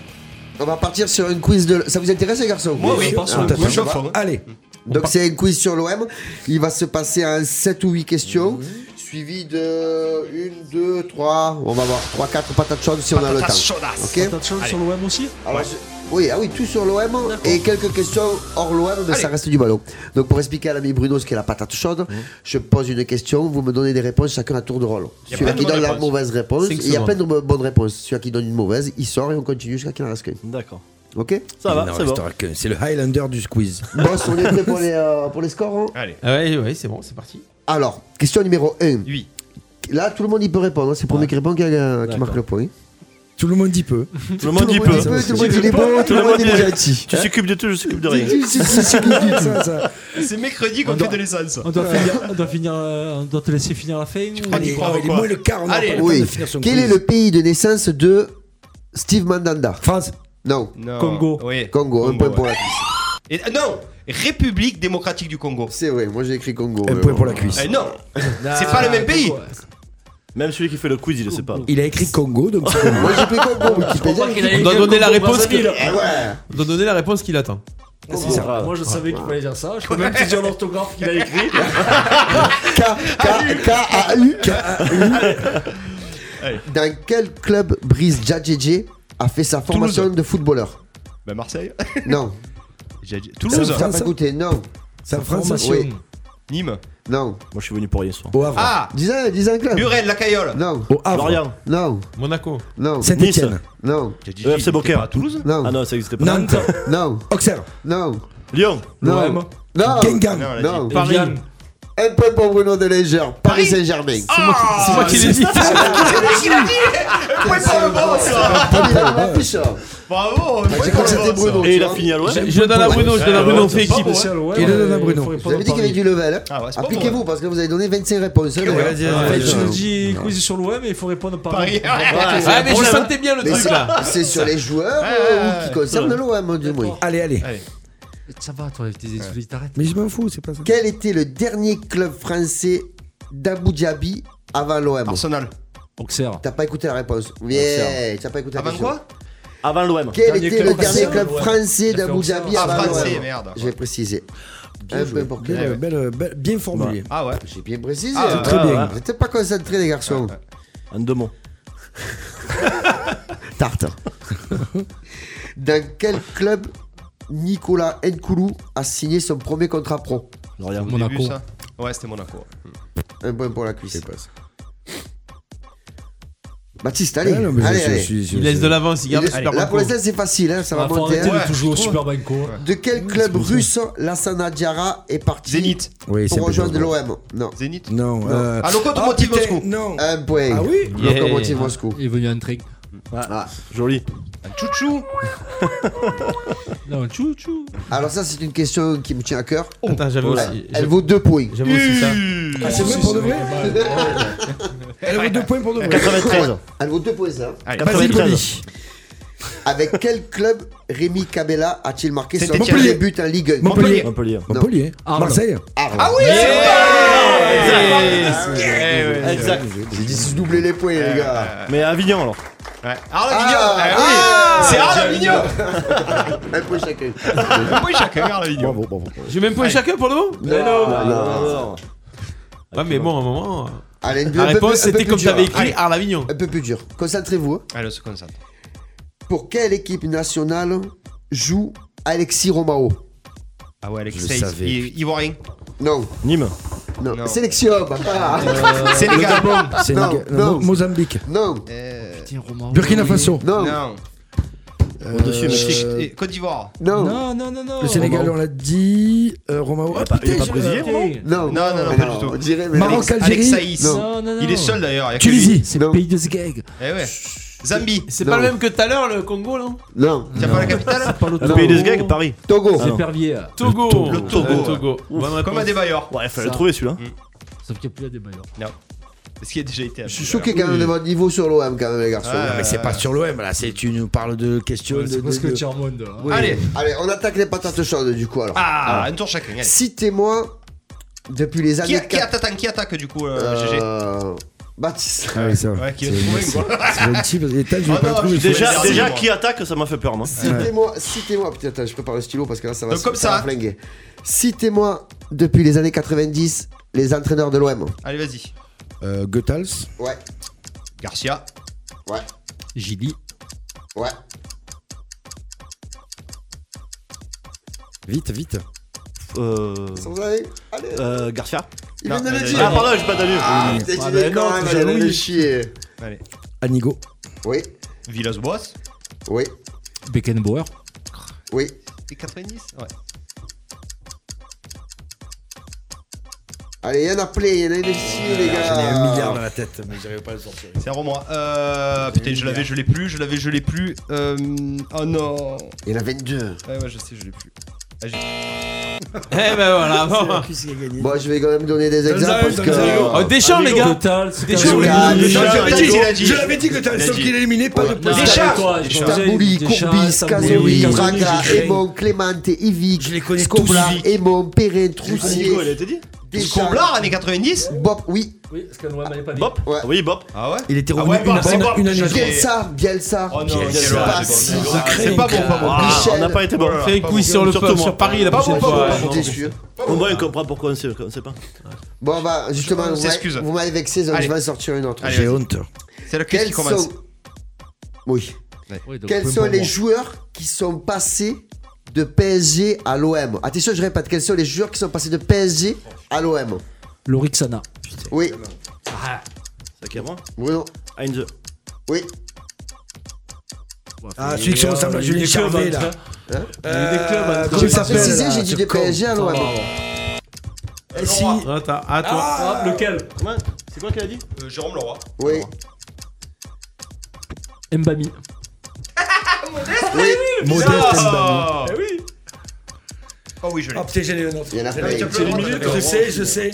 Speaker 4: On va partir sur une quiz de. Ça vous intéresse, les garçons
Speaker 8: Moi, oui.
Speaker 5: Bien sûr,
Speaker 8: Ah,
Speaker 5: tout à fait.
Speaker 8: moi, je suis à fond.
Speaker 5: Allez,
Speaker 4: Donc c'est un quiz sur l'OM. Il va se passer à 7 ou 8 questions, suivi de 1, 2, 3, on va voir 3, 4 patates chaudes si on a le
Speaker 8: Patatas
Speaker 4: temps.
Speaker 8: chaudas.
Speaker 4: Ok
Speaker 7: T'as de chance sur l'OM aussi
Speaker 4: Alors, je- Oui, ah oui, tout sur l'OM et quelques questions hors l'OM, mais ça
Speaker 8: Allez.
Speaker 4: reste du ballon. Donc pour expliquer à l'ami Bruno ce qu'est la patate chaude, je pose une question, vous me donnez des réponses chacun à tour de rôle.
Speaker 8: Y a
Speaker 4: Celui
Speaker 8: plein de
Speaker 4: qui donne
Speaker 8: bonnes
Speaker 4: la
Speaker 8: réponses.
Speaker 4: mauvaise réponse,
Speaker 10: Cinq
Speaker 4: il y a
Speaker 10: secondes.
Speaker 4: plein de mo- bonnes réponses. Celui qui donne une mauvaise, il sort et on continue jusqu'à qu'il en reste qu'une.
Speaker 6: D'accord.
Speaker 4: Ok
Speaker 6: Ça va,
Speaker 5: Non,
Speaker 6: c'est bon.
Speaker 5: Mr. Haken, c'est le Highlander du squeeze.
Speaker 4: Boss, on est prêt pour les, euh, pour les scores hein
Speaker 8: Allez.
Speaker 10: Ah ouais, ouais, c'est bon, c'est parti.
Speaker 4: Alors, question numéro 1.
Speaker 8: Oui.
Speaker 4: Là, tout le monde y peut répondre. hein. C'est le premier qui répond qui, a- qui
Speaker 6: D'accord.
Speaker 4: marque le point.
Speaker 5: Tout le monde y peut.
Speaker 6: Tout le monde y peut.
Speaker 5: Tout le monde il est beau, tout le monde est gentil.
Speaker 6: Tu s'occupes de tout, je s'occupe de rien.
Speaker 5: Tu- tu- tu- tu- tu- tu- ça, ça.
Speaker 8: C'est mercredi qu'on fait de l'essence.
Speaker 7: On doit, finir, on, doit finir, euh, on doit te laisser finir la fame. ou-
Speaker 8: prends des points ou quoi Allez.
Speaker 4: Oui. Quel est le pays de naissance de Steve Mandanda
Speaker 5: France.
Speaker 4: Non.
Speaker 8: Non. Oui.
Speaker 4: Congo, un
Speaker 8: Congo,
Speaker 4: point pour
Speaker 8: ouais.
Speaker 4: la cuisse.
Speaker 8: Et- euh, non République démocratique du Congo.
Speaker 4: C'est vrai, moi j'ai écrit Congo.
Speaker 5: Un
Speaker 4: mais
Speaker 5: point
Speaker 4: bon.
Speaker 5: pour la cuisse.
Speaker 8: Eh non C'est pas le même pays
Speaker 6: Même celui qui fait le quiz, il le sait pas.
Speaker 5: Il a écrit Congo, donc. c'est Congo.
Speaker 4: Moi j'ai pris Congo, Wikipédia. j'ai pris
Speaker 10: On doit donner la réponse qui- On doit donner la réponse qu'il attend.
Speaker 7: Moi, Moi, je savais qu'il fallait dire ça. Je peux même te dire l'orthographe qu'il a écrit.
Speaker 4: K-A-U. Dans quel club Brice Djadjedje a fait sa formation de footballeur
Speaker 8: Bah Marseille
Speaker 4: Non.
Speaker 8: J'ai- Toulouse
Speaker 4: Ça pas goûté, non.
Speaker 5: C'est en France,
Speaker 4: Formation. Oui.
Speaker 8: Nîmes
Speaker 4: Non.
Speaker 6: Moi, je suis venu pour rien ce soir. Oh.
Speaker 5: Au Havre.
Speaker 8: Ah
Speaker 4: Dis un, dis un club.
Speaker 8: Burel, la Caillole
Speaker 4: Non.
Speaker 5: Au Havre.
Speaker 6: Lorient,
Speaker 4: Non.
Speaker 10: Monaco.
Speaker 4: Non.
Speaker 5: Saint-Etienne.
Speaker 4: Non.
Speaker 8: J'ai dit,
Speaker 6: EFC
Speaker 8: il était
Speaker 6: Beaucaire.
Speaker 8: pas à Toulouse
Speaker 6: Ah
Speaker 4: Non.
Speaker 6: non, ça n'existait pas.
Speaker 5: Nantes.
Speaker 4: Non.
Speaker 5: Auxerre.
Speaker 4: Non.
Speaker 6: Lyon.
Speaker 4: Non.
Speaker 7: L'OM.
Speaker 6: Ah,
Speaker 4: Non.
Speaker 5: Guingamp.
Speaker 8: Non, on l'a
Speaker 4: Non.
Speaker 8: dit.
Speaker 7: Paris.
Speaker 4: Un peu pour Bruno de Légère. Paris Saint-Germain.
Speaker 10: C'est moi qui l'ai dit.
Speaker 8: Ouais, pas le bon, ça.
Speaker 4: Ah, mais là, on l'affiche, ça.
Speaker 8: Bravo
Speaker 4: Ah, J'ai cru que c'était Bruno.
Speaker 6: Et
Speaker 4: tu
Speaker 6: il a
Speaker 4: vois.
Speaker 6: fini à l'OM.
Speaker 10: Je donne à Bruno, je donne à Bruno, on fait équipe.
Speaker 7: Spécial,
Speaker 5: Et
Speaker 7: ouais,
Speaker 5: le
Speaker 7: ouais,
Speaker 5: Dana
Speaker 7: il
Speaker 5: Bruno.
Speaker 7: faut répondre
Speaker 4: Vous avez dit
Speaker 7: par
Speaker 4: qu'il y avait
Speaker 7: lui.
Speaker 4: du level. hein.
Speaker 8: Ah ouais, c'est pas
Speaker 4: Appliquez-vous parce que vous avez donné 25 réponses. hein, d'ailleurs.
Speaker 10: vas-y,
Speaker 7: En
Speaker 10: vas-y.
Speaker 7: fait, tu
Speaker 4: Ouais.
Speaker 7: nous dis quiz sur l'OM et il faut répondre par
Speaker 8: Paris.
Speaker 10: Ah, mais je sentais bien le
Speaker 4: Mais
Speaker 10: truc
Speaker 4: ça,
Speaker 10: là.
Speaker 4: c'est sur les joueurs euh, ou qui concernent l'OM, du moins.
Speaker 5: Allez, allez.
Speaker 7: Ça va, toi, t'es désolé, t'arrêtes.
Speaker 5: Mais je m'en fous, c'est pas ça.
Speaker 4: Quel était le dernier club français d'Abu Dhabi avant l'OM
Speaker 8: Arsenal.
Speaker 7: Auxerre.
Speaker 4: T'as pas écouté la réponse. Yeah, t'as pas écouté la
Speaker 8: Avant
Speaker 4: question.
Speaker 8: quoi
Speaker 6: Avant l'OM.
Speaker 4: Quel
Speaker 7: Dernier
Speaker 4: était
Speaker 7: club
Speaker 4: le dernier
Speaker 7: français,
Speaker 4: club
Speaker 7: ouais.
Speaker 4: français
Speaker 7: J'ai fait
Speaker 4: d'Abu
Speaker 7: Auxerre.
Speaker 4: Dhabi
Speaker 8: Ah,
Speaker 4: avant
Speaker 8: français,
Speaker 4: l'OM
Speaker 8: merde.
Speaker 4: J'ai précisé. Un peu pour
Speaker 5: Belle,
Speaker 4: quel.
Speaker 5: belle, belle- bien formulé.
Speaker 8: Ah ouais.
Speaker 4: J'ai bien précisé.
Speaker 8: Ah,
Speaker 4: hein.
Speaker 5: Très
Speaker 6: Ah,
Speaker 5: bien.
Speaker 6: ouais.
Speaker 4: Vous n'êtes pas concentrés, les garçons.
Speaker 6: Bah, En deux mots.
Speaker 4: Tarte. Dans quel club Nicolas Nkoulou a signé son premier contrat pro
Speaker 6: Lorient.
Speaker 8: Au début, ça. Ouais, c'était Monaco.
Speaker 4: Un point pour la cuisse. Baptiste, allez.
Speaker 5: Ah non, mais je-
Speaker 4: allez,
Speaker 5: je-
Speaker 4: allez.
Speaker 5: je suis- Bah, je-
Speaker 10: Il laisse de l'avance, il
Speaker 4: Il
Speaker 10: garde le
Speaker 4: est-
Speaker 10: super
Speaker 4: Là, pour
Speaker 10: banco.
Speaker 4: l'instant, c'est facile, hein, ça va
Speaker 7: Il faut
Speaker 4: monter.
Speaker 7: arrêter
Speaker 4: hein.
Speaker 7: de toujours au
Speaker 8: je
Speaker 7: Super Banco.
Speaker 4: De quel club russe Lassana Diarra est parti
Speaker 8: Zénith.
Speaker 5: Oui, c'est
Speaker 4: pour rejoindre
Speaker 5: Pétersbourg.
Speaker 4: l'OM Non.
Speaker 8: Zénith.
Speaker 5: Non. euh,
Speaker 8: Ah, Locomotive
Speaker 5: oh, putain,
Speaker 8: Moscou.
Speaker 5: Non.
Speaker 4: Un point.
Speaker 5: Ah oui
Speaker 10: Yeah.
Speaker 4: Locomotive Moscou.
Speaker 7: Il est venu un trick.
Speaker 5: Ah,
Speaker 6: Joli.
Speaker 8: Un chouchou.
Speaker 7: Non, tchou tchou.
Speaker 4: Alors, ça, c'est une question qui me tient à cœur.
Speaker 10: Attends,
Speaker 4: Elle,
Speaker 10: j'avais aussi.
Speaker 4: elle vaut deux points.
Speaker 10: J'avais aussi ça.
Speaker 5: Ah, c'est vrai pour de vrai Elle vaut deux points pour de vrai.
Speaker 6: 93.
Speaker 4: Elle vaut deux points, ça.
Speaker 8: Allez,
Speaker 5: Vas-y,
Speaker 6: 93.
Speaker 5: Bobby.
Speaker 4: Avec quel club Rémi Cabella a-t-il marqué son
Speaker 8: Saint-Étienne.
Speaker 4: premier but en Ligue 1
Speaker 5: Montpellier.
Speaker 6: Montpellier.
Speaker 4: Non.
Speaker 5: Montpellier. hein.
Speaker 7: Arles.
Speaker 5: Marseille.
Speaker 4: Ah
Speaker 8: oui, c'est
Speaker 4: Exact. J'ai dit se doubler les points, les gars.
Speaker 6: Mais Avignon alors.
Speaker 8: Ouais.
Speaker 6: euh,
Speaker 4: Ah,
Speaker 8: Arlavignon.
Speaker 4: ah,
Speaker 8: Eh oui. C'est Arlavignon.
Speaker 4: Un point chacun.
Speaker 8: Oui, chacun Arlavignon.
Speaker 5: Bravo, bravo.
Speaker 10: J'ai même point chacun pour le moment
Speaker 4: Non, non.
Speaker 10: Ouais, mais bon, à un moment. euh,
Speaker 4: Allez, une-
Speaker 10: La
Speaker 4: un peu
Speaker 10: réponse,
Speaker 4: plus- un peu
Speaker 10: c'était
Speaker 4: plus
Speaker 10: comme
Speaker 4: dur.
Speaker 10: t'avais écrit
Speaker 4: Allez,
Speaker 10: Arlavignon.
Speaker 4: Un peu plus dur. Concentrez-vous. hein.
Speaker 8: Allez, on se concentre.
Speaker 4: Pour quelle équipe nationale joue Alexis Romao
Speaker 8: Ah ouais, Alexis,
Speaker 5: Je savais.
Speaker 8: il- Ivoirien.
Speaker 4: Non,
Speaker 6: Nîmes.
Speaker 4: non.
Speaker 8: Non.
Speaker 4: Sélection, papa.
Speaker 8: C'est les gars.
Speaker 5: C'est
Speaker 4: Non,
Speaker 5: Niga-
Speaker 4: non.
Speaker 5: Mo- Mozambique.
Speaker 4: Non,
Speaker 8: Euh,
Speaker 7: Tiens, Romain.
Speaker 5: Burkina Faso.
Speaker 4: non, non,
Speaker 8: Non.
Speaker 6: Au-dessus, Mexique.
Speaker 5: Euh,
Speaker 8: Et Côte d'Ivoire.
Speaker 4: non,
Speaker 7: Non, non, non, non.
Speaker 5: Le Sénégal, on l'a dit. Euh, Romao.
Speaker 6: il
Speaker 5: Ah,
Speaker 6: est
Speaker 5: putain,
Speaker 6: pas
Speaker 5: j'ai-
Speaker 6: brésilien,
Speaker 4: non,
Speaker 8: Non, non, non, pas du tout.
Speaker 4: On dirait, mais
Speaker 5: Maroc,
Speaker 8: Alex-
Speaker 5: Algérie.
Speaker 8: Alex Saïs.
Speaker 4: Non.
Speaker 7: Non, non, non.
Speaker 8: Il est seul d'ailleurs. il y a que lui.
Speaker 5: Tunisie.
Speaker 7: C'est
Speaker 4: Non.
Speaker 7: le pays de Zgeg.
Speaker 6: Euh,
Speaker 8: Eh ouais. Zambie.
Speaker 10: C'est
Speaker 4: Non.
Speaker 10: pas le même que tout à l'heure, le Congo, là
Speaker 4: non.
Speaker 8: T'as pas la capitale
Speaker 7: Pas l'autre.
Speaker 6: Le pays des Gags, Paris.
Speaker 4: Togo.
Speaker 6: Ah non.
Speaker 7: C'est Pervier.
Speaker 10: Togo.
Speaker 8: Le Togo,
Speaker 10: Euh,
Speaker 8: ouais.
Speaker 10: Togo. Bonne réponse.
Speaker 8: Comme Mm. à des bailleurs.
Speaker 6: Ouais, fallait
Speaker 7: Ça.
Speaker 6: le trouver celui-là.
Speaker 7: Sauf qu'il n'y a plus à des bailleurs.
Speaker 8: Parce qu'il a déjà été à
Speaker 4: Je suis choqué quand même de votre niveau sur l'OM, quand même, les garçons.
Speaker 8: Ah,
Speaker 5: Non, mais c'est pas sur l'OM, là. c'est- Tu nous parles de questions. de-
Speaker 7: C'est
Speaker 5: de-
Speaker 7: presque
Speaker 5: de-
Speaker 7: Tiermonde.
Speaker 4: Oui.
Speaker 8: Allez.
Speaker 4: Allez, on attaque les patates chaudes, du coup, alors.
Speaker 8: Ah, un tour chacun. allez.
Speaker 4: Citez-moi, depuis les
Speaker 8: Qui,
Speaker 4: années...
Speaker 8: qui
Speaker 4: 4
Speaker 8: attaque, qui attaque du coup, euh, GG
Speaker 4: euh, Baptiste.
Speaker 5: Ah oui, ça va.
Speaker 8: Ouais, qui
Speaker 5: C'est
Speaker 8: l'a trouvé quoi
Speaker 5: c'est le type, il est tard, je
Speaker 8: Ah
Speaker 5: l'ai pas
Speaker 8: non,
Speaker 5: trouvé.
Speaker 8: je-
Speaker 5: il faut-
Speaker 6: Déjà,
Speaker 8: Ouais,
Speaker 6: déjà
Speaker 8: c'est
Speaker 6: qui attaque, ça m'a fait peur, moi.
Speaker 4: Citez-moi, citez-moi, putain, attends, je prépare le stylo parce que là ça va
Speaker 8: Donc
Speaker 4: se
Speaker 8: comme
Speaker 4: ça va
Speaker 8: ça.
Speaker 4: flinguer. Citez-moi depuis les années 90 les entraîneurs de l'OM.
Speaker 8: Allez, vas-y.
Speaker 5: Euh, Goethals.
Speaker 4: Ouais,
Speaker 8: Garcia.
Speaker 4: ouais,
Speaker 7: Gilly.
Speaker 4: ouais.
Speaker 5: Vite, vite.
Speaker 6: Euh,
Speaker 4: Sans aller. Allez,
Speaker 6: euh, Garcia.
Speaker 4: il
Speaker 8: non,
Speaker 4: vient de le
Speaker 8: allez, bah
Speaker 4: dire.
Speaker 6: Ah, pardon, j'ai pas entendu.
Speaker 4: Ah, putain,
Speaker 7: Ah,
Speaker 4: tu
Speaker 7: ben
Speaker 4: es
Speaker 7: non,
Speaker 4: con, hein,
Speaker 7: t'es
Speaker 4: j'allais
Speaker 7: jaloux.
Speaker 4: le chier.
Speaker 8: Allez.
Speaker 5: Anigo.
Speaker 4: Oui,
Speaker 8: Villas-Boas.
Speaker 4: oui,
Speaker 7: Beckenbauer.
Speaker 4: oui.
Speaker 8: Et 90 Ouais.
Speaker 4: Allez, il y en a plein, il y en a une ici, les gars.
Speaker 5: J'en ai un milliard dans la tête, mais j'arrive pas à le sortir.
Speaker 8: C'est un moi. Euh, putain, je l'avais, je l'ai plus, je l'avais, je l'ai plus. Euh, oh non.
Speaker 4: Il y en a 22.
Speaker 8: Ouais, ouais, je sais, je l'ai plus. Ah, j'ai-
Speaker 10: Eh ben voilà, bon.
Speaker 4: Bon, je vais quand même donner des exemples. parce que-
Speaker 10: Oh,
Speaker 7: Ah,
Speaker 10: Deschamps, les gars. Deschamps, les
Speaker 5: Ah,
Speaker 6: Ah,
Speaker 10: gars.
Speaker 4: Deschamps,
Speaker 5: Je l'avais
Speaker 4: Deschamps,
Speaker 5: dit, je l'avais dit que t'as le seul qui l'éliminé, pas de
Speaker 4: Des
Speaker 5: Deschamps.
Speaker 4: Stambouli, Courbis, Cazouli, Braga, Aymon, Clémente, Ivic, Scoblar, Aymon, Perrin, Troussier.
Speaker 8: Nico, elle a été dit Scoblar, années 90
Speaker 4: Bob, oui.
Speaker 7: Oui, parce qu'elle m'avait pas dit.
Speaker 8: Bob
Speaker 4: Ouais.
Speaker 8: Oui, Bob. Ah ouais
Speaker 5: Il était
Speaker 6: Bah,
Speaker 8: Ah
Speaker 5: revenu
Speaker 8: ouais,
Speaker 5: une,
Speaker 8: Bob, c'est
Speaker 5: une-
Speaker 8: Bob.
Speaker 5: une année après.
Speaker 4: Bielsa, Bielsa.
Speaker 8: Oh non,
Speaker 5: Bielsa,
Speaker 8: quel orage,
Speaker 4: c'est
Speaker 8: Bob.
Speaker 4: bon.
Speaker 8: C'est pas bon, pas bon.
Speaker 6: Ah, on n'a pas été bon.
Speaker 8: Voilà,
Speaker 6: Fais
Speaker 8: pas
Speaker 6: une quiz
Speaker 8: bon.
Speaker 6: sur le
Speaker 8: Surtout
Speaker 6: pub,
Speaker 8: moi.
Speaker 6: sur Paris, la
Speaker 8: Pas
Speaker 6: prochaine
Speaker 8: bon,
Speaker 6: fois,
Speaker 8: pas
Speaker 6: ouais.
Speaker 8: bon, pas
Speaker 4: T'es
Speaker 8: bon.
Speaker 4: sûr
Speaker 6: Au moins, on comprend pourquoi on sait, on sait pas.
Speaker 4: Bon, bah, justement,
Speaker 8: On
Speaker 4: vous
Speaker 8: s'excuse.
Speaker 4: m'avez- vous m'avez vexé, donc
Speaker 8: Allez.
Speaker 4: je vais en sortir une autre.
Speaker 8: Allez,
Speaker 5: J'ai
Speaker 8: vas-y.
Speaker 5: honte.
Speaker 8: C'est la question
Speaker 4: Quels
Speaker 8: qui commence.
Speaker 4: sont... Oui. Quels sont les joueurs qui sont passés de PSG à l'OM Attention, je répète, quels sont les joueurs qui sont passés de PSG à l'OM
Speaker 7: Lorixana.
Speaker 4: Oui,
Speaker 6: C'est qui à moi
Speaker 4: Bruno.
Speaker 6: Heinz.
Speaker 8: Euh,
Speaker 4: Oui.
Speaker 5: Ah, celui
Speaker 10: euh,
Speaker 5: qui se ressemble à Julien Charvet, là. Euh,
Speaker 4: J'ai
Speaker 5: comment il s'appelle,
Speaker 4: précisé,
Speaker 5: là,
Speaker 4: j'ai dit
Speaker 5: ce
Speaker 4: des
Speaker 5: con
Speaker 4: PSG à l'OM.
Speaker 5: Eh, Si,
Speaker 10: Attends, à toi.
Speaker 7: Ah, lequel
Speaker 6: Ouais, C'est quoi qu'elle a dit
Speaker 8: Euh, Jérôme Leroy.
Speaker 4: Oui,
Speaker 7: Mbami.
Speaker 4: oui,
Speaker 5: modeste Mbami.
Speaker 8: Ah oui Oh oui, je l'ai.
Speaker 5: Ah putain, j'allais le nôtre.
Speaker 4: il y en a
Speaker 5: J'allais
Speaker 4: plein.
Speaker 5: le nôtre. Je sais, je sais.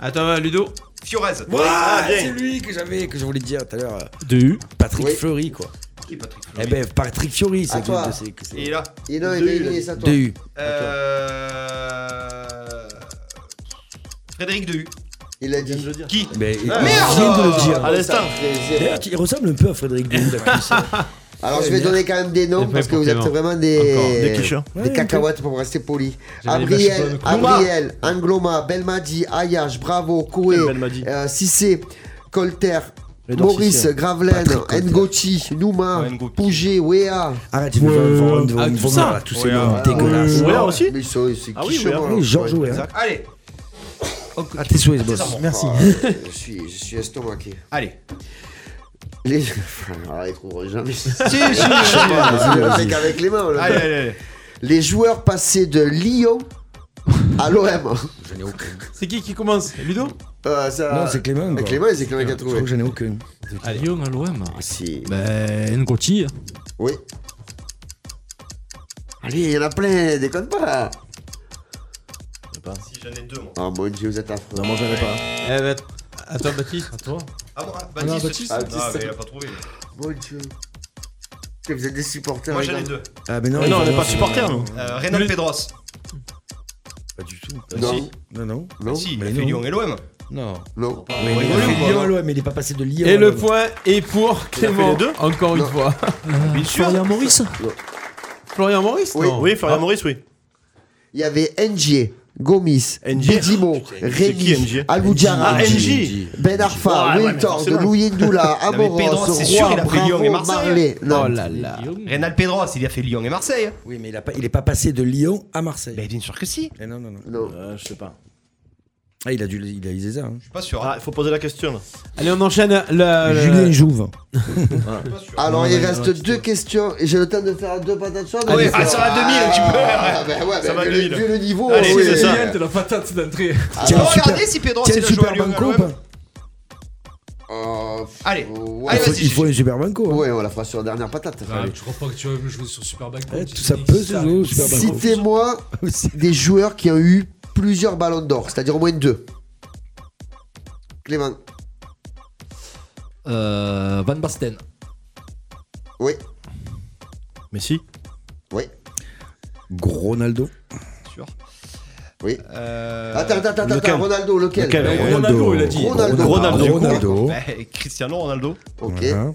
Speaker 10: Attends, Ludo.
Speaker 8: Fiorez. Ah,
Speaker 6: Ah,
Speaker 5: Voilà, c'est lui que j'avais, que je voulais te dire tout à l'heure.
Speaker 7: De U.
Speaker 5: Patrick
Speaker 4: Oui.
Speaker 5: Fleury, quoi.
Speaker 8: Qui, Patrick Fleury
Speaker 5: Eh ben, Patrick Fiori,
Speaker 4: À
Speaker 5: c'est
Speaker 4: toi.
Speaker 5: que c'est- que c'est.
Speaker 8: Et là
Speaker 4: Il y en a il y en a- il y en a- ça, toi.
Speaker 5: De U.
Speaker 8: Euh. Frédéric Dehu.
Speaker 4: Il l'a dit.
Speaker 8: Qui
Speaker 5: Mais il
Speaker 8: Ah, merde
Speaker 5: vient de le
Speaker 6: À
Speaker 5: dire.
Speaker 6: l'instant.
Speaker 3: Eh,
Speaker 5: D'ailleurs, il ressemble un peu à Frédéric Dehu,
Speaker 4: Alors je vais donner quand même des noms
Speaker 10: Des
Speaker 4: parce que vous êtes
Speaker 10: compliments.
Speaker 4: vraiment des,
Speaker 10: Encore,
Speaker 6: des clichés.
Speaker 4: des
Speaker 5: Ouais, un peu.
Speaker 4: cacahuètes pour rester poli.
Speaker 7: J'avais
Speaker 4: Abriel,
Speaker 7: lâché
Speaker 4: Abriel, Angloma, Belmadi, Ayash, Bravo, Koué,
Speaker 6: Quel Belmadi
Speaker 4: euh, Cissé, Colter,
Speaker 6: Edouard
Speaker 4: Maurice,
Speaker 6: Cissé.
Speaker 4: Gravelaine,
Speaker 5: Patrick Colter.
Speaker 4: Ngochi, Nouma,
Speaker 8: Ouais, Ngochi.
Speaker 4: Pouget, Wea. Ah,
Speaker 5: Arrête, il me faut un
Speaker 10: Ah,
Speaker 5: vomir,
Speaker 10: tout ça.
Speaker 5: là, tous ces
Speaker 8: Ouais,
Speaker 5: noms
Speaker 8: ouais.
Speaker 5: dégueulasses.
Speaker 6: Ouais, aussi
Speaker 4: Mais c'est c'est
Speaker 6: Ah oui,
Speaker 4: quichement,
Speaker 6: Wea.
Speaker 4: alors.
Speaker 5: Oui, Georges Oué. hein.
Speaker 8: Allez
Speaker 5: À tes souhaits, boss.
Speaker 4: Ah, euh, je suis, je suis estomaqué.
Speaker 8: Allez
Speaker 4: Les... Alors, ils trouveront jamais.
Speaker 8: Si, si, allez,
Speaker 4: Avec, avec les mains. là.
Speaker 8: allez, allez.
Speaker 4: Les joueurs passés de Lyon à l'OM.
Speaker 10: C'est qui qui commence Ludo
Speaker 4: Euh, ça...
Speaker 5: Non, c'est Clément, quoi.
Speaker 4: Avec Clément, c'est Clément qui a
Speaker 5: Je Bah. crois
Speaker 4: trouvé.
Speaker 5: que j'en ai aucun.
Speaker 7: Lyon à l'OM.
Speaker 4: Si.
Speaker 7: Ben, Ngoti.
Speaker 4: Oui. Allez, il y en a plein, déconne pas.
Speaker 8: Si, j'en ai deux, moi.
Speaker 4: Oh mon dieu, vous êtes affreux.
Speaker 5: Non, moi, j'en ai pas.
Speaker 10: Eh ben, à toi, Baptiste. À toi.
Speaker 8: Ah bon, ah, Baptiste
Speaker 4: Ah,
Speaker 8: Ah,
Speaker 4: Baptiste.
Speaker 8: mais il a pas trouvé.
Speaker 4: Mon dieu. Putain, Vous êtes des supporters.
Speaker 8: Moi,
Speaker 4: les
Speaker 8: j'en ai
Speaker 4: gars.
Speaker 8: deux.
Speaker 5: Ah, mais non,
Speaker 6: Mais
Speaker 5: il
Speaker 6: non, on
Speaker 5: faut
Speaker 6: n'est pas
Speaker 5: voir,
Speaker 6: supporters, nous.
Speaker 8: Euh, Reynald Pedros.
Speaker 5: c'est- Pas du tout.
Speaker 4: Non,
Speaker 5: Non, non.
Speaker 4: non,
Speaker 8: Si, il
Speaker 5: mais
Speaker 8: a fait
Speaker 5: non.
Speaker 8: Lyon et l'OM.
Speaker 5: Non.
Speaker 4: non.
Speaker 5: Mais il
Speaker 8: rigolez
Speaker 5: a fait
Speaker 8: ou quoi,
Speaker 5: Lyon
Speaker 8: non
Speaker 5: à l'OM, mais il est pas passé de Lyon. à
Speaker 10: Et le
Speaker 5: l'OM.
Speaker 10: point est pour Clément.
Speaker 6: deux
Speaker 10: Encore une
Speaker 4: Non.
Speaker 10: fois.
Speaker 7: Euh, Florian Maurice.
Speaker 10: Florian Maurice
Speaker 4: Oui.
Speaker 10: non Ah.
Speaker 6: Oui,
Speaker 8: Ah.
Speaker 6: Florian Maurice, oui.
Speaker 4: Il y avait NG, Gomis,
Speaker 6: NG.
Speaker 4: Bedimo,
Speaker 6: C'est qui,
Speaker 4: Rémi,
Speaker 6: NG?
Speaker 4: Aloudjara,
Speaker 6: Ah, NG.
Speaker 4: Ben Arfa,
Speaker 6: Ouais, ouais, mais
Speaker 4: Wiltord,
Speaker 6: forcément.
Speaker 4: Louis Ndoula,
Speaker 8: mais Pedro,
Speaker 4: Amoros,
Speaker 8: c'est sûr,
Speaker 4: Roy,
Speaker 8: il a pris Lyon et
Speaker 4: Bravo,
Speaker 8: Marseille. hein.
Speaker 4: Marley. Non,
Speaker 10: Oh là là.
Speaker 8: Reynald Pedros, il a fait Lyon et Marseille.
Speaker 5: Oui, mais il, a pas, il est pas passé de Lyon à Marseille.
Speaker 8: Mais bien sûr que si.
Speaker 5: Eh non, non, non.
Speaker 4: non.
Speaker 6: Euh, je sais pas.
Speaker 5: Ah, il a dû, il a eu des
Speaker 8: Je suis pas sûr.
Speaker 6: Ah,
Speaker 8: hein.
Speaker 6: il faut poser la question, là.
Speaker 10: Allez, on enchaîne. Le,
Speaker 5: Julien Jouve.
Speaker 4: Alors, il reste deux questions. Et j'ai le temps de faire deux patates chaudes.
Speaker 8: Ouais,
Speaker 4: Mais
Speaker 8: ah, ça va à 2000, tu peux.
Speaker 4: Ah, ben ouais,
Speaker 6: Ça
Speaker 4: ben,
Speaker 6: va à
Speaker 4: vu, le,
Speaker 6: 2000.
Speaker 4: vu le niveau.
Speaker 7: Eh,
Speaker 6: Allez,
Speaker 4: oui,
Speaker 6: c'est
Speaker 4: oui,
Speaker 6: ça.
Speaker 4: oui.
Speaker 7: T'as la patate d'entrée.
Speaker 5: Tiens,
Speaker 8: On
Speaker 5: le
Speaker 8: va
Speaker 5: Ah, super,
Speaker 8: regarder Oh, si Pedros
Speaker 5: tiens,
Speaker 8: il
Speaker 5: le
Speaker 8: a joué à
Speaker 5: super
Speaker 8: Lyon et à
Speaker 5: banco hein. ou
Speaker 8: l'OM.
Speaker 5: pas
Speaker 4: Euh,
Speaker 8: Allez.
Speaker 4: ouais.
Speaker 8: Allez,
Speaker 5: il faut,
Speaker 8: vas-y,
Speaker 5: il faut
Speaker 8: Gigi.
Speaker 5: un super banco. hein.
Speaker 4: Ouais, on la fera sur la dernière patate.
Speaker 7: Ah, tu crois pas que tu vas me jouer sur Super Bank
Speaker 5: Eh, tout ça peut se jouer au super
Speaker 8: bah,
Speaker 5: banco.
Speaker 4: Citez-moi des joueurs qui ont eu plusieurs ballons d'or, c'est-à-dire au moins deux. Clément,
Speaker 7: Euh, Van Basten.
Speaker 4: oui,
Speaker 6: Mais si.
Speaker 4: oui,
Speaker 5: Ronaldo.
Speaker 4: oui.
Speaker 8: Euh,
Speaker 4: Attends, attends, attends, attends, Ronaldo, lequel
Speaker 6: Lequel
Speaker 4: Ouais.
Speaker 6: Ronaldo,
Speaker 5: Ronaldo,
Speaker 6: il a
Speaker 4: dit.
Speaker 5: Ronaldo.
Speaker 6: Ronaldo.
Speaker 5: Ronaldo.
Speaker 8: bah, Cristiano Ronaldo.
Speaker 4: Ok.
Speaker 5: Voilà.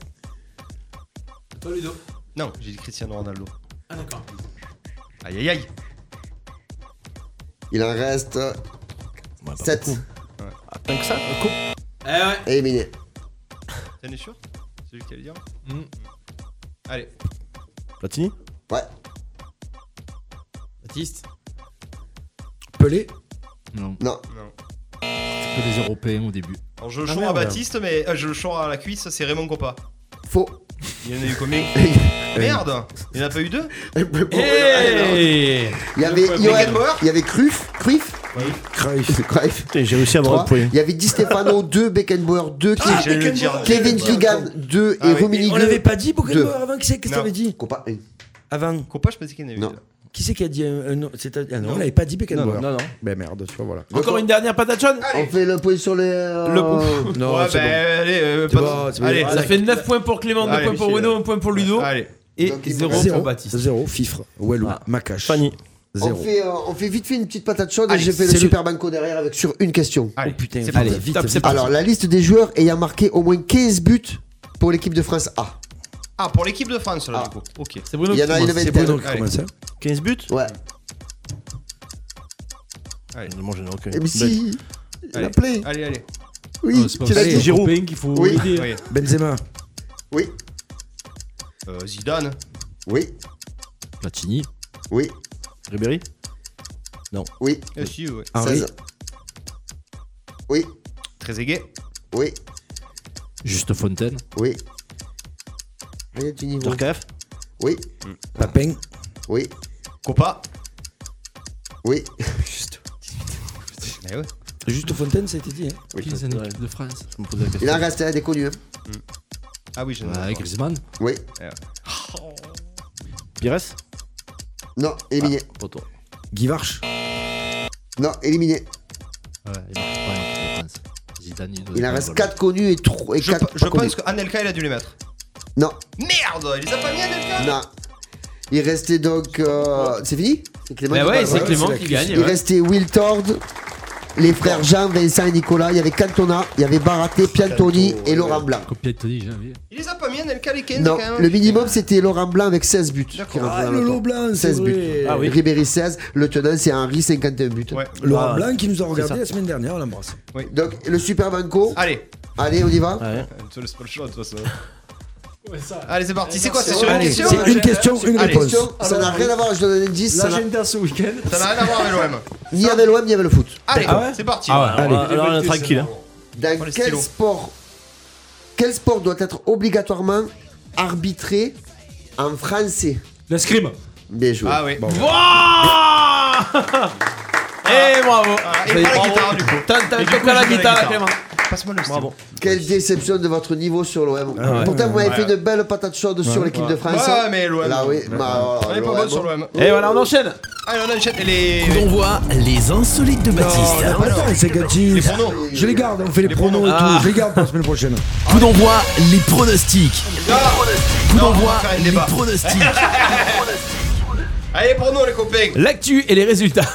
Speaker 8: Non, j'ai dit Cristiano Ronaldo. Ah, d'accord. Aïe, aïe, aïe.
Speaker 4: Il en reste
Speaker 5: Ouais, pas
Speaker 4: 7
Speaker 6: Tant que ça
Speaker 10: Eh ouais.
Speaker 4: éliminés.
Speaker 8: T'en es sûr C'est lui qui allait dire Mm. Allez.
Speaker 6: Platini
Speaker 4: Ouais.
Speaker 10: Baptiste.
Speaker 5: Pelé.
Speaker 7: Non,
Speaker 4: Non,
Speaker 8: Non.
Speaker 7: c'est que des Européens au début.
Speaker 8: Alors, je le chante à Baptiste, mais euh, je le chante à la cuisse, c'est Raymond Coppa.
Speaker 4: faux.
Speaker 8: Il y en a eu combien Merde Il n'y en a pas eu deux
Speaker 4: Mais bon,
Speaker 10: Hey
Speaker 4: Il y avait
Speaker 8: Beckenbauer
Speaker 4: Johan- il y avait Cruyff, Cruyff, Cruyff. Cruyff.
Speaker 6: J'ai réussi à avoir
Speaker 4: Trois.
Speaker 6: un point.
Speaker 4: Il y avait Di Stefano 2, Beckenbauer 2,
Speaker 5: Ah, j'allais le dire, j'allais
Speaker 4: Kevin
Speaker 5: le dire.
Speaker 4: Keegan 2
Speaker 5: Ah
Speaker 4: et
Speaker 5: oui.
Speaker 4: Romini
Speaker 5: Et on
Speaker 4: 2.
Speaker 5: l'avait pas dit, Beckenbauer,
Speaker 4: Deux.
Speaker 5: avant, qui c'est que
Speaker 4: Non.
Speaker 5: t'avais dit
Speaker 4: Copa, oui.
Speaker 5: Avant.
Speaker 8: Copa, je pensais qu'il y en avait.
Speaker 5: Non. Qui c'est qui a dit un, un nom C'était- ah non,
Speaker 4: Non.
Speaker 5: on l'avait pas dit Beckenbauer.
Speaker 4: Non, non, non, non.
Speaker 5: Ben merde, tu vois, voilà.
Speaker 10: Encore une dernière patate chaude
Speaker 4: On fait le point sur les. euh,
Speaker 5: Le- Non,
Speaker 8: ouais,
Speaker 5: c'est
Speaker 8: ben,
Speaker 5: bon.
Speaker 8: allez, euh,
Speaker 5: C'est
Speaker 8: pas de-
Speaker 5: bon, c'est bon.
Speaker 8: allez,
Speaker 10: Ça fait 9 points pour Clément, 2
Speaker 8: Allez,
Speaker 10: points pour
Speaker 8: Michel.
Speaker 10: Bruno, 1 point pour Ludo.
Speaker 8: Allez.
Speaker 10: Et
Speaker 4: Donc, il
Speaker 10: 0
Speaker 4: manque
Speaker 10: pour
Speaker 5: Zéro,
Speaker 10: Baptiste.
Speaker 5: zéro, Fifre, Wellou, Macache.
Speaker 6: Fanny.
Speaker 4: On
Speaker 5: Zéro.
Speaker 4: fait, euh, on fait vite fait une petite patate chaude et
Speaker 5: Allez, Ah,
Speaker 4: j'ai fait le
Speaker 5: c'est le-
Speaker 4: super banco derrière avec sur une question.
Speaker 5: Oh,
Speaker 8: Allez, putain,
Speaker 5: vite,
Speaker 4: Allez,
Speaker 5: vite, vite,
Speaker 4: top,
Speaker 5: vite.
Speaker 4: c'est parti. Alors, la liste des joueurs ayant marqué au moins 15 buts pour l'équipe de France A.
Speaker 8: Ah, pour l'équipe de France, là, du coup. Ok.
Speaker 10: C'est Bruno
Speaker 4: Bah, Il y en a une
Speaker 5: C'est
Speaker 4: vingtaine.
Speaker 5: Bruno qui commence. hein.
Speaker 6: 15 buts
Speaker 4: Ouais.
Speaker 12: Ah,
Speaker 6: Moi, j'en ai aucun.
Speaker 4: Et Eh, mais si, il
Speaker 8: Allez.
Speaker 4: a plaît.
Speaker 8: Allez, allez.
Speaker 4: Oui,
Speaker 12: Ah, c'est pas
Speaker 4: tu l'as
Speaker 12: vrai,
Speaker 4: dit.
Speaker 12: c'est
Speaker 6: Giroud.
Speaker 12: Copain qu'il faut
Speaker 4: Oui.
Speaker 12: aider.
Speaker 8: Oui.
Speaker 5: Benzema.
Speaker 4: Oui,
Speaker 8: Euh, Zidane.
Speaker 4: oui,
Speaker 12: Platini.
Speaker 4: oui,
Speaker 6: Ribéry
Speaker 4: oui.
Speaker 8: Euh, si, ouais.
Speaker 4: 16. Oui,
Speaker 8: Très aigué.
Speaker 4: oui,
Speaker 12: Juste Fontaine.
Speaker 4: oui. Rien du niveau.
Speaker 6: Turkaf
Speaker 4: Oui,
Speaker 5: Papin.
Speaker 4: oui,
Speaker 8: Copa.
Speaker 4: oui.
Speaker 8: Eh ouais.
Speaker 5: Juste Fontaine, ça a été dit. hein.
Speaker 12: Qui est en équipe de France
Speaker 6: Je me posais la
Speaker 4: Il
Speaker 6: question.
Speaker 4: en reste un déconnu. Hein.
Speaker 8: Ah oui, je
Speaker 12: Ouais, Griezmann.
Speaker 4: Oui,
Speaker 6: Pires
Speaker 4: non, éliminé.
Speaker 12: Poto.
Speaker 5: Guy Varche.
Speaker 4: Non, éliminé.
Speaker 12: Ouais, il marque pas en équipe de France. Zidane, doit
Speaker 4: Il en
Speaker 12: être
Speaker 4: reste
Speaker 12: bon.
Speaker 4: 4 connus et 3 et
Speaker 8: Je,
Speaker 4: 4
Speaker 8: je
Speaker 4: pas connus.
Speaker 8: pense qu'Anelka, il a dû les mettre.
Speaker 4: Non,
Speaker 8: Merde, il les a pas mis, Anelka
Speaker 4: non. Il restait donc. euh, C'est fini C'est Clément
Speaker 10: Bah
Speaker 4: qui
Speaker 10: ouais,
Speaker 4: parle,
Speaker 10: c'est Clément
Speaker 5: la
Speaker 10: qui
Speaker 5: crise.
Speaker 10: gagne.
Speaker 4: Il
Speaker 10: ouais.
Speaker 4: restait Will Tord, les frères Jean, Vincent et Nicolas. Il y avait Cantona, il y avait Baraté, Piantoni et Laurent Blanc.
Speaker 12: Copier de Tony, j'ai envie.
Speaker 8: Il les a pas mis, Anelka, les 15
Speaker 4: Non,
Speaker 8: quand même.
Speaker 4: le minimum c'était Laurent Blanc avec 16 buts. qui
Speaker 5: D'accord.
Speaker 4: rentrait
Speaker 5: Ah,
Speaker 4: dans
Speaker 5: le
Speaker 4: le
Speaker 5: lot
Speaker 4: top.
Speaker 5: blanc, c'est
Speaker 4: 16 buts.
Speaker 5: vrai.
Speaker 6: Ah oui.
Speaker 4: Ribéry 16, le tenant c'est Henri 51 buts.
Speaker 8: Ouais.
Speaker 5: Laurent
Speaker 6: Ah,
Speaker 5: Blanc qui nous
Speaker 6: ça.
Speaker 5: a regardé la semaine dernière, on l'embrasse.
Speaker 4: Donc le Super Banco,
Speaker 8: Allez,
Speaker 4: allez on y va
Speaker 6: Ouais.
Speaker 8: c'est le spoil shot, de toute façon. Allez, c'est parti. C'est quoi C'est
Speaker 4: c'est
Speaker 8: sur une
Speaker 4: bon.
Speaker 5: Allez,
Speaker 8: question
Speaker 5: c'est une question, une
Speaker 8: Allez.
Speaker 5: réponse.
Speaker 4: Question, Ça n'a rien à voir, je donne un indice, ça n'a-
Speaker 7: L'agenda ce week-end.
Speaker 8: Ça n'a rien à voir avec l'OM.
Speaker 4: ni avec l'OM ni avec le foot.
Speaker 8: Allez,
Speaker 6: Ah ouais
Speaker 8: c'est parti.
Speaker 6: Ah ouais, alors, alors, on est tranquille. hein.
Speaker 4: Dans
Speaker 8: Oh, les
Speaker 4: quel
Speaker 8: stylos.
Speaker 4: sport Quel sport doit être obligatoirement arbitré en français
Speaker 7: L'escrime.
Speaker 4: Bien joué.
Speaker 8: Ah oui.
Speaker 10: Wouah Eh bravo
Speaker 8: Ah, et pas la guitare, du coup.
Speaker 10: T'as t'as
Speaker 8: Et du
Speaker 10: t'as
Speaker 8: coup,
Speaker 10: la
Speaker 8: j'ai
Speaker 10: guitare,
Speaker 8: la guitare.
Speaker 10: Clément.
Speaker 8: Passe-moi le stylo.
Speaker 4: Quelle déception de votre niveau sur l'OM.
Speaker 10: ouais.
Speaker 4: Pourtant, vous m'avez
Speaker 8: Ah Ouais.
Speaker 4: fait une belle patate chaude sur l'équipe de France.
Speaker 8: Ouais, mais l'OM.
Speaker 4: Là, oui. bah,
Speaker 8: On est pas
Speaker 4: l'OM.
Speaker 8: bon sur l'OM.
Speaker 10: Et voilà, on enchaîne.
Speaker 8: Allez, on enchaîne. Et les.
Speaker 3: Coup d'envoi, les insolites de Baptiste.
Speaker 5: Ah, pas le temps, c'est gâté.
Speaker 8: Les pronos.
Speaker 5: Je les garde, on fait les, pronos et tout. Je les garde pour la semaine prochaine.
Speaker 3: Coup d'envoi, les pronostics. Coup
Speaker 8: Non, on
Speaker 3: d'envoi,
Speaker 8: va faire un
Speaker 3: les
Speaker 8: débat.
Speaker 3: pronostics.
Speaker 8: Allez, pronos, les copains.
Speaker 10: L'actu et les résultats.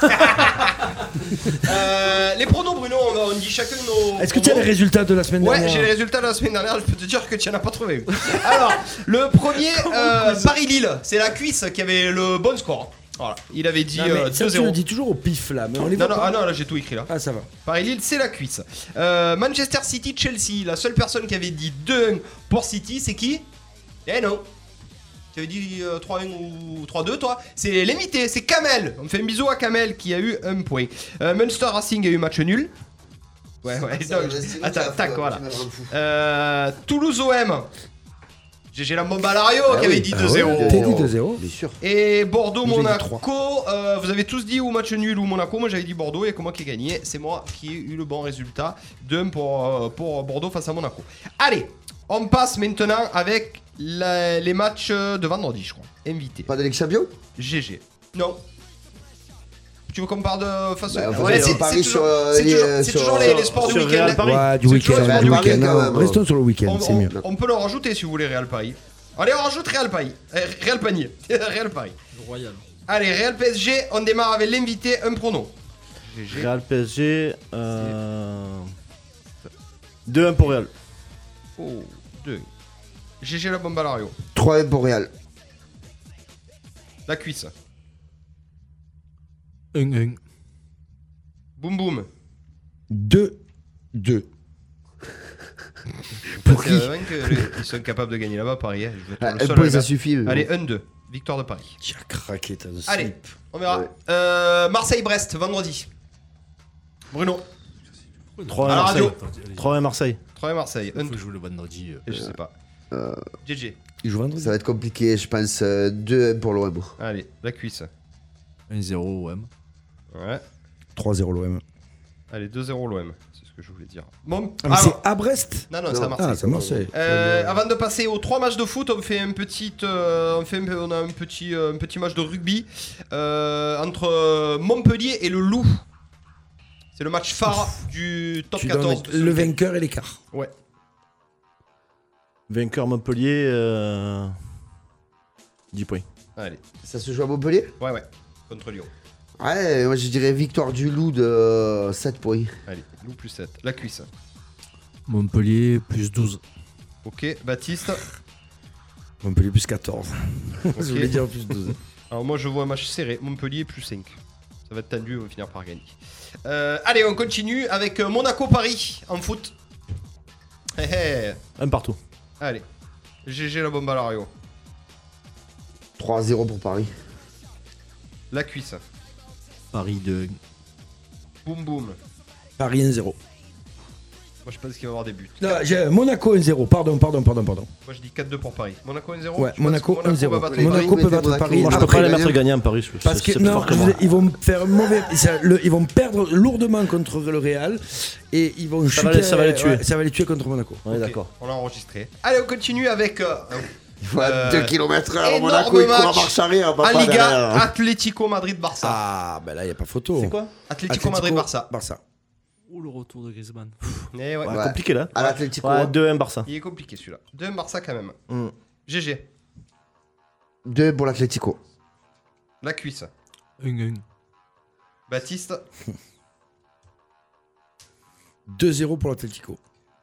Speaker 8: Euh, les pronos, Bruno, on, on dit chacun nos.
Speaker 5: Est-ce que tu as les
Speaker 8: pronos.
Speaker 5: résultats de la semaine
Speaker 8: Ouais, j'ai les
Speaker 5: dernière
Speaker 8: résultats de la semaine dernière, je peux te dire que tu n'en as pas trouvé. Alors, le premier, euh, Paris-Lille, c'est la cuisse qui avait le bon score. Voilà, il avait dit
Speaker 5: Non, mais
Speaker 8: euh,
Speaker 5: ça, Tu le
Speaker 8: 2-0.
Speaker 5: dis toujours au pif là, mais on les hein.
Speaker 8: Non,
Speaker 5: voit
Speaker 8: non,
Speaker 5: pas.
Speaker 8: ah non, là j'ai tout écrit là.
Speaker 5: Ah, ça va.
Speaker 8: Paris-Lille, c'est la cuisse. Euh, Manchester City-Chelsea, la seule personne qui avait dit 2-1 pour City, c'est qui Eh non Tu avais dit euh, 3-1 ou 3-2, toi C'est l'émité, c'est Kamel On fait un bisou à Kamel qui a eu un point. Euh, Munster Racing a eu match nul. Ouais,
Speaker 4: Ah,
Speaker 8: ouais, donc, attends, tac, voilà. Euh, Toulouse OM. GG la bombe à Lario
Speaker 6: Ah
Speaker 8: qui avait Ah dit 2-0.
Speaker 5: T'es dit 2-0.
Speaker 4: Ah Bien sûr.
Speaker 8: Et Bordeaux
Speaker 5: Nous, j'ai dit
Speaker 8: Monaco, euh, vous avez tous dit ou match nul ou Monaco, moi j'avais dit Bordeaux et comment qui a gagné C'est moi qui ai eu le bon résultat de pour, euh, pour Bordeaux face à Monaco. Allez, on passe maintenant avec la- les matchs de vendredi je crois. Invité.
Speaker 4: Pas de Ligue Champion
Speaker 8: GG. Non. Tu veux qu'on parle de façon
Speaker 4: Bah, on
Speaker 8: Ouais,
Speaker 4: fait
Speaker 8: c'est-
Speaker 4: un pari
Speaker 8: c'est toujours-
Speaker 4: sur, euh,
Speaker 8: c'est
Speaker 4: les-
Speaker 8: toujours- c'est
Speaker 4: sur-
Speaker 8: toujours les,
Speaker 4: sur-
Speaker 8: les sports du
Speaker 6: sur
Speaker 8: week-end.
Speaker 6: Real Paris.
Speaker 5: Ouais, du
Speaker 8: C'est
Speaker 5: week-end.
Speaker 8: toujours
Speaker 5: ouais,
Speaker 8: du
Speaker 5: du
Speaker 8: week-end,
Speaker 5: week-end,
Speaker 4: quand
Speaker 5: non,
Speaker 4: même.
Speaker 5: Restons sur le week-end,
Speaker 8: On,
Speaker 5: c'est
Speaker 8: on-
Speaker 5: mieux.
Speaker 8: on peut le rajouter si vous voulez Real Paris. Allez, on rajoute Real Paris. Euh, Real Panier. Real Paris.
Speaker 12: Royal.
Speaker 8: Allez, Real PSG, on démarre avec l'invité, un pronom. GG.
Speaker 6: Real PSG. Euh... 2-1 pour Real.
Speaker 8: Oh, deux. GG la bombe à Lario.
Speaker 4: 3 pour Real.
Speaker 8: La cuisse.
Speaker 12: Un, un.
Speaker 8: Boum boum.
Speaker 5: 2-2. Pour
Speaker 8: Parce
Speaker 5: qui
Speaker 8: que, euh, rien que les- Ils sont capables de gagner là-bas, Paris. hein. Je vais être
Speaker 4: Un
Speaker 8: le seul à
Speaker 4: point,
Speaker 8: le
Speaker 4: ça
Speaker 8: faire.
Speaker 4: suffit. mais bon.
Speaker 8: Allez, 1-2. Victoire de Paris.
Speaker 5: Tu as craqué ta
Speaker 8: Allez, on verra.
Speaker 4: Ouais.
Speaker 8: Euh, Marseille-Brest, vendredi. Bruno,
Speaker 6: 3-1
Speaker 8: À la
Speaker 6: Marseille.
Speaker 8: radio.
Speaker 6: 3-1 Marseille.
Speaker 8: 3 Marseille.
Speaker 12: Il
Speaker 8: 1-2.
Speaker 12: faut jouer le vendredi. euh.
Speaker 8: Je sais pas. GG.
Speaker 5: Il joue vendredi.
Speaker 4: Ça va être compliqué, je pense. 2-1 pour l'OM.
Speaker 8: Allez, la cuisse.
Speaker 12: 1-0 OM.
Speaker 8: Ouais.
Speaker 5: 3-0 l'OM.
Speaker 8: Allez, 2-0 l'OM, c'est ce que je voulais dire. Bon,
Speaker 5: Ah, mais
Speaker 8: alors-
Speaker 5: c'est à Brest
Speaker 8: Non, non, c'est à Marseille.
Speaker 5: Ah, c'est à Marseille.
Speaker 8: Euh, avant de passer aux trois matchs de foot, on fait un petit, euh, on fait un, on a un petit, euh, un petit match de rugby euh, entre euh, Montpellier et le Loup. C'est le match phare du top
Speaker 5: Tu dois
Speaker 8: 14.
Speaker 5: mettre le vainqueur et l'écart.
Speaker 8: Ouais.
Speaker 6: Vainqueur Montpellier, euh, 10 points.
Speaker 8: Allez.
Speaker 4: Ça se joue à Montpellier
Speaker 8: Ouais, ouais. Contre Lyon.
Speaker 4: Ouais, moi je dirais victoire du loup de 7 points.
Speaker 8: Allez, Loup plus 7. La cuisse.
Speaker 12: Montpellier, plus 12.
Speaker 8: Ok, Baptiste.
Speaker 5: Montpellier plus 14.
Speaker 8: Ok.
Speaker 5: Je voulais dire plus 12.
Speaker 8: Alors moi je vois un match serré, Montpellier plus 5. Ça va être tendu, on va finir par gagner. Euh, allez, on continue avec euh, Monaco-Paris en foot. Hé hé.
Speaker 6: Un partout.
Speaker 8: Allez, GG la bombe à l'ario.
Speaker 4: 3-0 pour Paris.
Speaker 8: La cuisse.
Speaker 12: Paris de.
Speaker 8: Boum boum. Moi
Speaker 5: Paris 1-0.
Speaker 8: je pense qu'il va y avoir des buts.
Speaker 5: Non, j'ai- Monaco 1-0. Pardon, pardon, pardon, pardon.
Speaker 8: Moi je dis 4-2 pour Paris. Monaco 1-0
Speaker 5: Ouais,
Speaker 8: Oh, Je pense
Speaker 5: Monaco
Speaker 8: que
Speaker 5: 1-0.
Speaker 8: va battre Paris.
Speaker 5: Monaco peut battre Paris.
Speaker 6: Moi, je peux
Speaker 5: Après,
Speaker 6: pas les
Speaker 5: gagnant.
Speaker 6: mettre gagnants, Paris. c'est-
Speaker 5: Parce que
Speaker 6: c'est plus
Speaker 5: non,
Speaker 6: fort que
Speaker 5: je
Speaker 6: moi.
Speaker 5: vous ai- ils vont faire mauvais. ça- le- ils vont perdre lourdement contre le Real et ils vont
Speaker 6: Ça
Speaker 5: chuter.
Speaker 6: va les- ça va les tuer.
Speaker 5: ouais, ça va les tuer contre Monaco.
Speaker 6: Ouais, d'accord.
Speaker 8: On l'a enregistré. Allez, on continue avec. euh,
Speaker 4: Il faut
Speaker 8: euh,
Speaker 4: à 2 km heure,
Speaker 8: énorme
Speaker 4: Monaco, il court à
Speaker 8: match
Speaker 4: marche arrière,
Speaker 8: En
Speaker 4: papa. derrière. hein.
Speaker 8: Liga, Atlético Madrid-Barça.
Speaker 5: Ah, ben là, il n'y a pas photo.
Speaker 8: C'est quoi Ah, Atlético Madrid-Barça.
Speaker 5: Barça.
Speaker 7: Ou le retour de Griezmann.
Speaker 8: Eh ouais.
Speaker 6: Ouais, Compliqué là.
Speaker 4: À l'Atlético.
Speaker 6: Ouais, 2-1 Barça.
Speaker 8: Il est compliqué celui-là. 2 Barça quand même.
Speaker 5: Hmm.
Speaker 8: GG.
Speaker 4: 2 pour l'Atlético.
Speaker 8: La cuisse.
Speaker 7: Une, une.
Speaker 8: Baptiste.
Speaker 5: 2-0 pour l'Atlético.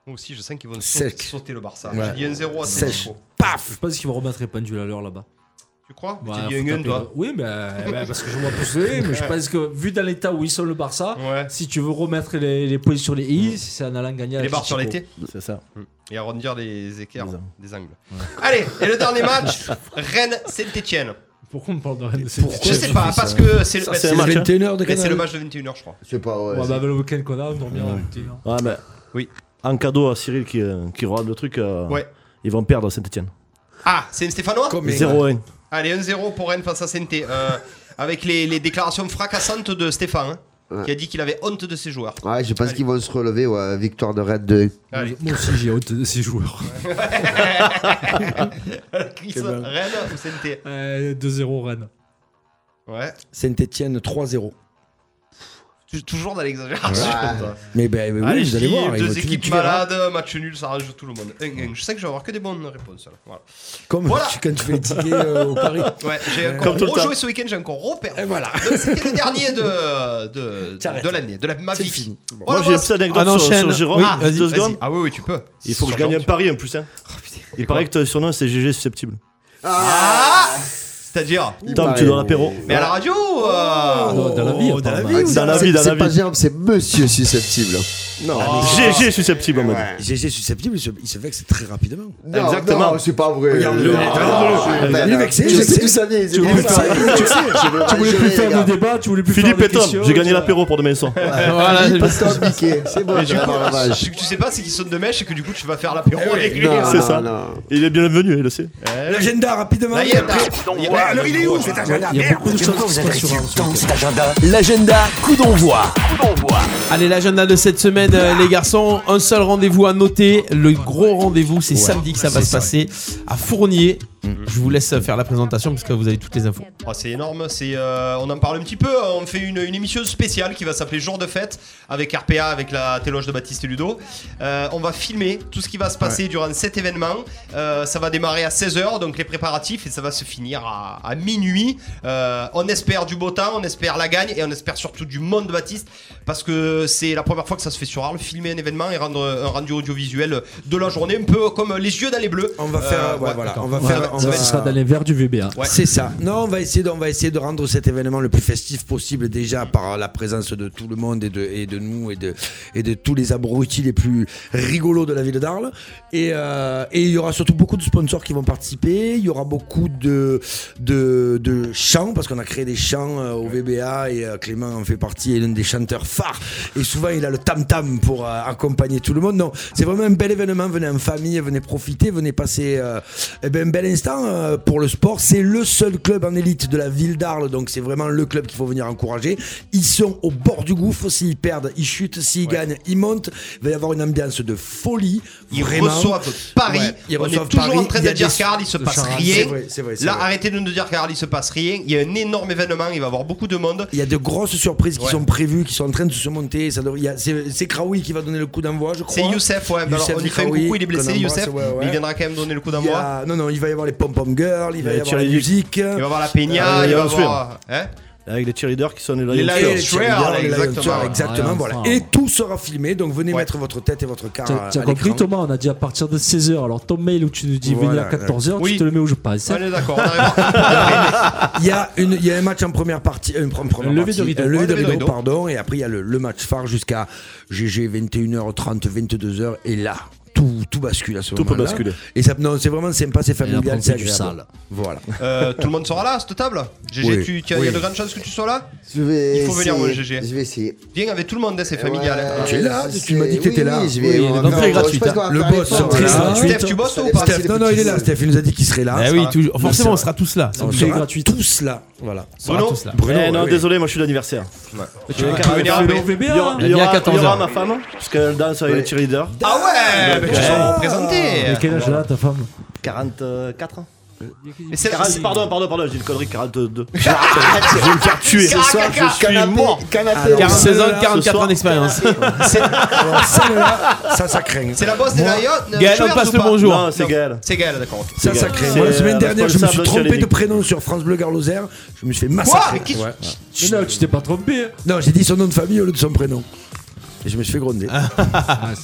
Speaker 8: Moi aussi, je sens qu'ils vont
Speaker 5: Sec.
Speaker 8: sauter, sauter le Barça.
Speaker 5: Ouais.
Speaker 8: J'ai dit 1-0 à
Speaker 5: Sèche.
Speaker 8: Atlético.
Speaker 5: Paf
Speaker 7: Je pense qu'ils vont remettre les pendules à l'heure là-bas.
Speaker 8: Tu crois
Speaker 7: Ouais,
Speaker 8: Tu dis
Speaker 7: faut
Speaker 8: 1-1,
Speaker 7: taper
Speaker 8: toi
Speaker 7: le- Oui, mais eh ben, parce que je vois pousser. mais je pense que vu dans l'état où ils sont le Barça,
Speaker 8: Ouais.
Speaker 7: si tu veux remettre les, les points sur les i, c'est en allant gagner. à
Speaker 8: Les barres sur
Speaker 7: Atletico.
Speaker 8: l'été
Speaker 6: C'est ça.
Speaker 8: Hmm. et arrondir les équerres
Speaker 6: Des angles.
Speaker 8: des angles. Allez, et le dernier match Rennes-Saint-Etienne.
Speaker 7: Pourquoi on parle de Rennes
Speaker 8: Je sais pas, parce que c'est le,
Speaker 6: Ça,
Speaker 8: bah,
Speaker 6: c'est
Speaker 8: c'est
Speaker 6: un
Speaker 8: le-
Speaker 6: match, hein.
Speaker 5: 21h de
Speaker 8: mais c'est le
Speaker 5: Canal.
Speaker 8: match de 21h, je crois.
Speaker 4: C'est pas, ouais.
Speaker 7: Ouais,
Speaker 4: c'est-
Speaker 7: bah, le week-end qu'on a, on dormira hein. à côté, non
Speaker 6: Ouais, mais
Speaker 8: Oui.
Speaker 6: En cadeau à Cyril qui, euh, qui regarde le truc, euh,
Speaker 8: Ouais.
Speaker 6: ils vont perdre Saint-Etienne.
Speaker 8: Ah, c'est une Stéphanois
Speaker 5: Combien
Speaker 6: 0-1.
Speaker 8: Allez, 1-0 pour Rennes face à saint euh, Avec les, les déclarations fracassantes de Stéphane, hein,
Speaker 4: Ouais.
Speaker 8: qui a dit qu'il avait honte de ses joueurs.
Speaker 4: Ouais, je pense
Speaker 8: Allez.
Speaker 4: qu'ils vont se relever, ouais. Victoire de Rennes 2.
Speaker 8: Allez,
Speaker 12: Moi aussi, j'ai honte de ces joueurs.
Speaker 8: Chris, Rennes ou saint
Speaker 7: Euh, 2-0 Rennes.
Speaker 8: Ouais.
Speaker 5: Saint-Etienne 3-0.
Speaker 8: Tu- Toujours dans l'exagération. toi.
Speaker 5: Mais ben, ben oui,
Speaker 8: Allez,
Speaker 5: vous
Speaker 8: je
Speaker 5: allez
Speaker 8: dis,
Speaker 5: voir. ils vont- hein.
Speaker 8: deux
Speaker 5: tu-
Speaker 8: équipes
Speaker 5: tu verras.
Speaker 8: malades, match nul, ça arrange tout le monde. Un, un. Je sais que je vais avoir que des bonnes réponses. là. Voilà.
Speaker 5: Comme
Speaker 8: Voilà.
Speaker 5: tu- quand tu fais le ticket euh, au Paris.
Speaker 8: Ouais, j'ai encore
Speaker 6: Comme tout le
Speaker 8: rejoué ce week-end, j'ai encore repéré.
Speaker 5: Et voilà.
Speaker 8: Donc, C'était le dernier de, de, de,
Speaker 5: T'arrêtes.
Speaker 8: de l'année, de la, ma
Speaker 5: C'est
Speaker 8: vie.
Speaker 5: fini.
Speaker 6: Moi,
Speaker 8: Voilà,
Speaker 6: j'ai une
Speaker 8: voilà.
Speaker 6: petite anecdote
Speaker 10: On
Speaker 6: sur,
Speaker 10: enchaîne.
Speaker 6: sur Jérôme.
Speaker 10: Oui,
Speaker 6: Ah,
Speaker 10: vas-y,
Speaker 6: deux
Speaker 8: Vas-y. Oh,
Speaker 6: secondes.
Speaker 8: Ah oui, oui, tu peux.
Speaker 6: Il faut que je
Speaker 8: Sur
Speaker 6: gagne un
Speaker 8: Jean-
Speaker 6: pari en plus. Hein. Il paraît que ton surnom c'est GG susceptible.
Speaker 8: Oh, C'est-à-dire.
Speaker 6: Tom, tu
Speaker 4: paraît.
Speaker 8: eh,
Speaker 6: dois l'apéro.
Speaker 8: Mais à la radio ou, euh,
Speaker 7: Dans-
Speaker 3: Oh,
Speaker 7: dans la vie,
Speaker 5: Oh,
Speaker 8: dans la
Speaker 7: apparemment.
Speaker 8: vie.
Speaker 4: Ah,
Speaker 6: Dans la
Speaker 4: c'est-
Speaker 6: vie, dans la
Speaker 4: C'est pas
Speaker 6: vie.
Speaker 4: Gerbe, c'est monsieur susceptible.
Speaker 8: bah,
Speaker 5: Non,
Speaker 6: GG susceptible, on m'a dit.
Speaker 5: GG susceptible, il se, il se vexe très rapidement.
Speaker 4: Non,
Speaker 6: Exactement.
Speaker 4: non, c'est pas vrai.
Speaker 5: Regarde-le.
Speaker 4: Non,
Speaker 5: Regarde-le.
Speaker 4: non, non.
Speaker 5: Il est vexé,
Speaker 4: Je
Speaker 5: je
Speaker 4: sais
Speaker 5: sais.
Speaker 4: tout ça vient.
Speaker 7: Tu voulais
Speaker 4: ça.
Speaker 7: faire-
Speaker 4: Je sais.
Speaker 7: Tu voulais plus faire de débat, tu voulais plus
Speaker 6: Philippe
Speaker 7: faire
Speaker 6: et
Speaker 7: de
Speaker 6: Tom,
Speaker 7: questions,
Speaker 6: j'ai gagné
Speaker 7: tu vois.
Speaker 6: l'apéro pour demain soir.
Speaker 10: Voilà, je-
Speaker 4: C'est bon, tu vas avoir la vache.
Speaker 8: Ce que tu sais pas, Ah, c'est qu'ils sont de mèche et que du coup, tu vas faire
Speaker 5: Eh
Speaker 8: l'apéro avec lui.
Speaker 4: Non,
Speaker 6: C'est
Speaker 4: non,
Speaker 6: ça.
Speaker 4: non.
Speaker 6: Il est bienvenu, il le sait.
Speaker 5: L'agenda rapidement.
Speaker 8: Là, Ah, il y a- il y a-
Speaker 13: Alors il est où cet agenda
Speaker 7: Il y a beaucoup de choses qui se passent sur un- sur un-
Speaker 3: L'agenda coup d'envoi.
Speaker 10: Allez, l'agenda de cette semaine, euh, les garçons. Un seul rendez-vous à noter. Le gros rendez-vous, c'est samedi que ça va se passer à Fournier. Je vous laisse euh, faire la présentation parce que vous avez toutes les infos.
Speaker 8: Oh, c'est énorme, c'est, euh, on en parle un petit peu, hein, on fait une, une émission spéciale qui va s'appeler Jour de fête avec RPA, avec la téloge de Baptiste et Ludo. Euh, on va filmer tout ce qui va se passer durant cet événement. Euh, ça va démarrer à 16h, donc les préparatifs, et ça va se finir à, à minuit. Euh, on espère du beau temps, on espère la gagne, et on espère surtout du monde de Baptiste, parce que c'est la première fois que ça se fait sur Arles, filmer un événement et rendre un rendu audiovisuel de la journée, un peu comme les yeux dans les bleus.
Speaker 5: On va
Speaker 8: Euh,
Speaker 5: faire. ouais,
Speaker 8: ouais.
Speaker 5: voilà. On va
Speaker 8: Ça
Speaker 5: faire.
Speaker 8: va-
Speaker 5: on
Speaker 8: ça va
Speaker 5: va-
Speaker 8: être
Speaker 7: Ce sera dans les verres du VBA.
Speaker 8: Ouais.
Speaker 5: C'est ça. Non, on va essayer de, on va essayer de rendre cet événement le plus festif possible déjà par la présence de tout le monde et de, et de nous et de, et de tous les abrutis les plus rigolos de la ville d'Arles. Et, euh, et il y aura surtout beaucoup de sponsors qui vont participer. Il y aura beaucoup de, de, de chants parce qu'on a créé des chants euh, au VBA et euh, Clément en fait partie est l'un des chanteurs phares. Et souvent il a le tam tam pour euh, accompagner tout le monde. Non, c'est vraiment un bel événement. Venez en famille, venez profiter, venez passer euh, eh ben, un bel l'instant, euh, pour le sport, c'est le seul club en élite de la ville d'Arles, donc c'est vraiment le club qu'il faut venir encourager. Ils sont au bord du gouffre, s'ils perdent, ils chutent, s'ils gagnent, ils montent. Il va y avoir une ambiance de folie.
Speaker 8: Ils
Speaker 5: vraiment.
Speaker 8: reçoivent Paris.
Speaker 5: Ouais, ils
Speaker 8: On est
Speaker 5: reçoivent
Speaker 8: toujours en
Speaker 5: Paris.
Speaker 8: train
Speaker 5: Il y
Speaker 8: de
Speaker 5: a
Speaker 8: dire
Speaker 5: des-
Speaker 8: Karl, il se
Speaker 5: de
Speaker 8: passe
Speaker 5: charade.
Speaker 8: rien.
Speaker 5: C'est vrai, c'est vrai, c'est
Speaker 8: Là,
Speaker 5: vrai.
Speaker 8: arrêtez de nous dire Karl, il se passe rien. Il y a un énorme événement, il va y avoir beaucoup de monde.
Speaker 5: Il y a de grosses surprises qui
Speaker 8: Ouais.
Speaker 5: sont prévues, qui sont en train de se monter. Ça devrait- il y a- C'est c'est Kraoui qui va donner le coup d'envoi, je crois.
Speaker 8: C'est Youssef, ouais. Alors, on lui fait un
Speaker 5: Kraoui,
Speaker 8: coucou, il est blessé,
Speaker 5: qu'on embrasse,
Speaker 8: Youssef.
Speaker 5: ouais, ouais.
Speaker 8: Mais il viendra quand même donner le coup hein.
Speaker 5: Il y
Speaker 8: d'envoi.
Speaker 5: a- Non, non, il va y avoir les pom-pom girls, il va y avoir la musique.
Speaker 8: il va y avoir la peña,
Speaker 6: Euh,
Speaker 8: il va y
Speaker 6: Lions Free.
Speaker 8: avoir. hein
Speaker 6: Avec les cheerleaders qui sont les
Speaker 8: Les
Speaker 6: Lions
Speaker 8: Lions
Speaker 6: Free.
Speaker 8: Free, Free,
Speaker 5: Voilà,
Speaker 8: exactement.
Speaker 5: exactement, exactement,
Speaker 8: Ouais,
Speaker 5: voilà.
Speaker 8: enfin,
Speaker 5: Et tout sera filmé, donc venez mettre votre tête et votre
Speaker 7: Tu
Speaker 5: car.
Speaker 7: as, compris Thomas, on a dit à partir de 16h. Alors ton mail où tu nous dis
Speaker 5: Voilà,
Speaker 7: venez à 14h,
Speaker 5: oui.
Speaker 7: tu te le mets où je passe. hein.
Speaker 8: On est d'accord.
Speaker 5: Il y, a une- il y a un match en première partie. euh, une pre- première
Speaker 7: Un lever de
Speaker 5: partie,
Speaker 7: rideau.
Speaker 5: un
Speaker 7: Ouais,
Speaker 5: lever de
Speaker 7: lever de
Speaker 5: rideau,
Speaker 7: rideau.
Speaker 5: pardon. Et après, il y a le, le match phare jusqu'à GG 21h30, 22h. Et là, tout, tout bascule à ce
Speaker 6: Tout
Speaker 5: moment-là.
Speaker 6: peut basculer.
Speaker 5: Et ça, non, c'est vraiment sympa, c'est
Speaker 12: après,
Speaker 5: familial,
Speaker 12: on
Speaker 5: c'est
Speaker 12: fait du
Speaker 5: agréable.
Speaker 12: sale.
Speaker 5: Voilà.
Speaker 8: Euh, tout le monde sera là à cette table GG,
Speaker 5: Oui,
Speaker 8: tu- tu- il y a
Speaker 5: oui.
Speaker 8: de grandes chances que tu sois là
Speaker 4: Je vais
Speaker 8: Il faut venir,
Speaker 4: essayer.
Speaker 8: ouais, GG.
Speaker 4: Je vais essayer.
Speaker 8: Viens avec tout le monde, hein, c'est familial. hein.
Speaker 5: Tu es là,
Speaker 4: c'est-
Speaker 5: tu m'as dit que t'étais
Speaker 4: oui,
Speaker 5: là.
Speaker 4: oui, je vais- on va faire- je pense qu'on va
Speaker 5: hein. Le
Speaker 4: faire
Speaker 5: boss,
Speaker 4: l'effort,
Speaker 5: très
Speaker 4: voilà.
Speaker 5: gratuite.
Speaker 8: Steph, tu bosses, toi, ou pas
Speaker 5: Steph, non, non, il est là. Steph, il nous a dit qu'il serait là.
Speaker 10: Eh
Speaker 5: sera
Speaker 10: oui,
Speaker 5: là.
Speaker 10: toujours-
Speaker 5: Il
Speaker 10: forcément,
Speaker 5: sera
Speaker 10: on sera tous là. C'est
Speaker 5: On
Speaker 10: obligé.
Speaker 5: sera tous là. Voilà.
Speaker 10: Bruno
Speaker 5: On sera tous là.
Speaker 6: Eh non,
Speaker 5: oui, oui.
Speaker 6: désolé, moi je suis d'anniversaire.
Speaker 8: Tu veux tu veux venir
Speaker 6: Il
Speaker 8: après
Speaker 7: hein.
Speaker 6: y aura, il y
Speaker 12: Elle vient à
Speaker 6: aura-
Speaker 12: 14
Speaker 6: il y aura
Speaker 12: heures.
Speaker 6: ma femme, hein, parce qu'elle danse avec les cheerleaders.
Speaker 8: Ah ouais, mais tu seras représenté
Speaker 7: Mais quel âge là ta femme
Speaker 6: 44 ans
Speaker 8: Mais c'est
Speaker 6: 40, Pardon, pardon, pardon, j'ai une connerie, 42.
Speaker 4: Je vais me faire tuer.
Speaker 8: Ce soir, je suis mort.
Speaker 4: Canapé.
Speaker 5: Alors,
Speaker 10: 16 ans,
Speaker 5: Ce soir-
Speaker 10: 44 ans d'expérience.
Speaker 5: Alors, celle-là, ça, ça craint.
Speaker 8: C'est la bosse des Lions
Speaker 10: Gaël, on passe le bonjour.
Speaker 6: Non, c'est
Speaker 8: Non.
Speaker 6: Gaël.
Speaker 8: C'est Gaël, d'accord. ok.
Speaker 5: Ça, ça
Speaker 6: Gaël.
Speaker 5: craint.
Speaker 6: C'est
Speaker 5: Moi, la semaine
Speaker 6: la
Speaker 5: dernière, je me suis
Speaker 6: responsable
Speaker 5: trompé
Speaker 6: sur
Speaker 5: de
Speaker 6: les
Speaker 5: prénom sur France Bleu Garloser. Je me suis fait massacrer.
Speaker 8: Quoi
Speaker 5: Ouais.
Speaker 7: Mais non, tu t'es pas trompé. hein.
Speaker 5: Non, j'ai dit son nom de famille au lieu de son prénom. Et je me suis fait gronder.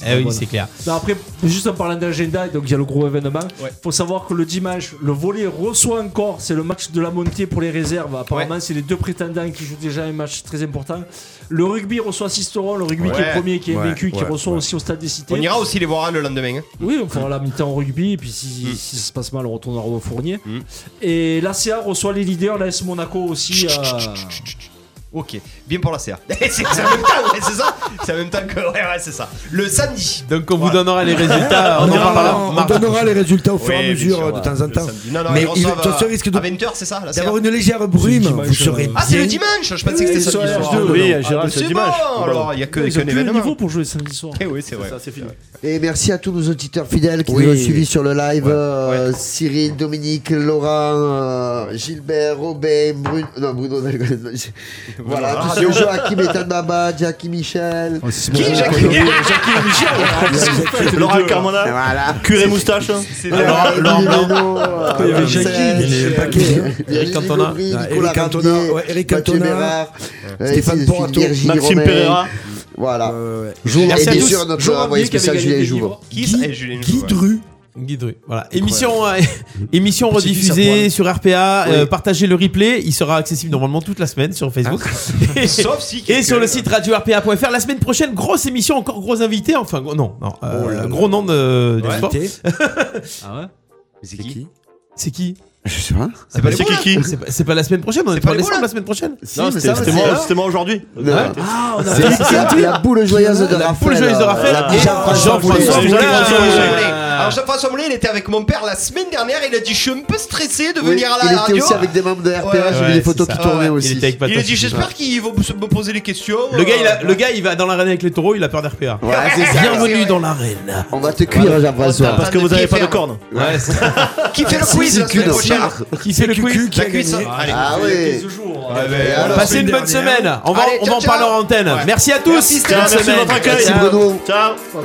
Speaker 10: Eh oui, c'est clair.
Speaker 7: Non, après, juste en parlant d'agenda, donc il y a le gros événement. Faut savoir que le dimanche, le volet reçoit encore. C'est le match de la montée pour les réserves. Apparemment, c'est les deux prétendants qui jouent déjà un match très important. Le rugby reçoit Sisteron, le rugby qui
Speaker 8: Ouais.
Speaker 7: est premier, qui est
Speaker 5: Ouais,
Speaker 7: vaincu, qui
Speaker 5: ouais,
Speaker 7: reçoit aussi au stade des cités.
Speaker 8: On ira aussi les voir hein, le lendemain. hein.
Speaker 7: Oui, on fera la mi-temps au rugby, et puis si, si ça se passe mal, on retournera au Fournier.
Speaker 8: Mm.
Speaker 7: Et l'ACA reçoit les leaders, l'AS Monaco aussi. euh,
Speaker 8: Ok, bien pour la CA. c'est c'est en même temps, ouais, c'est ça C'est en même temps que. Ouais, ouais, c'est ça. Le samedi.
Speaker 10: Donc, on vous donnera les résultats. On
Speaker 5: Non,
Speaker 10: en parlera.
Speaker 5: on
Speaker 10: mardi.
Speaker 5: donnera les résultats au fur et
Speaker 8: Ouais,
Speaker 5: à
Speaker 8: bien
Speaker 5: mesure
Speaker 8: sûr,
Speaker 5: euh,
Speaker 8: ouais,
Speaker 5: de temps en
Speaker 8: le
Speaker 5: temps.
Speaker 8: samedi. Non, non,
Speaker 5: Mais
Speaker 8: ils
Speaker 5: il,
Speaker 8: reçoivent,
Speaker 5: attention,
Speaker 8: euh,
Speaker 5: risque de-
Speaker 8: À 20h, c'est ça la CA
Speaker 5: d'avoir une légère brume. Vous serez
Speaker 8: Ah, c'est le
Speaker 5: bien-
Speaker 8: dimanche Je pensais que c'était
Speaker 5: Oui,
Speaker 8: samedi
Speaker 5: c'est
Speaker 8: soir.
Speaker 5: le
Speaker 6: Oui,
Speaker 8: Ah,
Speaker 6: Gérald,
Speaker 8: bah,
Speaker 6: c'est
Speaker 8: c'est
Speaker 6: dimanche.
Speaker 8: bon, alors, il n'y a que
Speaker 4: euh,
Speaker 7: ils ont
Speaker 8: qu'un
Speaker 7: plus le
Speaker 4: hein.
Speaker 8: événement.
Speaker 7: niveau pour jouer samedi soir.
Speaker 8: Eh oui, c'est vrai.
Speaker 6: Ça, c'est fini.
Speaker 4: Et merci à tous nos auditeurs fidèles qui
Speaker 5: Oui.
Speaker 4: nous ont suivis sur le live. euh, Cyril, Dominique, Laurent, euh, Gilbert, Robin, Bruno. Non, Bruno. non, non, je- voilà, tous ceux Joachim Etanbaba, Jackie Michel.
Speaker 5: Oh,
Speaker 8: Qui, Jacques
Speaker 6: Laurent Carmona,
Speaker 4: Voilà.
Speaker 6: curé moustache.
Speaker 8: hein. C'est
Speaker 4: Ah,
Speaker 10: Laurent- Laurent Blanc.
Speaker 4: Il
Speaker 7: y avait Jackie,
Speaker 5: il y avait pas qui.
Speaker 10: Eric Cantona.
Speaker 5: Ah, Eric Cantona, ouais, Eric Cantona, Stéphane Porato,
Speaker 6: Maxime Pereira.
Speaker 4: Voilà.
Speaker 5: Euh,
Speaker 4: et
Speaker 10: Merci à
Speaker 4: bien
Speaker 10: tous.
Speaker 4: sûr, notre
Speaker 7: Joe
Speaker 4: envoyé
Speaker 7: Rambier qui avait
Speaker 4: spécial
Speaker 7: gagné
Speaker 4: Julien
Speaker 7: des
Speaker 4: Jouve.
Speaker 7: livres.
Speaker 8: Qui
Speaker 5: Guy-
Speaker 8: Eh, Julien
Speaker 5: Guy
Speaker 8: Jouve, ouais.
Speaker 5: Dru.
Speaker 10: Guy Dru, Voilà. Émission, euh, émission rediffusée sur RPA. euh, partagez le replay. Il sera accessible normalement toute la semaine sur Facebook. Et-
Speaker 8: Sauf si.
Speaker 10: Et sur le
Speaker 8: quelqu'un-
Speaker 10: site radio-rpa.fr. La semaine prochaine, grosse émission, encore gros invité. Enfin, gros- non, non. euh, gros nom de, du
Speaker 8: Oh Ouais.
Speaker 10: sport.
Speaker 7: Ah ouais
Speaker 8: C'est qui
Speaker 10: C'est qui Ah,
Speaker 4: Je sais pas.
Speaker 8: C'est pas les
Speaker 6: C'est
Speaker 8: Boulins
Speaker 6: Kiki.
Speaker 10: C'est pas, c'est pas la semaine prochaine, on est,
Speaker 8: C'est
Speaker 10: le
Speaker 8: pas
Speaker 10: 3
Speaker 8: les
Speaker 10: décembre
Speaker 8: Boulins
Speaker 10: la semaine prochaine.
Speaker 6: Non,
Speaker 4: mais
Speaker 6: c'était
Speaker 4: ça,
Speaker 6: c'était
Speaker 4: c'est
Speaker 6: moi,
Speaker 4: là.
Speaker 6: c'était moi aujourd'hui.
Speaker 4: Ouais.
Speaker 7: Ah, on a
Speaker 4: C'est la, la boule joyeuse de
Speaker 10: La
Speaker 4: Raphaël.
Speaker 10: poule joyeuse de Raphaël
Speaker 4: euh,
Speaker 10: et
Speaker 4: Jean-François Boulay.
Speaker 10: Jean-François Boulay.
Speaker 8: Jean-François
Speaker 10: Euh,
Speaker 8: Moulin. Alors Jean-François Moulin, il était avec mon père la semaine dernière, il a dit je suis un peu stressé de
Speaker 4: Oui,
Speaker 8: venir à la
Speaker 4: il était
Speaker 8: radio.
Speaker 4: aussi avec des membres de RPA,
Speaker 8: Ouais,
Speaker 4: j'ai
Speaker 10: ouais,
Speaker 4: vu des photos
Speaker 10: c'est
Speaker 4: qui
Speaker 8: ça.
Speaker 4: tournaient
Speaker 8: Ouais,
Speaker 4: aussi.
Speaker 10: Il était avec
Speaker 8: Il a
Speaker 10: Patrick.
Speaker 8: dit j'espère qu'ils vont me poser les questions.
Speaker 10: Le gars, il a- le gars, il va dans l'arène avec les taureaux, il a peur d'RPA.
Speaker 4: Ouais, c'est ça.
Speaker 10: Bienvenue dans l'arène.
Speaker 4: On va te cuire, Jean-François.
Speaker 6: Parce que vous avez pas de cornes.
Speaker 10: Ouais, c'est-
Speaker 8: Qui fait le quiz la
Speaker 4: c'est
Speaker 8: semaine
Speaker 4: Kudo.
Speaker 8: prochaine
Speaker 10: qui fait le quiz
Speaker 8: La cuisse. hein. Allez.
Speaker 4: Ah oui.
Speaker 7: jours.
Speaker 8: Ouais, mais alors,
Speaker 10: Passez une bonne semaine. On va,
Speaker 8: Allez,
Speaker 10: on va
Speaker 8: ciao,
Speaker 10: en parler
Speaker 8: ciao.
Speaker 10: en antenne.
Speaker 8: Ouais.
Speaker 10: Merci à tous.
Speaker 8: Merci,
Speaker 10: Bonne
Speaker 6: Merci de
Speaker 10: semaine.
Speaker 6: votre accueil.
Speaker 4: Merci Bruno.
Speaker 6: Ciao.